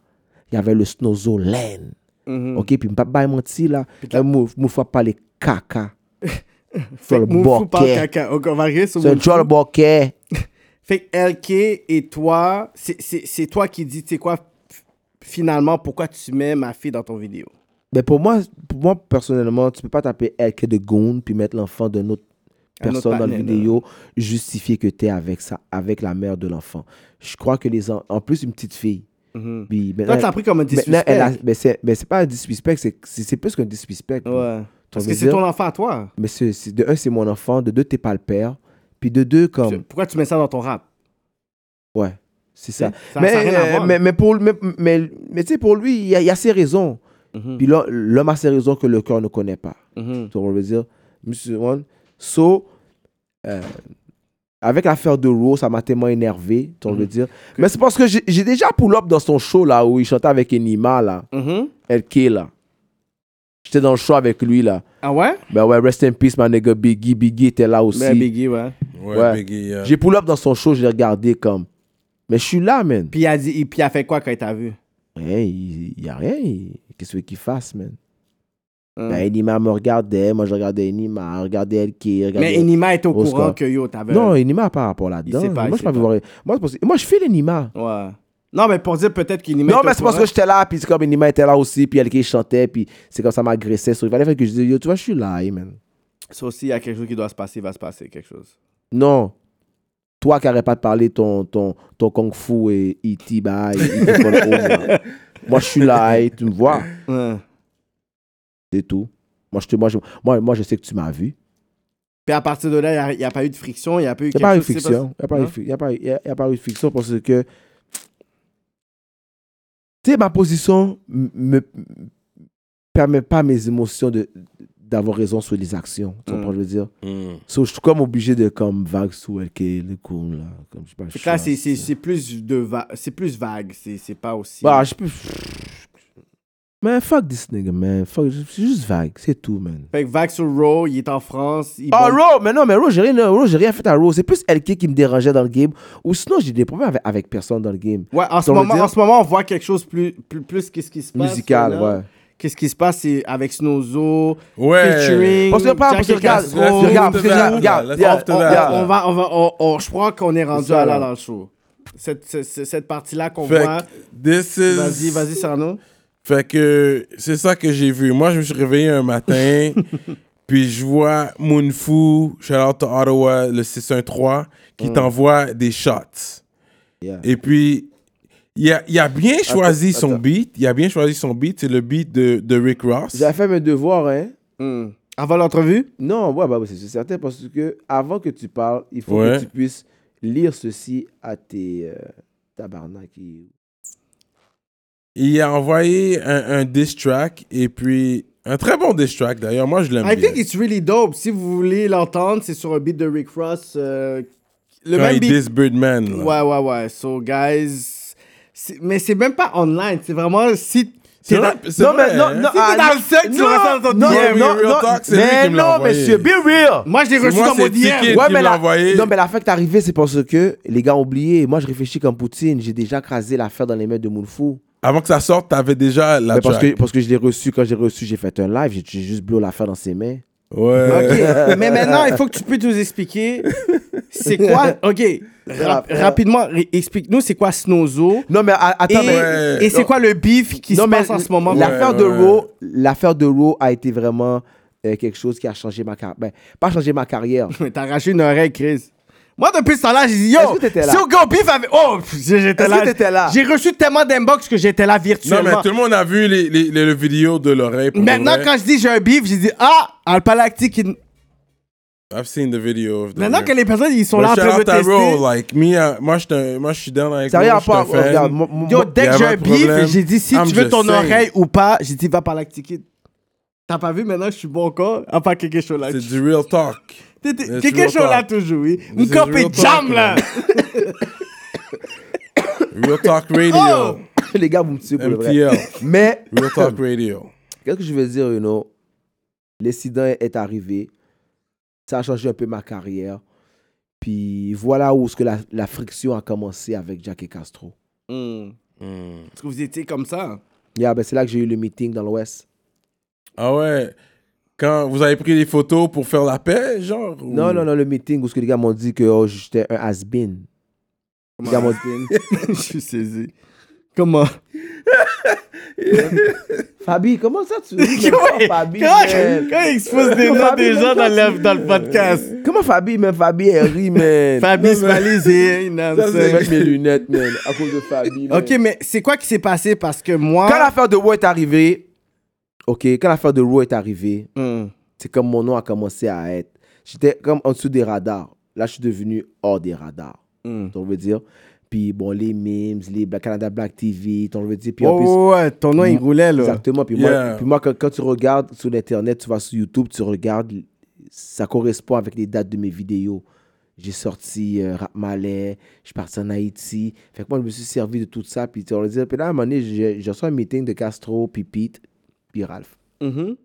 Speaker 4: il y avait le Snozo Lane.
Speaker 5: Mhm.
Speaker 4: OK, puis papa, il menti là. Euh, là Moulfou a parlé caca.
Speaker 5: Fait
Speaker 4: Sur le
Speaker 5: que Moufou parle
Speaker 4: bokeh.
Speaker 5: caca. Ok, on va rire sur
Speaker 4: C'est un
Speaker 5: Moufou.
Speaker 4: troll bokeh.
Speaker 5: Fait que LK et toi, c'est- c'est c'est toi qui dis, tu sais quoi, f- finalement, pourquoi tu mets ma fille dans ton vidéo?
Speaker 4: Mais pour moi, pour moi, personnellement, tu peux pas taper LK de Goon puis mettre l'enfant d'un autre
Speaker 5: Un autre
Speaker 4: personne dans la
Speaker 5: partenaire,
Speaker 4: vidéo, justifier que tu es avec, ça, avec la mère de l'enfant. Je crois que les en, en plus, une petite fille. Puis
Speaker 5: Mhm. Toi,
Speaker 4: maintenant-
Speaker 5: tu l'as pris comme un
Speaker 4: Maintenant, elle a-
Speaker 5: disrespect.
Speaker 4: mais c'est, mais c'est pas un disrespect, c'est, c'est, c'est plus qu'un disrespect. bro.
Speaker 5: Ouais. Parce
Speaker 4: veux
Speaker 5: que c'est
Speaker 4: dire-
Speaker 5: ton enfant à toi.
Speaker 4: Mais c'est, c'est- de un, c'est mon enfant, de deux, t'es pas le père, puis de deux, comme.
Speaker 5: Pourquoi tu mets ça dans ton rap?
Speaker 4: Ouais, c'est ça.
Speaker 5: Ça-
Speaker 4: mais,
Speaker 5: ça a rien à
Speaker 4: euh,
Speaker 5: voir.
Speaker 4: mais, mais pour, mais, mais, mais tu sais, pour lui, il y, a- il y a ses raisons.
Speaker 5: Mm-hmm.
Speaker 4: Puis l'homme, l'homme a ses raisons que le cœur ne connaît pas.
Speaker 5: Mhm.
Speaker 4: Tu vois, on veut dire, Monsieur One, so, euh, avec l'affaire de Rose, ça m'a tellement énervé, tu vois, on veut
Speaker 5: Mm-hmm.
Speaker 4: dire. Mais c'est parce que j'ai, j'ai déjà pull-up dans son show, là, où il chantait avec Enima, là,
Speaker 5: Mhm.
Speaker 4: LK, là. J'étais dans le show avec lui, là.
Speaker 5: Ah ouais?
Speaker 4: Ben ouais, rest in peace, ma nigga Biggie. Biggie était là aussi.
Speaker 5: Ben, Biggie, hein. ouais.
Speaker 3: Ouais,
Speaker 4: Ouais.
Speaker 3: Biggie, yeah.
Speaker 4: J'ai pull up dans son show, j'ai regardé comme. Mais je suis là, man.
Speaker 5: Puis il a dit, il- puis il a fait quoi quand il t'a vu?
Speaker 4: Rien, il il y a rien. il- Qu'est-ce que tu veux qu'il fasse, man?
Speaker 5: Hein.
Speaker 4: Ben, Enima me regardait, moi je regardais Enima, elle regardait elle qui regardait.
Speaker 5: mais Enima était au
Speaker 4: Oscar.
Speaker 5: courant que yo, t'avais.
Speaker 4: Non, Enima a pas rapport là-dedans.
Speaker 5: Il sait pas,
Speaker 4: moi,
Speaker 5: il
Speaker 4: je peux
Speaker 5: sait
Speaker 4: voir. Moi, c'est parce que- moi, je fais Enima.
Speaker 5: Ouais. Non, mais pour dire peut-être qu'Enima.
Speaker 4: Non,
Speaker 5: était
Speaker 4: mais
Speaker 5: au
Speaker 4: c'est parce
Speaker 5: courant.
Speaker 4: que j'étais là, puis c'est comme Enima était là aussi, puis elle qui chantait, puis c'est comme ça m'agressait. so, il fallait que je dise, yo, tu vois, je suis là, hey, man.
Speaker 5: Ça aussi, il y a quelque chose qui doit se passer, il va se passer quelque chose.
Speaker 4: Non. Toi qui n'arrêtes pas de parler ton, ton, ton kung fu et E.T. bah, et E.T. pour le haut, là. Moi, je suis là, hey, tu me vois.
Speaker 5: Ouais.
Speaker 4: C'est tout. Moi je, te, moi, je, moi, moi, je sais que tu m'as vu.
Speaker 5: Puis à partir de là, il n'y a, il y a pas eu de friction, il n'y a pas eu
Speaker 4: Il n'y
Speaker 5: quelque
Speaker 4: a pas eu de
Speaker 5: chose, Hein? c'est
Speaker 4: fiction. Il n'y a, pas eu
Speaker 5: Non?
Speaker 4: fi- y a, pas eu- y a- y a pas eu de fiction parce que. Tu sais, ma position m- me me permet pas à mes émotions de d'avoir raison sur les actions. Tu comprends, ce
Speaker 5: Mm.
Speaker 4: que je veux dire?
Speaker 3: Mm.
Speaker 4: So, je suis comme obligé de comme vague sous elle qui est le coup, là. Comme, je sais pas,
Speaker 5: Fait que là,
Speaker 4: je-
Speaker 5: c'est- c'est c'est plus, de va- c'est plus vague, c'est c'est pas aussi...
Speaker 4: Bah, je peux. Man, fuck this nigga, man. Fuck, c'est juste vague, c'est tout, man.
Speaker 5: Fait que vague sur Raw, il est en France, il
Speaker 4: Ah,
Speaker 5: bombe-
Speaker 4: Raw, mais non, mais Raw, j'ai rien, Raw, j'ai rien fait à Raw. C'est plus LK qui me dérangeait dans le game. Ou sinon, j'ai des problèmes avec, avec personne dans le game.
Speaker 5: Ouais, en ce,
Speaker 4: Dans le
Speaker 5: moment,
Speaker 4: dire-
Speaker 5: en ce moment, on voit quelque chose plus, plus, plus qu'est-ce qui se passe.
Speaker 4: Musical,
Speaker 5: là.
Speaker 4: ouais.
Speaker 5: Qu'est-ce qui se passe c'est avec Snowzo,
Speaker 3: Ouais.
Speaker 5: featuring,
Speaker 4: Parce que, pas- parce que
Speaker 5: Jack et
Speaker 4: regarde,
Speaker 5: Castro.
Speaker 3: Let's
Speaker 4: regarde,
Speaker 3: move
Speaker 4: parce
Speaker 3: to
Speaker 4: que
Speaker 3: that,
Speaker 4: regarde, regarde,
Speaker 3: let's
Speaker 4: regarde,
Speaker 3: move to
Speaker 5: On,
Speaker 3: that.
Speaker 5: on- on va, on va, on- on- je crois qu'on est rendu
Speaker 4: C'est ça,
Speaker 5: à là
Speaker 4: là.
Speaker 5: dans le show. Cette, cette, cette- cette partie-là qu'on
Speaker 3: Fait
Speaker 5: voit...
Speaker 3: que, this is...
Speaker 5: Vas-y, vas-y, Sarno.
Speaker 3: Fait que c'est ça que j'ai vu. Moi, je me suis réveillé un matin, puis je vois Moonfoo, shout out to Ottawa, le 613, qui t'envoie des shots.
Speaker 4: Yeah.
Speaker 3: Et puis, il a, il a bien choisi
Speaker 4: Attends,
Speaker 3: son
Speaker 4: attends.
Speaker 3: beat. Il a bien choisi son beat. C'est le beat de, de Rick Ross.
Speaker 4: J'avais fait mes devoirs, hein.
Speaker 5: Hmm. Avant l'entrevue?
Speaker 4: Non, ouais, bah, ouais, c'est c'est certain, parce que avant que tu parles, il faut
Speaker 3: Ouais.
Speaker 4: que tu puisses lire ceci à tes euh, tabarnak. qui-
Speaker 3: Il a envoyé un, un diss track, et puis un très bon diss track d'ailleurs. Moi, je l'aime
Speaker 5: I
Speaker 3: bien.
Speaker 5: think it's really dope. Si vous voulez l'entendre, c'est sur un beat de Rick Ross. euh, le
Speaker 3: Quand
Speaker 5: même
Speaker 3: il
Speaker 5: beat.
Speaker 3: diss Birdman. là.
Speaker 5: Ouais, ouais, ouais. So, guys. c'est- Mais c'est même pas online. C'est vraiment si.
Speaker 3: C'est
Speaker 5: t'es
Speaker 3: vrai-
Speaker 5: dans-
Speaker 3: c'est vrai, hein.
Speaker 5: Si
Speaker 4: ah,
Speaker 5: t'es dans le sexe, tu restes dans ton
Speaker 4: non,
Speaker 5: DM.
Speaker 3: DM,
Speaker 4: non,
Speaker 3: Real
Speaker 4: non,
Speaker 3: Talk, c'est lui
Speaker 4: mais
Speaker 3: qui me l'a
Speaker 4: non,
Speaker 3: envoyé.
Speaker 4: monsieur, be real.
Speaker 5: Moi, je l'ai reçu
Speaker 3: moi,
Speaker 5: dans mon
Speaker 3: c'est
Speaker 5: DM.
Speaker 3: ticket.
Speaker 5: Ouais.
Speaker 3: qui me
Speaker 4: mais
Speaker 3: l'a
Speaker 4: la,
Speaker 3: envoyé.
Speaker 4: non, mais l'affaire qui est arrivée, c'est parce que les gars ont oublié. Moi, je réfléchis comme Poutine. J'ai déjà crasé l'affaire dans les mains de Moulfou.
Speaker 3: Avant que ça sorte, t'avais déjà la
Speaker 4: Mais parce
Speaker 3: track.
Speaker 4: que, parce que je l'ai reçu, quand j'ai reçu, j'ai fait un live, j'ai j'ai juste blow l'affaire dans ses mains.
Speaker 3: Ouais.
Speaker 4: Euh.
Speaker 5: OK. Mais maintenant, il faut que tu peux nous expliquer c'est quoi. OK.
Speaker 4: Rap.
Speaker 5: Rap- rapidement, ré- explique-nous c'est quoi Snozo
Speaker 4: Non, mais a-
Speaker 5: et,
Speaker 4: attends, mais-
Speaker 5: et c'est quoi le beef qui
Speaker 4: Non,
Speaker 5: se
Speaker 4: mais
Speaker 5: passe en ce moment.
Speaker 4: L'affaire
Speaker 3: Ouais,
Speaker 4: de
Speaker 3: ouais.
Speaker 4: Raw, l'affaire de Raw a été vraiment euh, quelque chose qui a changé ma carrière. Ben, pas changé ma carrière.
Speaker 5: Mais T'as arraché une oreille, Chris. Moi, depuis ce temps-là, j'ai dit, yo,
Speaker 4: Est-ce que t'étais là?
Speaker 5: si on go beef avec... Oh, pff, j'étais
Speaker 4: Est-ce
Speaker 5: là.
Speaker 4: que t'étais là?
Speaker 5: J'ai reçu tellement d'inbox que j'étais là
Speaker 3: Non, mais
Speaker 5: virtuellement.
Speaker 3: tout le monde a vu les, les, les, les vidéos de l'oreille. pour de
Speaker 5: Maintenant,
Speaker 3: vrai.
Speaker 5: quand je dis j'ai un beef, j'ai dit, ah, Alpalactique... il-
Speaker 3: I've seen the video of the
Speaker 5: Maintenant que les personnes, ils sont
Speaker 4: Bah,
Speaker 5: là en
Speaker 3: But shout
Speaker 5: train de
Speaker 3: out à
Speaker 5: tester.
Speaker 3: Raw, like, me, uh, moi, je te- moi, je suis down avec
Speaker 4: Ça
Speaker 3: Raw,
Speaker 4: rien à
Speaker 3: je suis un
Speaker 4: part.
Speaker 3: fan.
Speaker 4: regarde, moi- moi-
Speaker 5: Yo,
Speaker 4: moi-
Speaker 5: dès
Speaker 3: Y a
Speaker 5: que j'ai
Speaker 3: pas
Speaker 5: un
Speaker 3: de problème.
Speaker 5: beef, j'ai dit si
Speaker 3: I'm
Speaker 5: tu veux
Speaker 3: just
Speaker 5: ton
Speaker 3: saying.
Speaker 5: oreille ou pas, j'ai dit va par la petite kid. T'as pas vu maintenant, je suis bon encore, à part quelque chose là.
Speaker 3: C'est du real talk.
Speaker 5: T'es- t'es-
Speaker 3: it's
Speaker 5: Quelque
Speaker 3: real
Speaker 5: chose là
Speaker 3: talk.
Speaker 5: toujours, oui.
Speaker 3: This
Speaker 5: Une
Speaker 3: is
Speaker 5: copie
Speaker 3: real
Speaker 5: de jam
Speaker 3: talk,
Speaker 5: là.
Speaker 3: Real talk radio.
Speaker 4: les gars, vous me tuez pour le vrai.
Speaker 3: MTL.
Speaker 4: Mais,
Speaker 3: Real talk radio.
Speaker 4: qu'est-ce que je veux dire, you know? L'incident est arrivé. Ça a changé un peu ma carrière. Puis voilà où est-ce que la, la friction a commencé avec Jack et Castro. Hmm.
Speaker 5: Parce que vous étiez comme ça.
Speaker 4: Yeah, ben, c'est là que j'ai eu le meeting dans l'Ouest.
Speaker 3: Ah ouais. Quand vous avez pris des photos pour faire la paix, genre ou-
Speaker 4: Non, non, non, le meeting où ce que les gars m'ont dit que oh, j'étais un has-been. Les gars m'ont dit,
Speaker 5: Je suis saisi. Comment
Speaker 4: Fabi, comment ça tu.
Speaker 5: Ouais,
Speaker 4: Comment
Speaker 5: Quand
Speaker 4: Fabi, man?
Speaker 5: quand il expose des noms
Speaker 4: Fabi,
Speaker 5: des
Speaker 4: mais toi,
Speaker 5: gens dans
Speaker 4: tu-
Speaker 5: le- dans le podcast.
Speaker 4: Comment Fabi, man? Fabi, elle rit, man.
Speaker 5: Fabi Smalizé, il a
Speaker 4: Ça, je vais mettre mes lunettes, man, à cause de Fabi. man.
Speaker 5: Ok, mais c'est quoi qui s'est passé parce que moi.
Speaker 4: Quand l'affaire de Roy est arrivée, ok, quand l'affaire de Roy est arrivée,
Speaker 5: Hmm.
Speaker 4: c'est comme mon nom a commencé à être. J'étais comme en dessous des radars. Là, je suis devenu hors des radars.
Speaker 5: Hmm.
Speaker 4: Tu vois, je veux dire. Puis bon, les memes, les Black- Canada Black TV, tu vois, je veux dire. Puis en
Speaker 5: Oh, Ouais,
Speaker 4: plus,
Speaker 5: ouais, ouais, ton nom il roulait là.
Speaker 4: Exactement. Puis
Speaker 3: Yeah.
Speaker 4: moi, puis moi quand, quand tu regardes sur Internet, tu vas sur YouTube, tu regardes, ça correspond avec les dates de mes vidéos. J'ai sorti euh, Rap Malais, je suis parti en Haïti. Fait que moi, je me suis servi de tout ça. Puis tu sais, on le dit, puis là, à un moment donné, j'ai j'ai reçu un meeting de Castro, puis Pete, puis Ralph.
Speaker 5: Mhm.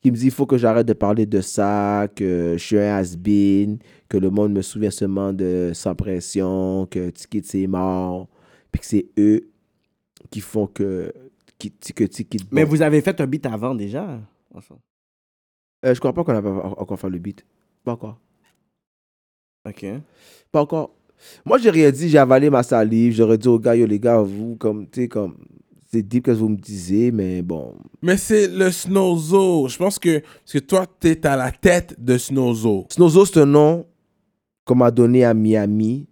Speaker 4: qui me dit, il faut que j'arrête de parler de ça, que je suis un has-been, que le monde me souvient seulement de Sans Pression, que Ticket, c'est mort, puis que c'est eux qui font que... Qui, que Ticket
Speaker 5: Mais
Speaker 4: bombe.
Speaker 5: vous avez fait un beat avant déjà. ensemble.
Speaker 4: Euh, je crois pas qu'on a pas encore fait le beat. Pas encore.
Speaker 5: Ok.
Speaker 4: Pas encore. Moi, j'ai rien dit, j'ai avalé ma salive, j'aurais dit aux gars, yo les gars, vous, comme, tu sais, comme, c'est deep que vous me disiez, mais bon.
Speaker 3: Mais c'est le Snowzo. Je pense que parce que toi t'es à la tête de Snowzo.
Speaker 4: Snowzo, c'est un nom qu'on m'a donné à Miami.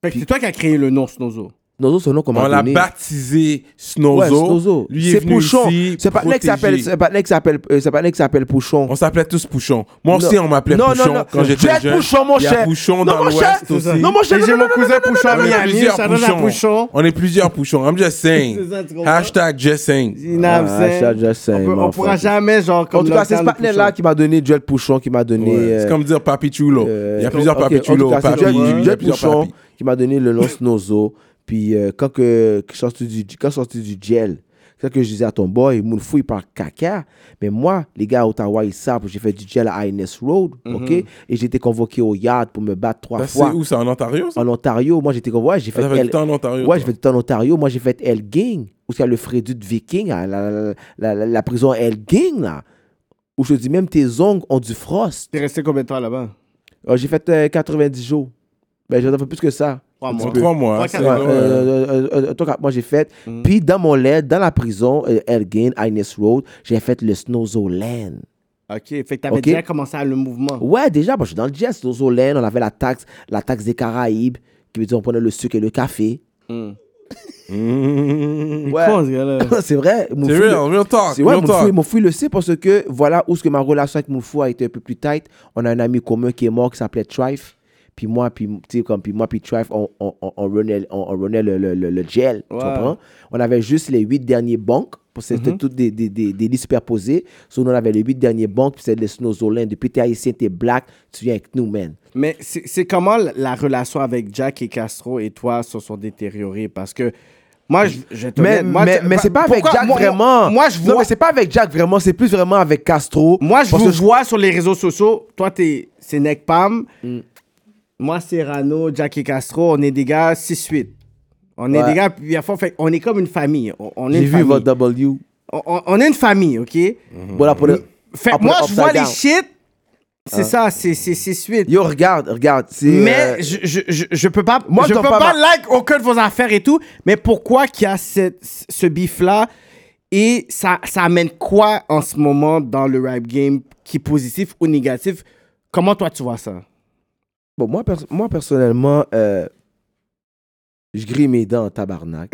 Speaker 5: Fait que c'est toi qui as créé le nom Snozo.
Speaker 4: Snowzo, c'est un nom qu'on
Speaker 3: On
Speaker 4: m'a
Speaker 3: l'a
Speaker 4: donné.
Speaker 3: baptisé
Speaker 4: Ouais,
Speaker 3: Snowzo.
Speaker 4: Snowzo.
Speaker 3: Lui est,
Speaker 4: C'est
Speaker 3: venu
Speaker 4: Pouchon.
Speaker 3: ici.
Speaker 4: C'est pas mec qui s'appelle,
Speaker 3: protégé.
Speaker 4: c'est pas mec qui s'appelle, euh, c'est pas mec qui s'appelle Pouchon.
Speaker 3: On s'appelait tous Pouchon. Moi
Speaker 4: Non.
Speaker 3: aussi, on m'appelait
Speaker 4: Non, non,
Speaker 3: Pouchon
Speaker 4: non.
Speaker 3: quand
Speaker 4: Tu
Speaker 3: j'étais
Speaker 4: es
Speaker 3: jeune.
Speaker 4: Pouchon, mon
Speaker 3: Il y a
Speaker 4: cher.
Speaker 3: Pouchon
Speaker 4: Non,
Speaker 3: dans
Speaker 4: mon cher.
Speaker 3: l'Ouest aussi.
Speaker 4: Non, moi, je-
Speaker 5: Et j'ai mon cousin Pouchon à
Speaker 3: On est
Speaker 5: Miami,
Speaker 3: plusieurs
Speaker 5: Sharon à
Speaker 3: Pouchons.
Speaker 5: Pouchon.
Speaker 3: On est plusieurs Pouchons. I'm just
Speaker 5: C'est
Speaker 3: saying.
Speaker 5: ça, tu comprends?
Speaker 3: Hashtag just saying.
Speaker 5: You know what I'm
Speaker 4: Ah,
Speaker 5: saying?
Speaker 4: ça, je sais,
Speaker 5: On peut-
Speaker 4: mon
Speaker 5: On pourra
Speaker 4: frère.
Speaker 5: jamais, genre, comme
Speaker 4: en tout cas,
Speaker 5: Lockdown
Speaker 4: c'est ce
Speaker 5: de
Speaker 4: partenaire-là
Speaker 5: Pouchon.
Speaker 4: qui m'a donné Joel Pouchon, qui m'a donné.
Speaker 3: Ouais.
Speaker 4: euh,
Speaker 3: C'est comme dire Papi Chulo.
Speaker 4: Euh,
Speaker 3: Il y a plusieurs
Speaker 4: ok,
Speaker 3: Papi
Speaker 4: en tout
Speaker 3: Chulo.
Speaker 4: cas, c'est
Speaker 3: Papi,
Speaker 4: Joel-
Speaker 3: il y a
Speaker 4: Joel
Speaker 3: plusieurs
Speaker 4: Bouchon
Speaker 3: Papi.
Speaker 4: qui m'a donné le nom Snozo. Puis euh, quand, que, que je suis sorti du, quand je suis sorti du gel, c'est ça que je disais à ton boy, mon fou, il parle caca. Mais moi, les gars à Ottawa, ils savent, j'ai fait du gel à Ines Road, OK? Et j'ai été convoqué au yard pour me battre trois
Speaker 3: Ça, Mhm. Ben, C'est
Speaker 4: fois.
Speaker 3: où ça En Ontario ça
Speaker 4: En Ontario, moi, j'étais convoqué. Ouais, j'ai fait,
Speaker 3: Ça fait
Speaker 4: L-
Speaker 3: du temps en Ontario.
Speaker 4: Ouais,
Speaker 3: toi.
Speaker 4: j'ai fait du temps en Ontario. Moi, j'ai fait El Gang, où il y a le Frédut Viking, à la, la, la- la- la prison El Gang, là. Où je te dis, même tes ongles ont du frost.
Speaker 5: T'es resté combien de temps là-bas?
Speaker 4: Euh, j'ai fait euh, 90 jours. Ben, j'en ai fait plus que ça.
Speaker 5: Trois
Speaker 4: Un
Speaker 5: mois.
Speaker 4: petit
Speaker 3: En
Speaker 4: peu.
Speaker 3: trois mois.
Speaker 5: Trois,
Speaker 3: c'est
Speaker 5: quatre
Speaker 4: Ouais,
Speaker 5: mois.
Speaker 3: long,
Speaker 4: euh, euh, euh, euh, toi, moi, j'ai fait.
Speaker 5: Mhm.
Speaker 4: Puis, dans mon lait, dans la prison, euh, Elgin, Ines Road, j'ai fait le Snowzoland.
Speaker 5: Ok, fait que t'avais
Speaker 4: Ok.
Speaker 5: déjà commencé à le mouvement.
Speaker 4: Ouais, déjà, moi, je suis dans le jazz, Snowzoland. On avait la taxe, la taxe des Caraïbes, qui veut dire on prenait le sucre et le café.
Speaker 5: Mm.
Speaker 4: Ouais.
Speaker 5: Con, ce gars-là.
Speaker 4: c'est vrai. mon
Speaker 3: C'est
Speaker 4: fou,
Speaker 3: real, real
Speaker 5: Ah,
Speaker 3: talk.
Speaker 4: C'est ouais,
Speaker 3: real
Speaker 4: mon
Speaker 3: talk.
Speaker 4: fou, mon fou, il le sait parce que voilà où ce que ma relation avec mon fou a été un peu plus tight. On a un ami commun qui est mort qui s'appelait Trife. Puis moi, puis tu sais, comme puis moi, puis Trife, on, on, on, on runnait, on, on runnait le, le, le, le gel. Tu
Speaker 5: Ouais. Mhm.
Speaker 4: comprends? On avait juste les huit derniers banques. parce que C'était toutes des, des, des, des lits superposés. So, nous, on avait les huit derniers banques, puis c'était les snozolins. Depuis t'es haïtien, t'es black, tu viens avec nous, man.
Speaker 5: Mais c'est c'est comment la- la relation avec Jack et Castro et toi se sont détériorées? Parce que moi, je, je te
Speaker 4: Mais,
Speaker 5: mets- moi,
Speaker 4: mais,
Speaker 5: tu- bah,
Speaker 4: mais c'est pas avec
Speaker 5: pourquoi-
Speaker 4: Jack
Speaker 5: moi-
Speaker 4: vraiment.
Speaker 5: Moi, je
Speaker 4: Non,
Speaker 5: vois,
Speaker 4: mais c'est pas avec Jack vraiment, c'est plus vraiment avec Castro.
Speaker 5: moi, je
Speaker 4: Parce
Speaker 5: vous
Speaker 4: que
Speaker 5: vois sur les réseaux sociaux. Toi, t'es- c'est Neck Pam.
Speaker 4: Mm.
Speaker 5: Moi, Serrano, Jack et Castro, on est des gars 6-8. On est
Speaker 4: Ouais.
Speaker 5: des gars, puis à fond, fait, on est comme une famille. On, on est
Speaker 4: J'ai
Speaker 5: une
Speaker 4: vu
Speaker 5: famille.
Speaker 4: votre W.
Speaker 5: On, on- on est une famille, OK?
Speaker 4: Voilà pour le.
Speaker 5: Fait
Speaker 4: Up-
Speaker 5: que moi, je
Speaker 4: upside
Speaker 5: vois les
Speaker 4: down. Hein?
Speaker 5: shit. C'est ça, c'est c'est- c'est suite.
Speaker 4: Yo, regarde, regarde. c'est, euh,
Speaker 5: Mais je, je, je, je peux pas,
Speaker 4: Moi,
Speaker 5: je
Speaker 4: je
Speaker 5: peux
Speaker 4: dois pas
Speaker 5: pas, like aucun de vos affaires et tout, mais pourquoi qu'il y a cette- ce beef-là et ça, ça amène quoi en ce moment dans le rap game qui est positif ou négatif? Comment toi tu vois ça?
Speaker 4: Bon, moi, perso- moi personnellement, euh, je grille mes dents en tabarnak.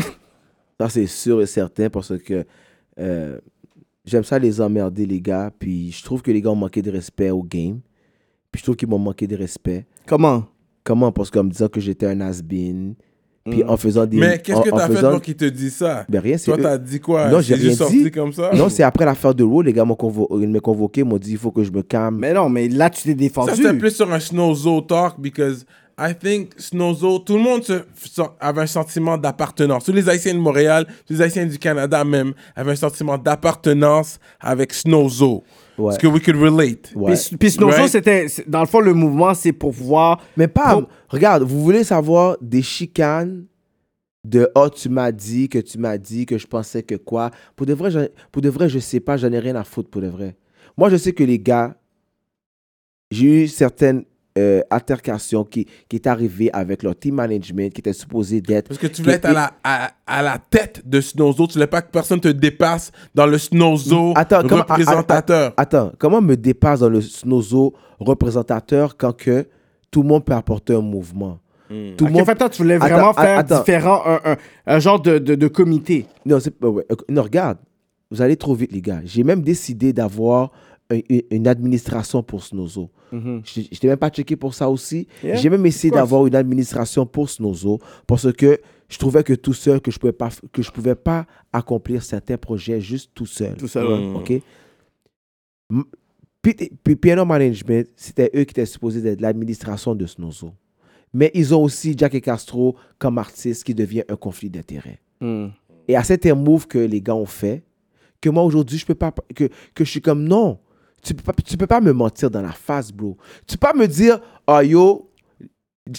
Speaker 4: ça, c'est sûr et certain parce que euh, j'aime ça les emmerder, les gars. Puis je trouve que les gars ont manqué de respect au game. Puis je trouve qu'ils m'ont manqué de respect.
Speaker 5: Comment?
Speaker 4: Comment Parce qu'en me disant que j'étais un has-been. Puis
Speaker 5: Mm.
Speaker 4: en faisant des.
Speaker 3: Mais qu'est-ce
Speaker 4: en-
Speaker 3: que
Speaker 4: en
Speaker 3: t'as fait
Speaker 4: faisant-
Speaker 3: pour qu'il te dise ça?
Speaker 4: Ben, rien, c'est
Speaker 3: Toi,
Speaker 4: eux.
Speaker 3: t'as dit quoi?
Speaker 4: Non, j'ai
Speaker 3: C'est juste
Speaker 4: rien
Speaker 3: sorti
Speaker 4: dit.
Speaker 3: comme ça?
Speaker 4: Non, c'est après l'affaire de Raw, les gars m'ont convo- ils m'ont convoqué, ils m'ont dit il faut que je me calme.
Speaker 5: Mais non, mais là tu t'es
Speaker 3: Ça,
Speaker 5: défendu.
Speaker 3: c'était plus sur un Snowzo talk, because I think Snowzo, tout le monde se- se- avait un sentiment d'appartenance. Tous les Haïtiens de Montréal, tous les Haïtiens du Canada même, avaient un sentiment d'appartenance avec Snowzo.
Speaker 4: Ouais.
Speaker 3: Parce que we could relate.
Speaker 4: Ouais.
Speaker 5: Puis, puis Snowzo,
Speaker 3: Right.
Speaker 5: c'était, c'est- dans le fond, le mouvement, c'est pour pouvoir.
Speaker 4: Mais pas.
Speaker 5: Pro-
Speaker 4: Regarde, vous voulez savoir des chicanes de oh tu m'as dit que tu m'as dit que je pensais que quoi. Pour de vrai, j'en- pour de vrai, je sais pas, j'en ai rien à foutre pour de vrai. Moi, je sais que les gars, j'ai eu certaines euh, altercations qui qui est arrivée avec leur team management qui était supposé d'être.
Speaker 3: Parce que tu voulais être à la, à, à la tête de Snowzo. Tu voulais pas que personne te dépasse dans le Snowzo
Speaker 4: Attends, comment- a- a- a-
Speaker 3: représentateur.
Speaker 4: Attends, comment me dépasse dans le snozo représentateur quand que tout le monde peut apporter un mouvement.
Speaker 3: Hmm.
Speaker 4: Tout le
Speaker 5: Ok,
Speaker 4: monde.
Speaker 5: fait, attends, tu voulais
Speaker 4: Attends,
Speaker 5: vraiment
Speaker 4: a-
Speaker 5: faire
Speaker 4: attends.
Speaker 5: différent, un, un- un genre de, de, de comité.
Speaker 4: Non, c'est- ouais, ouais. Non, regarde, vous allez trop vite, les gars. J'ai même décidé d'avoir un- une, une administration pour Snozo.
Speaker 5: Mm-hmm,
Speaker 4: Je je t'ai même pas checké pour ça aussi.
Speaker 5: Yeah,
Speaker 4: J'ai même essayé
Speaker 5: course.
Speaker 4: d'avoir une administration pour Snozo parce que je trouvais que tout seul, que je pouvais pas, f- que je pouvais pas accomplir certains projets juste tout seul.
Speaker 5: Tout seul,
Speaker 4: Mm. OK? M- P- P- Piano Management, c'était eux qui étaient supposés d'être l'administration de Snozo. Mais ils ont aussi Jack et Castro comme artiste qui devient un conflit d'intérêts.
Speaker 5: mm.
Speaker 4: Et à cet move que les gars ont fait, que moi aujourd'hui, je peux pas. Que, que je suis comme non. Tu peux, pas, tu peux pas me mentir dans la face, bro. Tu peux pas me dire, ah yo,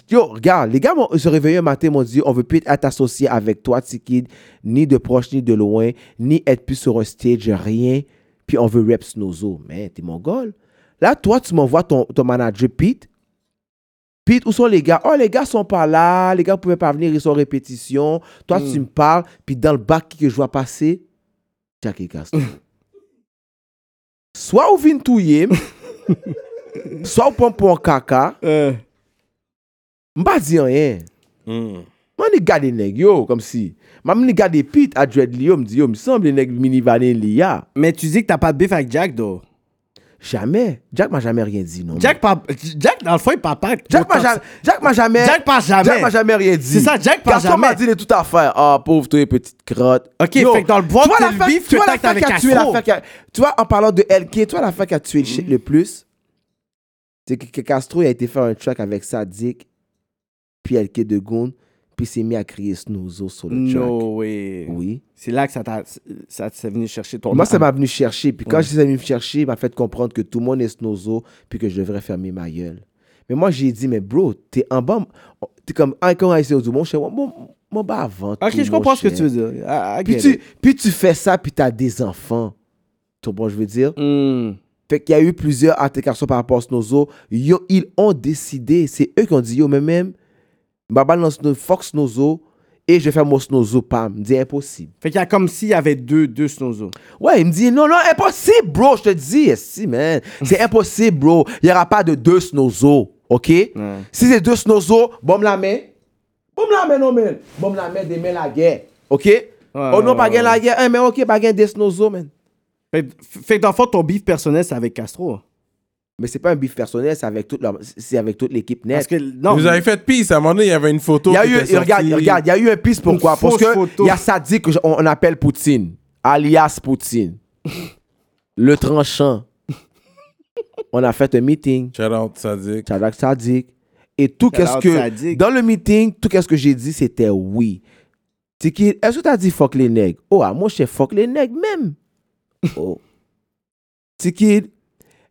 Speaker 4: yo, regarde, les gars m'ont- se réveillé un matin, m'ont dit, on veut plus être associé avec toi, Tikid, ni de proche, ni de loin, ni être plus sur un stage, rien. Puis on veut rep Snozo. Mais t'es mongol. Là, toi, tu m'envoies ton, ton manager, Pete. Pete, où sont les gars? Oh, les gars sont pas là, les gars pouvaient pas venir, ils sont en répétition. Toi,
Speaker 5: Hmm.
Speaker 4: tu me parles, puis dans le bac qui que je vois passer, Jack et Castro. Soit ou vin touye, soit ou pon pon kaka,
Speaker 5: Euh.
Speaker 4: mba di rien.
Speaker 3: Hmm.
Speaker 4: Mwen ni gade neg yo, comme si. Mwen ni gade pit a dread li yo, mdi yo, semble neg mini vanen li ya.
Speaker 5: Mais tu dis que t'as pas de beef avec Jack, though.
Speaker 4: Jamais. Jack m'a jamais rien dit, non.
Speaker 5: Jack, pas- Jack, dans le fond, il parle pas.
Speaker 4: Jack m'a
Speaker 5: autant-
Speaker 4: jamais, Jack m'a jamais,
Speaker 5: Jack parle jamais.
Speaker 4: Jack m'a jamais rien dit.
Speaker 5: C'est ça, Jack parle
Speaker 4: Gaston m'a
Speaker 5: jamais.
Speaker 4: dit de toute affaire. Ah, pauvre toi, petite crotte.
Speaker 5: Ok, fait que dans le bois,
Speaker 4: tu vois
Speaker 5: c'est le
Speaker 4: l'affaire-
Speaker 5: bif
Speaker 4: tu
Speaker 5: que
Speaker 4: vois
Speaker 5: t'as
Speaker 4: l'affaire
Speaker 5: avec
Speaker 4: qui a tué
Speaker 5: Castro.
Speaker 4: l'affaire qui a- Tu vois, en parlant de LK, toi, l'affaire qui a tué le
Speaker 5: Mhm.
Speaker 4: shit le plus, c'est que, que Castro il a été faire un track avec Sadik, puis LK de Goon, puis il s'est mis à crier Snoozo sur le track.
Speaker 5: No way.
Speaker 4: Oui.
Speaker 5: C'est là que ça t'a, ça t'est venu chercher ton.
Speaker 4: Moi, ça m'a venu chercher. Puis quand ça m'a venu chercher, il m'a fait comprendre que tout le monde est snozo, puis que je devrais fermer ma gueule. Mais moi, j'ai dit, mais bro, t'es en bas. T'es comme, ah, quand on a essayé du monde, je suis mon, mon bas bah, avant.
Speaker 5: Ok,
Speaker 4: tout,
Speaker 5: je
Speaker 4: mon
Speaker 5: comprends ce que
Speaker 4: cher.
Speaker 5: tu veux dire. I- I
Speaker 4: Puis
Speaker 5: get
Speaker 4: tu,
Speaker 5: it.
Speaker 4: puis tu fais ça, puis t'as des enfants. Tu comprends, ce que je veux dire?
Speaker 5: Hmm.
Speaker 4: Fait qu'il y a eu plusieurs altercations par rapport à Snozo. Yo, ils ont décidé, c'est eux qui ont dit, yo, mais même, Baba lance Fox Snozo, et je vais faire mon Snozo, pam. Il me dit, impossible.
Speaker 5: Fait qu'il y a comme s'il y avait deux, deux Snozo.
Speaker 4: Ouais, il me dit, non, non, impossible, bro. Je te dis, si, man. C'est impossible, bro. Il n'y aura pas de deux snozo, OK? Si c'est deux snozo, bombe la main. Bombe la main, non, man. Bombe la main, des mains la guerre, OK? oh non,
Speaker 5: ouais,
Speaker 4: pas
Speaker 5: ouais.
Speaker 4: gain la guerre. Hein, mais OK, pas gain des snozo, man.
Speaker 5: Fait, fait que dans le fond, ton beef personnel, c'est avec Castro.
Speaker 4: Mais c'est pas un bif personnel, c'est avec toute la- c'est avec toute l'équipe net.
Speaker 5: Parce que, non.
Speaker 3: Vous avez fait peace. À un moment donné, il y avait une photo.
Speaker 4: Il y a
Speaker 3: qui
Speaker 4: eu,
Speaker 3: était sortie.
Speaker 4: regarde, regarde, il y a eu un piste pourquoi?
Speaker 5: Une
Speaker 4: Parce
Speaker 5: fausse
Speaker 4: que
Speaker 5: photo.
Speaker 4: il y a Sadi que j- on, on appelle Poutine, alias Poutine, le tranchant. on a fait un meeting.
Speaker 3: Shout out, Sadik.
Speaker 4: Shadrach Sadik. Et tout qu'est-ce
Speaker 5: out
Speaker 4: que.
Speaker 5: Sadik.
Speaker 4: Dans le meeting, tout qu'est-ce que j'ai dit, c'était oui. Tiki, est-ce que t'as dit fuck les nègres? Oh, ah, moi, je sais fuck les nègres même. Oh. Tiki,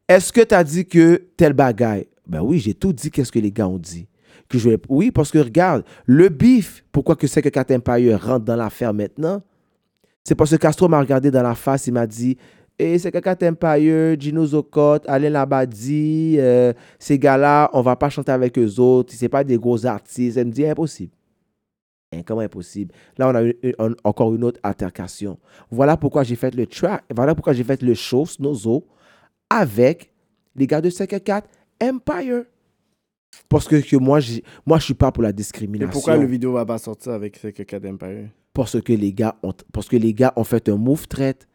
Speaker 4: est-ce que t'as dit que tel bagaille? Ben oui, j'ai tout dit, qu'est-ce que les gars ont dit. Que je... vais- Oui, parce que regarde, le bif, pourquoi que c'est que Cat Empire rentre dans l'affaire maintenant? C'est parce que Castro m'a regardé dans la face, il m'a dit Et c'est quelqu'un Tempayer, Gino Zocotte, Alain Labadie, euh, ces gars-là, on va pas chanter avec eux autres, c'est pas des gros artistes. Elle me dit Eh, impossible. Hein, comment impossible? Là, on a eu eu- un- encore une autre altercation. Voilà pourquoi j'ai fait le track, voilà pourquoi j'ai fait le show Snowzo avec les gars de 54 Empire. Parce que, que moi, j'ai- moi, je suis pas pour la
Speaker 5: Et
Speaker 4: discrimination.
Speaker 5: pourquoi le vidéo va pas sortir avec ce que Kadem Paris
Speaker 4: parce que les gars ont, parce que les gars ont fait un move traite.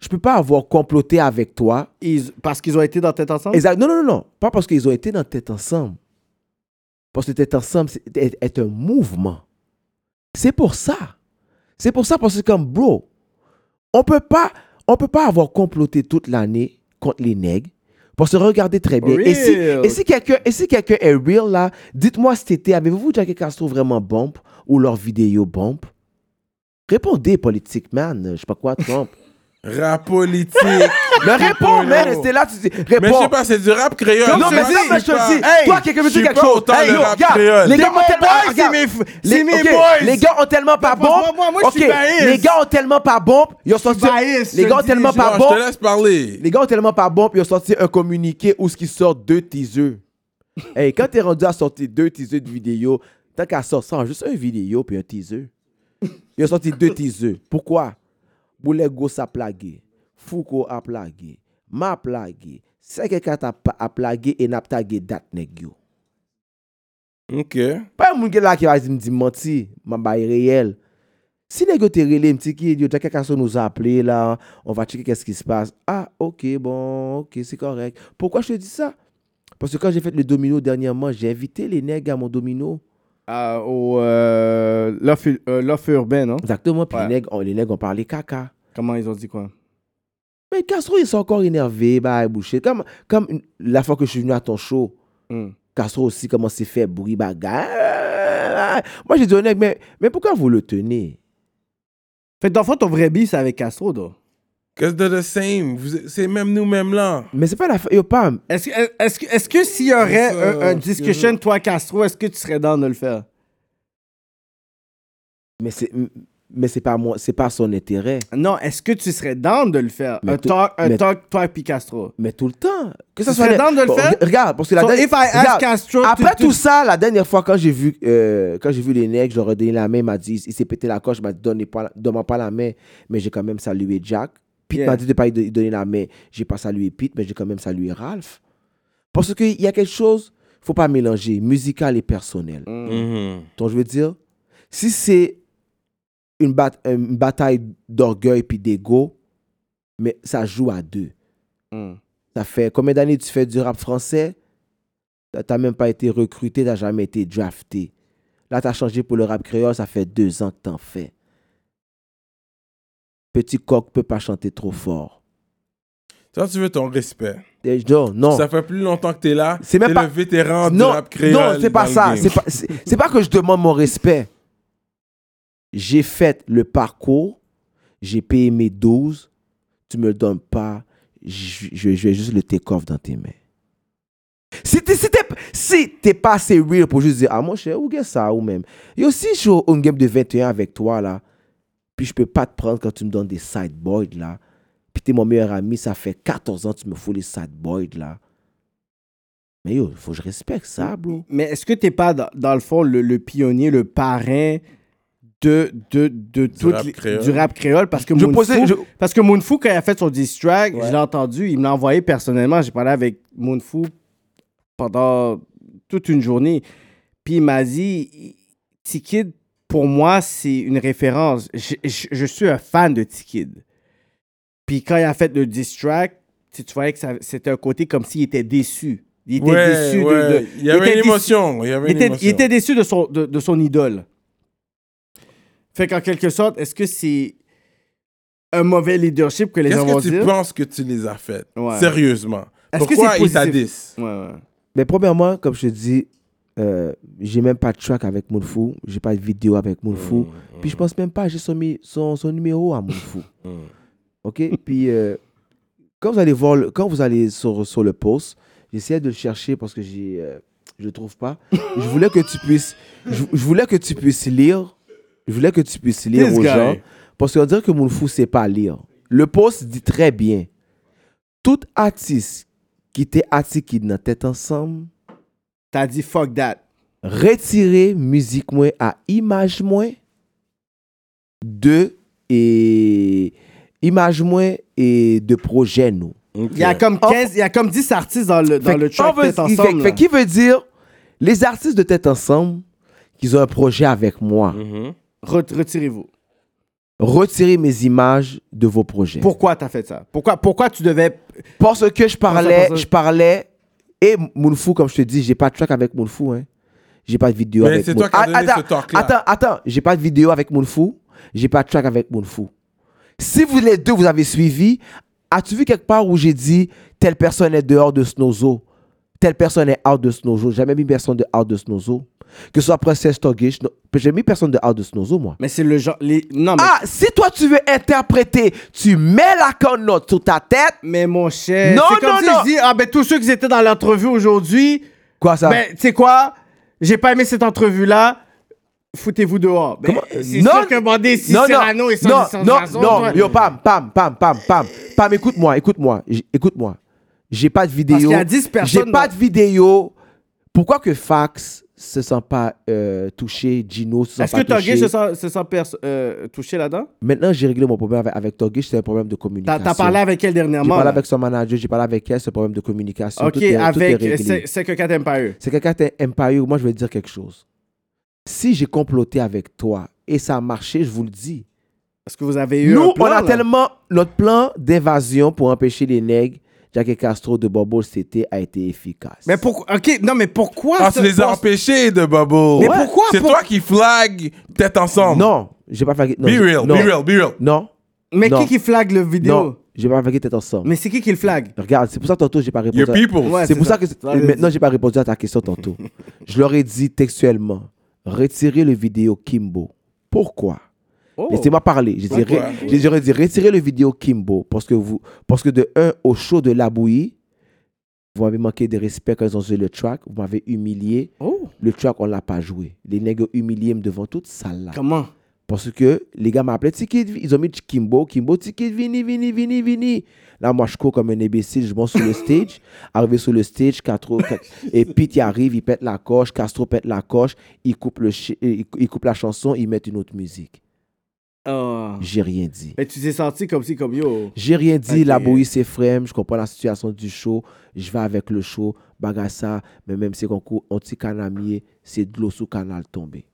Speaker 4: Je peux pas avoir comploté avec toi.
Speaker 5: Ils- Parce qu'ils ont été dans Tête Ensemble
Speaker 4: Exact. Non, non, non, non. Pas parce qu'ils ont été dans Tête Ensemble. Parce que Tête Ensemble c'est- est, est un mouvement. C'est pour ça. C'est pour ça parce que comme bro, on peut pas, on peut pas avoir comploté toute l'année contre les nègres. Parce que regardez très bien. Et si,
Speaker 5: Real.
Speaker 4: et si quelqu'un et si quelqu'un est real là, dites-moi cet été, avez-vous Jackie Castro vraiment bombe ou leur vidéo bombe? Répondez, politique man, je sais pas quoi, Trump.
Speaker 3: Rap politique.
Speaker 4: mais réponds,
Speaker 3: Polo.
Speaker 4: mais restez là, tu dis, réponds.
Speaker 3: Mais je sais pas, c'est du rap créole.
Speaker 4: Non, mais
Speaker 3: ça,
Speaker 4: ça, mais je te
Speaker 3: pas-
Speaker 4: le dis.
Speaker 3: Hey,
Speaker 4: toi, quelqu'un veut
Speaker 3: je
Speaker 4: dire
Speaker 3: suis
Speaker 4: quelque
Speaker 3: pas
Speaker 4: chose.
Speaker 3: autant
Speaker 4: Hey,
Speaker 3: le
Speaker 4: yo,
Speaker 3: rap
Speaker 4: regarde,
Speaker 3: créole.
Speaker 4: Les
Speaker 3: C'est
Speaker 4: gars
Speaker 3: mon
Speaker 4: ont tellement
Speaker 3: boy, c'est
Speaker 4: regarde,
Speaker 3: mes f-
Speaker 4: les-
Speaker 3: c'est mes
Speaker 4: ok,
Speaker 3: boys.
Speaker 4: Les gars ont tellement pas
Speaker 5: Réponds-moi,
Speaker 4: bombe.
Speaker 5: moi, moi, je suis
Speaker 4: Ok,
Speaker 5: biased.
Speaker 4: Les gars ont tellement pas bombe. Ils ont sorti.
Speaker 5: biased, je
Speaker 4: Les
Speaker 5: te
Speaker 4: gars ont
Speaker 5: dis
Speaker 4: tellement
Speaker 5: déjà.
Speaker 4: pas
Speaker 3: Non,
Speaker 4: bombe.
Speaker 3: je te laisse parler.
Speaker 4: Les gars ont tellement pas bon, puis ils ont sorti un communiqué où ce qui sort deux teasers. Et quand t'es rendu à sortir deux teasers de vidéo, tant qu'à sortir juste un vidéo puis un teaser. Ils ont sorti deux teasers. Pourquoi? Boulego a plagué, Foucault a plagué, m'a plagué, 54 a, pa- a plagué et n'a pas tagué dat nèg yo.
Speaker 3: Ok.
Speaker 4: Pas un moun gen la qui va me dire menti, m'a bail réel. Si nèg yo te relé m'ti ki yo t'as quelqu'un qui nous a appelé là, on va checker qu'est-ce qui se passe. Ah OK, bon, OK, c'est correct. Pourquoi je te dis ça Parce que quand j'ai fait le domino dernièrement, j'ai invité les nègres à mon domino.
Speaker 5: Ah, Au euh, Love Ur- euh, Love Urbain, non
Speaker 4: Exactement, puis
Speaker 5: Ouais.
Speaker 4: les nègres, ont- les nègres ont parlé caca.
Speaker 5: Comment ils ont dit quoi
Speaker 4: Mais Castro, ils sont encore énervés, bah, bouché. Comme, comme une- la fois que je suis venu à ton show,
Speaker 5: Hmm.
Speaker 4: Castro aussi commençait à faire bruit bagarre. Moi, j'ai dit au nègre, mais, mais pourquoi vous le tenez
Speaker 5: Fait que dans le fond, ton vrai bis c'est avec Castro, donc.
Speaker 3: Cause they're the same. Vous- C'est même nous, même là.
Speaker 4: Mais c'est pas la. fa- Yo, pas.
Speaker 5: Est-ce que, est-ce que, est-ce que s'il y aurait un, un discussion, toi, Castro, est-ce que tu serais dans de le faire?
Speaker 4: Mais c'est mais c'est pas moi, c'est pas son intérêt.
Speaker 5: Non, est-ce que tu serais down de le faire?
Speaker 4: Mais
Speaker 5: un
Speaker 4: tout-
Speaker 5: talk, un
Speaker 4: mais-
Speaker 5: talk, toi et puis Castro.
Speaker 4: Mais tout le temps. Que ça
Speaker 5: Tu
Speaker 4: soit
Speaker 5: serais
Speaker 4: les-
Speaker 5: down de le
Speaker 4: Bon,
Speaker 5: faire?
Speaker 4: re- Regarde, parce que la
Speaker 5: So,
Speaker 4: dernière-
Speaker 5: if I ask
Speaker 4: regarde,
Speaker 5: Castro to-
Speaker 4: après
Speaker 5: to-
Speaker 4: tout ça, la dernière fois quand j'ai vu euh, quand j'ai vu les nègres, je leur ai donné la main, il m'a dit il s'est pété la coche, il m'a dit donnez pas la- donne-moi pas la main, mais j'ai quand même salué Jack. Pete
Speaker 5: Yeah.
Speaker 4: m'a dit de pas lui don- donner la main, j'ai pas salué Pete, mais j'ai quand même salué Ralph. Parce qu'il y a quelque chose, faut pas mélanger musical et personnel.
Speaker 5: Mm,
Speaker 3: Mm.
Speaker 4: Donc, je veux dire, si c'est une, bat- euh, une bataille d'orgueil puis d'ego, mais ça joue à deux.
Speaker 5: Hmm.
Speaker 4: Ça fait combien d'années tu fais du rap français? T'as- T'as même pas été recruté, t'as jamais été drafté. Là, t'as changé pour le rap créole, ça fait deux ans que t'en fais. Petit coq peut pas chanter trop fort.
Speaker 3: Toi, tu veux ton respect.
Speaker 4: Et je- Non, non.
Speaker 3: Ça fait plus longtemps que t'es là.
Speaker 4: C'est même
Speaker 3: T'es
Speaker 4: pas-
Speaker 3: le vétéran du
Speaker 4: non,
Speaker 3: rap créole.
Speaker 4: non, c'est pas
Speaker 3: dans le
Speaker 4: ça.
Speaker 3: game.
Speaker 4: C'est pas, c'est- c'est pas que je demande mon respect. J'ai fait le parcours, j'ai payé mes 12, tu me le donnes pas, je, je- je vais juste le take-off dans tes mains. Si t'es, si t'es, si t'es pas assez real pour juste dire, ah mon cher, où est ça, ou même. Et aussi, je suis au home game de 21 avec toi, là, puis je peux pas te prendre quand tu me donnes des sideboards, là. Puis t'es mon meilleur ami, ça fait 14 ans que tu me fous les sideboards, là. Mais yo, faut que je respecte ça, bro.
Speaker 5: Mais est-ce que t'es pas, dans, dans le fond, le, le pionnier, le parrain de, de, de toutes
Speaker 3: rap
Speaker 5: les-
Speaker 3: créole.
Speaker 5: du rap créole? Parce que
Speaker 4: Je
Speaker 5: Moon
Speaker 4: posais-
Speaker 5: Fou-
Speaker 4: je-
Speaker 5: parce que Moonfou, quand il a fait son diss track,
Speaker 4: Ouais.
Speaker 5: je l'ai entendu, il me l'a envoyé personnellement. J'ai parlé avec Moonfou pendant toute une journée. Puis il m'a dit, Tikid, pour moi, c'est une référence. Je, je- je suis un fan de Tikid. Puis quand il a fait le diss track, tu tu voyais que ça- c'était un côté comme s'il était déçu. Il était
Speaker 3: Ouais,
Speaker 5: déçu de-
Speaker 3: ouais.
Speaker 5: de,
Speaker 3: Il y avait
Speaker 5: était
Speaker 3: une
Speaker 5: déçu-
Speaker 3: émotion. Il y avait
Speaker 5: il
Speaker 3: une
Speaker 5: était, il
Speaker 3: émotion.
Speaker 5: était déçu de son, de, de son idole. Fait qu'en quelque sorte, est-ce que c'est un mauvais leadership que les gens
Speaker 3: Qu'est-ce
Speaker 5: vont
Speaker 3: que tu
Speaker 5: dire?
Speaker 3: penses que tu les as faites
Speaker 5: Ouais.
Speaker 3: Sérieusement.
Speaker 5: Est-ce que
Speaker 3: Pourquoi
Speaker 5: c'est
Speaker 3: ils
Speaker 5: positif?
Speaker 3: t'adissent
Speaker 5: Ouais, ouais.
Speaker 4: Mais premièrement, comme je te dis, euh, j'ai même pas de track avec Moonfou, j'ai pas de vidéo avec Moonfou,
Speaker 5: Mm,
Speaker 4: puis je pense même pas j'ai son, mi- son, son numéro à Moonfou.
Speaker 5: Mm.
Speaker 4: OK Puis euh, quand vous allez voir le- quand vous allez sur, sur le post, j'essayais de le chercher parce que j'ai euh, je le trouve pas. Je voulais que tu puisses je, je voulais que tu puisses lire. Je voulais que tu puisses lire
Speaker 5: This
Speaker 4: aux
Speaker 5: guy.
Speaker 4: gens parce qu'on dirait que Moonfou sait pas lire. Le post dit très bien. tout artiste qui t'est atikid dans tête ensemble,
Speaker 5: T'as dit fuck that.
Speaker 4: retirer musique moins à image moins de et image moins et de projet nous.
Speaker 5: Il y a comme 15, il y a comme 10 artistes dans le,
Speaker 4: Oh.
Speaker 5: dans
Speaker 4: Fait
Speaker 5: le
Speaker 4: que
Speaker 5: track
Speaker 4: on veut-
Speaker 5: Tête
Speaker 4: fait-
Speaker 5: ensemble.
Speaker 4: fait
Speaker 5: là.
Speaker 4: qui veut dire les artistes de tête ensemble qu'ils ont un projet avec moi.
Speaker 5: Mm. Re- Retirez-vous.
Speaker 4: Retirez mes images de vos projets.
Speaker 5: Pourquoi t'as fait ça? Pourquoi, pourquoi tu devais.
Speaker 4: Parce que je parlais,
Speaker 5: Parce que-
Speaker 4: je parlais et Mounfou comme je te dis, j'ai pas de track avec Mounfou hein. J'ai pas de vidéo
Speaker 3: Mais
Speaker 4: avec
Speaker 3: c'est
Speaker 4: Moon-
Speaker 3: toi qui as
Speaker 4: Ah,
Speaker 3: donné
Speaker 4: attends,
Speaker 3: ce talk-là.
Speaker 4: Attends, attends, j'ai pas de vidéo avec Mounfou, j'ai pas de track avec Mounfou. Si vous les deux vous avez suivi, as-tu vu quelque part où j'ai dit telle personne est dehors de Snozo, telle personne est out de Snozo, j'ai jamais mis personne de out de Snozo, que ce soit Princess Togish, non, j'ai mis personne de out de Snozo moi.
Speaker 5: Mais c'est le genre. les- Non, mais.
Speaker 4: Ah, si toi tu veux interpréter, tu mets la cornote sur ta tête.
Speaker 5: Mais mon cher.
Speaker 4: Non,
Speaker 5: c'est comme
Speaker 4: non,
Speaker 5: si
Speaker 4: non.
Speaker 5: je dis, ah ben tous ceux qui étaient dans l'entrevue aujourd'hui,
Speaker 4: Quoi ça
Speaker 5: ben tu sais quoi? J'ai pas aimé cette entrevue-là. Foutez-vous dehors. Ben,
Speaker 4: Comment-
Speaker 5: C'est
Speaker 4: Non,
Speaker 5: sûr que demander si Cyrano et son
Speaker 4: non,
Speaker 5: licence
Speaker 4: non,
Speaker 5: Jason,
Speaker 4: non,
Speaker 5: toi- euh,
Speaker 4: yo, pam, pam, pam, pam, pam, pam, écoute-moi, écoute-moi, j- écoute-moi. J'ai pas de vidéo.
Speaker 5: qu'il y a 10 personnes
Speaker 4: J'ai pas
Speaker 5: dans-
Speaker 4: de vidéo. Pourquoi que Fax se sent pas euh, touché, Gino se sent
Speaker 5: Est-ce
Speaker 4: pas
Speaker 5: que
Speaker 4: touché?
Speaker 5: Togé se sent, se sent perso- euh, touché là-dedans?
Speaker 4: Maintenant, j'ai réglé mon problème avec, avec Togish, c'est un problème de
Speaker 5: T'as
Speaker 4: communication.
Speaker 5: t'as parlé avec elle
Speaker 4: J'ai
Speaker 5: dernièrement?
Speaker 4: parlé
Speaker 5: là.
Speaker 4: avec son manager, j'ai parlé avec elle, c'est un problème de communication.
Speaker 5: Ok,
Speaker 4: tout est, tout est
Speaker 5: avec. euh,
Speaker 4: réglé.
Speaker 5: c'est- C'est que 4 Empire.
Speaker 4: c'est quelqu'un qui t'aime pas, yo, moi je vais te dire quelque chose. Si j'ai comploté avec toi et ça a marché, je vous le dis,
Speaker 5: Est-ce que vous avez eu.
Speaker 4: Nous,
Speaker 5: un plan,
Speaker 4: on a
Speaker 5: là?
Speaker 4: tellement. Notre plan d'évasion pour empêcher les nègres, Jack et Castro de Bobo CT a été efficace.
Speaker 5: Mais pourquoi. Ok, non, mais pourquoi.
Speaker 3: Ah, tu
Speaker 5: ça-
Speaker 3: les as
Speaker 5: pour-
Speaker 3: empêchés de Babo.
Speaker 5: Mais pourquoi
Speaker 3: C'est
Speaker 5: pour-
Speaker 3: toi qui flag tête ensemble.
Speaker 4: Non, j'ai pas fait.
Speaker 3: Be real,
Speaker 4: non,
Speaker 3: be real, be real.
Speaker 4: Non,
Speaker 5: Mais
Speaker 4: Non.
Speaker 5: qui qui flag le vidéo?
Speaker 4: non, j'ai pas fait tête ensemble.
Speaker 5: Mais c'est qui qui le flag?
Speaker 4: Regarde, c'est pour ça que tantôt j'ai pas répondu.
Speaker 3: Your
Speaker 4: à-
Speaker 3: people.
Speaker 5: Ouais.
Speaker 4: C'est pour
Speaker 5: c'est
Speaker 4: ça que
Speaker 5: ça. Ça, j'ai
Speaker 4: maintenant j'ai pas répondu à ta question tantôt. je leur ai dit textuellement retirez le vidéo Kimbo. Pourquoi
Speaker 5: Oh.
Speaker 4: Laissez-moi parler. J'ai dit,
Speaker 3: Pourquoi?
Speaker 4: re- j'ai dit- j'ai dit, retirez le vidéo Kimbo parce que, vous, parce que de un, au show de la bouillie, vous m'avez manqué de respect quand ils ont joué le track. Vous m'avez humilié.
Speaker 5: Oh.
Speaker 4: Le track, on l'a pas joué. Les nègres ont humilié me devant toute salle là.
Speaker 5: Comment?
Speaker 4: Parce que les gars m'appelaient Tiki, ils ont mis Kimbo, Kimbo, Tiki, vini, vini, vini, vini. Là, moi, je cours comme un imbécile, je monte sur le stage. Arrivé sur le stage, Castro, et Pete il arrive, il pète la coche, Castro pète la coche, il coupe, le chi- il il coupe la chanson, il met une autre musique.
Speaker 5: Ah.
Speaker 4: J'ai rien dit.
Speaker 5: Mais tu t'es senti comme si, comme yo.
Speaker 4: J'ai rien dit,
Speaker 5: Ok.
Speaker 4: la bouille c'est frème, je comprends la situation du show, je vais avec le show, bagassa, mais même si concours anti-canamier, c'est de l'eau sous canal tombé.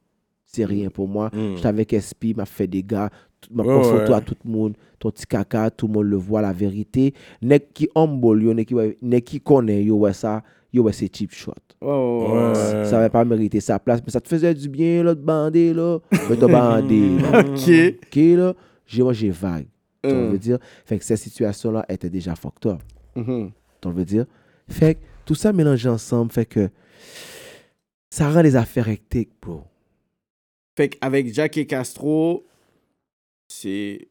Speaker 4: C'est rien pour moi. J'étais avec SP, m'a fait des gars, tout- m'a
Speaker 3: Mm. Ouais,
Speaker 4: pris photo
Speaker 3: ouais.
Speaker 4: à tout le monde, ton petit caca, tout le monde le voit, la vérité. Nek qui humble, yo, nek qui, nek qui connaît, yo, ouais, ça, yo, ouais, c'est cheap shot.
Speaker 5: Oh.
Speaker 3: Ouais.
Speaker 4: Ça n'avait pas mérité sa place, mais ça te faisait du bien, là, de bander, là. Mais t'as bandé, là.
Speaker 5: Ok.
Speaker 4: Ok, là. J'ai, moi, j'ai vague. Tu vois,
Speaker 5: Hum.
Speaker 4: je veux dire, fait que cette situation-là était déjà fucked up.
Speaker 5: Mhm.
Speaker 4: Tu vois, je veux dire, fait que tout ça mélangé ensemble fait que ça rend les affaires hectiques, bro.
Speaker 5: Fait qu'avec Jack et Castro, c'est.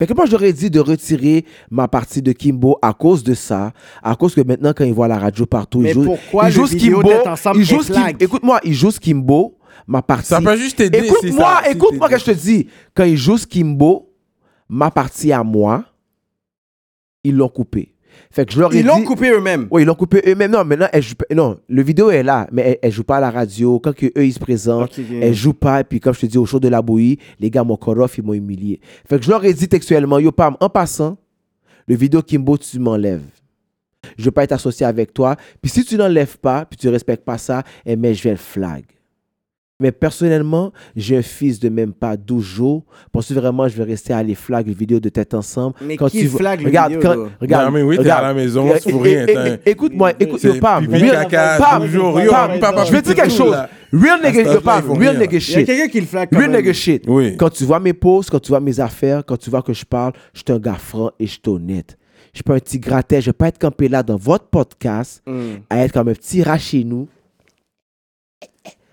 Speaker 4: Fait que moi, j'aurais dit de retirer ma partie de Kimbo à cause de ça, à cause que maintenant, quand ils voient la radio partout,
Speaker 5: Mais
Speaker 4: ils jouent,
Speaker 5: pourquoi
Speaker 4: ils
Speaker 5: le
Speaker 4: jouent
Speaker 5: vidéo d'être ensemble
Speaker 4: ils jouent
Speaker 5: est flag?
Speaker 4: Kim- écoute-moi, ils jouent Kimbo, ma partie.
Speaker 3: Ça peut juste t'aider. si
Speaker 4: Écoute-moi,
Speaker 3: ça- si
Speaker 4: écoute-moi
Speaker 3: t'aider.
Speaker 4: que je te dis. Quand ils jouent Kimbo, ma partie à moi, ils l'ont coupé. Fait que je leur ai
Speaker 5: Ils l'ont
Speaker 4: dit-
Speaker 5: coupé eux-mêmes.
Speaker 4: Oui, ils l'ont coupé eux-mêmes. Non, maintenant, elle joue pas- non, le vidéo est là, mais elle, elle joue pas à la radio. Quand que eux, ils se présentent,
Speaker 5: Ok, ok.
Speaker 4: elle joue pas. Et puis, comme je te dis, au show de la bouillie, les gars m'ont cut off, ils m'ont humilié. Fait que je leur ai dit textuellement, yo, Pam, en passant, le vidéo Kimbo, tu m'enlèves. Je veux pas être associé avec toi. Puis si tu n'enlèves pas, puis tu respectes pas ça, eh, mais je vais le flag. Mais personnellement, j'ai un fils de même pas 12 jours. Parce que vraiment, je vais rester à les flag, les vidéos de tête ensemble.
Speaker 5: Mais qui
Speaker 4: vois-
Speaker 5: flag les
Speaker 4: regarde,
Speaker 5: vidéos,
Speaker 4: quand,
Speaker 5: là?
Speaker 4: regarde,
Speaker 3: Non, mais oui, t'es
Speaker 4: regarde.
Speaker 3: à la maison,
Speaker 4: Eh,
Speaker 3: c'est pour
Speaker 4: eh,
Speaker 3: rien,
Speaker 4: eh,
Speaker 3: t'as-
Speaker 4: eh, Écoute-moi, écoute, yo,
Speaker 3: C'est
Speaker 4: Pam,
Speaker 3: pipi,
Speaker 4: real-
Speaker 3: caca,
Speaker 4: Pam,
Speaker 3: toujours,
Speaker 4: Pam,
Speaker 3: yo,
Speaker 4: Pam,
Speaker 3: papa,
Speaker 4: je vais dire quelque
Speaker 3: tout,
Speaker 4: chose.
Speaker 3: là.
Speaker 4: Real
Speaker 3: À cet
Speaker 4: nigga, yo,
Speaker 3: âge-là,
Speaker 4: Pam,
Speaker 3: ils font
Speaker 4: real
Speaker 3: rien.
Speaker 4: nigga
Speaker 5: Il y a
Speaker 4: shit.
Speaker 5: quelqu'un qui le flag quand
Speaker 4: Real
Speaker 5: même.
Speaker 4: nigga shit.
Speaker 3: Oui.
Speaker 4: Quand tu vois mes posts, quand tu vois mes affaires, quand tu vois que je parle, je suis un gars franc et je suis honnête. Je suis pas un petit gratté, je vais pas être campé là dans votre podcast
Speaker 5: Mm.
Speaker 4: à être comme un petit rat chez nous.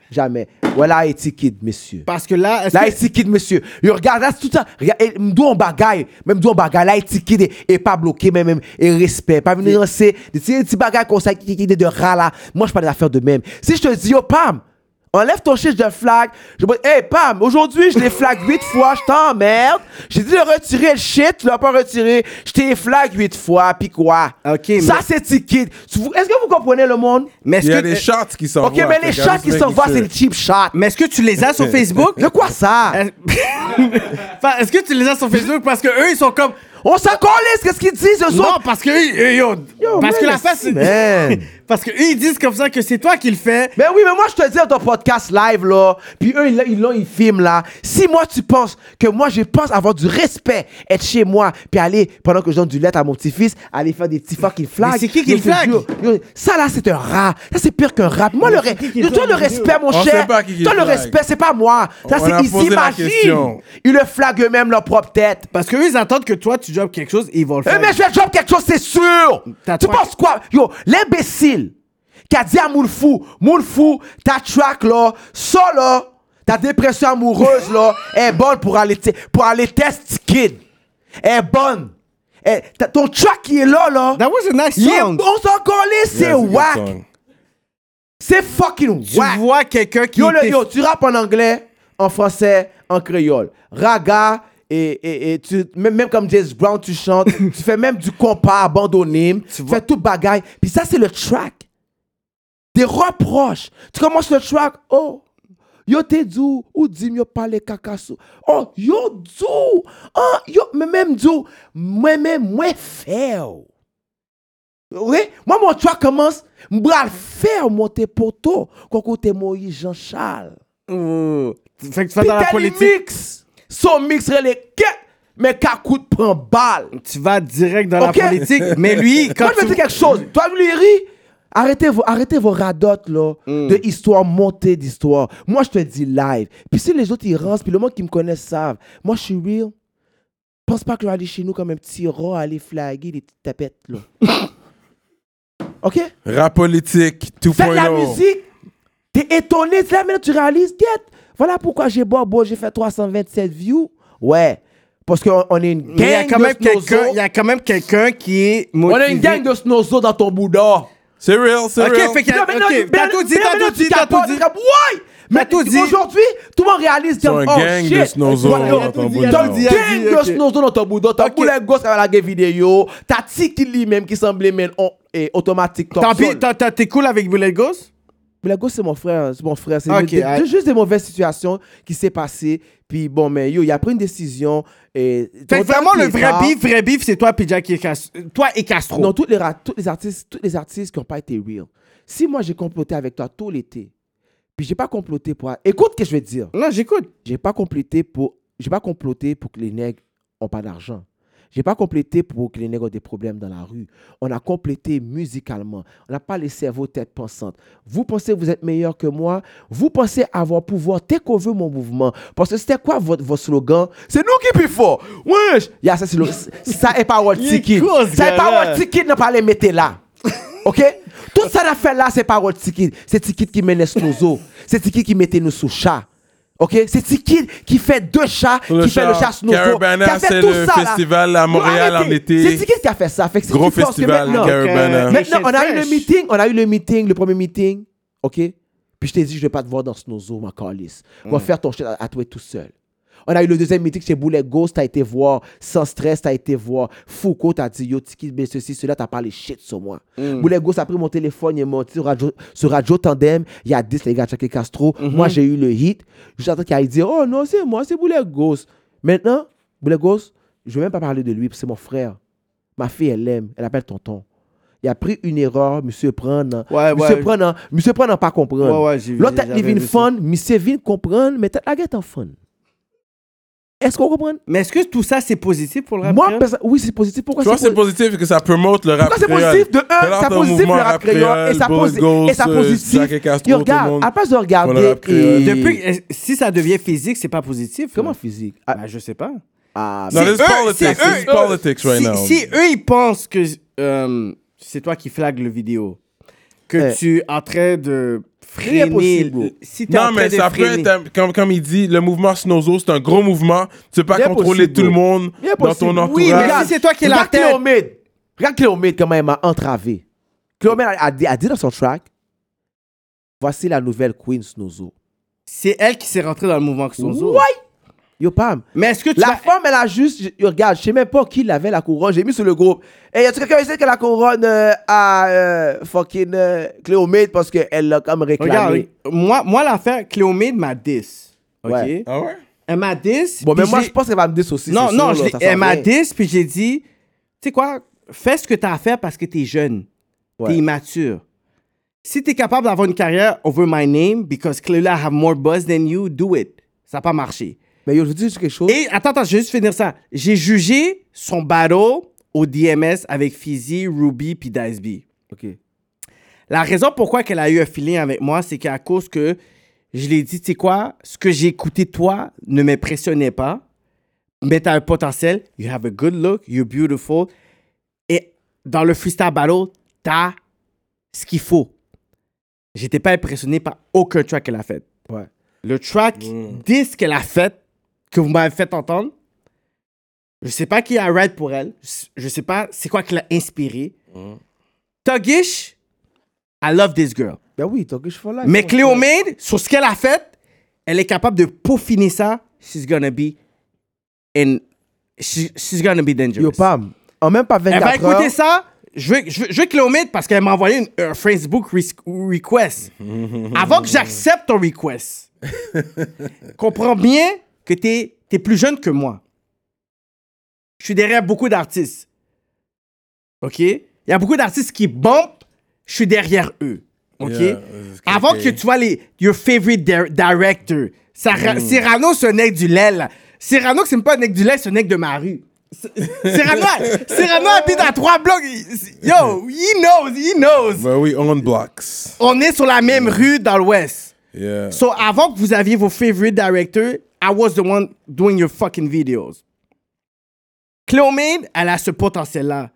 Speaker 4: Jamais. Voilà, Haiti Kid, messieurs.
Speaker 5: Parce que là, est-ce
Speaker 4: Là,
Speaker 5: que-
Speaker 4: Haiti Kid, monsieur. Yo, regarde, là, c'est tout ça. Regarde, et m'dou on bagaille. Même d'où on bagaille. Là, Haiti Kid est, est pas bloqué, même, même, et respect. Pas venir lancer des petits petits bagailles comme ça, qui qui- qui- de rats là. Moi, je parle des affaires de même. Si je te dis, yo, Pam, Enlève ton shit de flag. Je vais- hey, pam, aujourd'hui, je les flag 8 fois, je t'emmerde. J'ai dit de retirer le shit, tu l'as pas retiré. Je t'ai flag 8 fois, puis quoi?
Speaker 5: Ok, mais-
Speaker 4: Ça, c'est ticket. Tu vous- Est-ce que vous comprenez le monde?
Speaker 5: Mais est-ce
Speaker 3: Il y a
Speaker 5: que,
Speaker 3: des shots qui s'envoient.
Speaker 4: Ok, mais les shots qui s'envoient, c'est le cheap shot.
Speaker 5: mais est-ce que tu les as sur Facebook?
Speaker 4: De quoi ça?
Speaker 5: Est- Enfin, Est-ce que tu les as sur Facebook parce que eux ils sont comme
Speaker 4: On s'en calisse, qu'est-ce qu'ils disent, eux
Speaker 5: non
Speaker 4: autres?
Speaker 5: parce que eux, eux, yo,
Speaker 4: Yo,
Speaker 5: parce
Speaker 4: man,
Speaker 5: que la
Speaker 4: si,
Speaker 5: face
Speaker 4: man.
Speaker 5: parce que eux ils disent comme ça que c'est toi qui le fais
Speaker 4: Mais oui, mais moi, je te dis dans ton podcast live, là, puis eux, ils l'ont, ils, l'ont- ils filment, là. Si moi, tu penses que moi, je pense avoir du respect, être chez moi, puis aller, pendant que je donne du lait à mon petit-fils, aller faire des petits fucking flags.
Speaker 5: Mais c'est qui qui
Speaker 4: Yo,
Speaker 5: le flag?
Speaker 4: yo, yo, Ça, là, c'est un rat. Ça, c'est pire qu'un rap. Moi, le, re-
Speaker 5: qui qui
Speaker 4: yo, toi,
Speaker 5: flag,
Speaker 4: le
Speaker 5: mon
Speaker 4: respect, mon
Speaker 3: On
Speaker 4: cher.
Speaker 3: sait pas qui qui
Speaker 4: toi, le
Speaker 3: flag.
Speaker 4: respect, c'est pas moi. Ça,
Speaker 3: On
Speaker 4: c'est
Speaker 3: a
Speaker 4: ils
Speaker 3: posé la
Speaker 4: s'imaginent.
Speaker 3: question.
Speaker 4: Ils le flaguent eux-mêmes, leur propre tête.
Speaker 5: parce que eux ils attendent que toi tu jobs quelque chose et ils vont le
Speaker 4: Eh,
Speaker 5: faire.
Speaker 4: mais je vais drop quelque chose, c'est sûr!
Speaker 5: T'as
Speaker 4: Tu
Speaker 5: track.
Speaker 4: penses quoi? Yo, l'imbécile qui a dit à Moulfou, Moulfou, ta track là, ça là, ta dépression amoureuse là, est bonne pour aller, te- pour aller test kid. Est bonne. Eh, ta- ton track qui est là là,
Speaker 5: That was a nice
Speaker 4: il est-
Speaker 5: song.
Speaker 4: on s'en collait, c'est whack. C'est fucking
Speaker 5: Tu
Speaker 4: whack.
Speaker 5: vois quelqu'un qui
Speaker 4: Yo, le-
Speaker 5: était-
Speaker 4: yo, tu rappes en anglais, en français, en créole. Raga, et, et, et tu, même, même comme James Brown, tu chantes, tu fais même du compas abandonné, tu
Speaker 5: vois.
Speaker 4: fais tout bagaille. Puis ça, c'est le track. Des reproches. Tu commences le track, oh, yo t'es dou, ou dim yo parle kakasso. Oh, yo dou, oh, yo, mais même dou, moi même, moi faire. Oui, moi, mon choix commence, m'bral faire monter poteau, quand côté Moïse Jean-Charles.
Speaker 5: Ouh. Fait que tu vas
Speaker 4: Puis
Speaker 5: dans la
Speaker 4: t'as les
Speaker 5: politique,
Speaker 4: mix, son mix, les quêtes, mais Kakout prend balle.
Speaker 5: tu vas direct dans
Speaker 4: Ok.
Speaker 5: la politique. Mais lui, quand
Speaker 4: Moi, je
Speaker 5: tu-
Speaker 4: veux dire quelque chose. Toi, Valérie, arrêtez vos, arrêtez vos radotes, là,
Speaker 5: Hmm.
Speaker 4: de histoire, montée d'histoire. Moi, je te dis live. Puis si les autres, ils rancent, puis le monde qui me connaît savent. Moi, je suis real. Pense pas que je vais aller chez nous comme un petit rat, aller flaguer les petites tapettes, là. OK?
Speaker 3: Rap politique oh.
Speaker 4: Faites la
Speaker 3: 2.0.
Speaker 4: musique. T'es étonné. C'est là maintenant tu réalises. Get. Voilà pourquoi j'ai beau, beau, j'ai fait 327 views. Ouais. Parce qu'on on est une gang
Speaker 5: Mais il y a quand
Speaker 4: de
Speaker 5: même quelqu'un,
Speaker 4: snozos.
Speaker 5: il y a quand même quelqu'un qui est
Speaker 4: On
Speaker 5: motivé.
Speaker 4: est une gang de snozos dans ton boudin.
Speaker 3: C'est real, c'est
Speaker 5: Ok,
Speaker 3: real.
Speaker 5: fait qu'il y a,
Speaker 4: Là, maintenant,
Speaker 5: ok,
Speaker 4: tu-
Speaker 5: t'as
Speaker 4: mais-
Speaker 5: tout dit,
Speaker 4: mais
Speaker 5: t'as
Speaker 4: maintenant,
Speaker 5: tout
Speaker 4: tu
Speaker 5: dit, t'as
Speaker 4: capotes,
Speaker 5: tout dit.
Speaker 4: t'as- Ouais! Mais
Speaker 5: tout dit.
Speaker 4: Aujourd'hui, tout le monde réalise
Speaker 3: Ils sont
Speaker 4: comme,
Speaker 3: un
Speaker 4: oh
Speaker 3: gang de
Speaker 4: shit!
Speaker 3: snozos
Speaker 4: Voilà,
Speaker 3: dans
Speaker 4: yo,
Speaker 3: ton
Speaker 4: t'as
Speaker 3: boudin.
Speaker 4: une
Speaker 5: Il a
Speaker 4: gang
Speaker 5: dit,
Speaker 4: de
Speaker 5: ok.
Speaker 4: snozos dans ton boudin. T'as
Speaker 5: Ok.
Speaker 4: boulet gosse avec la gueule vidéo. T'as Tiki lui-même qui semblait mais on- et automatique. top
Speaker 5: Tant
Speaker 4: sol.
Speaker 5: pis, t'as- t'as- t'es cool avec Bullet Ghost?
Speaker 4: Mais la gosse, c'est mon frère. C'est mon frère. C'est
Speaker 5: Ok,
Speaker 4: des- des-
Speaker 5: aïe.
Speaker 4: juste des mauvaises situations qui s'est passées. Puis bon, mais yo, il a pris une décision. Et
Speaker 5: Fait que
Speaker 4: Ton
Speaker 5: vraiment,
Speaker 4: temps
Speaker 5: le
Speaker 4: qui est
Speaker 5: vrai
Speaker 4: rare.
Speaker 5: beef, vrai beef, c'est toi, puis Jack et Cas- toi et Castro.
Speaker 4: Non, tous les, ra- tous les artistes, tous les artistes qui n'ont pas été real. Si moi, j'ai comploté avec toi tout l'été, puis j'ai pas comploté pour... Écoute ce que je vais te dire.
Speaker 5: Non, j'écoute.
Speaker 4: J'ai pas comploté pour... J'ai pas comploté pour que les nègres ont pas d'argent. J'ai pas complété pour que les nègres aient des problèmes dans la rue. On a complété musicalement. On n'a pas les cerveaux tête pensante. Vous pensez que vous êtes meilleur que moi. Vous pensez avoir pouvoir veut mon mouvement. Parce que c'était quoi votre, votre slogan C'est nous qui plus fort. Wesh Ya, ça, c'est le- ça est pas World
Speaker 5: Il est
Speaker 4: Ticket.
Speaker 5: cool, ce
Speaker 4: Ça est
Speaker 5: gars-là.
Speaker 4: pas World Ticket, ne pas les mettre là. OK Tout ça fait là, c'est pas World Ticket. C'est Ticket qui menace nos os. C'est Ticket qui mettait nous sous chat. OK C'est Ticket qui fait deux chats,
Speaker 3: Le
Speaker 4: qui fait le
Speaker 3: chat.
Speaker 4: chat sous nos os.
Speaker 3: Caravana,
Speaker 4: qui a fait
Speaker 3: c'est
Speaker 4: tout
Speaker 3: le
Speaker 4: là.
Speaker 3: festival à
Speaker 4: Non,
Speaker 3: Montréal en
Speaker 4: arrêtez.
Speaker 3: été.
Speaker 4: C'est Ticket qui a fait ça. Fait que c'est
Speaker 3: Gros
Speaker 4: qui pense que
Speaker 3: festival,
Speaker 4: maintenant-
Speaker 3: Caravana.
Speaker 5: Mais-
Speaker 4: Maintenant, on a eu le
Speaker 5: Fresh.
Speaker 4: meeting, on a eu le meeting, le premier meeting, ok? Puis je t'ai dit, je vais pas te voir dans Snozo, ma calice. On va faire ton shit à, à toi tout seul. On a eu le deuxième meeting chez Boulet Ghost, t'as été voir. Sans stress, t'as été voir. Foucault, t'as dit, yo, Tiki, mais ceci, cela, t'as parlé shit sur moi. Boulet Ghost a pris mon téléphone, il est monté sur Radio, sur Radio Tandem. Il y a 10 les gars, Chuck et Castro. Moi, j'ai eu le hit. J'attends qu'il aille dire, oh non, c'est moi, c'est Boulet Ghost. Maintenant, Boulet Ghost, je vais même pas parler de lui, c'est mon frère. Ma fille, elle l'aime, elle appelle tonton. Il a pris une erreur, monsieur prend non.
Speaker 5: Ouais,
Speaker 4: monsieur
Speaker 5: ouais.
Speaker 4: prend non. monsieur prend non pas comprendre.
Speaker 5: Ouais, ouais, j'ai vu,
Speaker 4: L'autre
Speaker 5: j'ai-
Speaker 4: tête
Speaker 5: j'avais
Speaker 4: vient
Speaker 5: vu ça.
Speaker 4: fun, monsieur vient comprendre, mais tête la guette en fun. Est-ce qu'on comprend?
Speaker 5: Mais est-ce que tout ça, c'est positif pour le rap?
Speaker 4: Moi,
Speaker 5: créole?
Speaker 4: perso- oui, c'est positif. Pourquoi
Speaker 3: Tu vois, c'est
Speaker 4: positif?
Speaker 3: positif que ça promote le rap
Speaker 4: Pourquoi c'est positif? De un, ça positif le rap créole et ça posi- et ça positif. Et regarde, à place de
Speaker 3: Pour le
Speaker 4: regarder
Speaker 3: rap créole.
Speaker 4: et-
Speaker 5: Depuis, que- si ça devient physique, c'est pas positif.
Speaker 4: comment
Speaker 5: là.
Speaker 4: physique?
Speaker 5: Ben, je sais pas.
Speaker 4: Ah,
Speaker 3: Non,
Speaker 5: C'est
Speaker 3: this is
Speaker 5: eux-
Speaker 3: politics.
Speaker 5: c'est
Speaker 3: This is
Speaker 5: eux-
Speaker 3: politics right
Speaker 5: si,
Speaker 3: now.
Speaker 5: si eux, ils pensent que euh, c'est toi qui flague le vidéo, que
Speaker 4: Eh.
Speaker 5: tu es en train de
Speaker 4: Rien
Speaker 5: freiner...
Speaker 4: possible.
Speaker 5: Si t'es en
Speaker 3: Non,
Speaker 5: train
Speaker 3: mais
Speaker 5: de
Speaker 3: ça peut
Speaker 5: freiner-
Speaker 3: être, un- comme, comme il dit, le mouvement Snozo, c'est un gros mouvement. Tu peux pas
Speaker 4: Bien
Speaker 3: contrôler
Speaker 4: possible,
Speaker 3: tout le
Speaker 4: bro.
Speaker 3: monde
Speaker 4: Bien
Speaker 3: dans
Speaker 4: possible.
Speaker 3: ton entourage.
Speaker 5: Oui, mais si c'est toi qui es la
Speaker 4: Regarde
Speaker 5: tête.
Speaker 4: Cléomède. Regarde Cléomède, comment elle m'a entravé. Cléomède a, a dit- a dit dans son track Voici la nouvelle Queen Snozo.
Speaker 5: c'est elle qui s'est rentrée dans le mouvement Xonzo.
Speaker 4: Ouais. Yo, Pam.
Speaker 5: Mais est-ce que tu
Speaker 4: La
Speaker 5: vas-
Speaker 4: femme, elle a juste. je- yo, regarde, je sais même pas qui l'avait la couronne. J'ai mis sur le groupe. Et y a-tu quelqu'un ici qui a la couronne euh, à euh, fucking euh, Cléomède parce qu'elle l'a comme réclamé?
Speaker 5: Regarde, moi, moi l'affaire, Cléomède m'a 10. OK?
Speaker 4: Ouais.
Speaker 3: Ah ouais?
Speaker 5: Elle m'a 10.
Speaker 4: Bon,
Speaker 5: puis
Speaker 4: mais moi,
Speaker 5: j'ai-
Speaker 4: je pense qu'elle va me dissocier.
Speaker 5: Non,
Speaker 4: c'est
Speaker 5: non,
Speaker 4: sûr,
Speaker 5: je
Speaker 4: là,
Speaker 5: l'ai-
Speaker 4: ça sent
Speaker 5: elle m'a
Speaker 4: bien.
Speaker 5: 10, puis j'ai dit, tu sais quoi, fais ce que t'as à faire parce que t'es jeune.
Speaker 4: Ouais.
Speaker 5: T'es immature. Si t'es capable d'avoir une carrière over my name, because clearly I have more buzz than you, do it. Ça n'a pas marché.
Speaker 4: Mais yo, je veux dire quelque chose.
Speaker 5: Et attends, attends, je vais juste finir ça. J'ai jugé son battle au DMS avec Fizzy, Ruby, puis Dice B.
Speaker 4: Ok.
Speaker 5: La raison pourquoi qu'elle a eu un feeling avec moi, c'est qu'à cause que je l'ai dit, tu sais quoi, ce que j'ai écouté de toi ne m'impressionnait pas, mais t'as un potentiel, you have a good look, you're beautiful, et dans le freestyle battle, t'as ce qu'il faut. J'étais pas impressionné par aucun track qu'elle a fait.
Speaker 4: Ouais.
Speaker 5: Le track 10 qu'elle a fait, que vous m'avez fait entendre, je sais pas qui a ride pour elle, je sais pas c'est quoi qui l'a inspiré. Tuggish, I love this girl.
Speaker 4: Ben oui, tant que je fais là.
Speaker 5: Mais Cléo Maid, sur ce qu'elle a fait, elle est capable de peaufiner ça. She's gonna be in. she- she's gonna be dangerous.
Speaker 4: Yo, Pam. En même pas
Speaker 5: elle va
Speaker 4: 24 heures.
Speaker 5: écouter ça. Je veux, je veux, je veux Cléo Maid parce qu'elle m'a envoyé une- un Facebook res- request. Avant que j'accepte ton request, comprends bien que t'es es plus jeune que moi. Je suis derrière beaucoup d'artistes. OK? Il y a beaucoup d'artistes qui bumpent. Je suis derrière eux. OK?
Speaker 3: Yeah, c'est
Speaker 5: Avant
Speaker 3: ok.
Speaker 5: que tu vois les your favorite dir- director. Sarah- Cyrano, c'est un nec du lel. Cyrano, c'est même pas un nec du lel, c'est un nec de ma rue. C- Cyrano, Cyrano habite à trois blocs. Il- Yo, he knows, he knows.
Speaker 3: Ben oui, on blocks.
Speaker 5: On est sur la même rue dans l'Ouest.
Speaker 3: Yeah.
Speaker 5: So, avant que vous aviez vos favorite directors, I was the one doing your fucking videos. Cléomène, elle a ce potentiel-là.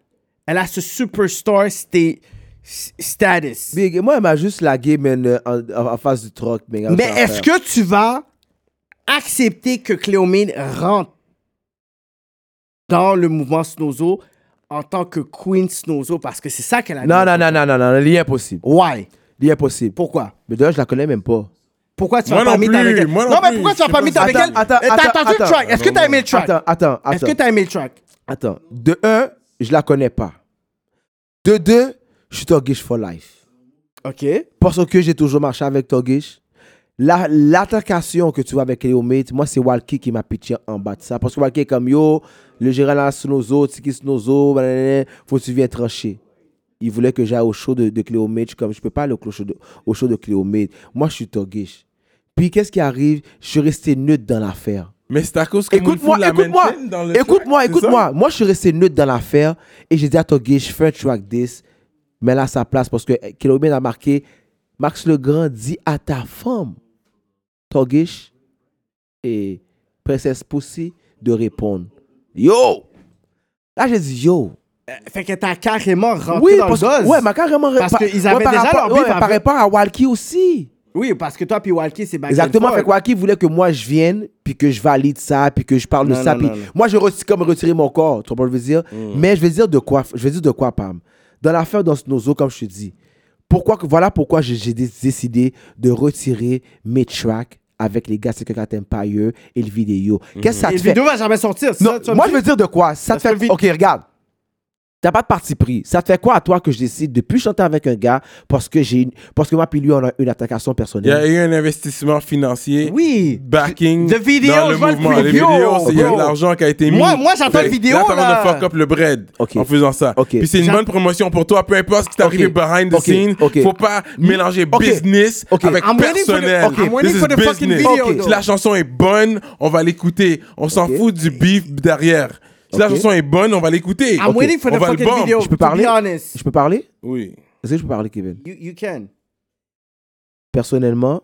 Speaker 5: Elle a ce superstar sta- status.
Speaker 4: Big, moi, elle m'a juste lagué, man, euh, en, en- en face du troc, man.
Speaker 5: Mais est-ce que tu vas accepter que Cléomène rentre dans le mouvement Snozo en tant que Queen Snozo parce que c'est ça qu'elle a
Speaker 4: Non, non, non, non, non, non, il est impossible.
Speaker 5: Why?
Speaker 4: Il est impossible.
Speaker 5: Pourquoi?
Speaker 4: Mais d'ailleurs, je la connais même pas.
Speaker 5: Pourquoi tu
Speaker 3: Moi
Speaker 5: vas pas
Speaker 3: non
Speaker 5: mettre
Speaker 3: plus,
Speaker 5: avec elle?
Speaker 3: moi non
Speaker 5: non, mais
Speaker 3: plus,
Speaker 5: pourquoi tu vas
Speaker 3: je
Speaker 5: pas
Speaker 3: sais
Speaker 5: mettre
Speaker 3: pas
Speaker 5: avec
Speaker 3: si-
Speaker 5: elle?
Speaker 4: Attends,
Speaker 5: Eh, T'as
Speaker 4: attends,
Speaker 5: entendu le
Speaker 4: attends.
Speaker 5: track? Est-ce que t'as aimé le track?
Speaker 4: Attends, attends,
Speaker 5: Est-ce
Speaker 4: attends.
Speaker 5: que t'as aimé le track?
Speaker 4: Attends. De un, je la connais pas. De deux, je suis Togish for life.
Speaker 5: OK.
Speaker 4: Parce que j'ai toujours marché avec Togish. La- L'altercation que tu vois avec Cléomate, moi, c'est Walkie qui m'a pitché en bas de ça. Parce que Walkie est comme yo, le gérant là, Snozo, Tiki Snozo, blablabla, faut que tu viennes trancher. Il voulait que j'aille au show de, de Cléomate. Je suis comme, je peux pas aller au show de, au show de Cléomate. Moi, je suis Togish. Puis, qu'est-ce qui arrive? Je suis resté neutre dans l'affaire.
Speaker 3: Mais c'est à cause que
Speaker 4: Écoute-moi,
Speaker 3: Moonful la
Speaker 4: écoute-moi,
Speaker 3: maintain dans le
Speaker 4: écoute-moi,
Speaker 3: track, c'est ça?
Speaker 4: écoute-moi. Moi, je suis resté neutre dans l'affaire et j'ai dit à Togué, je fais un track 10, mais là, sa place parce que Kilomène a marqué Max Legrand dit à ta femme, Togish et Princesse Pussy de répondre. Yo! Là, j'ai dit yo.
Speaker 5: Fait que t'as carrément rentré
Speaker 4: Oui,
Speaker 5: dans
Speaker 4: parce
Speaker 5: le
Speaker 4: que.
Speaker 5: dos.
Speaker 4: Ouais, m'a carrément
Speaker 5: Parce
Speaker 4: par-
Speaker 5: qu'ils
Speaker 4: ouais,
Speaker 5: avaient
Speaker 4: par
Speaker 5: déjà
Speaker 4: rapport-
Speaker 5: leur beef
Speaker 4: ouais, mais par
Speaker 5: avec-
Speaker 4: rapport à Walkie aussi.
Speaker 5: Oui, parce que toi puis Walkie, c'est back and
Speaker 4: Exactement.
Speaker 5: forth.
Speaker 4: Fait que Waki voulait que moi je vienne, puis que je valide ça, puis que je parle de
Speaker 5: Non,
Speaker 4: ça.
Speaker 5: non,
Speaker 4: puis
Speaker 5: non, non. Mm.
Speaker 4: moi, je retire comme retirer mon corps. Tu comprends ce que je veux dire? Mais je veux dire de quoi, je veux dire de quoi, Pam. Dans l'affaire dans Snozo, comme je te dis, pourquoi, que- voilà pourquoi j'ai j'ai dé- décidé de retirer mes tracks avec les gars, c'est que quand t'aimes pas eux et le vidéo. Qu'est-ce que ça
Speaker 5: Et
Speaker 4: te
Speaker 5: le
Speaker 4: fait?
Speaker 5: vidéo va jamais sortir. c'est
Speaker 4: Non,
Speaker 5: Mm-hmm. ça, tu vas me
Speaker 4: moi, je
Speaker 5: dire?
Speaker 4: veux dire de quoi? Ça te
Speaker 5: Ça se
Speaker 4: fait.
Speaker 5: fait vite.
Speaker 4: Ok, regarde. T'as pas de parti pris. Ça te fait quoi à toi que je décide de plus chanter avec un gars parce que j'ai une- parce que moi puis lui on a une
Speaker 3: Il
Speaker 4: attaquation
Speaker 3: y
Speaker 4: personnelle.
Speaker 3: a eu un investissement financier.
Speaker 5: Oui.
Speaker 3: Backing.
Speaker 5: The videos,
Speaker 3: dans le
Speaker 5: je vois le
Speaker 3: mouvement. Les
Speaker 5: preview,
Speaker 3: vidéos, c'est- il y a
Speaker 5: bro.
Speaker 3: de l'argent qui a été mis.
Speaker 5: Moi- moi, j'attends
Speaker 3: Fait
Speaker 5: le
Speaker 3: que
Speaker 5: vidéo,
Speaker 3: Là, t'as
Speaker 5: là.
Speaker 3: de fuck up le bread
Speaker 4: Ok.
Speaker 3: en faisant ça.
Speaker 4: Ok.
Speaker 3: Puis c'est une
Speaker 5: J'attends-
Speaker 3: bonne promotion pour toi, peu importe ce qui t'est
Speaker 4: Ok.
Speaker 3: arrivé behind the
Speaker 4: Ok.
Speaker 3: scene.
Speaker 4: Ok.
Speaker 3: Faut pas mélanger
Speaker 4: Ok.
Speaker 3: business
Speaker 4: Ok.
Speaker 3: avec
Speaker 5: Mm. I'm waiting for the-
Speaker 3: personnel.
Speaker 5: ok. I'm waiting
Speaker 3: This
Speaker 5: for
Speaker 3: is
Speaker 5: the fucking
Speaker 3: business.
Speaker 5: video,
Speaker 3: Ok.
Speaker 5: though.
Speaker 3: Si la chanson est bonne, on va l'écouter. On s'en
Speaker 4: Ok.
Speaker 3: fout du beef derrière. Si la
Speaker 4: Ok.
Speaker 3: chanson est bonne, on va l'écouter.
Speaker 5: I'm
Speaker 3: Ok.
Speaker 5: waiting for
Speaker 3: On
Speaker 5: the
Speaker 3: va le
Speaker 5: fucking
Speaker 3: bump.
Speaker 5: video.
Speaker 4: Je peux
Speaker 5: to
Speaker 4: parler?
Speaker 5: be honest.
Speaker 4: Je peux parler?
Speaker 3: Oui.
Speaker 4: Est-ce que je peux parler, Kevin?
Speaker 5: You, you can.
Speaker 4: Personnellement,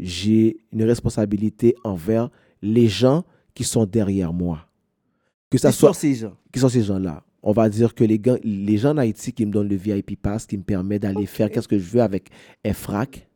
Speaker 4: j'ai une responsabilité envers les gens qui sont derrière moi. Que ça
Speaker 5: C'est
Speaker 4: soit,
Speaker 5: sur ces gens.
Speaker 4: qui sont ces gens-là. On va dire que les, gars- les gens en Haïti qui me donnent le VIP pass, qui me permet d'aller faire qu'est-ce que je veux avec FRAC,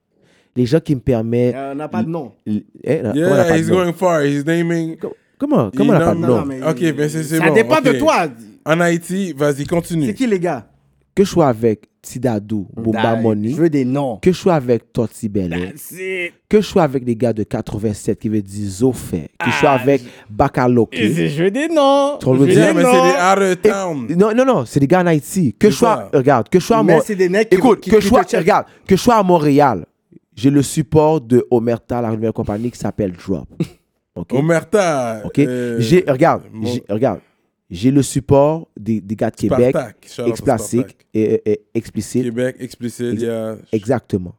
Speaker 4: les gens qui me permettent.
Speaker 5: Euh, on n'a pas de nom.
Speaker 4: l- eh, comment on n'a
Speaker 3: Yeah,
Speaker 4: pas
Speaker 3: he's
Speaker 4: de nom?
Speaker 3: going far. He's naming.
Speaker 4: Com- Comment, comment on n'a pas de
Speaker 3: nomme-
Speaker 4: nom?
Speaker 5: non, mais-
Speaker 3: Ok, mais c'est c'est
Speaker 5: Ça
Speaker 3: bon,
Speaker 5: dépend
Speaker 3: ok.
Speaker 5: de toi.
Speaker 3: En Haïti, vas-y,
Speaker 5: C'est
Speaker 3: continue.
Speaker 5: qui les gars?
Speaker 4: Que je sois avec Tidadou, Bumba
Speaker 5: Nah,
Speaker 4: Money,
Speaker 5: Je veux des noms.
Speaker 4: que je sois avec Toti Bellet,
Speaker 5: That's it.
Speaker 4: que je sois avec les gars de 87 qui veut dire Zofé, que je sois
Speaker 5: Ah,
Speaker 4: avec Bakaloké.
Speaker 5: Je veux des noms.
Speaker 4: Tu vas me
Speaker 5: Je veux
Speaker 4: dire,
Speaker 5: des
Speaker 3: mais c'est
Speaker 5: noms.
Speaker 3: des
Speaker 4: Ah,
Speaker 3: out of town.
Speaker 4: Non, non, non, c'est des gars en Haïti. Que je sois,
Speaker 3: ça.
Speaker 4: regarde, que je sois à
Speaker 5: Mais
Speaker 4: Mont-
Speaker 5: c'est des mecs qui-
Speaker 4: Écoute,
Speaker 5: qui-
Speaker 4: que
Speaker 5: qui
Speaker 4: je sois,
Speaker 5: te check.
Speaker 4: regarde, que je sois à Montréal, j'ai le support de Omerta, la nouvelle compagnie qui s'appelle Drop. OK?
Speaker 3: Omerta.
Speaker 4: OK?
Speaker 3: euh,
Speaker 4: j'ai, regarde,
Speaker 3: mon-
Speaker 4: j'ai- regarde, j'ai le support des, des gars de Québec,
Speaker 3: Spartak. Shout out à
Speaker 4: Explicite,
Speaker 3: Spartak.
Speaker 4: et, et- et explicite,
Speaker 3: Québec, explicite, il y a.
Speaker 4: exactement.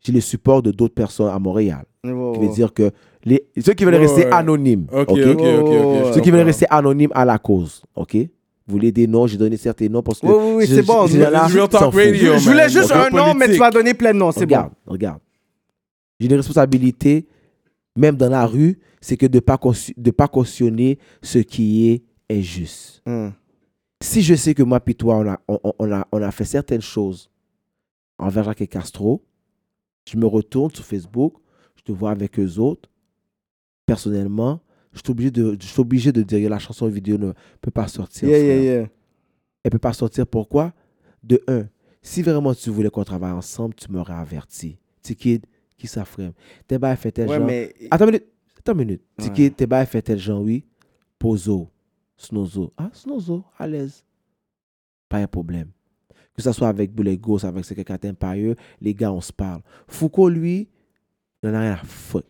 Speaker 4: J'ai le support de d'autres personnes à Montréal.
Speaker 5: Wow,
Speaker 4: Qui veut
Speaker 5: wow.
Speaker 4: dire que les, ceux qui veulent
Speaker 3: Ouais,
Speaker 4: rester
Speaker 3: ouais.
Speaker 4: anonymes.
Speaker 3: Ok, ok,
Speaker 4: OK?
Speaker 3: ok,
Speaker 5: Oh,
Speaker 3: ok.
Speaker 5: ceux
Speaker 4: Ceux qui veulent
Speaker 3: veulent
Speaker 4: rester anonymes à la cause, ok Vous voulez des noms, j'ai donné certains noms parce que.
Speaker 5: Oui, oui, oui,
Speaker 4: je-
Speaker 5: c'est bon,
Speaker 4: je- je- là,
Speaker 3: Real
Speaker 4: s'en
Speaker 3: Talk
Speaker 4: fout.
Speaker 3: Radio,
Speaker 5: Je voulais
Speaker 3: man.
Speaker 5: juste
Speaker 3: Ok,
Speaker 5: un nom, mais tu
Speaker 3: politique.
Speaker 5: m'as donné plein de noms, c'est bon.
Speaker 4: Regarde, regarde. J'ai une responsabilité, même dans la rue, c'est que de ne pas, caution- de pas cautionner ce qui est injuste.
Speaker 5: Hum.
Speaker 4: Si je sais que moi puis toi, on a, on, on- on a, on a fait certaines choses envers Jacques et Castro, je me retourne sur Facebook, je te vois avec eux autres. Personnellement, je suis obligé de, je suis obligé de dire la chanson vidéo ne peut pas sortir.
Speaker 5: Yeah,
Speaker 4: frère.
Speaker 5: yeah, yeah.
Speaker 4: elle peut pas sortir. Pourquoi De un, si vraiment tu voulais qu'on travaille ensemble, tu m'aurais averti. Tikid, qui ça frère T'es pas fait tel
Speaker 5: Ouais,
Speaker 4: genre.
Speaker 5: mais.
Speaker 4: Attends une minute. Attends une minute.
Speaker 5: Ouais.
Speaker 4: Tikid, t'es pas fait tel genre, oui. Pozo, Snozo. Ah, Snozo, à l'aise. Pas un problème. Que ça soit avec Boulet Ghost, avec ce quelqu'un t'aime par eux, les gars, on se parle. Foucault, lui, il en a rien à foutre.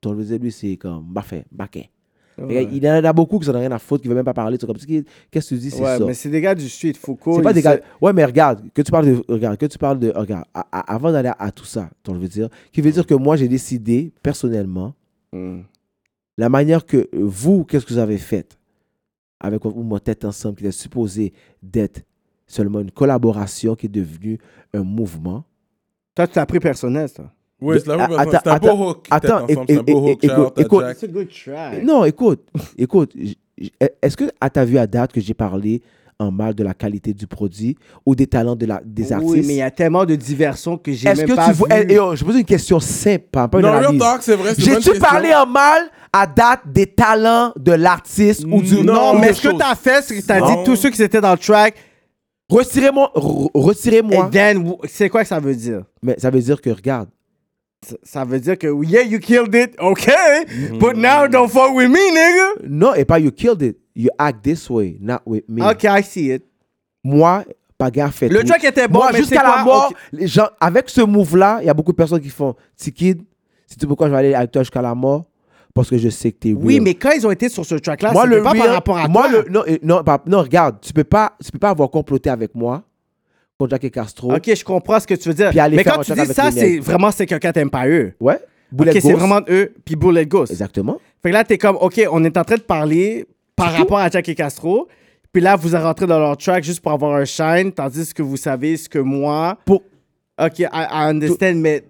Speaker 4: Ton le lui, c'est comme, bah, parfait, baquet.
Speaker 5: Ouais.
Speaker 4: Il y en a beaucoup qui n'en ont rien à foutre, qui ne veulent même pas parler. tout comme ça. Qu'est-ce que tu dis, c'est
Speaker 5: Ouais,
Speaker 4: ça.
Speaker 5: mais c'est des gars du street, Foucault.
Speaker 4: C'est pas
Speaker 5: ils
Speaker 4: des
Speaker 5: se-
Speaker 4: gars. Ouais, mais regarde, que tu parles de. Regarde, que tu parles de. Regarde, à- à- avant d'aller à tout ça, tu veux dire, qui veut dire que moi, j'ai décidé, personnellement,
Speaker 5: Hum.
Speaker 4: la manière que euh, vous, qu'est-ce que vous avez fait avec ou mon tête ensemble, qui était supposé d'être seulement une collaboration qui est devenue un mouvement.
Speaker 5: Toi, tu l'as pris personnel, ça.
Speaker 3: Ouais, c'est la même
Speaker 4: Attends,
Speaker 3: personne. C'est un
Speaker 4: attends,
Speaker 3: beau hook.
Speaker 4: attends,
Speaker 3: Attends,
Speaker 4: et-
Speaker 3: c'est un beau
Speaker 4: et-
Speaker 3: hook. Shout out à
Speaker 4: écoute,
Speaker 3: Jack.
Speaker 5: a good try.
Speaker 4: Non, écoute, écoute, j- j- e, est-ce que à ta vue à date que j'ai parlé en mal de la qualité du produit ou des talents de la, des
Speaker 5: Oui,
Speaker 4: artistes
Speaker 5: mais il y a tellement de diversion que j'ai
Speaker 4: Est-ce
Speaker 5: même
Speaker 4: que
Speaker 5: pas
Speaker 4: tu
Speaker 5: vu.
Speaker 4: vois. eh, eh, oh, je pose une question simple, pas une
Speaker 3: Non, Real
Speaker 4: analyse.
Speaker 3: Talk, c'est vrai. c'est une bonne
Speaker 4: J'ai-tu
Speaker 3: question.
Speaker 4: parlé en mal à date des talents de l'artiste ou du
Speaker 3: Non,
Speaker 5: Non,
Speaker 4: nom
Speaker 5: mais
Speaker 4: de
Speaker 5: ce que
Speaker 4: chose?
Speaker 5: t'as fait, c'est que t'as
Speaker 3: Non.
Speaker 5: dit tous ceux qui étaient dans le track.
Speaker 4: Retirez-moi. re- Retirez-moi.
Speaker 5: Et then, w- c'est quoi que ça veut dire?
Speaker 4: Mais ça veut dire que, regarde,
Speaker 5: Ça- Ça veut dire que, yeah, you killed it, okay,
Speaker 4: Mhm.
Speaker 5: but now don't fuck with me, nigga.
Speaker 4: non, et pas you killed it. You act this way, not with me.
Speaker 5: Ok, I see it.
Speaker 4: Moi, pas gaffe.
Speaker 5: Le track était bon,
Speaker 4: Moi,
Speaker 5: mais
Speaker 4: jusqu'à
Speaker 5: c'est
Speaker 4: la
Speaker 5: quoi?
Speaker 4: mort,
Speaker 5: Ok.
Speaker 4: les gens, avec ce move-là, il y a beaucoup de personnes qui font Tikid, c'est tout pourquoi je vais aller avec toi jusqu'à la mort, parce que je sais que t'es
Speaker 5: Oui,
Speaker 4: real.
Speaker 5: mais quand ils ont été sur ce track-là,
Speaker 4: moi
Speaker 5: c'était
Speaker 4: le
Speaker 5: pas
Speaker 4: real-
Speaker 5: par rapport à
Speaker 4: moi
Speaker 5: toi.
Speaker 4: le- non, euh, non, pas- non, regarde, tu peux pas, tu peux pas avoir comploté avec moi contre Jack et Castro.
Speaker 5: Ok, je comprends ce que tu veux dire.
Speaker 4: Puis aller
Speaker 5: Mais
Speaker 4: faire
Speaker 5: quand
Speaker 4: un
Speaker 5: tu
Speaker 4: track
Speaker 5: dis
Speaker 4: avec les
Speaker 5: ça, c'est
Speaker 4: nègres.
Speaker 5: vraiment c'est quelqu'un t'aime pas eux.
Speaker 4: Ouais.
Speaker 5: Ok,
Speaker 4: Bullet
Speaker 5: c'est
Speaker 4: Ghost.
Speaker 5: vraiment eux, puis Bullet Ghost.
Speaker 4: Exactement.
Speaker 5: Fait que là, t'es comme, OK, on est en train de parler par rapport à Jack et Castro. Puis là, vous êtes rentré dans leur track juste pour avoir un shine, tandis que vous savez ce que moi.
Speaker 4: Pour-
Speaker 5: OK, I, I understand, mais.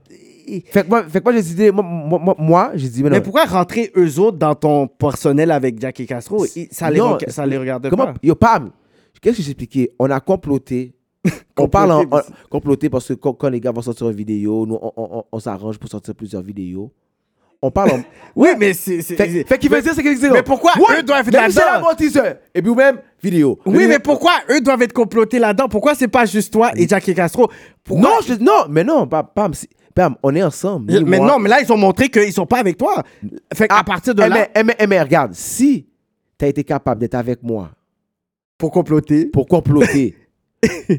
Speaker 4: Fait que moi, fait que moi j'ai décidé, moi, moi, moi- moi, j'ai dit, mais non.
Speaker 5: Mais pourquoi rentrer eux autres dans ton personnel avec Jack et Castro?
Speaker 4: C'est-
Speaker 5: Ils- Ça les,
Speaker 4: Non,
Speaker 5: re- ça les regarde
Speaker 4: comment
Speaker 5: pas.
Speaker 4: Yo, Pam, qu'est-ce que j'ai expliqué On a comploté. on
Speaker 5: Comploté,
Speaker 4: parle en,
Speaker 5: parce-
Speaker 4: en- comploté parce que quand, quand les gars vont sortir une vidéo, nous, on, on- on- on s'arrange pour sortir plusieurs vidéos. On parle en.
Speaker 5: Oui, mais c'est. c'est-
Speaker 4: Fait,
Speaker 5: c'est-
Speaker 4: fait qu'il veut dire, c'est que
Speaker 5: mais pourquoi eux doivent être
Speaker 4: C'est la
Speaker 5: là-dedans?
Speaker 4: mort, teaser. Et puis, ou même, vidéo.
Speaker 5: hein? Oui,
Speaker 4: Et
Speaker 5: mais
Speaker 4: puis-
Speaker 5: pourquoi eux doivent être complotés là-dedans? Pourquoi c'est pas juste toi et Jack et Castro? Pourquoi-
Speaker 4: Non, je- non, mais non, Pam, Pam, c'est- Pam, on est ensemble. ni
Speaker 5: Mais
Speaker 4: moi.
Speaker 5: non, mais là, ils Ah, ont montré qu'ils sont pas avec toi. Fait qu'à partir de
Speaker 4: Eh,
Speaker 5: là,
Speaker 4: mais- eh, mais, eh, mais regarde, si t'as été capable d'être avec moi
Speaker 5: pour comploter.
Speaker 4: pour comploter,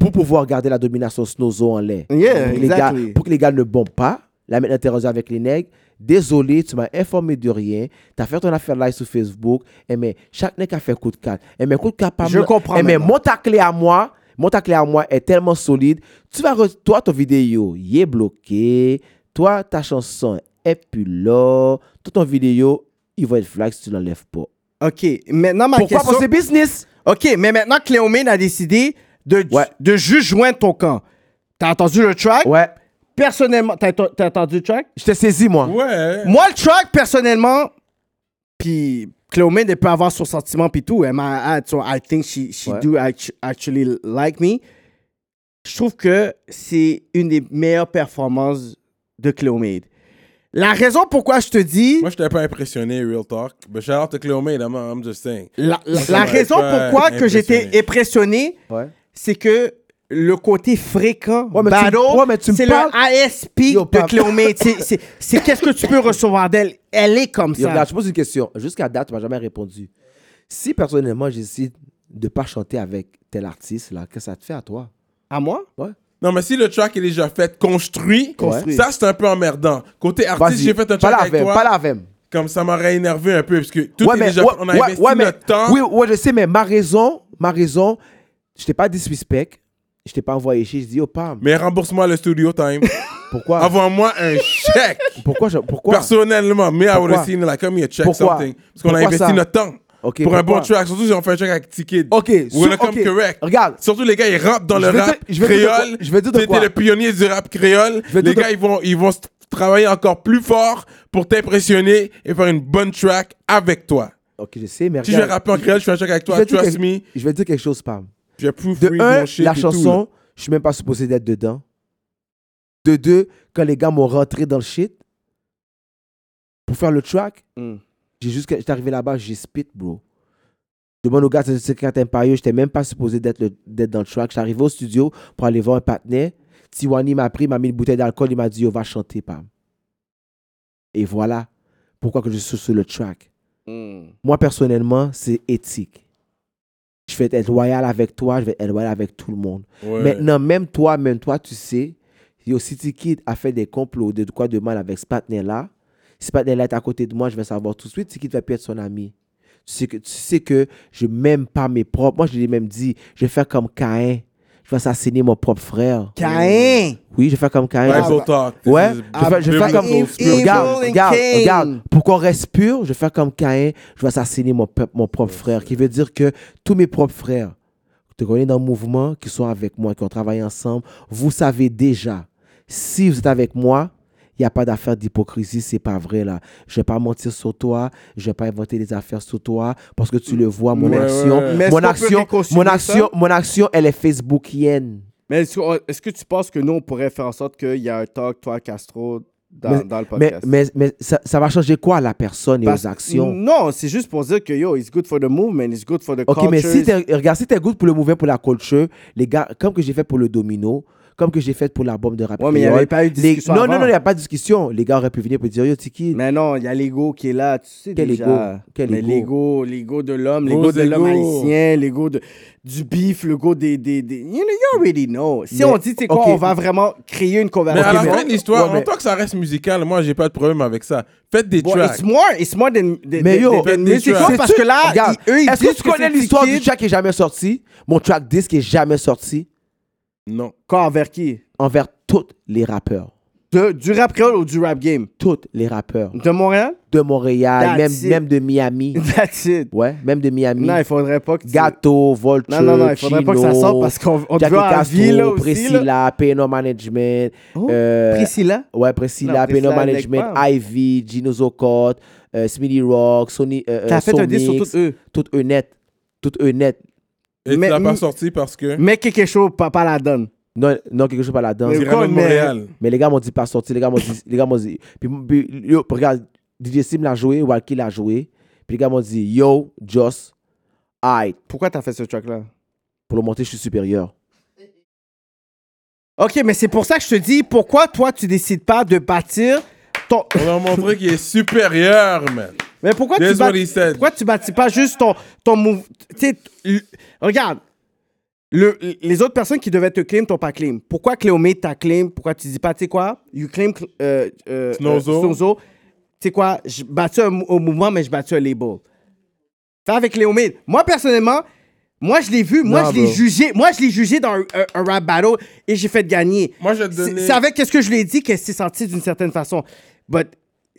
Speaker 4: pour pouvoir garder la domination Snozo en l'air.
Speaker 5: Yeah,
Speaker 4: pour, que les gars-
Speaker 5: exactly.
Speaker 4: pour que les gars ne bombent pas, la mettre interagir avec les nègres. Désolé, tu m'as informé de rien. Tu as fait ton affaire live sur Facebook. Et mais chaque nègre a fait coup de carte. Et mais coup de carte, pas
Speaker 5: Je
Speaker 4: me-
Speaker 5: comprends
Speaker 4: Eh, mais
Speaker 5: maintenant.
Speaker 4: mon ta clé à moi, mon ta clé à moi est tellement solide. Tu vas re- toi ton vidéo, il est bloqué. Toi ta chanson est plus là. Toi ton vidéo, il va être flag si tu l'enlèves pas.
Speaker 5: OK, maintenant ma
Speaker 4: Pourquoi? Parce que
Speaker 5: question...
Speaker 4: c'est business.
Speaker 5: OK, mais maintenant Cléomène a décidé de, ju-
Speaker 4: Ouais.
Speaker 5: de juste joindre ton camp. T'as entendu le track?
Speaker 4: Ouais,
Speaker 5: Personnellement, t'as t'as entendu le track?
Speaker 4: je t'ai saisi moi.
Speaker 3: Ouais.
Speaker 5: Moi, le track, personnellement, puis Cléomène, elle peut avoir son sentiment puis tout. Elle m'a... I- So I think she, she
Speaker 4: Ouais.
Speaker 5: do actu- actually like me. Je trouve que c'est une des meilleures performances de Cléomène. La raison pourquoi je te dis...
Speaker 3: Moi, je t'avais pas impressionné, Real Talk. But shout out to Cléo Maid, I'm, I'm just saying.
Speaker 5: La, la-
Speaker 3: Ça
Speaker 5: la
Speaker 3: m'a
Speaker 5: raison
Speaker 3: pas
Speaker 5: pourquoi que j'étais euh, impressionné,
Speaker 4: Ouais.
Speaker 5: c'est que le côté fréquent,
Speaker 4: Ouais, mais tu-
Speaker 5: battle,
Speaker 4: ouais, mais tu me
Speaker 5: c'est
Speaker 4: parles-
Speaker 5: le ASP
Speaker 4: Yo,
Speaker 5: de
Speaker 4: pap.
Speaker 5: Cléomé. C'est- c'est- C'est qu'est-ce que tu peux recevoir d'elle. Elle est comme
Speaker 4: Yo,
Speaker 5: ça.
Speaker 4: regarde, je pose une question. Jusqu'à date, tu m'as jamais répondu. Si personnellement, je décide de pas chanter avec tel artiste, là, qu'est-ce que ça te fait à toi?
Speaker 5: À moi?
Speaker 3: Non, mais si le track est déjà fait, construit,
Speaker 4: Construit.
Speaker 3: ça c'est un peu emmerdant. Côté artiste,
Speaker 4: Vas-y,
Speaker 3: Ah, j'ai fait un
Speaker 4: pas
Speaker 3: track
Speaker 4: la
Speaker 3: avec
Speaker 4: veine,
Speaker 3: toi,
Speaker 4: Pas la veine.
Speaker 3: comme ça m'aurait énervé un peu, parce que tout
Speaker 4: Ouais,
Speaker 3: est
Speaker 4: mais-
Speaker 3: déjà
Speaker 4: ouais,
Speaker 3: fait, on a
Speaker 4: ouais,
Speaker 3: investi
Speaker 4: ouais, mais-
Speaker 3: notre temps.
Speaker 4: Oui, ouais, je sais, mais ma raison, ma raison, je t'ai pas disrespect. Je t'ai pas envoyé chez, je dis, oh, pam.
Speaker 3: Mais rembourse-moi le studio time.
Speaker 4: Pourquoi?
Speaker 3: Envoie-moi un chèque.
Speaker 4: Pourquoi? je- pourquoi?
Speaker 3: Personnellement, mais I would
Speaker 4: Pourquoi?
Speaker 3: have seen like, come here, check
Speaker 4: Pourquoi?
Speaker 3: something. Parce qu'on a
Speaker 4: Pourquoi
Speaker 3: investi
Speaker 4: ça?
Speaker 3: notre temps.
Speaker 4: Ok,
Speaker 3: pour un bon
Speaker 4: pourquoi?
Speaker 3: track, surtout si on fait un track avec T-Kid.
Speaker 4: Ok,
Speaker 3: We're gonna
Speaker 4: so-
Speaker 3: come
Speaker 4: ok.
Speaker 3: correct.
Speaker 4: Regarde.
Speaker 3: Surtout les gars, ils rappent dans
Speaker 4: Je
Speaker 3: le
Speaker 4: vais
Speaker 3: rap
Speaker 4: te- je vais te dire de
Speaker 3: créole.
Speaker 4: quoi- je vais te dire de
Speaker 3: T'étais
Speaker 4: quoi.
Speaker 3: le pionnier du rap créole.
Speaker 4: Je vais te
Speaker 3: les
Speaker 4: dire
Speaker 3: gars,
Speaker 4: de-
Speaker 3: ils vont, ils vont s- travailler encore plus fort pour t'impressionner et faire une bonne track avec toi.
Speaker 4: Ok, je sais, mais
Speaker 3: Si je vais
Speaker 4: regarde,
Speaker 3: rapper en créole, je fais un track avec
Speaker 4: je
Speaker 3: toi,
Speaker 4: vais te dire
Speaker 3: trust
Speaker 4: quelque-
Speaker 3: me.
Speaker 4: Je vais te dire quelque chose, pam.
Speaker 3: Je vais proof
Speaker 4: De un,
Speaker 3: mon shit
Speaker 4: la
Speaker 3: et tout,
Speaker 4: chanson,
Speaker 3: là.
Speaker 4: je suis même pas supposé d'être dedans. De deux, quand les gars m'ont rentré dans le shit pour faire le track,
Speaker 3: Hmm.
Speaker 5: Mm.
Speaker 4: j'ai juste j'étais arrivé là-bas, j'ai spit, bro. Je demande aux gars, c'est quand t'aimes pas eux, j'étais même pas supposé d'être le- d'être dans le track. J'étais arrivé au studio pour aller voir un partenaire. Tiwani m'a pris, m'a mis une bouteille d'alcool, il m'a dit, on va chanter, pam. Et voilà pourquoi que je suis sur le track.
Speaker 3: Hmm.
Speaker 4: Moi, personnellement, c'est éthique. Je vais être loyal avec toi, je vais être loyal avec tout le monde.
Speaker 3: Ouais.
Speaker 4: Maintenant, même toi, même toi, tu sais, yo, si T-Kid a fait des complots de quoi de mal avec ce partenaire-là, si ce partenaire-là est à côté de moi, je vais savoir tout de suite, T-Kid va plus être son ami. Tu sais que, tu sais que je m'aime pas mes propres. Moi, je l'ai même dit, je vais faire comme Caïn. Je vais assassiner mon propre frère.
Speaker 5: Caïn!
Speaker 4: Oui, je vais faire comme Caïn.
Speaker 3: Bible talk. This
Speaker 4: Ouais,
Speaker 3: is
Speaker 4: je vais, je vais faire comme.
Speaker 3: biblical
Speaker 5: Evil
Speaker 3: scripture.
Speaker 4: Regarde,
Speaker 5: and
Speaker 4: regarde,
Speaker 5: Cain.
Speaker 4: regarde. Pour qu'on reste pur, je vais faire comme Caïn, je vais assassiner mon, peuple- mon propre frère. Qui veut dire que tous mes propres frères, te connais dans le mouvement, qui sont avec moi, qui ont travaillé ensemble, vous savez déjà, si vous êtes avec moi, il n'y a pas d'affaire d'hypocrisie, c'est pas vrai là. Je vais pas mentir sur toi, je vais pas inventer des affaires sur toi, parce que tu le vois, mon
Speaker 3: Ouais,
Speaker 4: action,
Speaker 3: ouais.
Speaker 5: Mais est-ce
Speaker 4: mon
Speaker 5: qu'on peut
Speaker 4: action,
Speaker 5: réconcilier
Speaker 4: mon
Speaker 5: ça?
Speaker 4: action, mon action, elle est facebookienne.
Speaker 5: Mais est-ce que, est-ce que tu penses que nous, on pourrait faire en sorte qu'il y a un talk, toi, Castro, dans,
Speaker 4: Mais-
Speaker 5: dans le
Speaker 4: Mais,
Speaker 5: podcast?
Speaker 4: mais, mais ça, ça va changer quoi à la personne et
Speaker 5: Parce-
Speaker 4: aux actions?
Speaker 5: Non, c'est juste pour dire que yo, it's good for the movement, it's good for the
Speaker 4: Ok,
Speaker 5: culture.
Speaker 4: mais si t'es, regarde, si t'es good pour le mouvement, pour la culture, les gars, comme que j'ai fait pour le domino, comme que j'ai fait pour la bombe de rap.
Speaker 5: Ouais, mais il y
Speaker 4: créole,
Speaker 5: avait pas eu de
Speaker 4: les-
Speaker 5: discussion
Speaker 4: Non,
Speaker 5: avant.
Speaker 4: non, non, il n'y a pas de discussion. Les gars auraient pu venir pour dire, yo, Tiki,
Speaker 5: Mais non, il y a l'ego qui est là, tu sais
Speaker 4: Quel
Speaker 5: déjà.
Speaker 4: ego? Quel
Speaker 5: mais
Speaker 4: ego?
Speaker 5: l'ego, l'ego de l'homme,
Speaker 3: Gros
Speaker 5: l'ego de l'homme
Speaker 3: ego.
Speaker 5: haïtien, l'ego de, du beef, l'ego des, des, des... You know, you already know. Si
Speaker 4: Mais-
Speaker 5: on dit, c'est quoi,
Speaker 4: ok.
Speaker 5: on va vraiment créer une
Speaker 3: Mais à
Speaker 5: conversation.
Speaker 3: la
Speaker 4: mais-
Speaker 3: fin de l'histoire,
Speaker 4: ouais, mais-
Speaker 3: en tant que ça reste musical, moi j'ai pas de problème avec ça. Faites des
Speaker 5: Bon,
Speaker 3: tracks.
Speaker 5: it's more, it's more than, than,
Speaker 4: Mais yo,
Speaker 5: than- than
Speaker 3: des
Speaker 5: musical,
Speaker 3: tracks.
Speaker 5: parce que là,
Speaker 4: Regarde,
Speaker 5: ils- eux, ils
Speaker 4: est-ce que
Speaker 5: disent
Speaker 4: tu connais
Speaker 5: c'est
Speaker 4: l'histoire du
Speaker 5: Tiki
Speaker 4: track qui est jamais sorti? Mon track 10 qui est jamais sorti
Speaker 3: Non.
Speaker 5: Quoi, envers qui?
Speaker 4: envers tous les rappeurs.
Speaker 5: De- du rap créole ou du rap game?
Speaker 4: Tous les rappeurs.
Speaker 5: De Montréal?
Speaker 4: De Montréal, même,
Speaker 5: That's it.
Speaker 4: même de Miami.
Speaker 5: That's it.
Speaker 4: Ouais, même de Miami.
Speaker 5: Non, il faudrait pas que tu...
Speaker 4: Gâteau, Vulture,
Speaker 5: Non, non, non, il faudrait pas que ça
Speaker 4: Chino,
Speaker 5: sorte parce qu'on on te
Speaker 4: Jackie
Speaker 5: veut en
Speaker 4: Castro,
Speaker 5: vie, là, aussi,
Speaker 4: Priscilla,
Speaker 5: là.
Speaker 4: P&O Management,
Speaker 5: Oh,
Speaker 4: euh,
Speaker 5: Priscilla?
Speaker 4: Ouais, Priscilla,
Speaker 5: Non, Priscilla
Speaker 4: Peno
Speaker 5: avec
Speaker 4: Management,
Speaker 5: Pam.
Speaker 4: Ivy, Gino Zocott, euh, Smitty Rock, Sony. Euh,
Speaker 5: T'as
Speaker 4: euh,
Speaker 5: fait un disque sur
Speaker 4: Sonix,
Speaker 5: toutes eux.
Speaker 4: Toutes eux nettes. Toutes eux nettes.
Speaker 3: Et
Speaker 5: Mais-
Speaker 3: tu l'as
Speaker 5: mais-
Speaker 3: pas sorti parce que.
Speaker 5: Mais quelque chose, papa la donne.
Speaker 4: Non, non, quelque chose pas la danse.
Speaker 5: Mais-
Speaker 3: C'est Rano de
Speaker 5: mais-
Speaker 3: Montréal.
Speaker 4: Mais les gars m'ont dit pas sorti. Les gars m'ont dit. les gars m'ont dit. Puis, puis, yo, regarde, DJ Sim l'a joué, Walkie l'a joué. Puis les gars m'ont dit, yo, Joss, aïe,
Speaker 5: Pourquoi t'as fait ce track-là?
Speaker 4: pour le monter, je suis supérieur.
Speaker 5: Ok, mais c'est pour ça que je te dis, pourquoi toi, tu décides pas de bâtir ton...
Speaker 3: On leur montrer qu'il est supérieur, man.
Speaker 5: Mais pourquoi tu,
Speaker 3: That's
Speaker 5: bâ-
Speaker 3: what he said.
Speaker 5: pourquoi tu bâtis pas juste ton, ton move? Tu sais, t- l- regarde, le- les autres personnes qui devaient te claim t'ont pas claim. Pourquoi Cléomé t'a claim? Pourquoi tu dis pas, tu sais quoi? You claim cl- euh, euh,
Speaker 3: Snowzo.
Speaker 5: euh, Snowzo. Tu sais quoi? Je bâtis un, mou- un mouvement, mais je bâtis un label. Fais avec Cléomé. Moi, personnellement, moi, je l'ai vu, moi,
Speaker 4: Non,
Speaker 5: je l'ai
Speaker 4: bro.
Speaker 5: jugé, moi, je l'ai jugé dans un, un- un rap battle et j'ai fait gagner.
Speaker 3: Moi, je vais te
Speaker 5: C'est-
Speaker 3: donner-
Speaker 5: C'est avec qu'est-ce que je lui ai dit qu'elle s'est sentie d'une certaine façon. But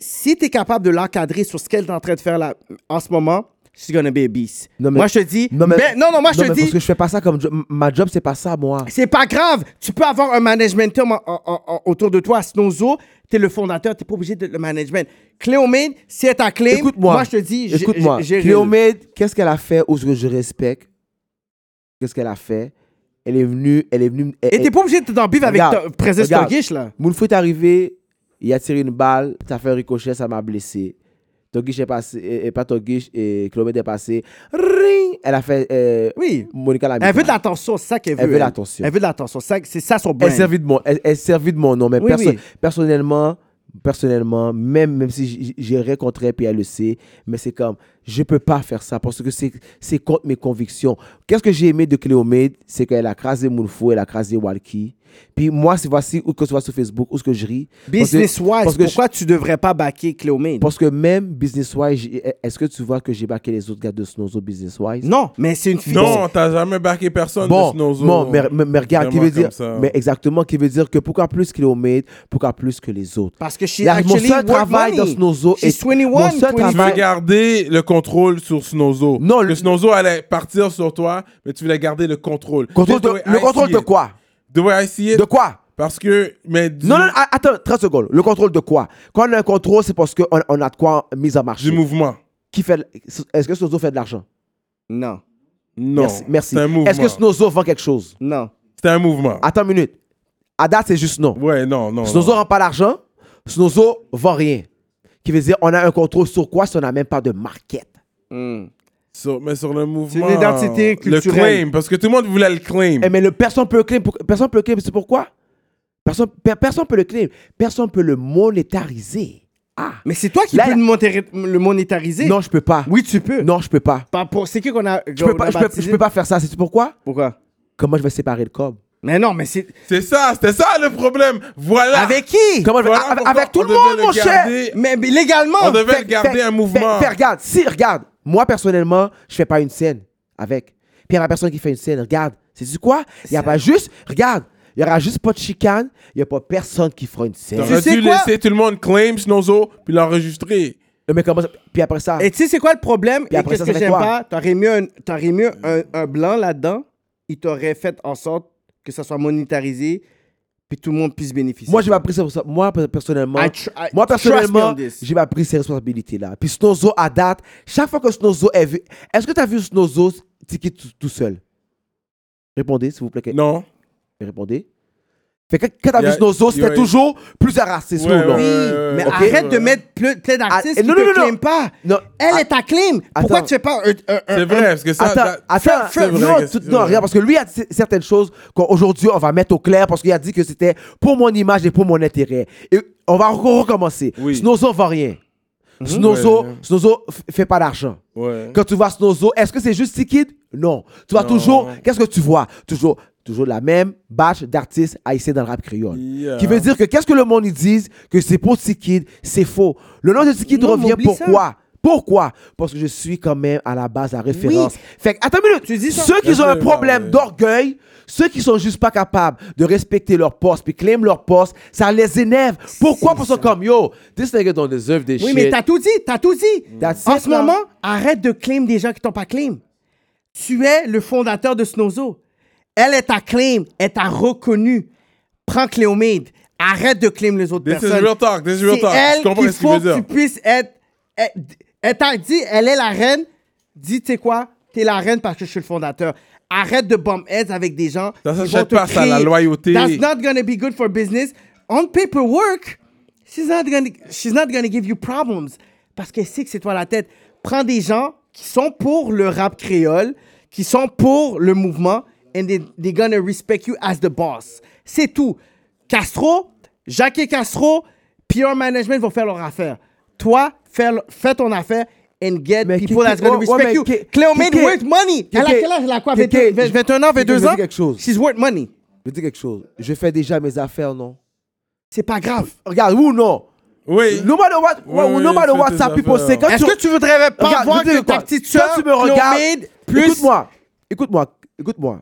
Speaker 5: si tu es capable de l'encadrer sur ce qu'elle est en train de faire là, en ce moment, she's gonna be a beast.
Speaker 4: Non, mais-
Speaker 5: moi, je te dis. mais- Non, non, moi, Ah, je
Speaker 4: non,
Speaker 5: te
Speaker 4: mais Parce que
Speaker 5: dis.
Speaker 4: je fais pas ça comme. job. Ma job, c'est pas ça, moi.
Speaker 5: C'est pas grave. Tu peux avoir un management team en- en- en- en- autour de toi. Snowzo, tu es le fondateur, tu pas obligé de le management. Cléomène, si elle t'a clé,
Speaker 4: Écoute-moi.
Speaker 5: moi, je te dis. j'ai-
Speaker 4: Écoute-moi.
Speaker 5: j'ai- j'ai-
Speaker 4: Cléomède, qu'est-ce qu'elle a fait ou ce que je respecte Qu'est-ce qu'elle a fait Elle est venue. Elle est venue. elle-
Speaker 5: Et t'es pas obligé de t'en vivre avec
Speaker 4: Regarde,
Speaker 5: ta- Princess
Speaker 4: regarde.
Speaker 5: Togish, là.
Speaker 4: Moulfou est arrivé, il a tiré une balle, ça fait un ricochet, ça m'a blessé. Togish est passé, et, et pas Togish, et Kilomètre est passé. Ring! Elle a fait. euh,
Speaker 5: Oui.
Speaker 4: Monica l'a
Speaker 5: Elle veut de l'attention, c'est ça qu'elle veut. hein.
Speaker 4: Elle veut l'attention.
Speaker 5: Elle veut de l'attention. ça- C'est ça son brand.
Speaker 4: Elle servit de mon, elle, elle servit de mon nom, mais
Speaker 5: Oui,
Speaker 4: perso-
Speaker 5: oui.
Speaker 4: personnellement, personnellement, même, même si j- j- j'ai rencontré puis elle le sait, mais c'est comme, je peux pas faire ça parce que c'est, c'est contre mes convictions. Qu'est-ce que j'ai aimé de Cléomède, c'est qu'elle a crasé Moulfou, elle a crasé Walkie. Puis moi, c'est voici où que ce soit sur Facebook, où ce que je ris. Parce que-
Speaker 5: Business-wise,
Speaker 4: parce que je-
Speaker 5: pourquoi tu devrais pas baquer Cléomène?
Speaker 4: Parce que même business-wise, j'ai- est-ce que tu vois que j'ai baqué les autres gars de Snowzo business-wise?
Speaker 5: Non, mais c'est une fille.
Speaker 3: Non, t'as jamais backé personne
Speaker 4: Bon,
Speaker 3: de Snowzo.
Speaker 4: bon, mais, mais- mais regarde, qui
Speaker 3: Vraiment
Speaker 4: veut dire,
Speaker 3: comme ça.
Speaker 4: mais exactement, qui veut dire que pourquoi plus Cléomède, pourquoi plus que les autres?
Speaker 5: Parce que she
Speaker 4: Il y a- mon
Speaker 5: actually
Speaker 4: seul
Speaker 5: work
Speaker 4: travail
Speaker 5: money.
Speaker 4: dans Snowzo
Speaker 5: She's
Speaker 4: est-
Speaker 5: 21,
Speaker 4: mon seul
Speaker 5: 22.
Speaker 3: Tu veux
Speaker 4: travail-
Speaker 3: garder le contrôle sur Snowzo.
Speaker 4: Non, le-
Speaker 3: le Snowzo allait partir sur toi, mais tu voulais garder le contrôle. That's
Speaker 4: Contrôle
Speaker 3: the
Speaker 4: de-
Speaker 3: way
Speaker 4: le
Speaker 3: I
Speaker 4: contrôle
Speaker 3: see
Speaker 4: de
Speaker 3: it.
Speaker 4: quoi?
Speaker 3: The way I see it,
Speaker 4: De quoi?
Speaker 3: Parce que. Mais du,
Speaker 4: Non, non, a- attends, 30 secondes. Le contrôle de quoi? Quand on a un contrôle, c'est parce qu'on on a de quoi mise en marché.
Speaker 3: du mouvement.
Speaker 4: Qui fait, est-ce que Snowzo fait de l'argent?
Speaker 5: Non,
Speaker 3: Non.
Speaker 4: Merci. merci.
Speaker 3: C'est un mouvement.
Speaker 4: Est-ce que Ah. Snowzo vend quelque chose?
Speaker 5: non.
Speaker 3: C'est un mouvement.
Speaker 4: Attends une minute. À date, c'est juste non.
Speaker 3: Ouais, non, non.
Speaker 4: Snowzo
Speaker 3: non.
Speaker 4: rend pas l'argent, Snowzo vend rien. Qui veut dire, on a un contrôle sur quoi si on n'a même pas de market?
Speaker 5: Hmm.
Speaker 3: Sur- mais sur le mouvement.
Speaker 5: une identité
Speaker 3: Le
Speaker 5: culturelle.
Speaker 3: claim, parce que tout le monde voulait le claim.
Speaker 4: Eh, mais le personne peut le claim. pour- Personne peut le claim. C'est pourquoi? Personne, per- personne peut le claim. Personne peut le monétariser. Ah.
Speaker 5: Mais c'est toi qui
Speaker 4: Là,
Speaker 5: peux
Speaker 4: là-
Speaker 5: le monétari- le monétariser.
Speaker 4: Non, je peux pas.
Speaker 5: Oui, tu peux.
Speaker 4: Non, je peux pas.
Speaker 5: Pas pour... C'est qui qu'on a.
Speaker 4: Je peux pas, je peux, je peux pas faire ça. C'est pourquoi
Speaker 5: Pourquoi?
Speaker 4: Comment je vais séparer le cob
Speaker 5: Mais non, mais c'est.
Speaker 3: C'est ça, c'était ça le problème. Voilà.
Speaker 5: Avec qui?
Speaker 4: Comment je vais-
Speaker 3: Voilà
Speaker 4: avec,
Speaker 3: pourquoi
Speaker 4: avec tout
Speaker 3: on
Speaker 4: le
Speaker 3: devait
Speaker 4: monde,
Speaker 3: le
Speaker 4: mon cher.
Speaker 3: garder.
Speaker 5: Mais, mais légalement.
Speaker 3: On devait
Speaker 4: Fait-
Speaker 3: le garder
Speaker 4: fait-
Speaker 3: un
Speaker 4: Fait,
Speaker 3: mouvement.
Speaker 4: fait, regarde, si regarde, moi personnellement, je fais pas une scène avec. Puis il y a la personne qui fait une scène, regarde. C'est du quoi Il y a
Speaker 5: Ça-
Speaker 4: pas juste, regarde, il y aura juste pas de chicane, il y a pas personne qui fera une scène.
Speaker 3: T'aurais
Speaker 5: sais
Speaker 3: dû
Speaker 5: quoi?
Speaker 3: laisser tout le monde claim Snowzo puis l'enregistrer.
Speaker 4: Mais comment ça- Puis après ça,
Speaker 5: Et tu sais, c'est quoi le problème?
Speaker 4: Puis
Speaker 5: Et
Speaker 4: après
Speaker 5: qu'est-ce
Speaker 4: ça, ça
Speaker 5: que
Speaker 4: fait
Speaker 5: j'aime
Speaker 4: quoi?
Speaker 5: pas? T'aurais mis, un, t'aurais mis un, un blanc là-dedans, il t'aurait fait en sorte que ça soit monétarisé, puis tout le monde puisse bénéficier.
Speaker 4: moi j'ai pas pris ça pour ça. Moi pe- personnellement,
Speaker 3: Ah,
Speaker 5: I tr- I-
Speaker 4: moi
Speaker 5: trust me on
Speaker 4: personnellement,
Speaker 5: this.
Speaker 4: j'ai pas pris ces responsabilités là. Puis Snowzo à date, chaque fois que Snowzo est vu, est-ce que tu as vu Snowzo ticket tout, tout seul Répondez s'il vous plaît.
Speaker 3: Non.
Speaker 4: Mais répondez. Fait que quand t'as
Speaker 3: Il y
Speaker 4: vu
Speaker 3: a-
Speaker 4: Snowzo,
Speaker 3: il y a-
Speaker 4: c'était toujours plus raciste
Speaker 3: Ouais,
Speaker 4: ou non?
Speaker 3: ouais.
Speaker 5: Oui,
Speaker 3: Euh,
Speaker 5: mais
Speaker 3: ok.
Speaker 5: arrête de mettre ple- plein d'artistes
Speaker 4: Ah,
Speaker 5: qui
Speaker 4: non,
Speaker 5: te
Speaker 4: non, non, non.
Speaker 5: claiment pas.
Speaker 4: Non,
Speaker 5: Elle
Speaker 4: a-
Speaker 5: est ta claim. Pourquoi
Speaker 4: Attends.
Speaker 5: tu fais pas un... un- un-
Speaker 3: C'est vrai, parce que ça.
Speaker 4: attends,
Speaker 3: that-
Speaker 4: attends,
Speaker 3: c'est vrai
Speaker 4: non,
Speaker 3: que
Speaker 4: tout-
Speaker 3: c'est
Speaker 4: non,
Speaker 3: vrai.
Speaker 4: regarde, parce que lui a dit certaines choses qu'aujourd'hui on va mettre au clair parce qu'il a dit que c'était pour mon image et pour mon intérêt. Et on va encore recommencer.
Speaker 3: Oui. Mhm.
Speaker 4: Snowzo vend rien. Snowzo,
Speaker 3: Ouais.
Speaker 4: Snowzo f- fait pas d'argent.
Speaker 3: Ouais.
Speaker 4: Quand tu vois Snowzo, est-ce que c'est juste Tikid? Non. Tu vois
Speaker 3: Non.
Speaker 4: toujours, qu'est-ce que tu vois? Toujours, toujours la même batch d'artistes haïtiens dans le rap créole.
Speaker 3: Yeah.
Speaker 4: Qui veut dire que qu'est-ce que le monde ils disent que c'est pour Tikid, c'est faux. Le nom de Tikid
Speaker 5: Non,
Speaker 4: revient
Speaker 5: m'oublie
Speaker 4: pourquoi? Ah, Pourquoi? Parce que je suis quand même à la base la référence.
Speaker 5: Oui.
Speaker 4: Fait que, attends une minute.
Speaker 5: Tu dis ça?
Speaker 4: Ceux qui ont un
Speaker 3: Ouais,
Speaker 4: problème
Speaker 3: ouais.
Speaker 4: d'orgueil, ceux qui sont juste pas capables de respecter leur poste puis claim leur poste, ça les énerve. Pourquoi? Parce que comme yo, this nigga don't deserve this
Speaker 5: Oui,
Speaker 4: shit.
Speaker 5: mais t'as tout dit, t'as tout dit.
Speaker 3: Mm.
Speaker 4: That's
Speaker 5: en
Speaker 4: it,
Speaker 5: ce
Speaker 4: là.
Speaker 5: moment, arrête de claim des gens qui t'ont pas claim. Tu es le fondateur de Snowzo. Elle est ta claim, elle t'a reconnu. Prends Cléomède. Arrête de claim les autres
Speaker 3: This is
Speaker 5: personnes.
Speaker 3: real talk, this is real
Speaker 5: C'est
Speaker 3: talk.
Speaker 5: elle
Speaker 3: Je comprends
Speaker 5: qu'il
Speaker 3: ce qu'il veut
Speaker 5: faut que
Speaker 3: dire.
Speaker 5: tu puisses être... Elle, elle t'a dit, elle est la reine. Dis, tu sais quoi? T'es la reine parce que je suis le fondateur. Arrête de bump heads avec des gens.
Speaker 3: Ça
Speaker 5: qui
Speaker 3: s'achète
Speaker 5: vont te
Speaker 3: pas, ça,
Speaker 5: crier.
Speaker 3: la loyauté.
Speaker 5: That's not gonna be good for business. On paperwork, she's not gonna, she's not gonna give you problems. Parce qu'elle sait que c'est toi la tête. Prends des gens qui sont pour le rap créole, qui sont pour le mouvement, and they, they're gonna respect you as the boss. C'est tout. Castro, Jacques et Castro, PR Management vont faire leur affaire. Toi, fais, le- fais ton affaire and get
Speaker 4: Mais
Speaker 5: people
Speaker 4: Kiki-
Speaker 5: that's gonna
Speaker 4: ouais,
Speaker 5: respect
Speaker 4: ouais, oh, mais
Speaker 5: you.
Speaker 4: Ki-
Speaker 5: Cléo Made
Speaker 4: Kiki-
Speaker 5: worth money. elle a
Speaker 4: Kiki-
Speaker 5: quel âge? Elle a quoi?
Speaker 4: Kiki- Kiki,
Speaker 5: 22, 21 ans,
Speaker 4: je vais
Speaker 5: 22
Speaker 4: dire
Speaker 5: ans?
Speaker 4: quelque chose.
Speaker 5: She's worth money.
Speaker 4: Je dis quelque chose. Je fais déjà mes affaires, non?
Speaker 5: C'est pas grave.
Speaker 4: Regarde, oui ou non?
Speaker 3: Oui.
Speaker 4: No matter what,
Speaker 3: Ouais, ouais,
Speaker 4: no matter
Speaker 3: fais
Speaker 4: what
Speaker 3: tes
Speaker 4: ça people
Speaker 3: affaires.
Speaker 4: say. Quand
Speaker 5: Est-ce que tu voudrais pas
Speaker 4: Regarde,
Speaker 5: voir
Speaker 4: je veux
Speaker 5: que
Speaker 4: dire
Speaker 5: ta
Speaker 4: quoi?
Speaker 5: petite
Speaker 4: Quand
Speaker 5: soeur,
Speaker 4: tu me regardes,
Speaker 5: Cléomède, plus...
Speaker 4: Écoute-moi, écoute-moi, écoute-moi.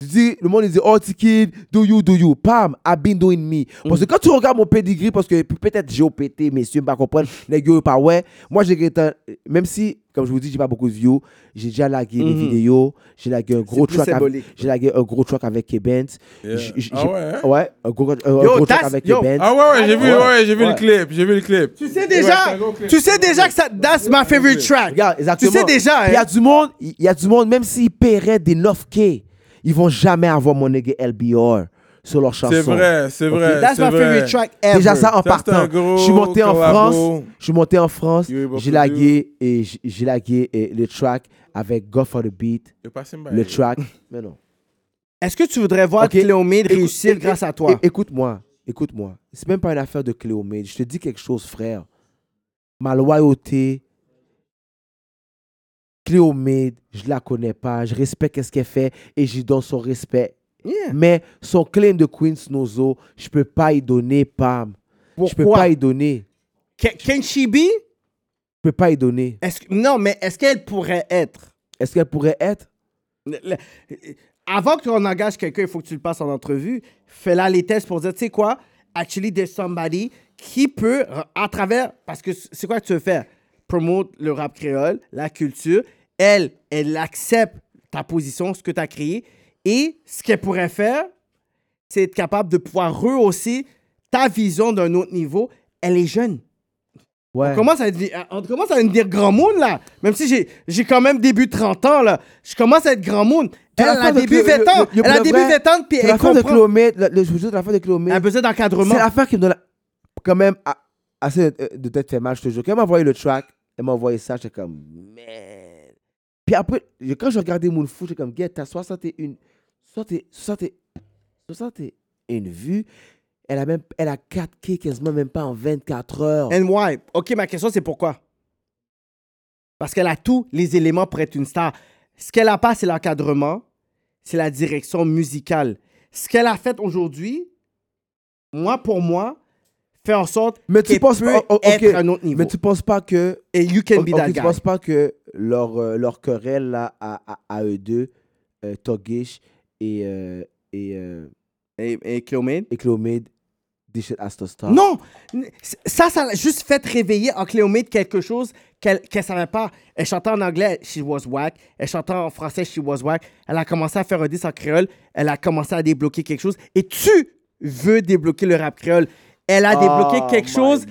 Speaker 4: Tu dis, le monde il dit, oh, Tiki, do you, do you. Pam, I've been doing me. Parce que
Speaker 5: Mm.
Speaker 4: quand tu regardes mon pedigree, parce que peut-être j'ai pété, messieurs, pas comprendre, les gars, pas ouais. Moi, j'ai gagné, un- même si, comme je vous dis, j'ai pas beaucoup de views, j'ai déjà lagué des vidéos, j'ai lagué un gros
Speaker 5: Mm. plus
Speaker 4: track avec,
Speaker 5: symbolique.
Speaker 4: j'ai lagué un gros track avec Kebent. J- j-
Speaker 3: Ah
Speaker 4: j'ai-
Speaker 3: ouais, hein?
Speaker 4: Ouais, un gros, un gros track
Speaker 5: that's-
Speaker 4: avec
Speaker 5: yo,
Speaker 4: Kebent.
Speaker 3: Ah ouais, ouais, j'ai vu,
Speaker 4: Ouais.
Speaker 3: ouais, j'ai vu
Speaker 4: Ouais.
Speaker 3: le clip, j'ai vu le clip.
Speaker 5: Tu sais déjà, tu sais déjà que ça, that's my favorite track.
Speaker 4: Regarde, exactement.
Speaker 5: Tu sais déjà,
Speaker 4: Il y a
Speaker 5: hein.
Speaker 4: du monde, il y a du monde, même s'ils paieraient des 9K, ils vont jamais avoir mon nigga LBR. sur leurs chansons.
Speaker 3: C'est vrai, c'est vrai.
Speaker 5: That's
Speaker 3: c'est
Speaker 5: my
Speaker 3: vrai.
Speaker 5: favorite track ever.
Speaker 4: Déjà ça
Speaker 3: Ça,
Speaker 4: en
Speaker 3: c'est un
Speaker 4: partant.
Speaker 3: gros
Speaker 4: Je suis monté en
Speaker 3: collabo.
Speaker 4: France. Je suis monté en France.
Speaker 3: You able
Speaker 4: J'ai
Speaker 3: to
Speaker 4: lagué et j- j'ai lagué et le track avec God for the Beat.
Speaker 3: Yo, passe me by.
Speaker 4: Le track. Mais non.
Speaker 5: Est-ce que tu voudrais voir
Speaker 4: Ok.
Speaker 5: Cléomide
Speaker 4: Écoute-
Speaker 5: réussir
Speaker 4: écoute-
Speaker 5: grâce à toi?
Speaker 4: É- Écoute-moi, écoute-moi. C'est même pas une affaire de Cléomède. Je te dis quelque chose, frère. Ma loyauté, Cléomède, je la connais pas. Je respecte ce qu'elle fait et j'y donne son respect.
Speaker 5: Yeah.
Speaker 4: Mais son claim de Queen's Nozo, je peux pas y donner, Pam. Je peux
Speaker 5: Pourquoi?
Speaker 4: pas y donner.
Speaker 5: Can, can she be?
Speaker 4: Je peux pas y donner.
Speaker 5: Est-ce que- non, mais est-ce qu'elle pourrait être?
Speaker 4: Est-ce qu'elle pourrait être
Speaker 5: Le- le- avant qu'on engage quelqu'un, il faut que tu le passes en entrevue. Fais-la les tests pour dire, tu sais quoi, actually, there's somebody qui peut, à travers, parce que c'est quoi que tu veux faire? Promote le rap créole, la culture. Elle, elle accepte ta position, ce que tu as créé. Et ce qu'elle pourrait faire, c'est être capable de pouvoir rehausser ta vision d'un autre niveau. Elle est jeune.
Speaker 4: Ouais.
Speaker 5: On commence, à être, on commence à me dire grand monde, là. Même si j'ai- j'ai quand même début 30 ans, là. Je commence à être grand monde. Elle
Speaker 4: L'affaire
Speaker 5: a
Speaker 4: de
Speaker 5: début
Speaker 4: Clé- le-
Speaker 5: 20 ans.
Speaker 4: le- le-
Speaker 5: Elle a
Speaker 4: le
Speaker 5: début
Speaker 4: vrai-
Speaker 5: 20 ans, puis
Speaker 4: c'est
Speaker 5: elle
Speaker 4: l'affaire de
Speaker 5: comprend.
Speaker 4: Cléomède, le, le- je vous jure, l'affaire de Cléomède.
Speaker 5: Elle a besoin d'encadrement.
Speaker 4: C'est l'affaire qui me donne la- quand même a- assez de, euh, de tête fait mal, je te jure. Quand elle m'a envoyé le track, elle m'a envoyé ça, j'étais comme, man. Puis après, je- quand je regardais Moon Fou, j'étais comme, gars, t'as 61, 60 60 61 vues. Elle a, même, elle a 4K quasiment même pas en 24 heures.
Speaker 5: And why? OK, ma question, c'est pourquoi? Parce qu'elle a tous les éléments pour être une star. Ce qu'elle a pas, c'est l'encadrement, c'est la direction musicale. Ce qu'elle a fait aujourd'hui, moi, pour moi, fait en sorte
Speaker 4: Mais tu
Speaker 5: qu'elle peut
Speaker 4: penses pas- oh, ok.
Speaker 5: être à un autre niveau.
Speaker 4: Mais tu penses pas que.
Speaker 5: Et you can be
Speaker 4: Ok,
Speaker 5: that
Speaker 4: tu
Speaker 5: guy.
Speaker 4: penses pas que leur, euh, leur querelle là, à, à, à eux deux, euh, Togish et, euh, et, euh,
Speaker 5: Et, et Cléomène?
Speaker 4: et Cléomède, des shit as to stop?
Speaker 5: Non! Ça, ça l'a juste fait réveiller en Cléomède quelque chose qu'elle ne savait pas. Elle chantait en anglais, she was whack. Elle chantait en français, she was whack. Elle a commencé à faire un disque en créole. Elle a commencé à débloquer quelque chose. Et tu veux débloquer le rap créole. Elle
Speaker 4: Oh
Speaker 5: a débloqué quelque chose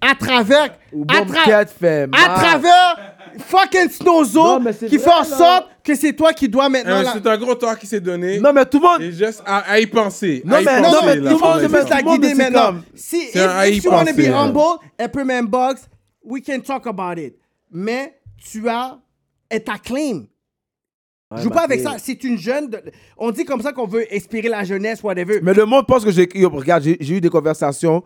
Speaker 5: à travers... à, tra- à travers fucking Snowzo
Speaker 4: Non, mais c'est
Speaker 5: qui
Speaker 4: vrai,
Speaker 5: fait en
Speaker 4: là.
Speaker 5: sorte que c'est toi qui dois
Speaker 3: Euh,
Speaker 5: maintenant... la-
Speaker 3: C'est un gros talk qui s'est donné.
Speaker 4: Non, mais tout le monde.
Speaker 3: Et juste à, à y penser.
Speaker 4: Non,
Speaker 3: à y
Speaker 4: mais-
Speaker 3: penser,
Speaker 4: non, mais
Speaker 3: là,
Speaker 4: tout le monde
Speaker 3: sur
Speaker 4: se
Speaker 3: les
Speaker 4: met la-
Speaker 5: la
Speaker 3: gens.
Speaker 4: monde,
Speaker 5: guider
Speaker 4: c'est
Speaker 5: maintenant.
Speaker 4: comme-
Speaker 5: Si if,
Speaker 3: un
Speaker 5: if
Speaker 3: hype
Speaker 5: you wanna be
Speaker 3: pensé, là.
Speaker 5: humble, elle peut m'inbox, we can talk about it. Mais tu as, elle t'acclame.
Speaker 4: Ouais,
Speaker 5: Joue
Speaker 4: bah,
Speaker 5: pas avec
Speaker 4: oui.
Speaker 5: ça. C'est une jeune. de- on dit comme ça qu'on veut inspirer la jeunesse, whatever.
Speaker 4: Mais le monde pense que j'ai. Yo, Regarde, j'ai j'ai eu des conversations.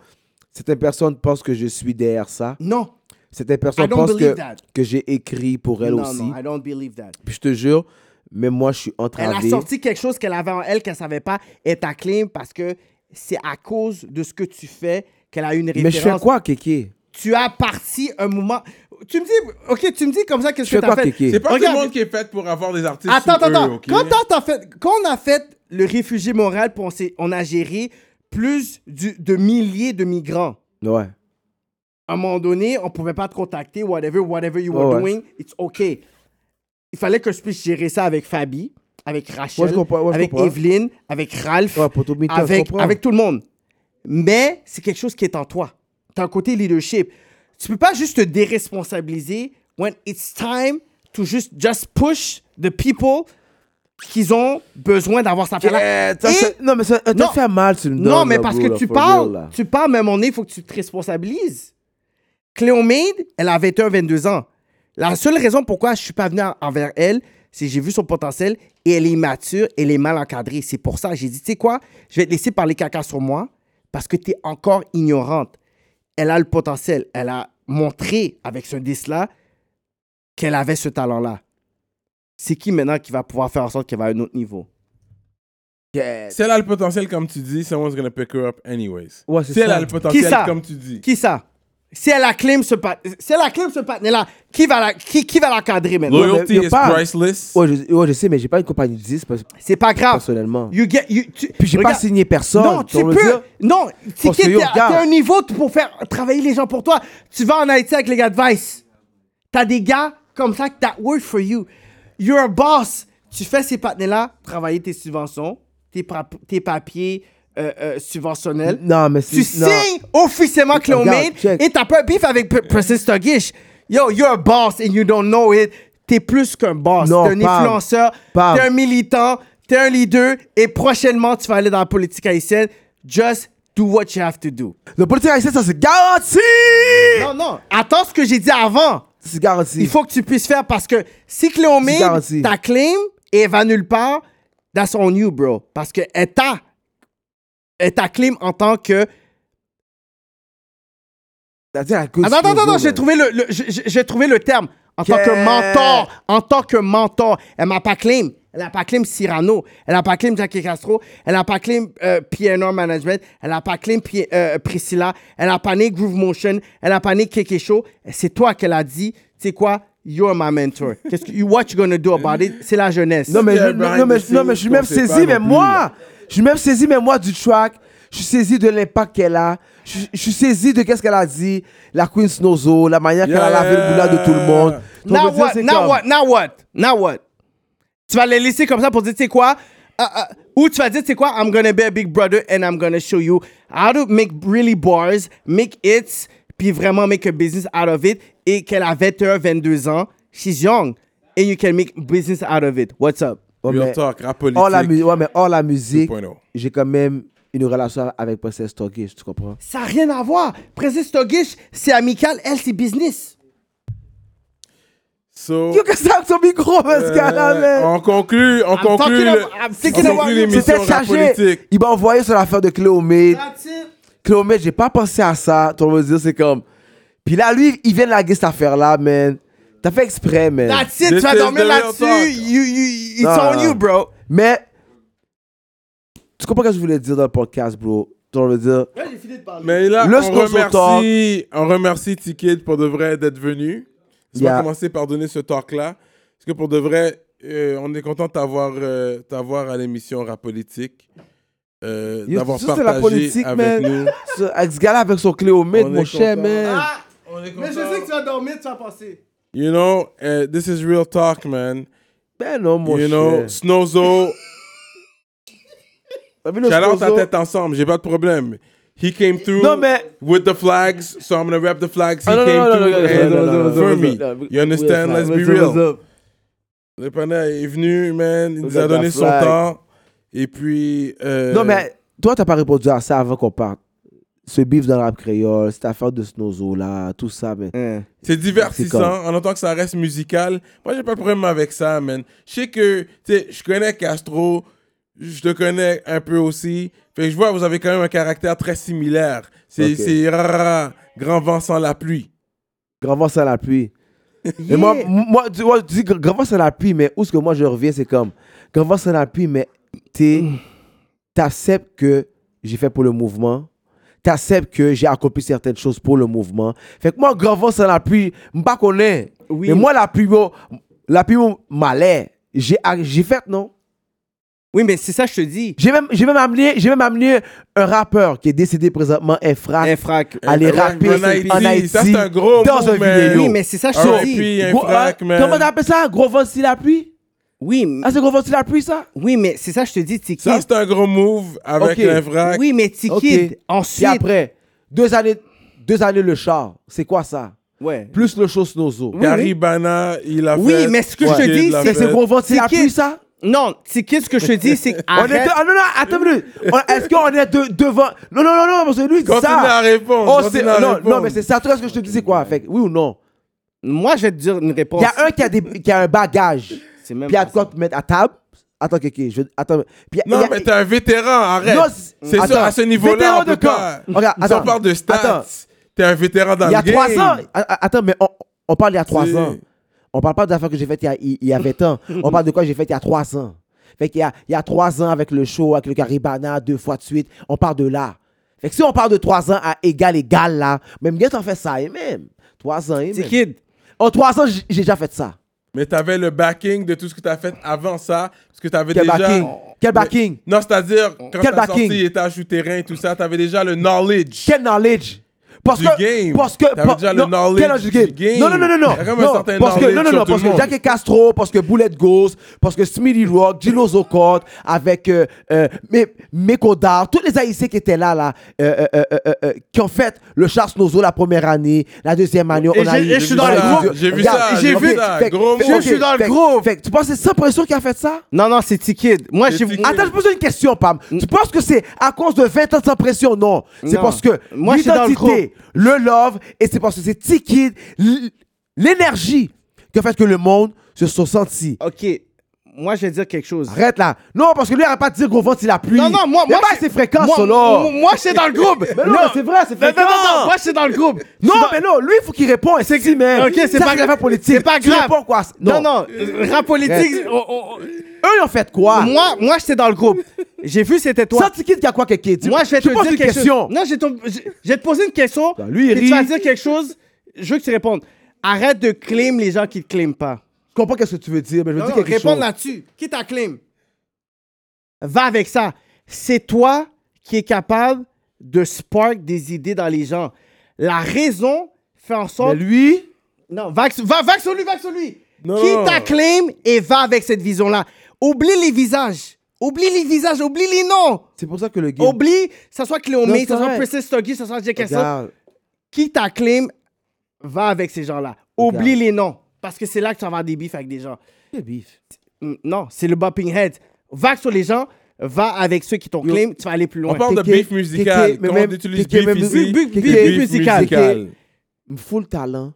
Speaker 4: Certaines personnes pensent que je suis derrière ça.
Speaker 5: Non.
Speaker 4: Certaines
Speaker 5: I
Speaker 4: personnes
Speaker 5: don't
Speaker 4: pensent
Speaker 5: believe
Speaker 4: que,
Speaker 5: that.
Speaker 4: que j'ai écrit pour elle
Speaker 5: non,
Speaker 4: aussi.
Speaker 5: non, I don't believe that.
Speaker 4: Puis je te jure, mais moi, je suis
Speaker 5: Elle a
Speaker 4: entravé.
Speaker 5: sorti quelque chose qu'elle avait en elle qu'elle savait pas. Elle t'acclame parce que c'est à cause de ce que tu fais qu'elle a eu une
Speaker 4: Mais
Speaker 5: référence.
Speaker 4: je fais quoi, Kéké
Speaker 5: Tu as parti un moment. Tu me dis, ok, tu me dis comme ça qu'est-ce
Speaker 4: Je fais
Speaker 5: que t'as
Speaker 4: quoi,
Speaker 5: fait.
Speaker 4: Kéké
Speaker 3: C'est pas
Speaker 5: Regarde.
Speaker 3: tout le monde qui est fait pour avoir des artistes.
Speaker 5: Attends,
Speaker 3: sous
Speaker 5: attends,
Speaker 3: eux,
Speaker 5: attends.
Speaker 3: ok?
Speaker 5: Quand, t'as- t'as fait, quand on a fait le réfugié moral, puis on, s'est- on a géré plus du- de milliers de migrants,
Speaker 4: Ouais.
Speaker 5: à un moment donné, on pouvait pas te contacter, whatever, whatever you
Speaker 4: Ouais,
Speaker 5: were
Speaker 4: Oh, ouais.
Speaker 5: doing, it's okay. Il fallait que je puisse gérer ça avec Fabi, avec Rachel,
Speaker 4: Ouais, je comprends, ouais, je
Speaker 5: avec
Speaker 4: comprends.
Speaker 5: Evelyne, avec Ralph,
Speaker 4: Ouais, pour tout le monde, je
Speaker 5: avec,
Speaker 4: comprends.
Speaker 5: avec tout le monde. Mais c'est quelque chose qui est en toi. Tu as un côté leadership. Tu peux pas juste te déresponsabiliser when it's time to just, just push the people qu'ils ont besoin d'avoir ça.
Speaker 4: Yeah, ça,
Speaker 5: Et-
Speaker 4: c'est- non, mais ça ça
Speaker 5: Non.
Speaker 4: te fait mal, tu me
Speaker 5: non,
Speaker 4: donnes,
Speaker 5: mais
Speaker 4: là,
Speaker 5: parce
Speaker 4: bro,
Speaker 5: que
Speaker 4: là,
Speaker 5: tu
Speaker 4: for real, là.
Speaker 5: parles, tu parles, mais à un moment donné, il faut que tu te responsabilises. Cléomède, elle a 21, 22 ans. La seule raison pourquoi je suis pas venu en- envers elle, c'est que j'ai vu son potentiel et elle est immature, elle est mal encadrée. C'est pour ça, j'ai dit, tu sais quoi, je vais te laisser parler caca sur moi parce que tu es encore ignorante. Elle a le potentiel. Elle a montré avec ce disque-là qu'elle avait ce talent-là. C'est qui maintenant qui va pouvoir faire en sorte qu'elle va à un autre niveau?
Speaker 4: Yeah.
Speaker 3: Si elle a le potentiel, comme tu dis, someone's gonna pick her up anyways.
Speaker 4: Ouais, c'est
Speaker 3: si elle
Speaker 4: ça.
Speaker 3: a le
Speaker 5: Qui
Speaker 3: potentiel,
Speaker 5: ça?
Speaker 3: comme tu dis.
Speaker 5: Qui ça? Si elle acclame ce pat... si elle acclame ce là qui va la, qui, qui va la cadrer maintenant?
Speaker 3: Loyalty
Speaker 4: Non, mais-
Speaker 3: is
Speaker 4: pas-
Speaker 3: priceless.
Speaker 4: Ouais, je, ouais, je sais, mais j'ai pas une compagnie de 10 parce-
Speaker 5: C'est pas grave.
Speaker 4: personnellement.
Speaker 5: You get, you, tu-
Speaker 4: Puis j'ai pas
Speaker 5: regarde.
Speaker 4: signé personne.
Speaker 5: Non, tu
Speaker 4: on veut
Speaker 5: peux.
Speaker 4: dire-
Speaker 5: Non, tu
Speaker 4: Parce que,
Speaker 5: t'es
Speaker 4: yo,
Speaker 5: t'es
Speaker 4: regarde.
Speaker 5: à un niveau t- pour faire travailler les gens pour toi. Tu vas en Haïti avec les gars de Vice. T'as des gars comme ça que that work for you. You're a boss. Tu fais ces partenaires-là, travailler tes subventions, tes, pa- tes papiers euh, euh, subventionnels.
Speaker 4: Non, mais c'est.
Speaker 5: Tu
Speaker 4: non.
Speaker 5: signes officiellement Cléomène
Speaker 4: Regarde, check.
Speaker 5: et t'as pas un beef avec P- Princess Stogish. Yo, you're a boss and you don't know it. T'es plus qu'un boss.
Speaker 4: Non,
Speaker 5: T'es un
Speaker 4: Pam.
Speaker 5: influenceur.
Speaker 4: Pam.
Speaker 5: T'es un militant. T'es t'es un leader et prochainement, tu vas aller dans la politique haïtienne. Just do what you have to do.
Speaker 4: Le politique haïtien, ça c'est garanti!
Speaker 5: Non, non. Attends ce que j'ai dit avant.
Speaker 4: C'est garanti.
Speaker 5: Il faut que tu puisses faire parce que si Cléo Ming
Speaker 4: garanti.
Speaker 5: t'acclame et elle va nulle part, that's on you, bro. Parce que elle t'a- elle t'acclame en tant que. Attends, attends, attends, j'ai trouvé le, le- j'ai- j'ai j'ai trouvé le terme. En tant
Speaker 4: Qu'est-
Speaker 5: que mentor, en tant que mentor, elle m'a pas claim. Elle a pas claim Cyrano, elle a pas claim Jackie Castro, elle a pas claim euh, PNR Management, elle a pas claim P- euh, Priscilla, elle a pas né Groove Motion, elle a pas né Keke Show. C'est toi qu'elle a dit, tu sais quoi, you're my mentor. Qu'est-ce que, you- what you gonna do about it? C'est la jeunesse.
Speaker 4: Non, mais, je,
Speaker 3: Yeah,
Speaker 4: non,
Speaker 3: behind
Speaker 4: non, mais,
Speaker 3: the
Speaker 4: non, mais je suis
Speaker 3: scenes,
Speaker 4: même
Speaker 3: on sait pas
Speaker 4: saisi,
Speaker 3: non
Speaker 4: mais
Speaker 3: plus,
Speaker 4: moi, je suis même saisi, mais moi, du track. Je suis saisi de l'impact qu'elle a. Je, je suis saisi de qu'est-ce qu'elle a dit. La Queen Snozo, la manière qu'elle a
Speaker 3: Yeah.
Speaker 4: lavé le boulot de tout le monde. Donc,
Speaker 5: Now
Speaker 4: je veux dire,
Speaker 5: what?
Speaker 4: c'est
Speaker 5: Now
Speaker 4: comme-
Speaker 5: what? Now what? Now what? Tu vas les laisser comme ça pour dire, tu sais quoi? Ah, ah, ou tu vas dire, tu sais quoi? I'm gonna be a big brother and I'm gonna show you how to make really bars, make hits, puis vraiment make a business out of it. Et qu'elle a 21, 22 ans. She's young. And you can make business out of it. What's up?
Speaker 4: Ouais,
Speaker 3: Real
Speaker 4: mais
Speaker 3: talk, rap
Speaker 4: hors la,
Speaker 3: politique. oh.
Speaker 4: mu- ouais, mais hors la musique,
Speaker 3: 2.0.
Speaker 4: j'ai quand même une relation avec Princess Togish, tu comprends?
Speaker 5: Ça n'a rien à voir. Princess Togish, c'est amical. Elle, c'est business.
Speaker 3: So,
Speaker 4: Yo, qu'est-ce que c'est avec son micro, parce
Speaker 3: euh,
Speaker 4: qu'elle a, man?
Speaker 3: on conclut, on conclut,
Speaker 5: talking
Speaker 3: le-
Speaker 5: about- I'm
Speaker 3: on
Speaker 5: thinking about
Speaker 3: conclut
Speaker 5: you.
Speaker 3: l'émission
Speaker 4: C'était
Speaker 3: rap
Speaker 4: chargé.
Speaker 3: politique.
Speaker 4: Il m'a envoyé sur l'affaire de Cléomède. Cléomètre, j'ai pas pensé à ça. Ton me dire, c'est comme. Puis là, lui, il vient laguer cette affaire-là, man. T'as fait exprès, man.
Speaker 5: That's it.
Speaker 3: This
Speaker 5: Tu vas
Speaker 3: is
Speaker 5: dormir
Speaker 3: the real
Speaker 5: là-dessus.
Speaker 3: talk.
Speaker 5: You, you, it's
Speaker 4: Non,
Speaker 5: on
Speaker 4: non.
Speaker 5: you, bro.
Speaker 4: Mais. Tu comprends ce que je voulais dire dans le podcast, bro? Tu me dire.
Speaker 3: Mais là,
Speaker 4: Le
Speaker 3: on
Speaker 4: sponsor
Speaker 3: remercie, on remercie Ticket pour de vrai d'être venu. On va
Speaker 4: Yeah.
Speaker 3: commencer par donner ce talk-là. Parce que pour de vrai, euh, on est content de t'avoir euh, t'avoir à l'émission Rap Politique. Euh,
Speaker 4: Yo,
Speaker 3: d'avoir
Speaker 4: ça, c'est
Speaker 3: partagé
Speaker 4: la politique,
Speaker 3: avec
Speaker 4: man.
Speaker 3: nous.
Speaker 4: ce- Avec ce gars-là, avec son Cléomètre,
Speaker 3: On
Speaker 4: mon
Speaker 3: est
Speaker 4: cher,
Speaker 3: content.
Speaker 4: man.
Speaker 5: Ah, Mais je sais que tu vas dormir, tu vas passer.
Speaker 3: You know, eh, this is real talk, man.
Speaker 4: Ben non, mon
Speaker 3: you
Speaker 4: cher.
Speaker 3: know, Snowzo,
Speaker 4: T'as vu le
Speaker 3: shout out à
Speaker 4: sponsor?
Speaker 3: tête ensemble, j'ai pas de problème. He came through
Speaker 4: Non, mais-
Speaker 3: with the flags, so I'm gonna wrap the flags. He
Speaker 4: Ah, non,
Speaker 3: came
Speaker 4: non, non,
Speaker 3: through
Speaker 4: non, non,
Speaker 3: and
Speaker 4: non, non, non,
Speaker 3: for
Speaker 4: non,
Speaker 3: me.
Speaker 4: non, non,
Speaker 3: You understand? Let's be
Speaker 4: What's up,
Speaker 3: real.
Speaker 4: what's up?
Speaker 3: Le panda est venu, man. Il nous
Speaker 4: got
Speaker 3: a donné
Speaker 4: that
Speaker 3: son
Speaker 4: flag.
Speaker 3: temps. Et puis. euh,
Speaker 4: Non, mais toi, t'as pas répondu à ça avant qu'on parte. Ce bif dans le rap créole, cette affaire de Snozo là, tout ça, mais.
Speaker 3: C'est
Speaker 4: C'est
Speaker 3: divertissant. En
Speaker 4: comme-
Speaker 3: autant que ça reste musical. Moi, j'ai pas de problème avec ça, man. Je sais que. Tu sais, je connais Castro. Je te connais un peu aussi. Fait que je vois, vous avez quand même un caractère très similaire. C'est
Speaker 4: Ok.
Speaker 3: c'est rara, grand vent sans la pluie.
Speaker 4: Grand vent sans la pluie. Et moi, moi, tu vois, tu dis gr- grand vent sans la pluie, mais où ce que moi je reviens, c'est comme grand vent sans la pluie, mais t'es- t'acceptes que j'ai fait pour le mouvement. T'acceptes que j'ai accompli certaines choses pour le mouvement. Fait que moi, grand vent sans la pluie, m'pas connais.
Speaker 5: Oui.
Speaker 4: Mais moi, la pluie, bon, la pluie, bon, m'allait. J'ai a- j'ai fait, non?
Speaker 5: Oui, mais c'est ça, que je te dis.
Speaker 4: J'ai même, j'ai même amené, j'ai même amené un rappeur qui est décédé présentement, Infra.
Speaker 5: Un Eh, frac. euh,
Speaker 4: Aller
Speaker 3: frac,
Speaker 4: rapper
Speaker 3: en Haïti.
Speaker 4: en Haïti.
Speaker 3: Ça, c'est un gros
Speaker 4: dans
Speaker 3: mot,
Speaker 4: un
Speaker 3: man.
Speaker 4: vidéo.
Speaker 5: Oui, mais c'est ça, que je
Speaker 3: Alright,
Speaker 5: te dis.
Speaker 3: Ah puis euh, un
Speaker 4: Gros-
Speaker 3: frac,
Speaker 4: hein,
Speaker 3: man.
Speaker 4: Comment t'appelles ça? Gros vent si la pluie?
Speaker 5: Oui, m-
Speaker 4: Ah, c'est gros vent si la pluie, ça?
Speaker 5: oui, mais c'est ça, que je te dis, Tiki.
Speaker 3: Ça, c'est un gros move avec
Speaker 4: Ok.
Speaker 3: l'infrac.
Speaker 5: Oui, mais Tiki.
Speaker 4: Ok.
Speaker 5: Ensuite.
Speaker 4: Et après, deux années, deux années le char. C'est quoi ça?
Speaker 5: Ouais.
Speaker 4: Plus le show Snozo.
Speaker 5: oui.
Speaker 3: Caribana, il a
Speaker 5: Oui,
Speaker 3: fait.
Speaker 5: mais ce que je te
Speaker 3: Ticket
Speaker 5: dis,
Speaker 3: l'a
Speaker 5: c'est-
Speaker 4: C'est
Speaker 3: fait.
Speaker 4: c'est gros vent si la
Speaker 5: Ticket.
Speaker 4: pluie, ça?
Speaker 5: Non, Tiki, ce que je te dis, c'est que.
Speaker 4: On est
Speaker 5: arrête.
Speaker 4: deux- ah, non, non, attends une minute. On- Est-ce qu'on est deux- devant? Non, non, non, non, parce que lui, il dit
Speaker 3: Continue à
Speaker 4: ça.
Speaker 3: répondre.
Speaker 4: Oh,
Speaker 3: continue
Speaker 4: c'est-
Speaker 3: à
Speaker 4: non,
Speaker 3: répondre.
Speaker 4: non, mais c'est ça. Toi, ce que je te dis, c'est quoi? Fait que oui ou non?
Speaker 5: Moi, je vais te dire une réponse.
Speaker 4: Il y a un qui a, des, qui a un bagage. Puis
Speaker 5: C'est même
Speaker 4: il y a
Speaker 5: pas
Speaker 4: de quoi te mettre à table. Attends, Kéké. Je, attends. Puis il y a-
Speaker 3: Non,
Speaker 4: il y a-
Speaker 3: mais t'es un vétéran, arrête.
Speaker 4: Non, c'est-
Speaker 3: c'est
Speaker 4: attends.
Speaker 3: ça, à ce
Speaker 4: Vétéran
Speaker 3: niveau-là, on
Speaker 4: de
Speaker 3: peut
Speaker 4: quand?
Speaker 3: pas.
Speaker 4: Regarde,
Speaker 3: Nous, on
Speaker 4: attends.
Speaker 3: parle de stats.
Speaker 4: Attends.
Speaker 3: T'es un vétéran dans
Speaker 4: Il y a
Speaker 3: le game.
Speaker 4: trois ans. A- a- Attends, mais on, on parle il y a trois
Speaker 3: C'est-
Speaker 4: ans. On parle pas d'affaires que j'ai faites il y a- il il y a 20 ans. on parle de quoi j'ai fait il y a trois ans. Fait qu'il y a, il y a trois ans avec le show, avec le Caribana, deux fois de suite. On parle de là. Fait que si on parle de trois ans à égal, égal, là, même bien t'en fais ça, et même. Trois ans, et même.
Speaker 5: Tiki.
Speaker 4: En trois ans, j'ai j'ai déjà fait ça.
Speaker 3: Mais t'avais le backing de tout ce que t'as fait avant ça, parce que t'avais
Speaker 4: Quel
Speaker 3: déjà...
Speaker 4: backing? Quel backing?
Speaker 3: Non, c'est-à-dire, quand
Speaker 4: Quel
Speaker 3: t'as sorti
Speaker 4: backing?
Speaker 3: étage souterrain et tout ça, t'avais déjà le knowledge.
Speaker 4: Quel knowledge? Parce
Speaker 3: Du
Speaker 4: que,
Speaker 3: game.
Speaker 4: parce que,
Speaker 3: T'avais
Speaker 4: par-
Speaker 3: déjà le
Speaker 4: non,
Speaker 3: knowledge
Speaker 4: quel âge du game?
Speaker 3: du game.
Speaker 4: Non, non, non, non, non.
Speaker 3: Il y a quand même un
Speaker 4: Non,
Speaker 3: certain
Speaker 4: parce que,
Speaker 3: knowledge
Speaker 4: non, non,
Speaker 3: sur
Speaker 4: non,
Speaker 3: tout
Speaker 4: parce
Speaker 3: le
Speaker 4: que
Speaker 3: monde.
Speaker 4: Jackie Castro, parce que Bullet Ghost, parce que Smitty Rock, Gino Zocot, avec euh, euh, Me- Mekodar, tous les Haïtiens qui étaient là, là, euh, euh, euh, euh, euh, qui ont fait le Charles Nozo la première année, la deuxième année.
Speaker 5: Et
Speaker 4: on a
Speaker 5: j'ai-
Speaker 4: eu-
Speaker 5: et je suis
Speaker 4: on
Speaker 5: dans
Speaker 4: a
Speaker 5: le
Speaker 4: eu-
Speaker 5: groupe.
Speaker 3: J'ai vu
Speaker 4: Regarde,
Speaker 3: ça,
Speaker 4: j'ai
Speaker 3: j'ai
Speaker 4: vu-
Speaker 3: vu ça,
Speaker 4: fait-
Speaker 3: gros
Speaker 4: fait-
Speaker 3: mot.
Speaker 4: ok,
Speaker 5: Je suis dans le
Speaker 4: fait-
Speaker 5: groupe.
Speaker 4: fait- tu penses que c'est Sans Pression qui a fait ça?
Speaker 5: Non, non, c'est T-Kid. Moi,
Speaker 3: C'est
Speaker 5: j'ai.
Speaker 3: T-Kid.
Speaker 4: Attends, je pose une question, Pam. Tu penses que c'est à cause de 20 ans de sans pression? Non. C'est
Speaker 5: Mm. Non.
Speaker 4: parce que
Speaker 5: Moi, je suis dans le
Speaker 4: l'identité, le, love, et c'est parce que c'est T-Kid, l- l'énergie qui a fait que le monde se sont sentis.
Speaker 5: Ok, moi, je vais dire quelque chose.
Speaker 4: Arrête là. Non, parce que lui, il n'arrête pas de dire gros vent, il a plu.
Speaker 5: Non, non, moi,
Speaker 4: Mais
Speaker 5: moi.
Speaker 4: bah, c'est fréquent,
Speaker 5: moi,
Speaker 4: ça, là.
Speaker 5: moi- Moi, c'est dans le groupe.
Speaker 4: Mais non, mais c'est vrai, c'est
Speaker 5: Non, non, non,
Speaker 4: fréquent.
Speaker 5: non, moi, c'est dans le groupe.
Speaker 4: Non, mais non, lui, il faut qu'il réponde. C'est qui même.
Speaker 5: Ok, c'est
Speaker 4: Ça,
Speaker 5: pas
Speaker 4: l'affaire
Speaker 5: grave.
Speaker 4: politique.
Speaker 5: C'est pas
Speaker 4: Tu
Speaker 5: grave.
Speaker 4: réponds quoi?
Speaker 5: Non, non, rap politique. on- on-
Speaker 4: Eux, ils ont fait quoi?
Speaker 5: on- Moi, moi, j'étais dans le groupe. J'ai vu, c'était toi.
Speaker 4: Sans T-Kid, il y a quoi, Kéké? Dis-
Speaker 5: Moi, je vais
Speaker 4: tu
Speaker 5: te
Speaker 4: poses
Speaker 5: dire
Speaker 4: une
Speaker 5: quelque
Speaker 4: question.
Speaker 5: chose. Non, je vais te- je- je vais te poser une question.
Speaker 4: Ben, lui, il
Speaker 5: puis
Speaker 4: rit.
Speaker 5: tu vas dire quelque chose. Je veux que tu répondes. Arrête de claim les gens qui te claiment pas.
Speaker 4: Je comprends qu'est-ce que tu veux dire, mais je veux
Speaker 5: Non,
Speaker 4: dire
Speaker 5: non,
Speaker 4: quelque
Speaker 5: réponds
Speaker 4: chose.
Speaker 5: là-dessus. Qui t'a claim? Va avec ça. C'est toi qui es capable de spark des idées dans les gens. La raison fait en
Speaker 4: Mais
Speaker 5: sorte.
Speaker 4: lui,
Speaker 5: Non, va, avec- va, va avec sur lui, va avec sur lui.
Speaker 3: Non.
Speaker 5: Qui t'acclame et va avec cette vision-là. Oublie les visages. Oublie les visages, oublie les noms.
Speaker 4: c'est pour ça que le game.
Speaker 5: Oublie, ça soit Cléo
Speaker 4: Non,
Speaker 5: May,
Speaker 4: c'est
Speaker 5: ça soit
Speaker 4: vrai.
Speaker 5: Princess Stoggy, ça soit Jackass.
Speaker 4: Regarde,
Speaker 5: Qui t'acclame, va avec ces gens-là. Oublie
Speaker 4: Regarde.
Speaker 5: les noms. Parce que c'est là que tu vas avoir des bifs avec des gens.
Speaker 4: le beef.
Speaker 5: Mm, Non, c'est le bopping head. Va sur les gens, va avec ceux qui t'ont
Speaker 4: Yo.
Speaker 5: claim, tu vas aller plus loin.
Speaker 3: On parle de
Speaker 4: Kéké,
Speaker 3: beef musical.
Speaker 4: Kéké, mais
Speaker 3: Comment
Speaker 4: même-
Speaker 3: on utilise
Speaker 4: Kéké,
Speaker 3: beef
Speaker 4: même-
Speaker 3: ici?
Speaker 4: beef-
Speaker 3: Beef
Speaker 4: beef
Speaker 5: musical.
Speaker 3: musical.
Speaker 4: Il me faut le talent.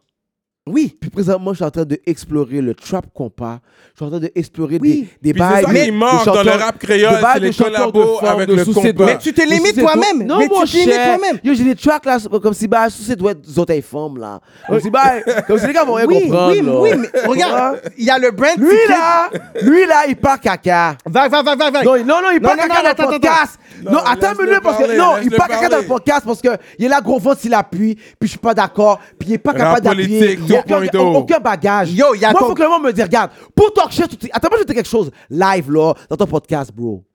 Speaker 5: Oui.
Speaker 4: Puis présentement, je suis en train d'explorer le trap compas. Je suis en train d'explorer
Speaker 5: Oui.
Speaker 4: des, des
Speaker 3: Puis c'est
Speaker 4: bails.
Speaker 3: ça
Speaker 4: mais-
Speaker 3: qui manque
Speaker 4: de
Speaker 3: dans le
Speaker 4: chanteurs-
Speaker 3: rap créole,
Speaker 4: de bails
Speaker 3: c'est
Speaker 4: de
Speaker 3: les
Speaker 4: chanteurs de
Speaker 3: collabos
Speaker 4: forme,
Speaker 3: avec
Speaker 4: de
Speaker 3: le
Speaker 4: sous-ses
Speaker 3: compas.
Speaker 4: doigts.
Speaker 5: Mais tu te
Speaker 4: De
Speaker 5: limites
Speaker 4: sous-ses
Speaker 5: toi-même.
Speaker 4: doigts.
Speaker 5: Mais
Speaker 4: Non,
Speaker 5: tu
Speaker 4: mon
Speaker 5: te limites
Speaker 4: cher.
Speaker 5: toi-même.
Speaker 4: Yo, j'ai des tracks là, comme si bah, sous ses doigts, des autres ils forment là. Comme si bah, comme si les gars vont rien
Speaker 5: Oui,
Speaker 4: comprendre.
Speaker 5: oui,
Speaker 4: là.
Speaker 5: oui, mais regarde, il y a le brand
Speaker 4: Lui
Speaker 5: ticket.
Speaker 4: là, lui là, il part caca.
Speaker 5: Va, va, va, va, va.
Speaker 4: Non, il- non, non, il
Speaker 5: Non,
Speaker 4: parle caca
Speaker 5: non, non,
Speaker 4: dans le
Speaker 5: attends, attends,
Speaker 4: podcast.
Speaker 3: attends.
Speaker 4: Non,
Speaker 3: Non,
Speaker 4: attends
Speaker 3: laisse-le
Speaker 4: une minute parce que.
Speaker 3: parler,
Speaker 4: Non, il
Speaker 3: laisse-le
Speaker 4: parle caca dans le
Speaker 3: parler.
Speaker 4: podcast parce que il est là, gros ventre, il appuie, puis je suis pas d'accord, puis il est pas
Speaker 3: Rap
Speaker 4: capable d'appuyer.
Speaker 3: politique,
Speaker 4: Il y a aucun,
Speaker 3: 2.0.
Speaker 4: aucun bagage.
Speaker 5: Yo, il y a
Speaker 4: Moi,
Speaker 5: ton-
Speaker 4: faut que le monde me dise, regarde, pour talk shit, tu- attends, moi, je vais te dire quelque chose live là, dans ton podcast, bro.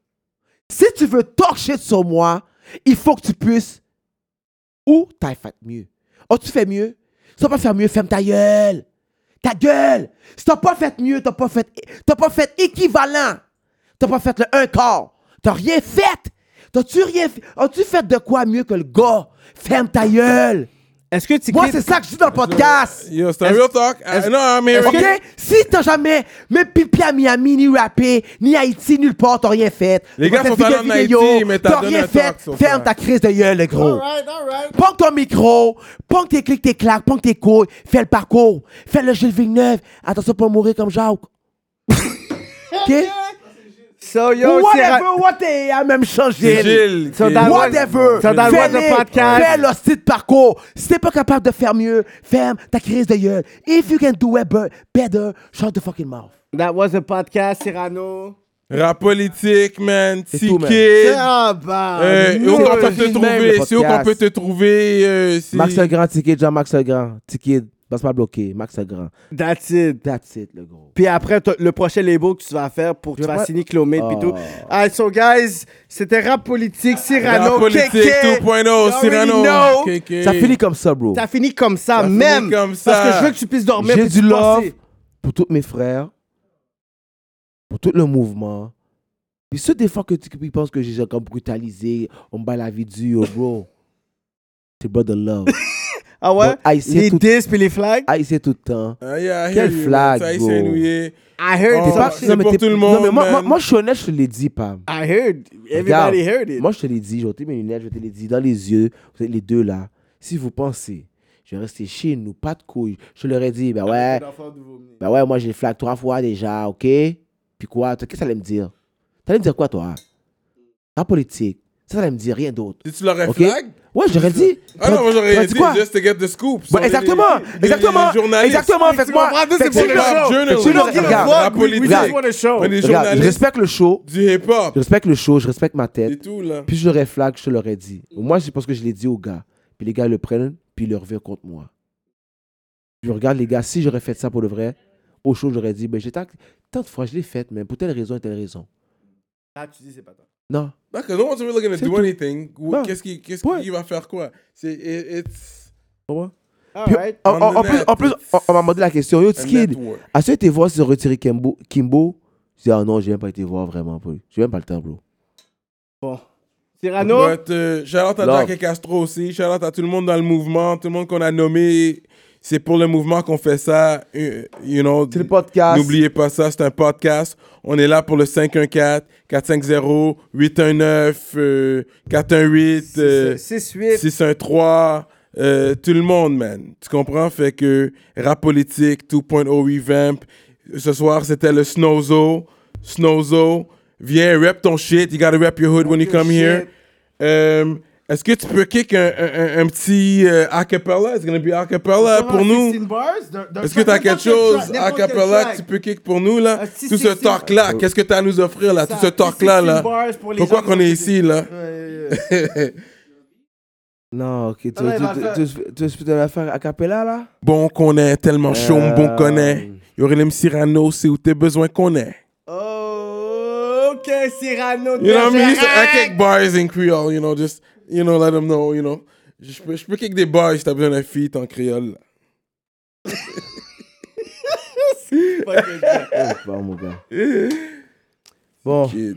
Speaker 4: Si tu veux talk shit sur moi, il faut que tu puisses. Ou t'as fait mieux. Oh, tu fais mieux. Si t'as pas fait mieux, ferme ta gueule. Ta gueule. Si t'as pas fait mieux, t'as pas fait, t'as pas fait équivalent. T'as pas fait le un quart. T'as rien fait. T'as-tu rien fait? As-tu fait de quoi mieux que le gars? Ferme ta gueule.
Speaker 5: Est-ce que tu
Speaker 4: Moi, c'est ça que je dis dans le podcast.
Speaker 3: Yo, c'est un real talk. Ah, I- No, I'm here.
Speaker 4: OK? Si t'as jamais, même pipi à Miami, ni rappé, ni Haïti, nulle part, t'as rien fait.
Speaker 3: Les gars sont allés en Haïti, mais t'as
Speaker 4: T'as
Speaker 3: donné
Speaker 4: rien
Speaker 3: un talk
Speaker 4: fait.
Speaker 3: sur
Speaker 4: Ferme
Speaker 3: ça.
Speaker 4: ta crise de gueule, le gros.
Speaker 5: Alright, alright.
Speaker 4: Ponque ton micro, ponque tes clics, tes claques, ponque tes couilles, fais le parcours, fais le Gilles Villeneuve. Attention pour mourir comme Jacques. OK?
Speaker 5: So, yo, c'est ra-
Speaker 4: Whatever, what they a même changé.
Speaker 3: C'est Gilles.
Speaker 5: So
Speaker 3: qui-
Speaker 5: that-
Speaker 4: Whatever.
Speaker 5: Ça dans le
Speaker 4: Fais-les.
Speaker 5: What the Podcast.
Speaker 4: Fais le style de parcours. Si t'es pas capable de faire mieux, ferme ta crise de gueule. If you can do it be- better, shut the fucking mouth.
Speaker 5: That was a podcast, Cyrano.
Speaker 3: Rap politique, man.
Speaker 4: tout, man.
Speaker 3: Ticket.
Speaker 5: Ah, bah.
Speaker 4: Eh,
Speaker 3: Euh, et où
Speaker 5: non.
Speaker 3: qu'on peut te
Speaker 4: Fucking man, le
Speaker 3: trouver? C'est où qu'on
Speaker 4: podcast.
Speaker 3: peut te trouver? euh, si-
Speaker 4: Max le grand ticket, Jean-Max le grand ticket. Passe pas bloqué, Max le grand.
Speaker 5: That's it.
Speaker 4: That's it, le gros.
Speaker 5: Puis après, t'as- le prochain label que tu vas faire pour que tu
Speaker 4: Je
Speaker 5: vas
Speaker 4: vois-
Speaker 5: signer Kilomètre puis
Speaker 4: Oh.
Speaker 5: tout. Alright, so guys, c'était Rap Politique, Cyrano,
Speaker 3: Rap politique
Speaker 5: Kéké.
Speaker 3: 2.0,
Speaker 5: You
Speaker 3: Cyrano.
Speaker 5: already know.
Speaker 3: KK.
Speaker 4: Ça finit comme ça, bro.
Speaker 5: Ça finit comme ça,
Speaker 3: finit
Speaker 5: même.
Speaker 3: comme ça.
Speaker 5: Parce que je veux que tu puisses dormir.
Speaker 4: J'ai
Speaker 5: puis tu
Speaker 4: du love
Speaker 5: penses-
Speaker 4: pour tous mes frères, pour tout le mouvement. Puis ceux des fois que tu qui pensent que j'ai genre comme brutalisé, on me bat la vie dure, bro. C'est pas de love.
Speaker 5: Ah ouais?
Speaker 4: Bon, haïtien
Speaker 5: les
Speaker 4: tout-
Speaker 5: disques puis les flags.
Speaker 4: Haïtien tout le temps.
Speaker 3: Ah, yeah, I hear
Speaker 4: Quelle
Speaker 3: you, man.
Speaker 4: flag,
Speaker 3: Ça, il
Speaker 4: bro.
Speaker 3: s'est noué.
Speaker 5: I heard
Speaker 3: Oh.
Speaker 4: T'es
Speaker 5: ça.
Speaker 4: pas-
Speaker 3: c'est
Speaker 4: mais
Speaker 3: pour
Speaker 4: t'es-
Speaker 3: tout le
Speaker 4: Non, mais
Speaker 3: monde,
Speaker 4: moi, moi,
Speaker 3: man.
Speaker 4: moi, je suis honnête, je te l'ai dit, Pam.
Speaker 5: I heard.
Speaker 4: Regarde,
Speaker 5: Everybody heard it.
Speaker 4: Moi, je te l'ai dit, j'ai ôté mes lunettes, je te l'ai dit dans les yeux, vous êtes les deux là. Si vous pensez, je vais rester chez nous, pas de couilles, je leur ai dit, ben
Speaker 3: Ah,
Speaker 4: ouais, ben ouais, moi j'ai flag trois fois déjà, ok? Puis quoi, toi, qu'est-ce que ça allait me dire? T'allais me dire quoi, toi? La politique, ça, ça allait me dire rien d'autre.
Speaker 3: Si tu l'aurais
Speaker 4: Ok?
Speaker 3: flag?
Speaker 4: Ouais, j'aurais dit.
Speaker 3: Ah non, moi j'aurais
Speaker 4: T'aurais
Speaker 3: dit
Speaker 4: quoi?
Speaker 3: just to get the scoop.
Speaker 4: Ouais,
Speaker 3: Sur les-
Speaker 4: exactement,
Speaker 3: les- les
Speaker 4: exactement,
Speaker 3: journalistes.
Speaker 4: exactement. Fait que moi,
Speaker 5: comprends,
Speaker 4: fait
Speaker 5: c'est
Speaker 4: que
Speaker 5: pour
Speaker 4: si
Speaker 5: le
Speaker 4: je-
Speaker 5: show.
Speaker 4: fait que si
Speaker 3: We
Speaker 4: je-
Speaker 3: don't give a
Speaker 4: regarde,
Speaker 3: fuck. Rap
Speaker 5: We just
Speaker 3: politique.
Speaker 5: want a show.
Speaker 3: On est
Speaker 4: regarde, je
Speaker 3: journalistes
Speaker 4: respecte le show,
Speaker 3: du hip-hop.
Speaker 4: je respecte le show, je respecte ma tête.
Speaker 3: C'est tout, là.
Speaker 4: Puis je leur ai flag, je leur ai dit. Moi, c'est parce que je l'ai dit aux gars. Puis les gars le prennent, puis ils le reviennent contre moi. Je regarde les gars, si j'aurais fait ça pour le vrai, au show, j'aurais dit, ben j'ai tant, tant de fois, je l'ai fait, mais pour telle raison et telle raison.
Speaker 5: Ah, tu dis c'est pas toi.
Speaker 4: Non.
Speaker 3: Parce que no one's really gonna
Speaker 4: C'est
Speaker 3: do
Speaker 4: tout.
Speaker 3: anything. Ou-
Speaker 4: Non.
Speaker 3: Qu'est-ce qu'il qu'est-ce
Speaker 4: Ouais.
Speaker 3: qu'il va faire quoi? C'est. it- it's-
Speaker 4: comprends? Puis,
Speaker 5: Alright.
Speaker 4: en,
Speaker 3: On
Speaker 4: en- en
Speaker 3: the
Speaker 4: plus,
Speaker 3: net.
Speaker 4: en plus, on, on m'a demandé la question. Yo, Skid,
Speaker 3: network.
Speaker 4: as-tu été voir si ils ont retiré Kimbo? Kimbo? Je dis, ah non, j'ai même pas été voir vraiment. bro. J'ai même pas le temps, bro.
Speaker 5: Bon. Cyrano,
Speaker 3: But, euh, shout-out à
Speaker 4: Ah, Love.
Speaker 3: Jack et Castro aussi. Shout-out à tout le monde dans le mouvement. Tout le monde qu'on a nommé. C'est pour le mouvement qu'on fait ça. euh, You know,
Speaker 4: C'est le podcast.
Speaker 3: N'oubliez pas ça, c'est un podcast. On est là pour le euh, 514-450-819-418. euh,
Speaker 5: 6-8.
Speaker 3: 613, euh, tout le monde, man. Tu comprends? Fait que rap politique, 2.0 revamp. Ce soir, c'était le Snowzo. Snowzo, viens, rap ton shit. You gotta rap your hood when you
Speaker 5: your
Speaker 3: come here.
Speaker 5: shit.
Speaker 3: Euh, Est-ce que tu peux kick un, un- un- un petit euh, a cappella? It's gonna be a cappella pour nous. Est-ce que t'as quelque chose a cappella que tu peux kick pour nous, là?
Speaker 5: Un petit
Speaker 3: Tout ce
Speaker 5: 16
Speaker 3: talk-là, qu'est-ce que t'as à nous offrir, là? Tout ce talk-là, là? Pourquoi qu'on est ici, là?
Speaker 4: Non, ok. Tu, tu,
Speaker 5: Ah, ouais, bah,
Speaker 4: tu, tu, tu, tu dois la faire a cappella, là?
Speaker 3: Bon qu'on est, tellement chaud,
Speaker 4: Euh,
Speaker 3: bon qu'on est. Yorelim Cyrano, c'est où t'es besoin qu'on est.
Speaker 5: Oh, ok, Cyrano.
Speaker 3: You know what I mean? So I
Speaker 5: Bergerac.
Speaker 3: kick bars in Creole, you know, just, you know, let them know, you know. Je je peux, je peux kick des bars si t'as besoin d'un feat en créole. là.
Speaker 4: Oh, bon, mon gars. Bon, il
Speaker 3: Kid.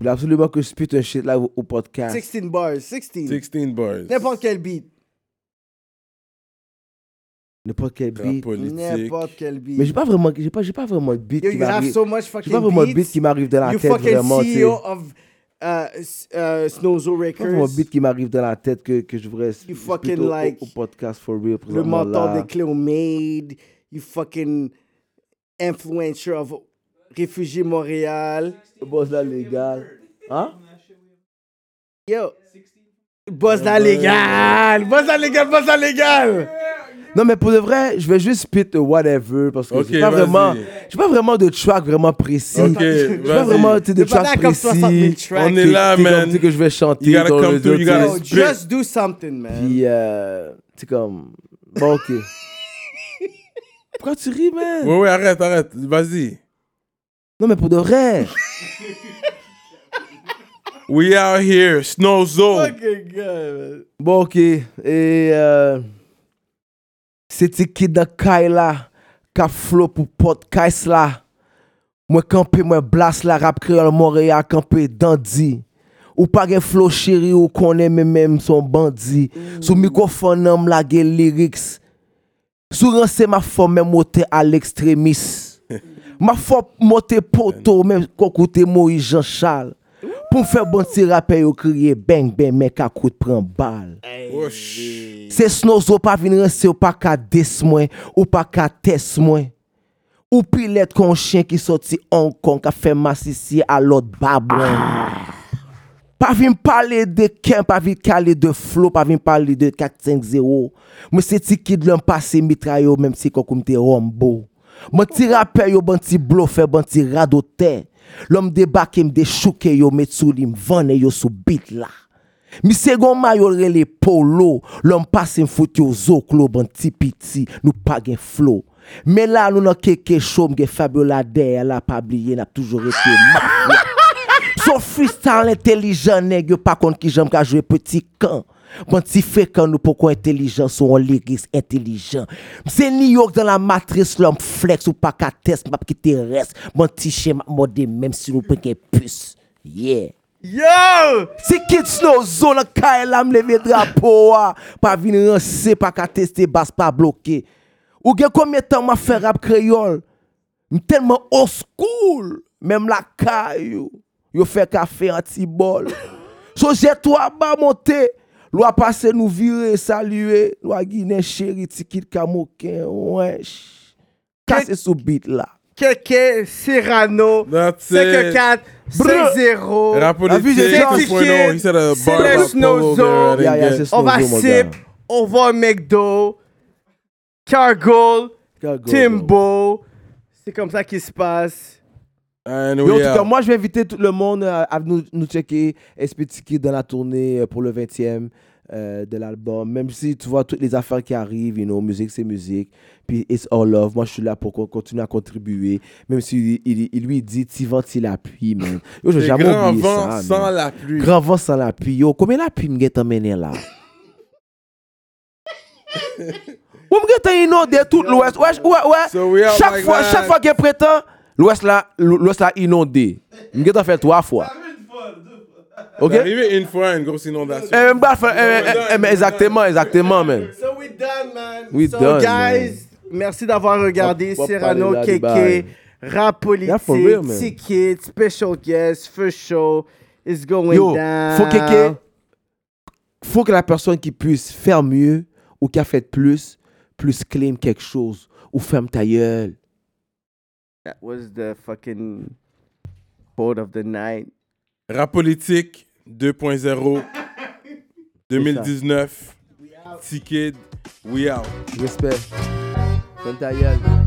Speaker 4: voulez absolument que je spit un shit là au, au podcast.
Speaker 5: 16 bars, 16.
Speaker 3: 16 bars.
Speaker 5: N'importe quel beat.
Speaker 4: N'importe quel
Speaker 3: Rap
Speaker 4: beat.
Speaker 3: politique.
Speaker 5: N'importe quel beat.
Speaker 4: Mais j'ai pas vraiment, j'ai pas, j'ai pas vraiment de beat
Speaker 5: Yo,
Speaker 4: qui
Speaker 5: you have
Speaker 4: m'arrive.
Speaker 5: so much
Speaker 4: J'ai
Speaker 5: fucking
Speaker 4: pas vraiment de
Speaker 5: beats.
Speaker 4: beat qui m'arrive dans la
Speaker 5: You
Speaker 4: tête
Speaker 5: fucking E
Speaker 4: vraiment. tu sais.
Speaker 5: CEO of uh, S- uh, Snowzo
Speaker 4: J'ai pas vraiment
Speaker 5: Records.
Speaker 4: de beat qui m'arrive dans la tête que, que je voudrais spit
Speaker 5: fucking
Speaker 4: au, au-
Speaker 5: like
Speaker 4: au podcast for real
Speaker 5: Le
Speaker 4: présentement
Speaker 5: mentor
Speaker 4: là.
Speaker 5: de Cléo Maid. You fucking influencer of Réfugié Montréal.
Speaker 4: Le boss là légal. Hein?
Speaker 5: Yo. Boss la légal. Boss la légal, boss la légal.
Speaker 4: Non mais pour de vrai, je vais juste spit euh, whatever parce que
Speaker 3: Ok,
Speaker 4: j'ai pas
Speaker 3: vas-y.
Speaker 4: vraiment, j'ai pas vraiment de track vraiment précis.
Speaker 3: Ok,
Speaker 4: j'ai pas
Speaker 3: vas-y.
Speaker 4: vraiment tu sais, de
Speaker 5: C'est pas là
Speaker 4: track
Speaker 5: comme 60 000
Speaker 4: précis.
Speaker 5: tracks.
Speaker 3: On est
Speaker 4: T'es-
Speaker 3: là,
Speaker 4: t'es
Speaker 3: man.
Speaker 4: comme, tu sais, que je vais chanter
Speaker 3: You gotta
Speaker 4: dans
Speaker 3: come
Speaker 4: le
Speaker 3: through, you gotta
Speaker 5: Yo,
Speaker 3: Spit.
Speaker 5: just do something, man.
Speaker 4: Puis, euh, c'est comme. Bon, ok. Pourquoi tu ris, man?
Speaker 3: Ouais, ouais, arrête, arrête. Vas-y.
Speaker 4: Non, mais pour de vrai.
Speaker 3: We out here, Snow Zone.
Speaker 5: Fucking God, man.
Speaker 4: Bon, ok. Et. Euh, C'était Kid de Kaila. Ka flow pour podcast là. Moi campé, moi blast la rap créole Montréal, campé dandy. Ou pas gen flow chéri ou qu'on aime même son bandit. Sous microphone, on la gen lyrics. Sous rense ma forme, même moté à l'extrémiste. ma forme moté poto, même qu'on koute Moïse Jean-Charles. Pour me faire bon petit rappel, ou crier bang bang, mec à coup de prend balle.
Speaker 3: Oh, shh.
Speaker 4: Se snowzo pa vin rense ou pa ka des mwen, ou pa ka tes mwen. Ou pilet kon chien ki soti Hong Kong ka fe masisi a lot babwen. Pa vin pale de ken, pa vin kale de flow, pa vin pale de 4-5-0. Mwen se ti kid lèm pase mitra yo, menm si kon koum te rombo. Mwen ti rapè yo, ban ti blofe, ban ti radote. Lòm debake m de chouke yo, met sou li m vane yo sou bit la. Mi segon mayo rele polo, lòm pase m foute yo zoklo, ban ti piti, nou pa gen flow. Men la nou nan keke chom gen Fabio Lader, la pa bliye, nap toujou rete mafya. Son freestyle intelligent nèg yo pas contre qui j'aime qu'à jouer petit camp. Bon petit fréquent nous pourquoi intelligent sont un lyriste intelligent. C'est New York dans la matrice l'homme flex ou pas qu'à test map qui te reste. Bon petit schéma modé même si nous pas qu'un puce. Yeah.
Speaker 5: Yo!
Speaker 4: C'est Kid Snow Zone KLA me lever drapeau ah. pas venir rancer pas qu'à tester basse pas bloqué. Ou gen combien de temps m'a fait rap créole? M tellement old school, même la caillou. Yo fait café anti-bol. so jette-toi bas monter. Loi passer nous virer, saluer. Loi Guinée chérie, tikit kamoken, wesh. Cassez sous beat là.
Speaker 5: Keke, Cyrano,
Speaker 3: That's it.
Speaker 5: 54, 5-0.
Speaker 3: Rap
Speaker 4: La vie,
Speaker 3: politique,
Speaker 4: j'ai dit-
Speaker 3: 2.0. He said a
Speaker 5: C'est
Speaker 3: bar
Speaker 5: le
Speaker 3: about
Speaker 5: Snow
Speaker 3: polo
Speaker 5: Zone.
Speaker 3: there, I didn't
Speaker 4: Yeah, yeah,
Speaker 3: get-
Speaker 4: c'est-
Speaker 5: On va
Speaker 4: Snow Joe, mon
Speaker 5: sip,
Speaker 4: gars.
Speaker 5: on va au McDo, Cargill, Timbo. C'est comme ça qu'il se passe.
Speaker 3: And
Speaker 4: Mais en
Speaker 3: we
Speaker 4: tout cas,
Speaker 3: out.
Speaker 4: moi, je vais inviter tout le monde euh, à nous, nous checker SPTK dans la tournée euh, pour le 20e euh, de l'album. Même si tu vois toutes les affaires qui arrivent, you know, musique, c'est musique. Puis, it's all love. Moi, je suis là pour qu'on continue à contribuer. Même si il, il- il lui dit, tu vent, il appuie, man. Yo, j'ai
Speaker 3: C'est
Speaker 4: jamais
Speaker 3: grand
Speaker 4: oublié
Speaker 3: vent
Speaker 4: ça. non.
Speaker 3: sans
Speaker 4: man.
Speaker 3: la pluie.
Speaker 4: Grand vent sans l'appui. Yo, combien l'appui me t'emmené là? Ou mwen tan ino de tout l'Ouest. Wesh, ouais, ouais.
Speaker 3: So we are
Speaker 4: chaque
Speaker 3: like
Speaker 4: fois,
Speaker 3: that.
Speaker 4: chaque fois qu'il est prétend, l'Ouest là, l'Ouest là inondé. Mwen tan fait trois fois. OK
Speaker 3: C'est arrivé une fois, une grosse inondation.
Speaker 4: Eh, mwen bat fait- eh, eh, eh, mais exactement, exactement même.
Speaker 5: So we done, man.
Speaker 4: We
Speaker 5: so
Speaker 4: done,
Speaker 5: guys, merci d'avoir regardé
Speaker 4: On- on
Speaker 5: Cyrano
Speaker 4: parler là, des
Speaker 5: Keke, rap
Speaker 4: Yeah, for real,
Speaker 5: politique,
Speaker 4: man.
Speaker 5: ticket, special guest, for show. It's going
Speaker 4: Yo,
Speaker 5: down.
Speaker 4: faut que, faut que la personne qui puisse faire mieux ou qui a fait plus, plus claim quelque chose ou ferme ta gueule.
Speaker 5: That was the fucking quote of the night.
Speaker 3: Rap politique 2.0 2019. T-Kid, we out.
Speaker 4: Respect. Ferme ta gueule.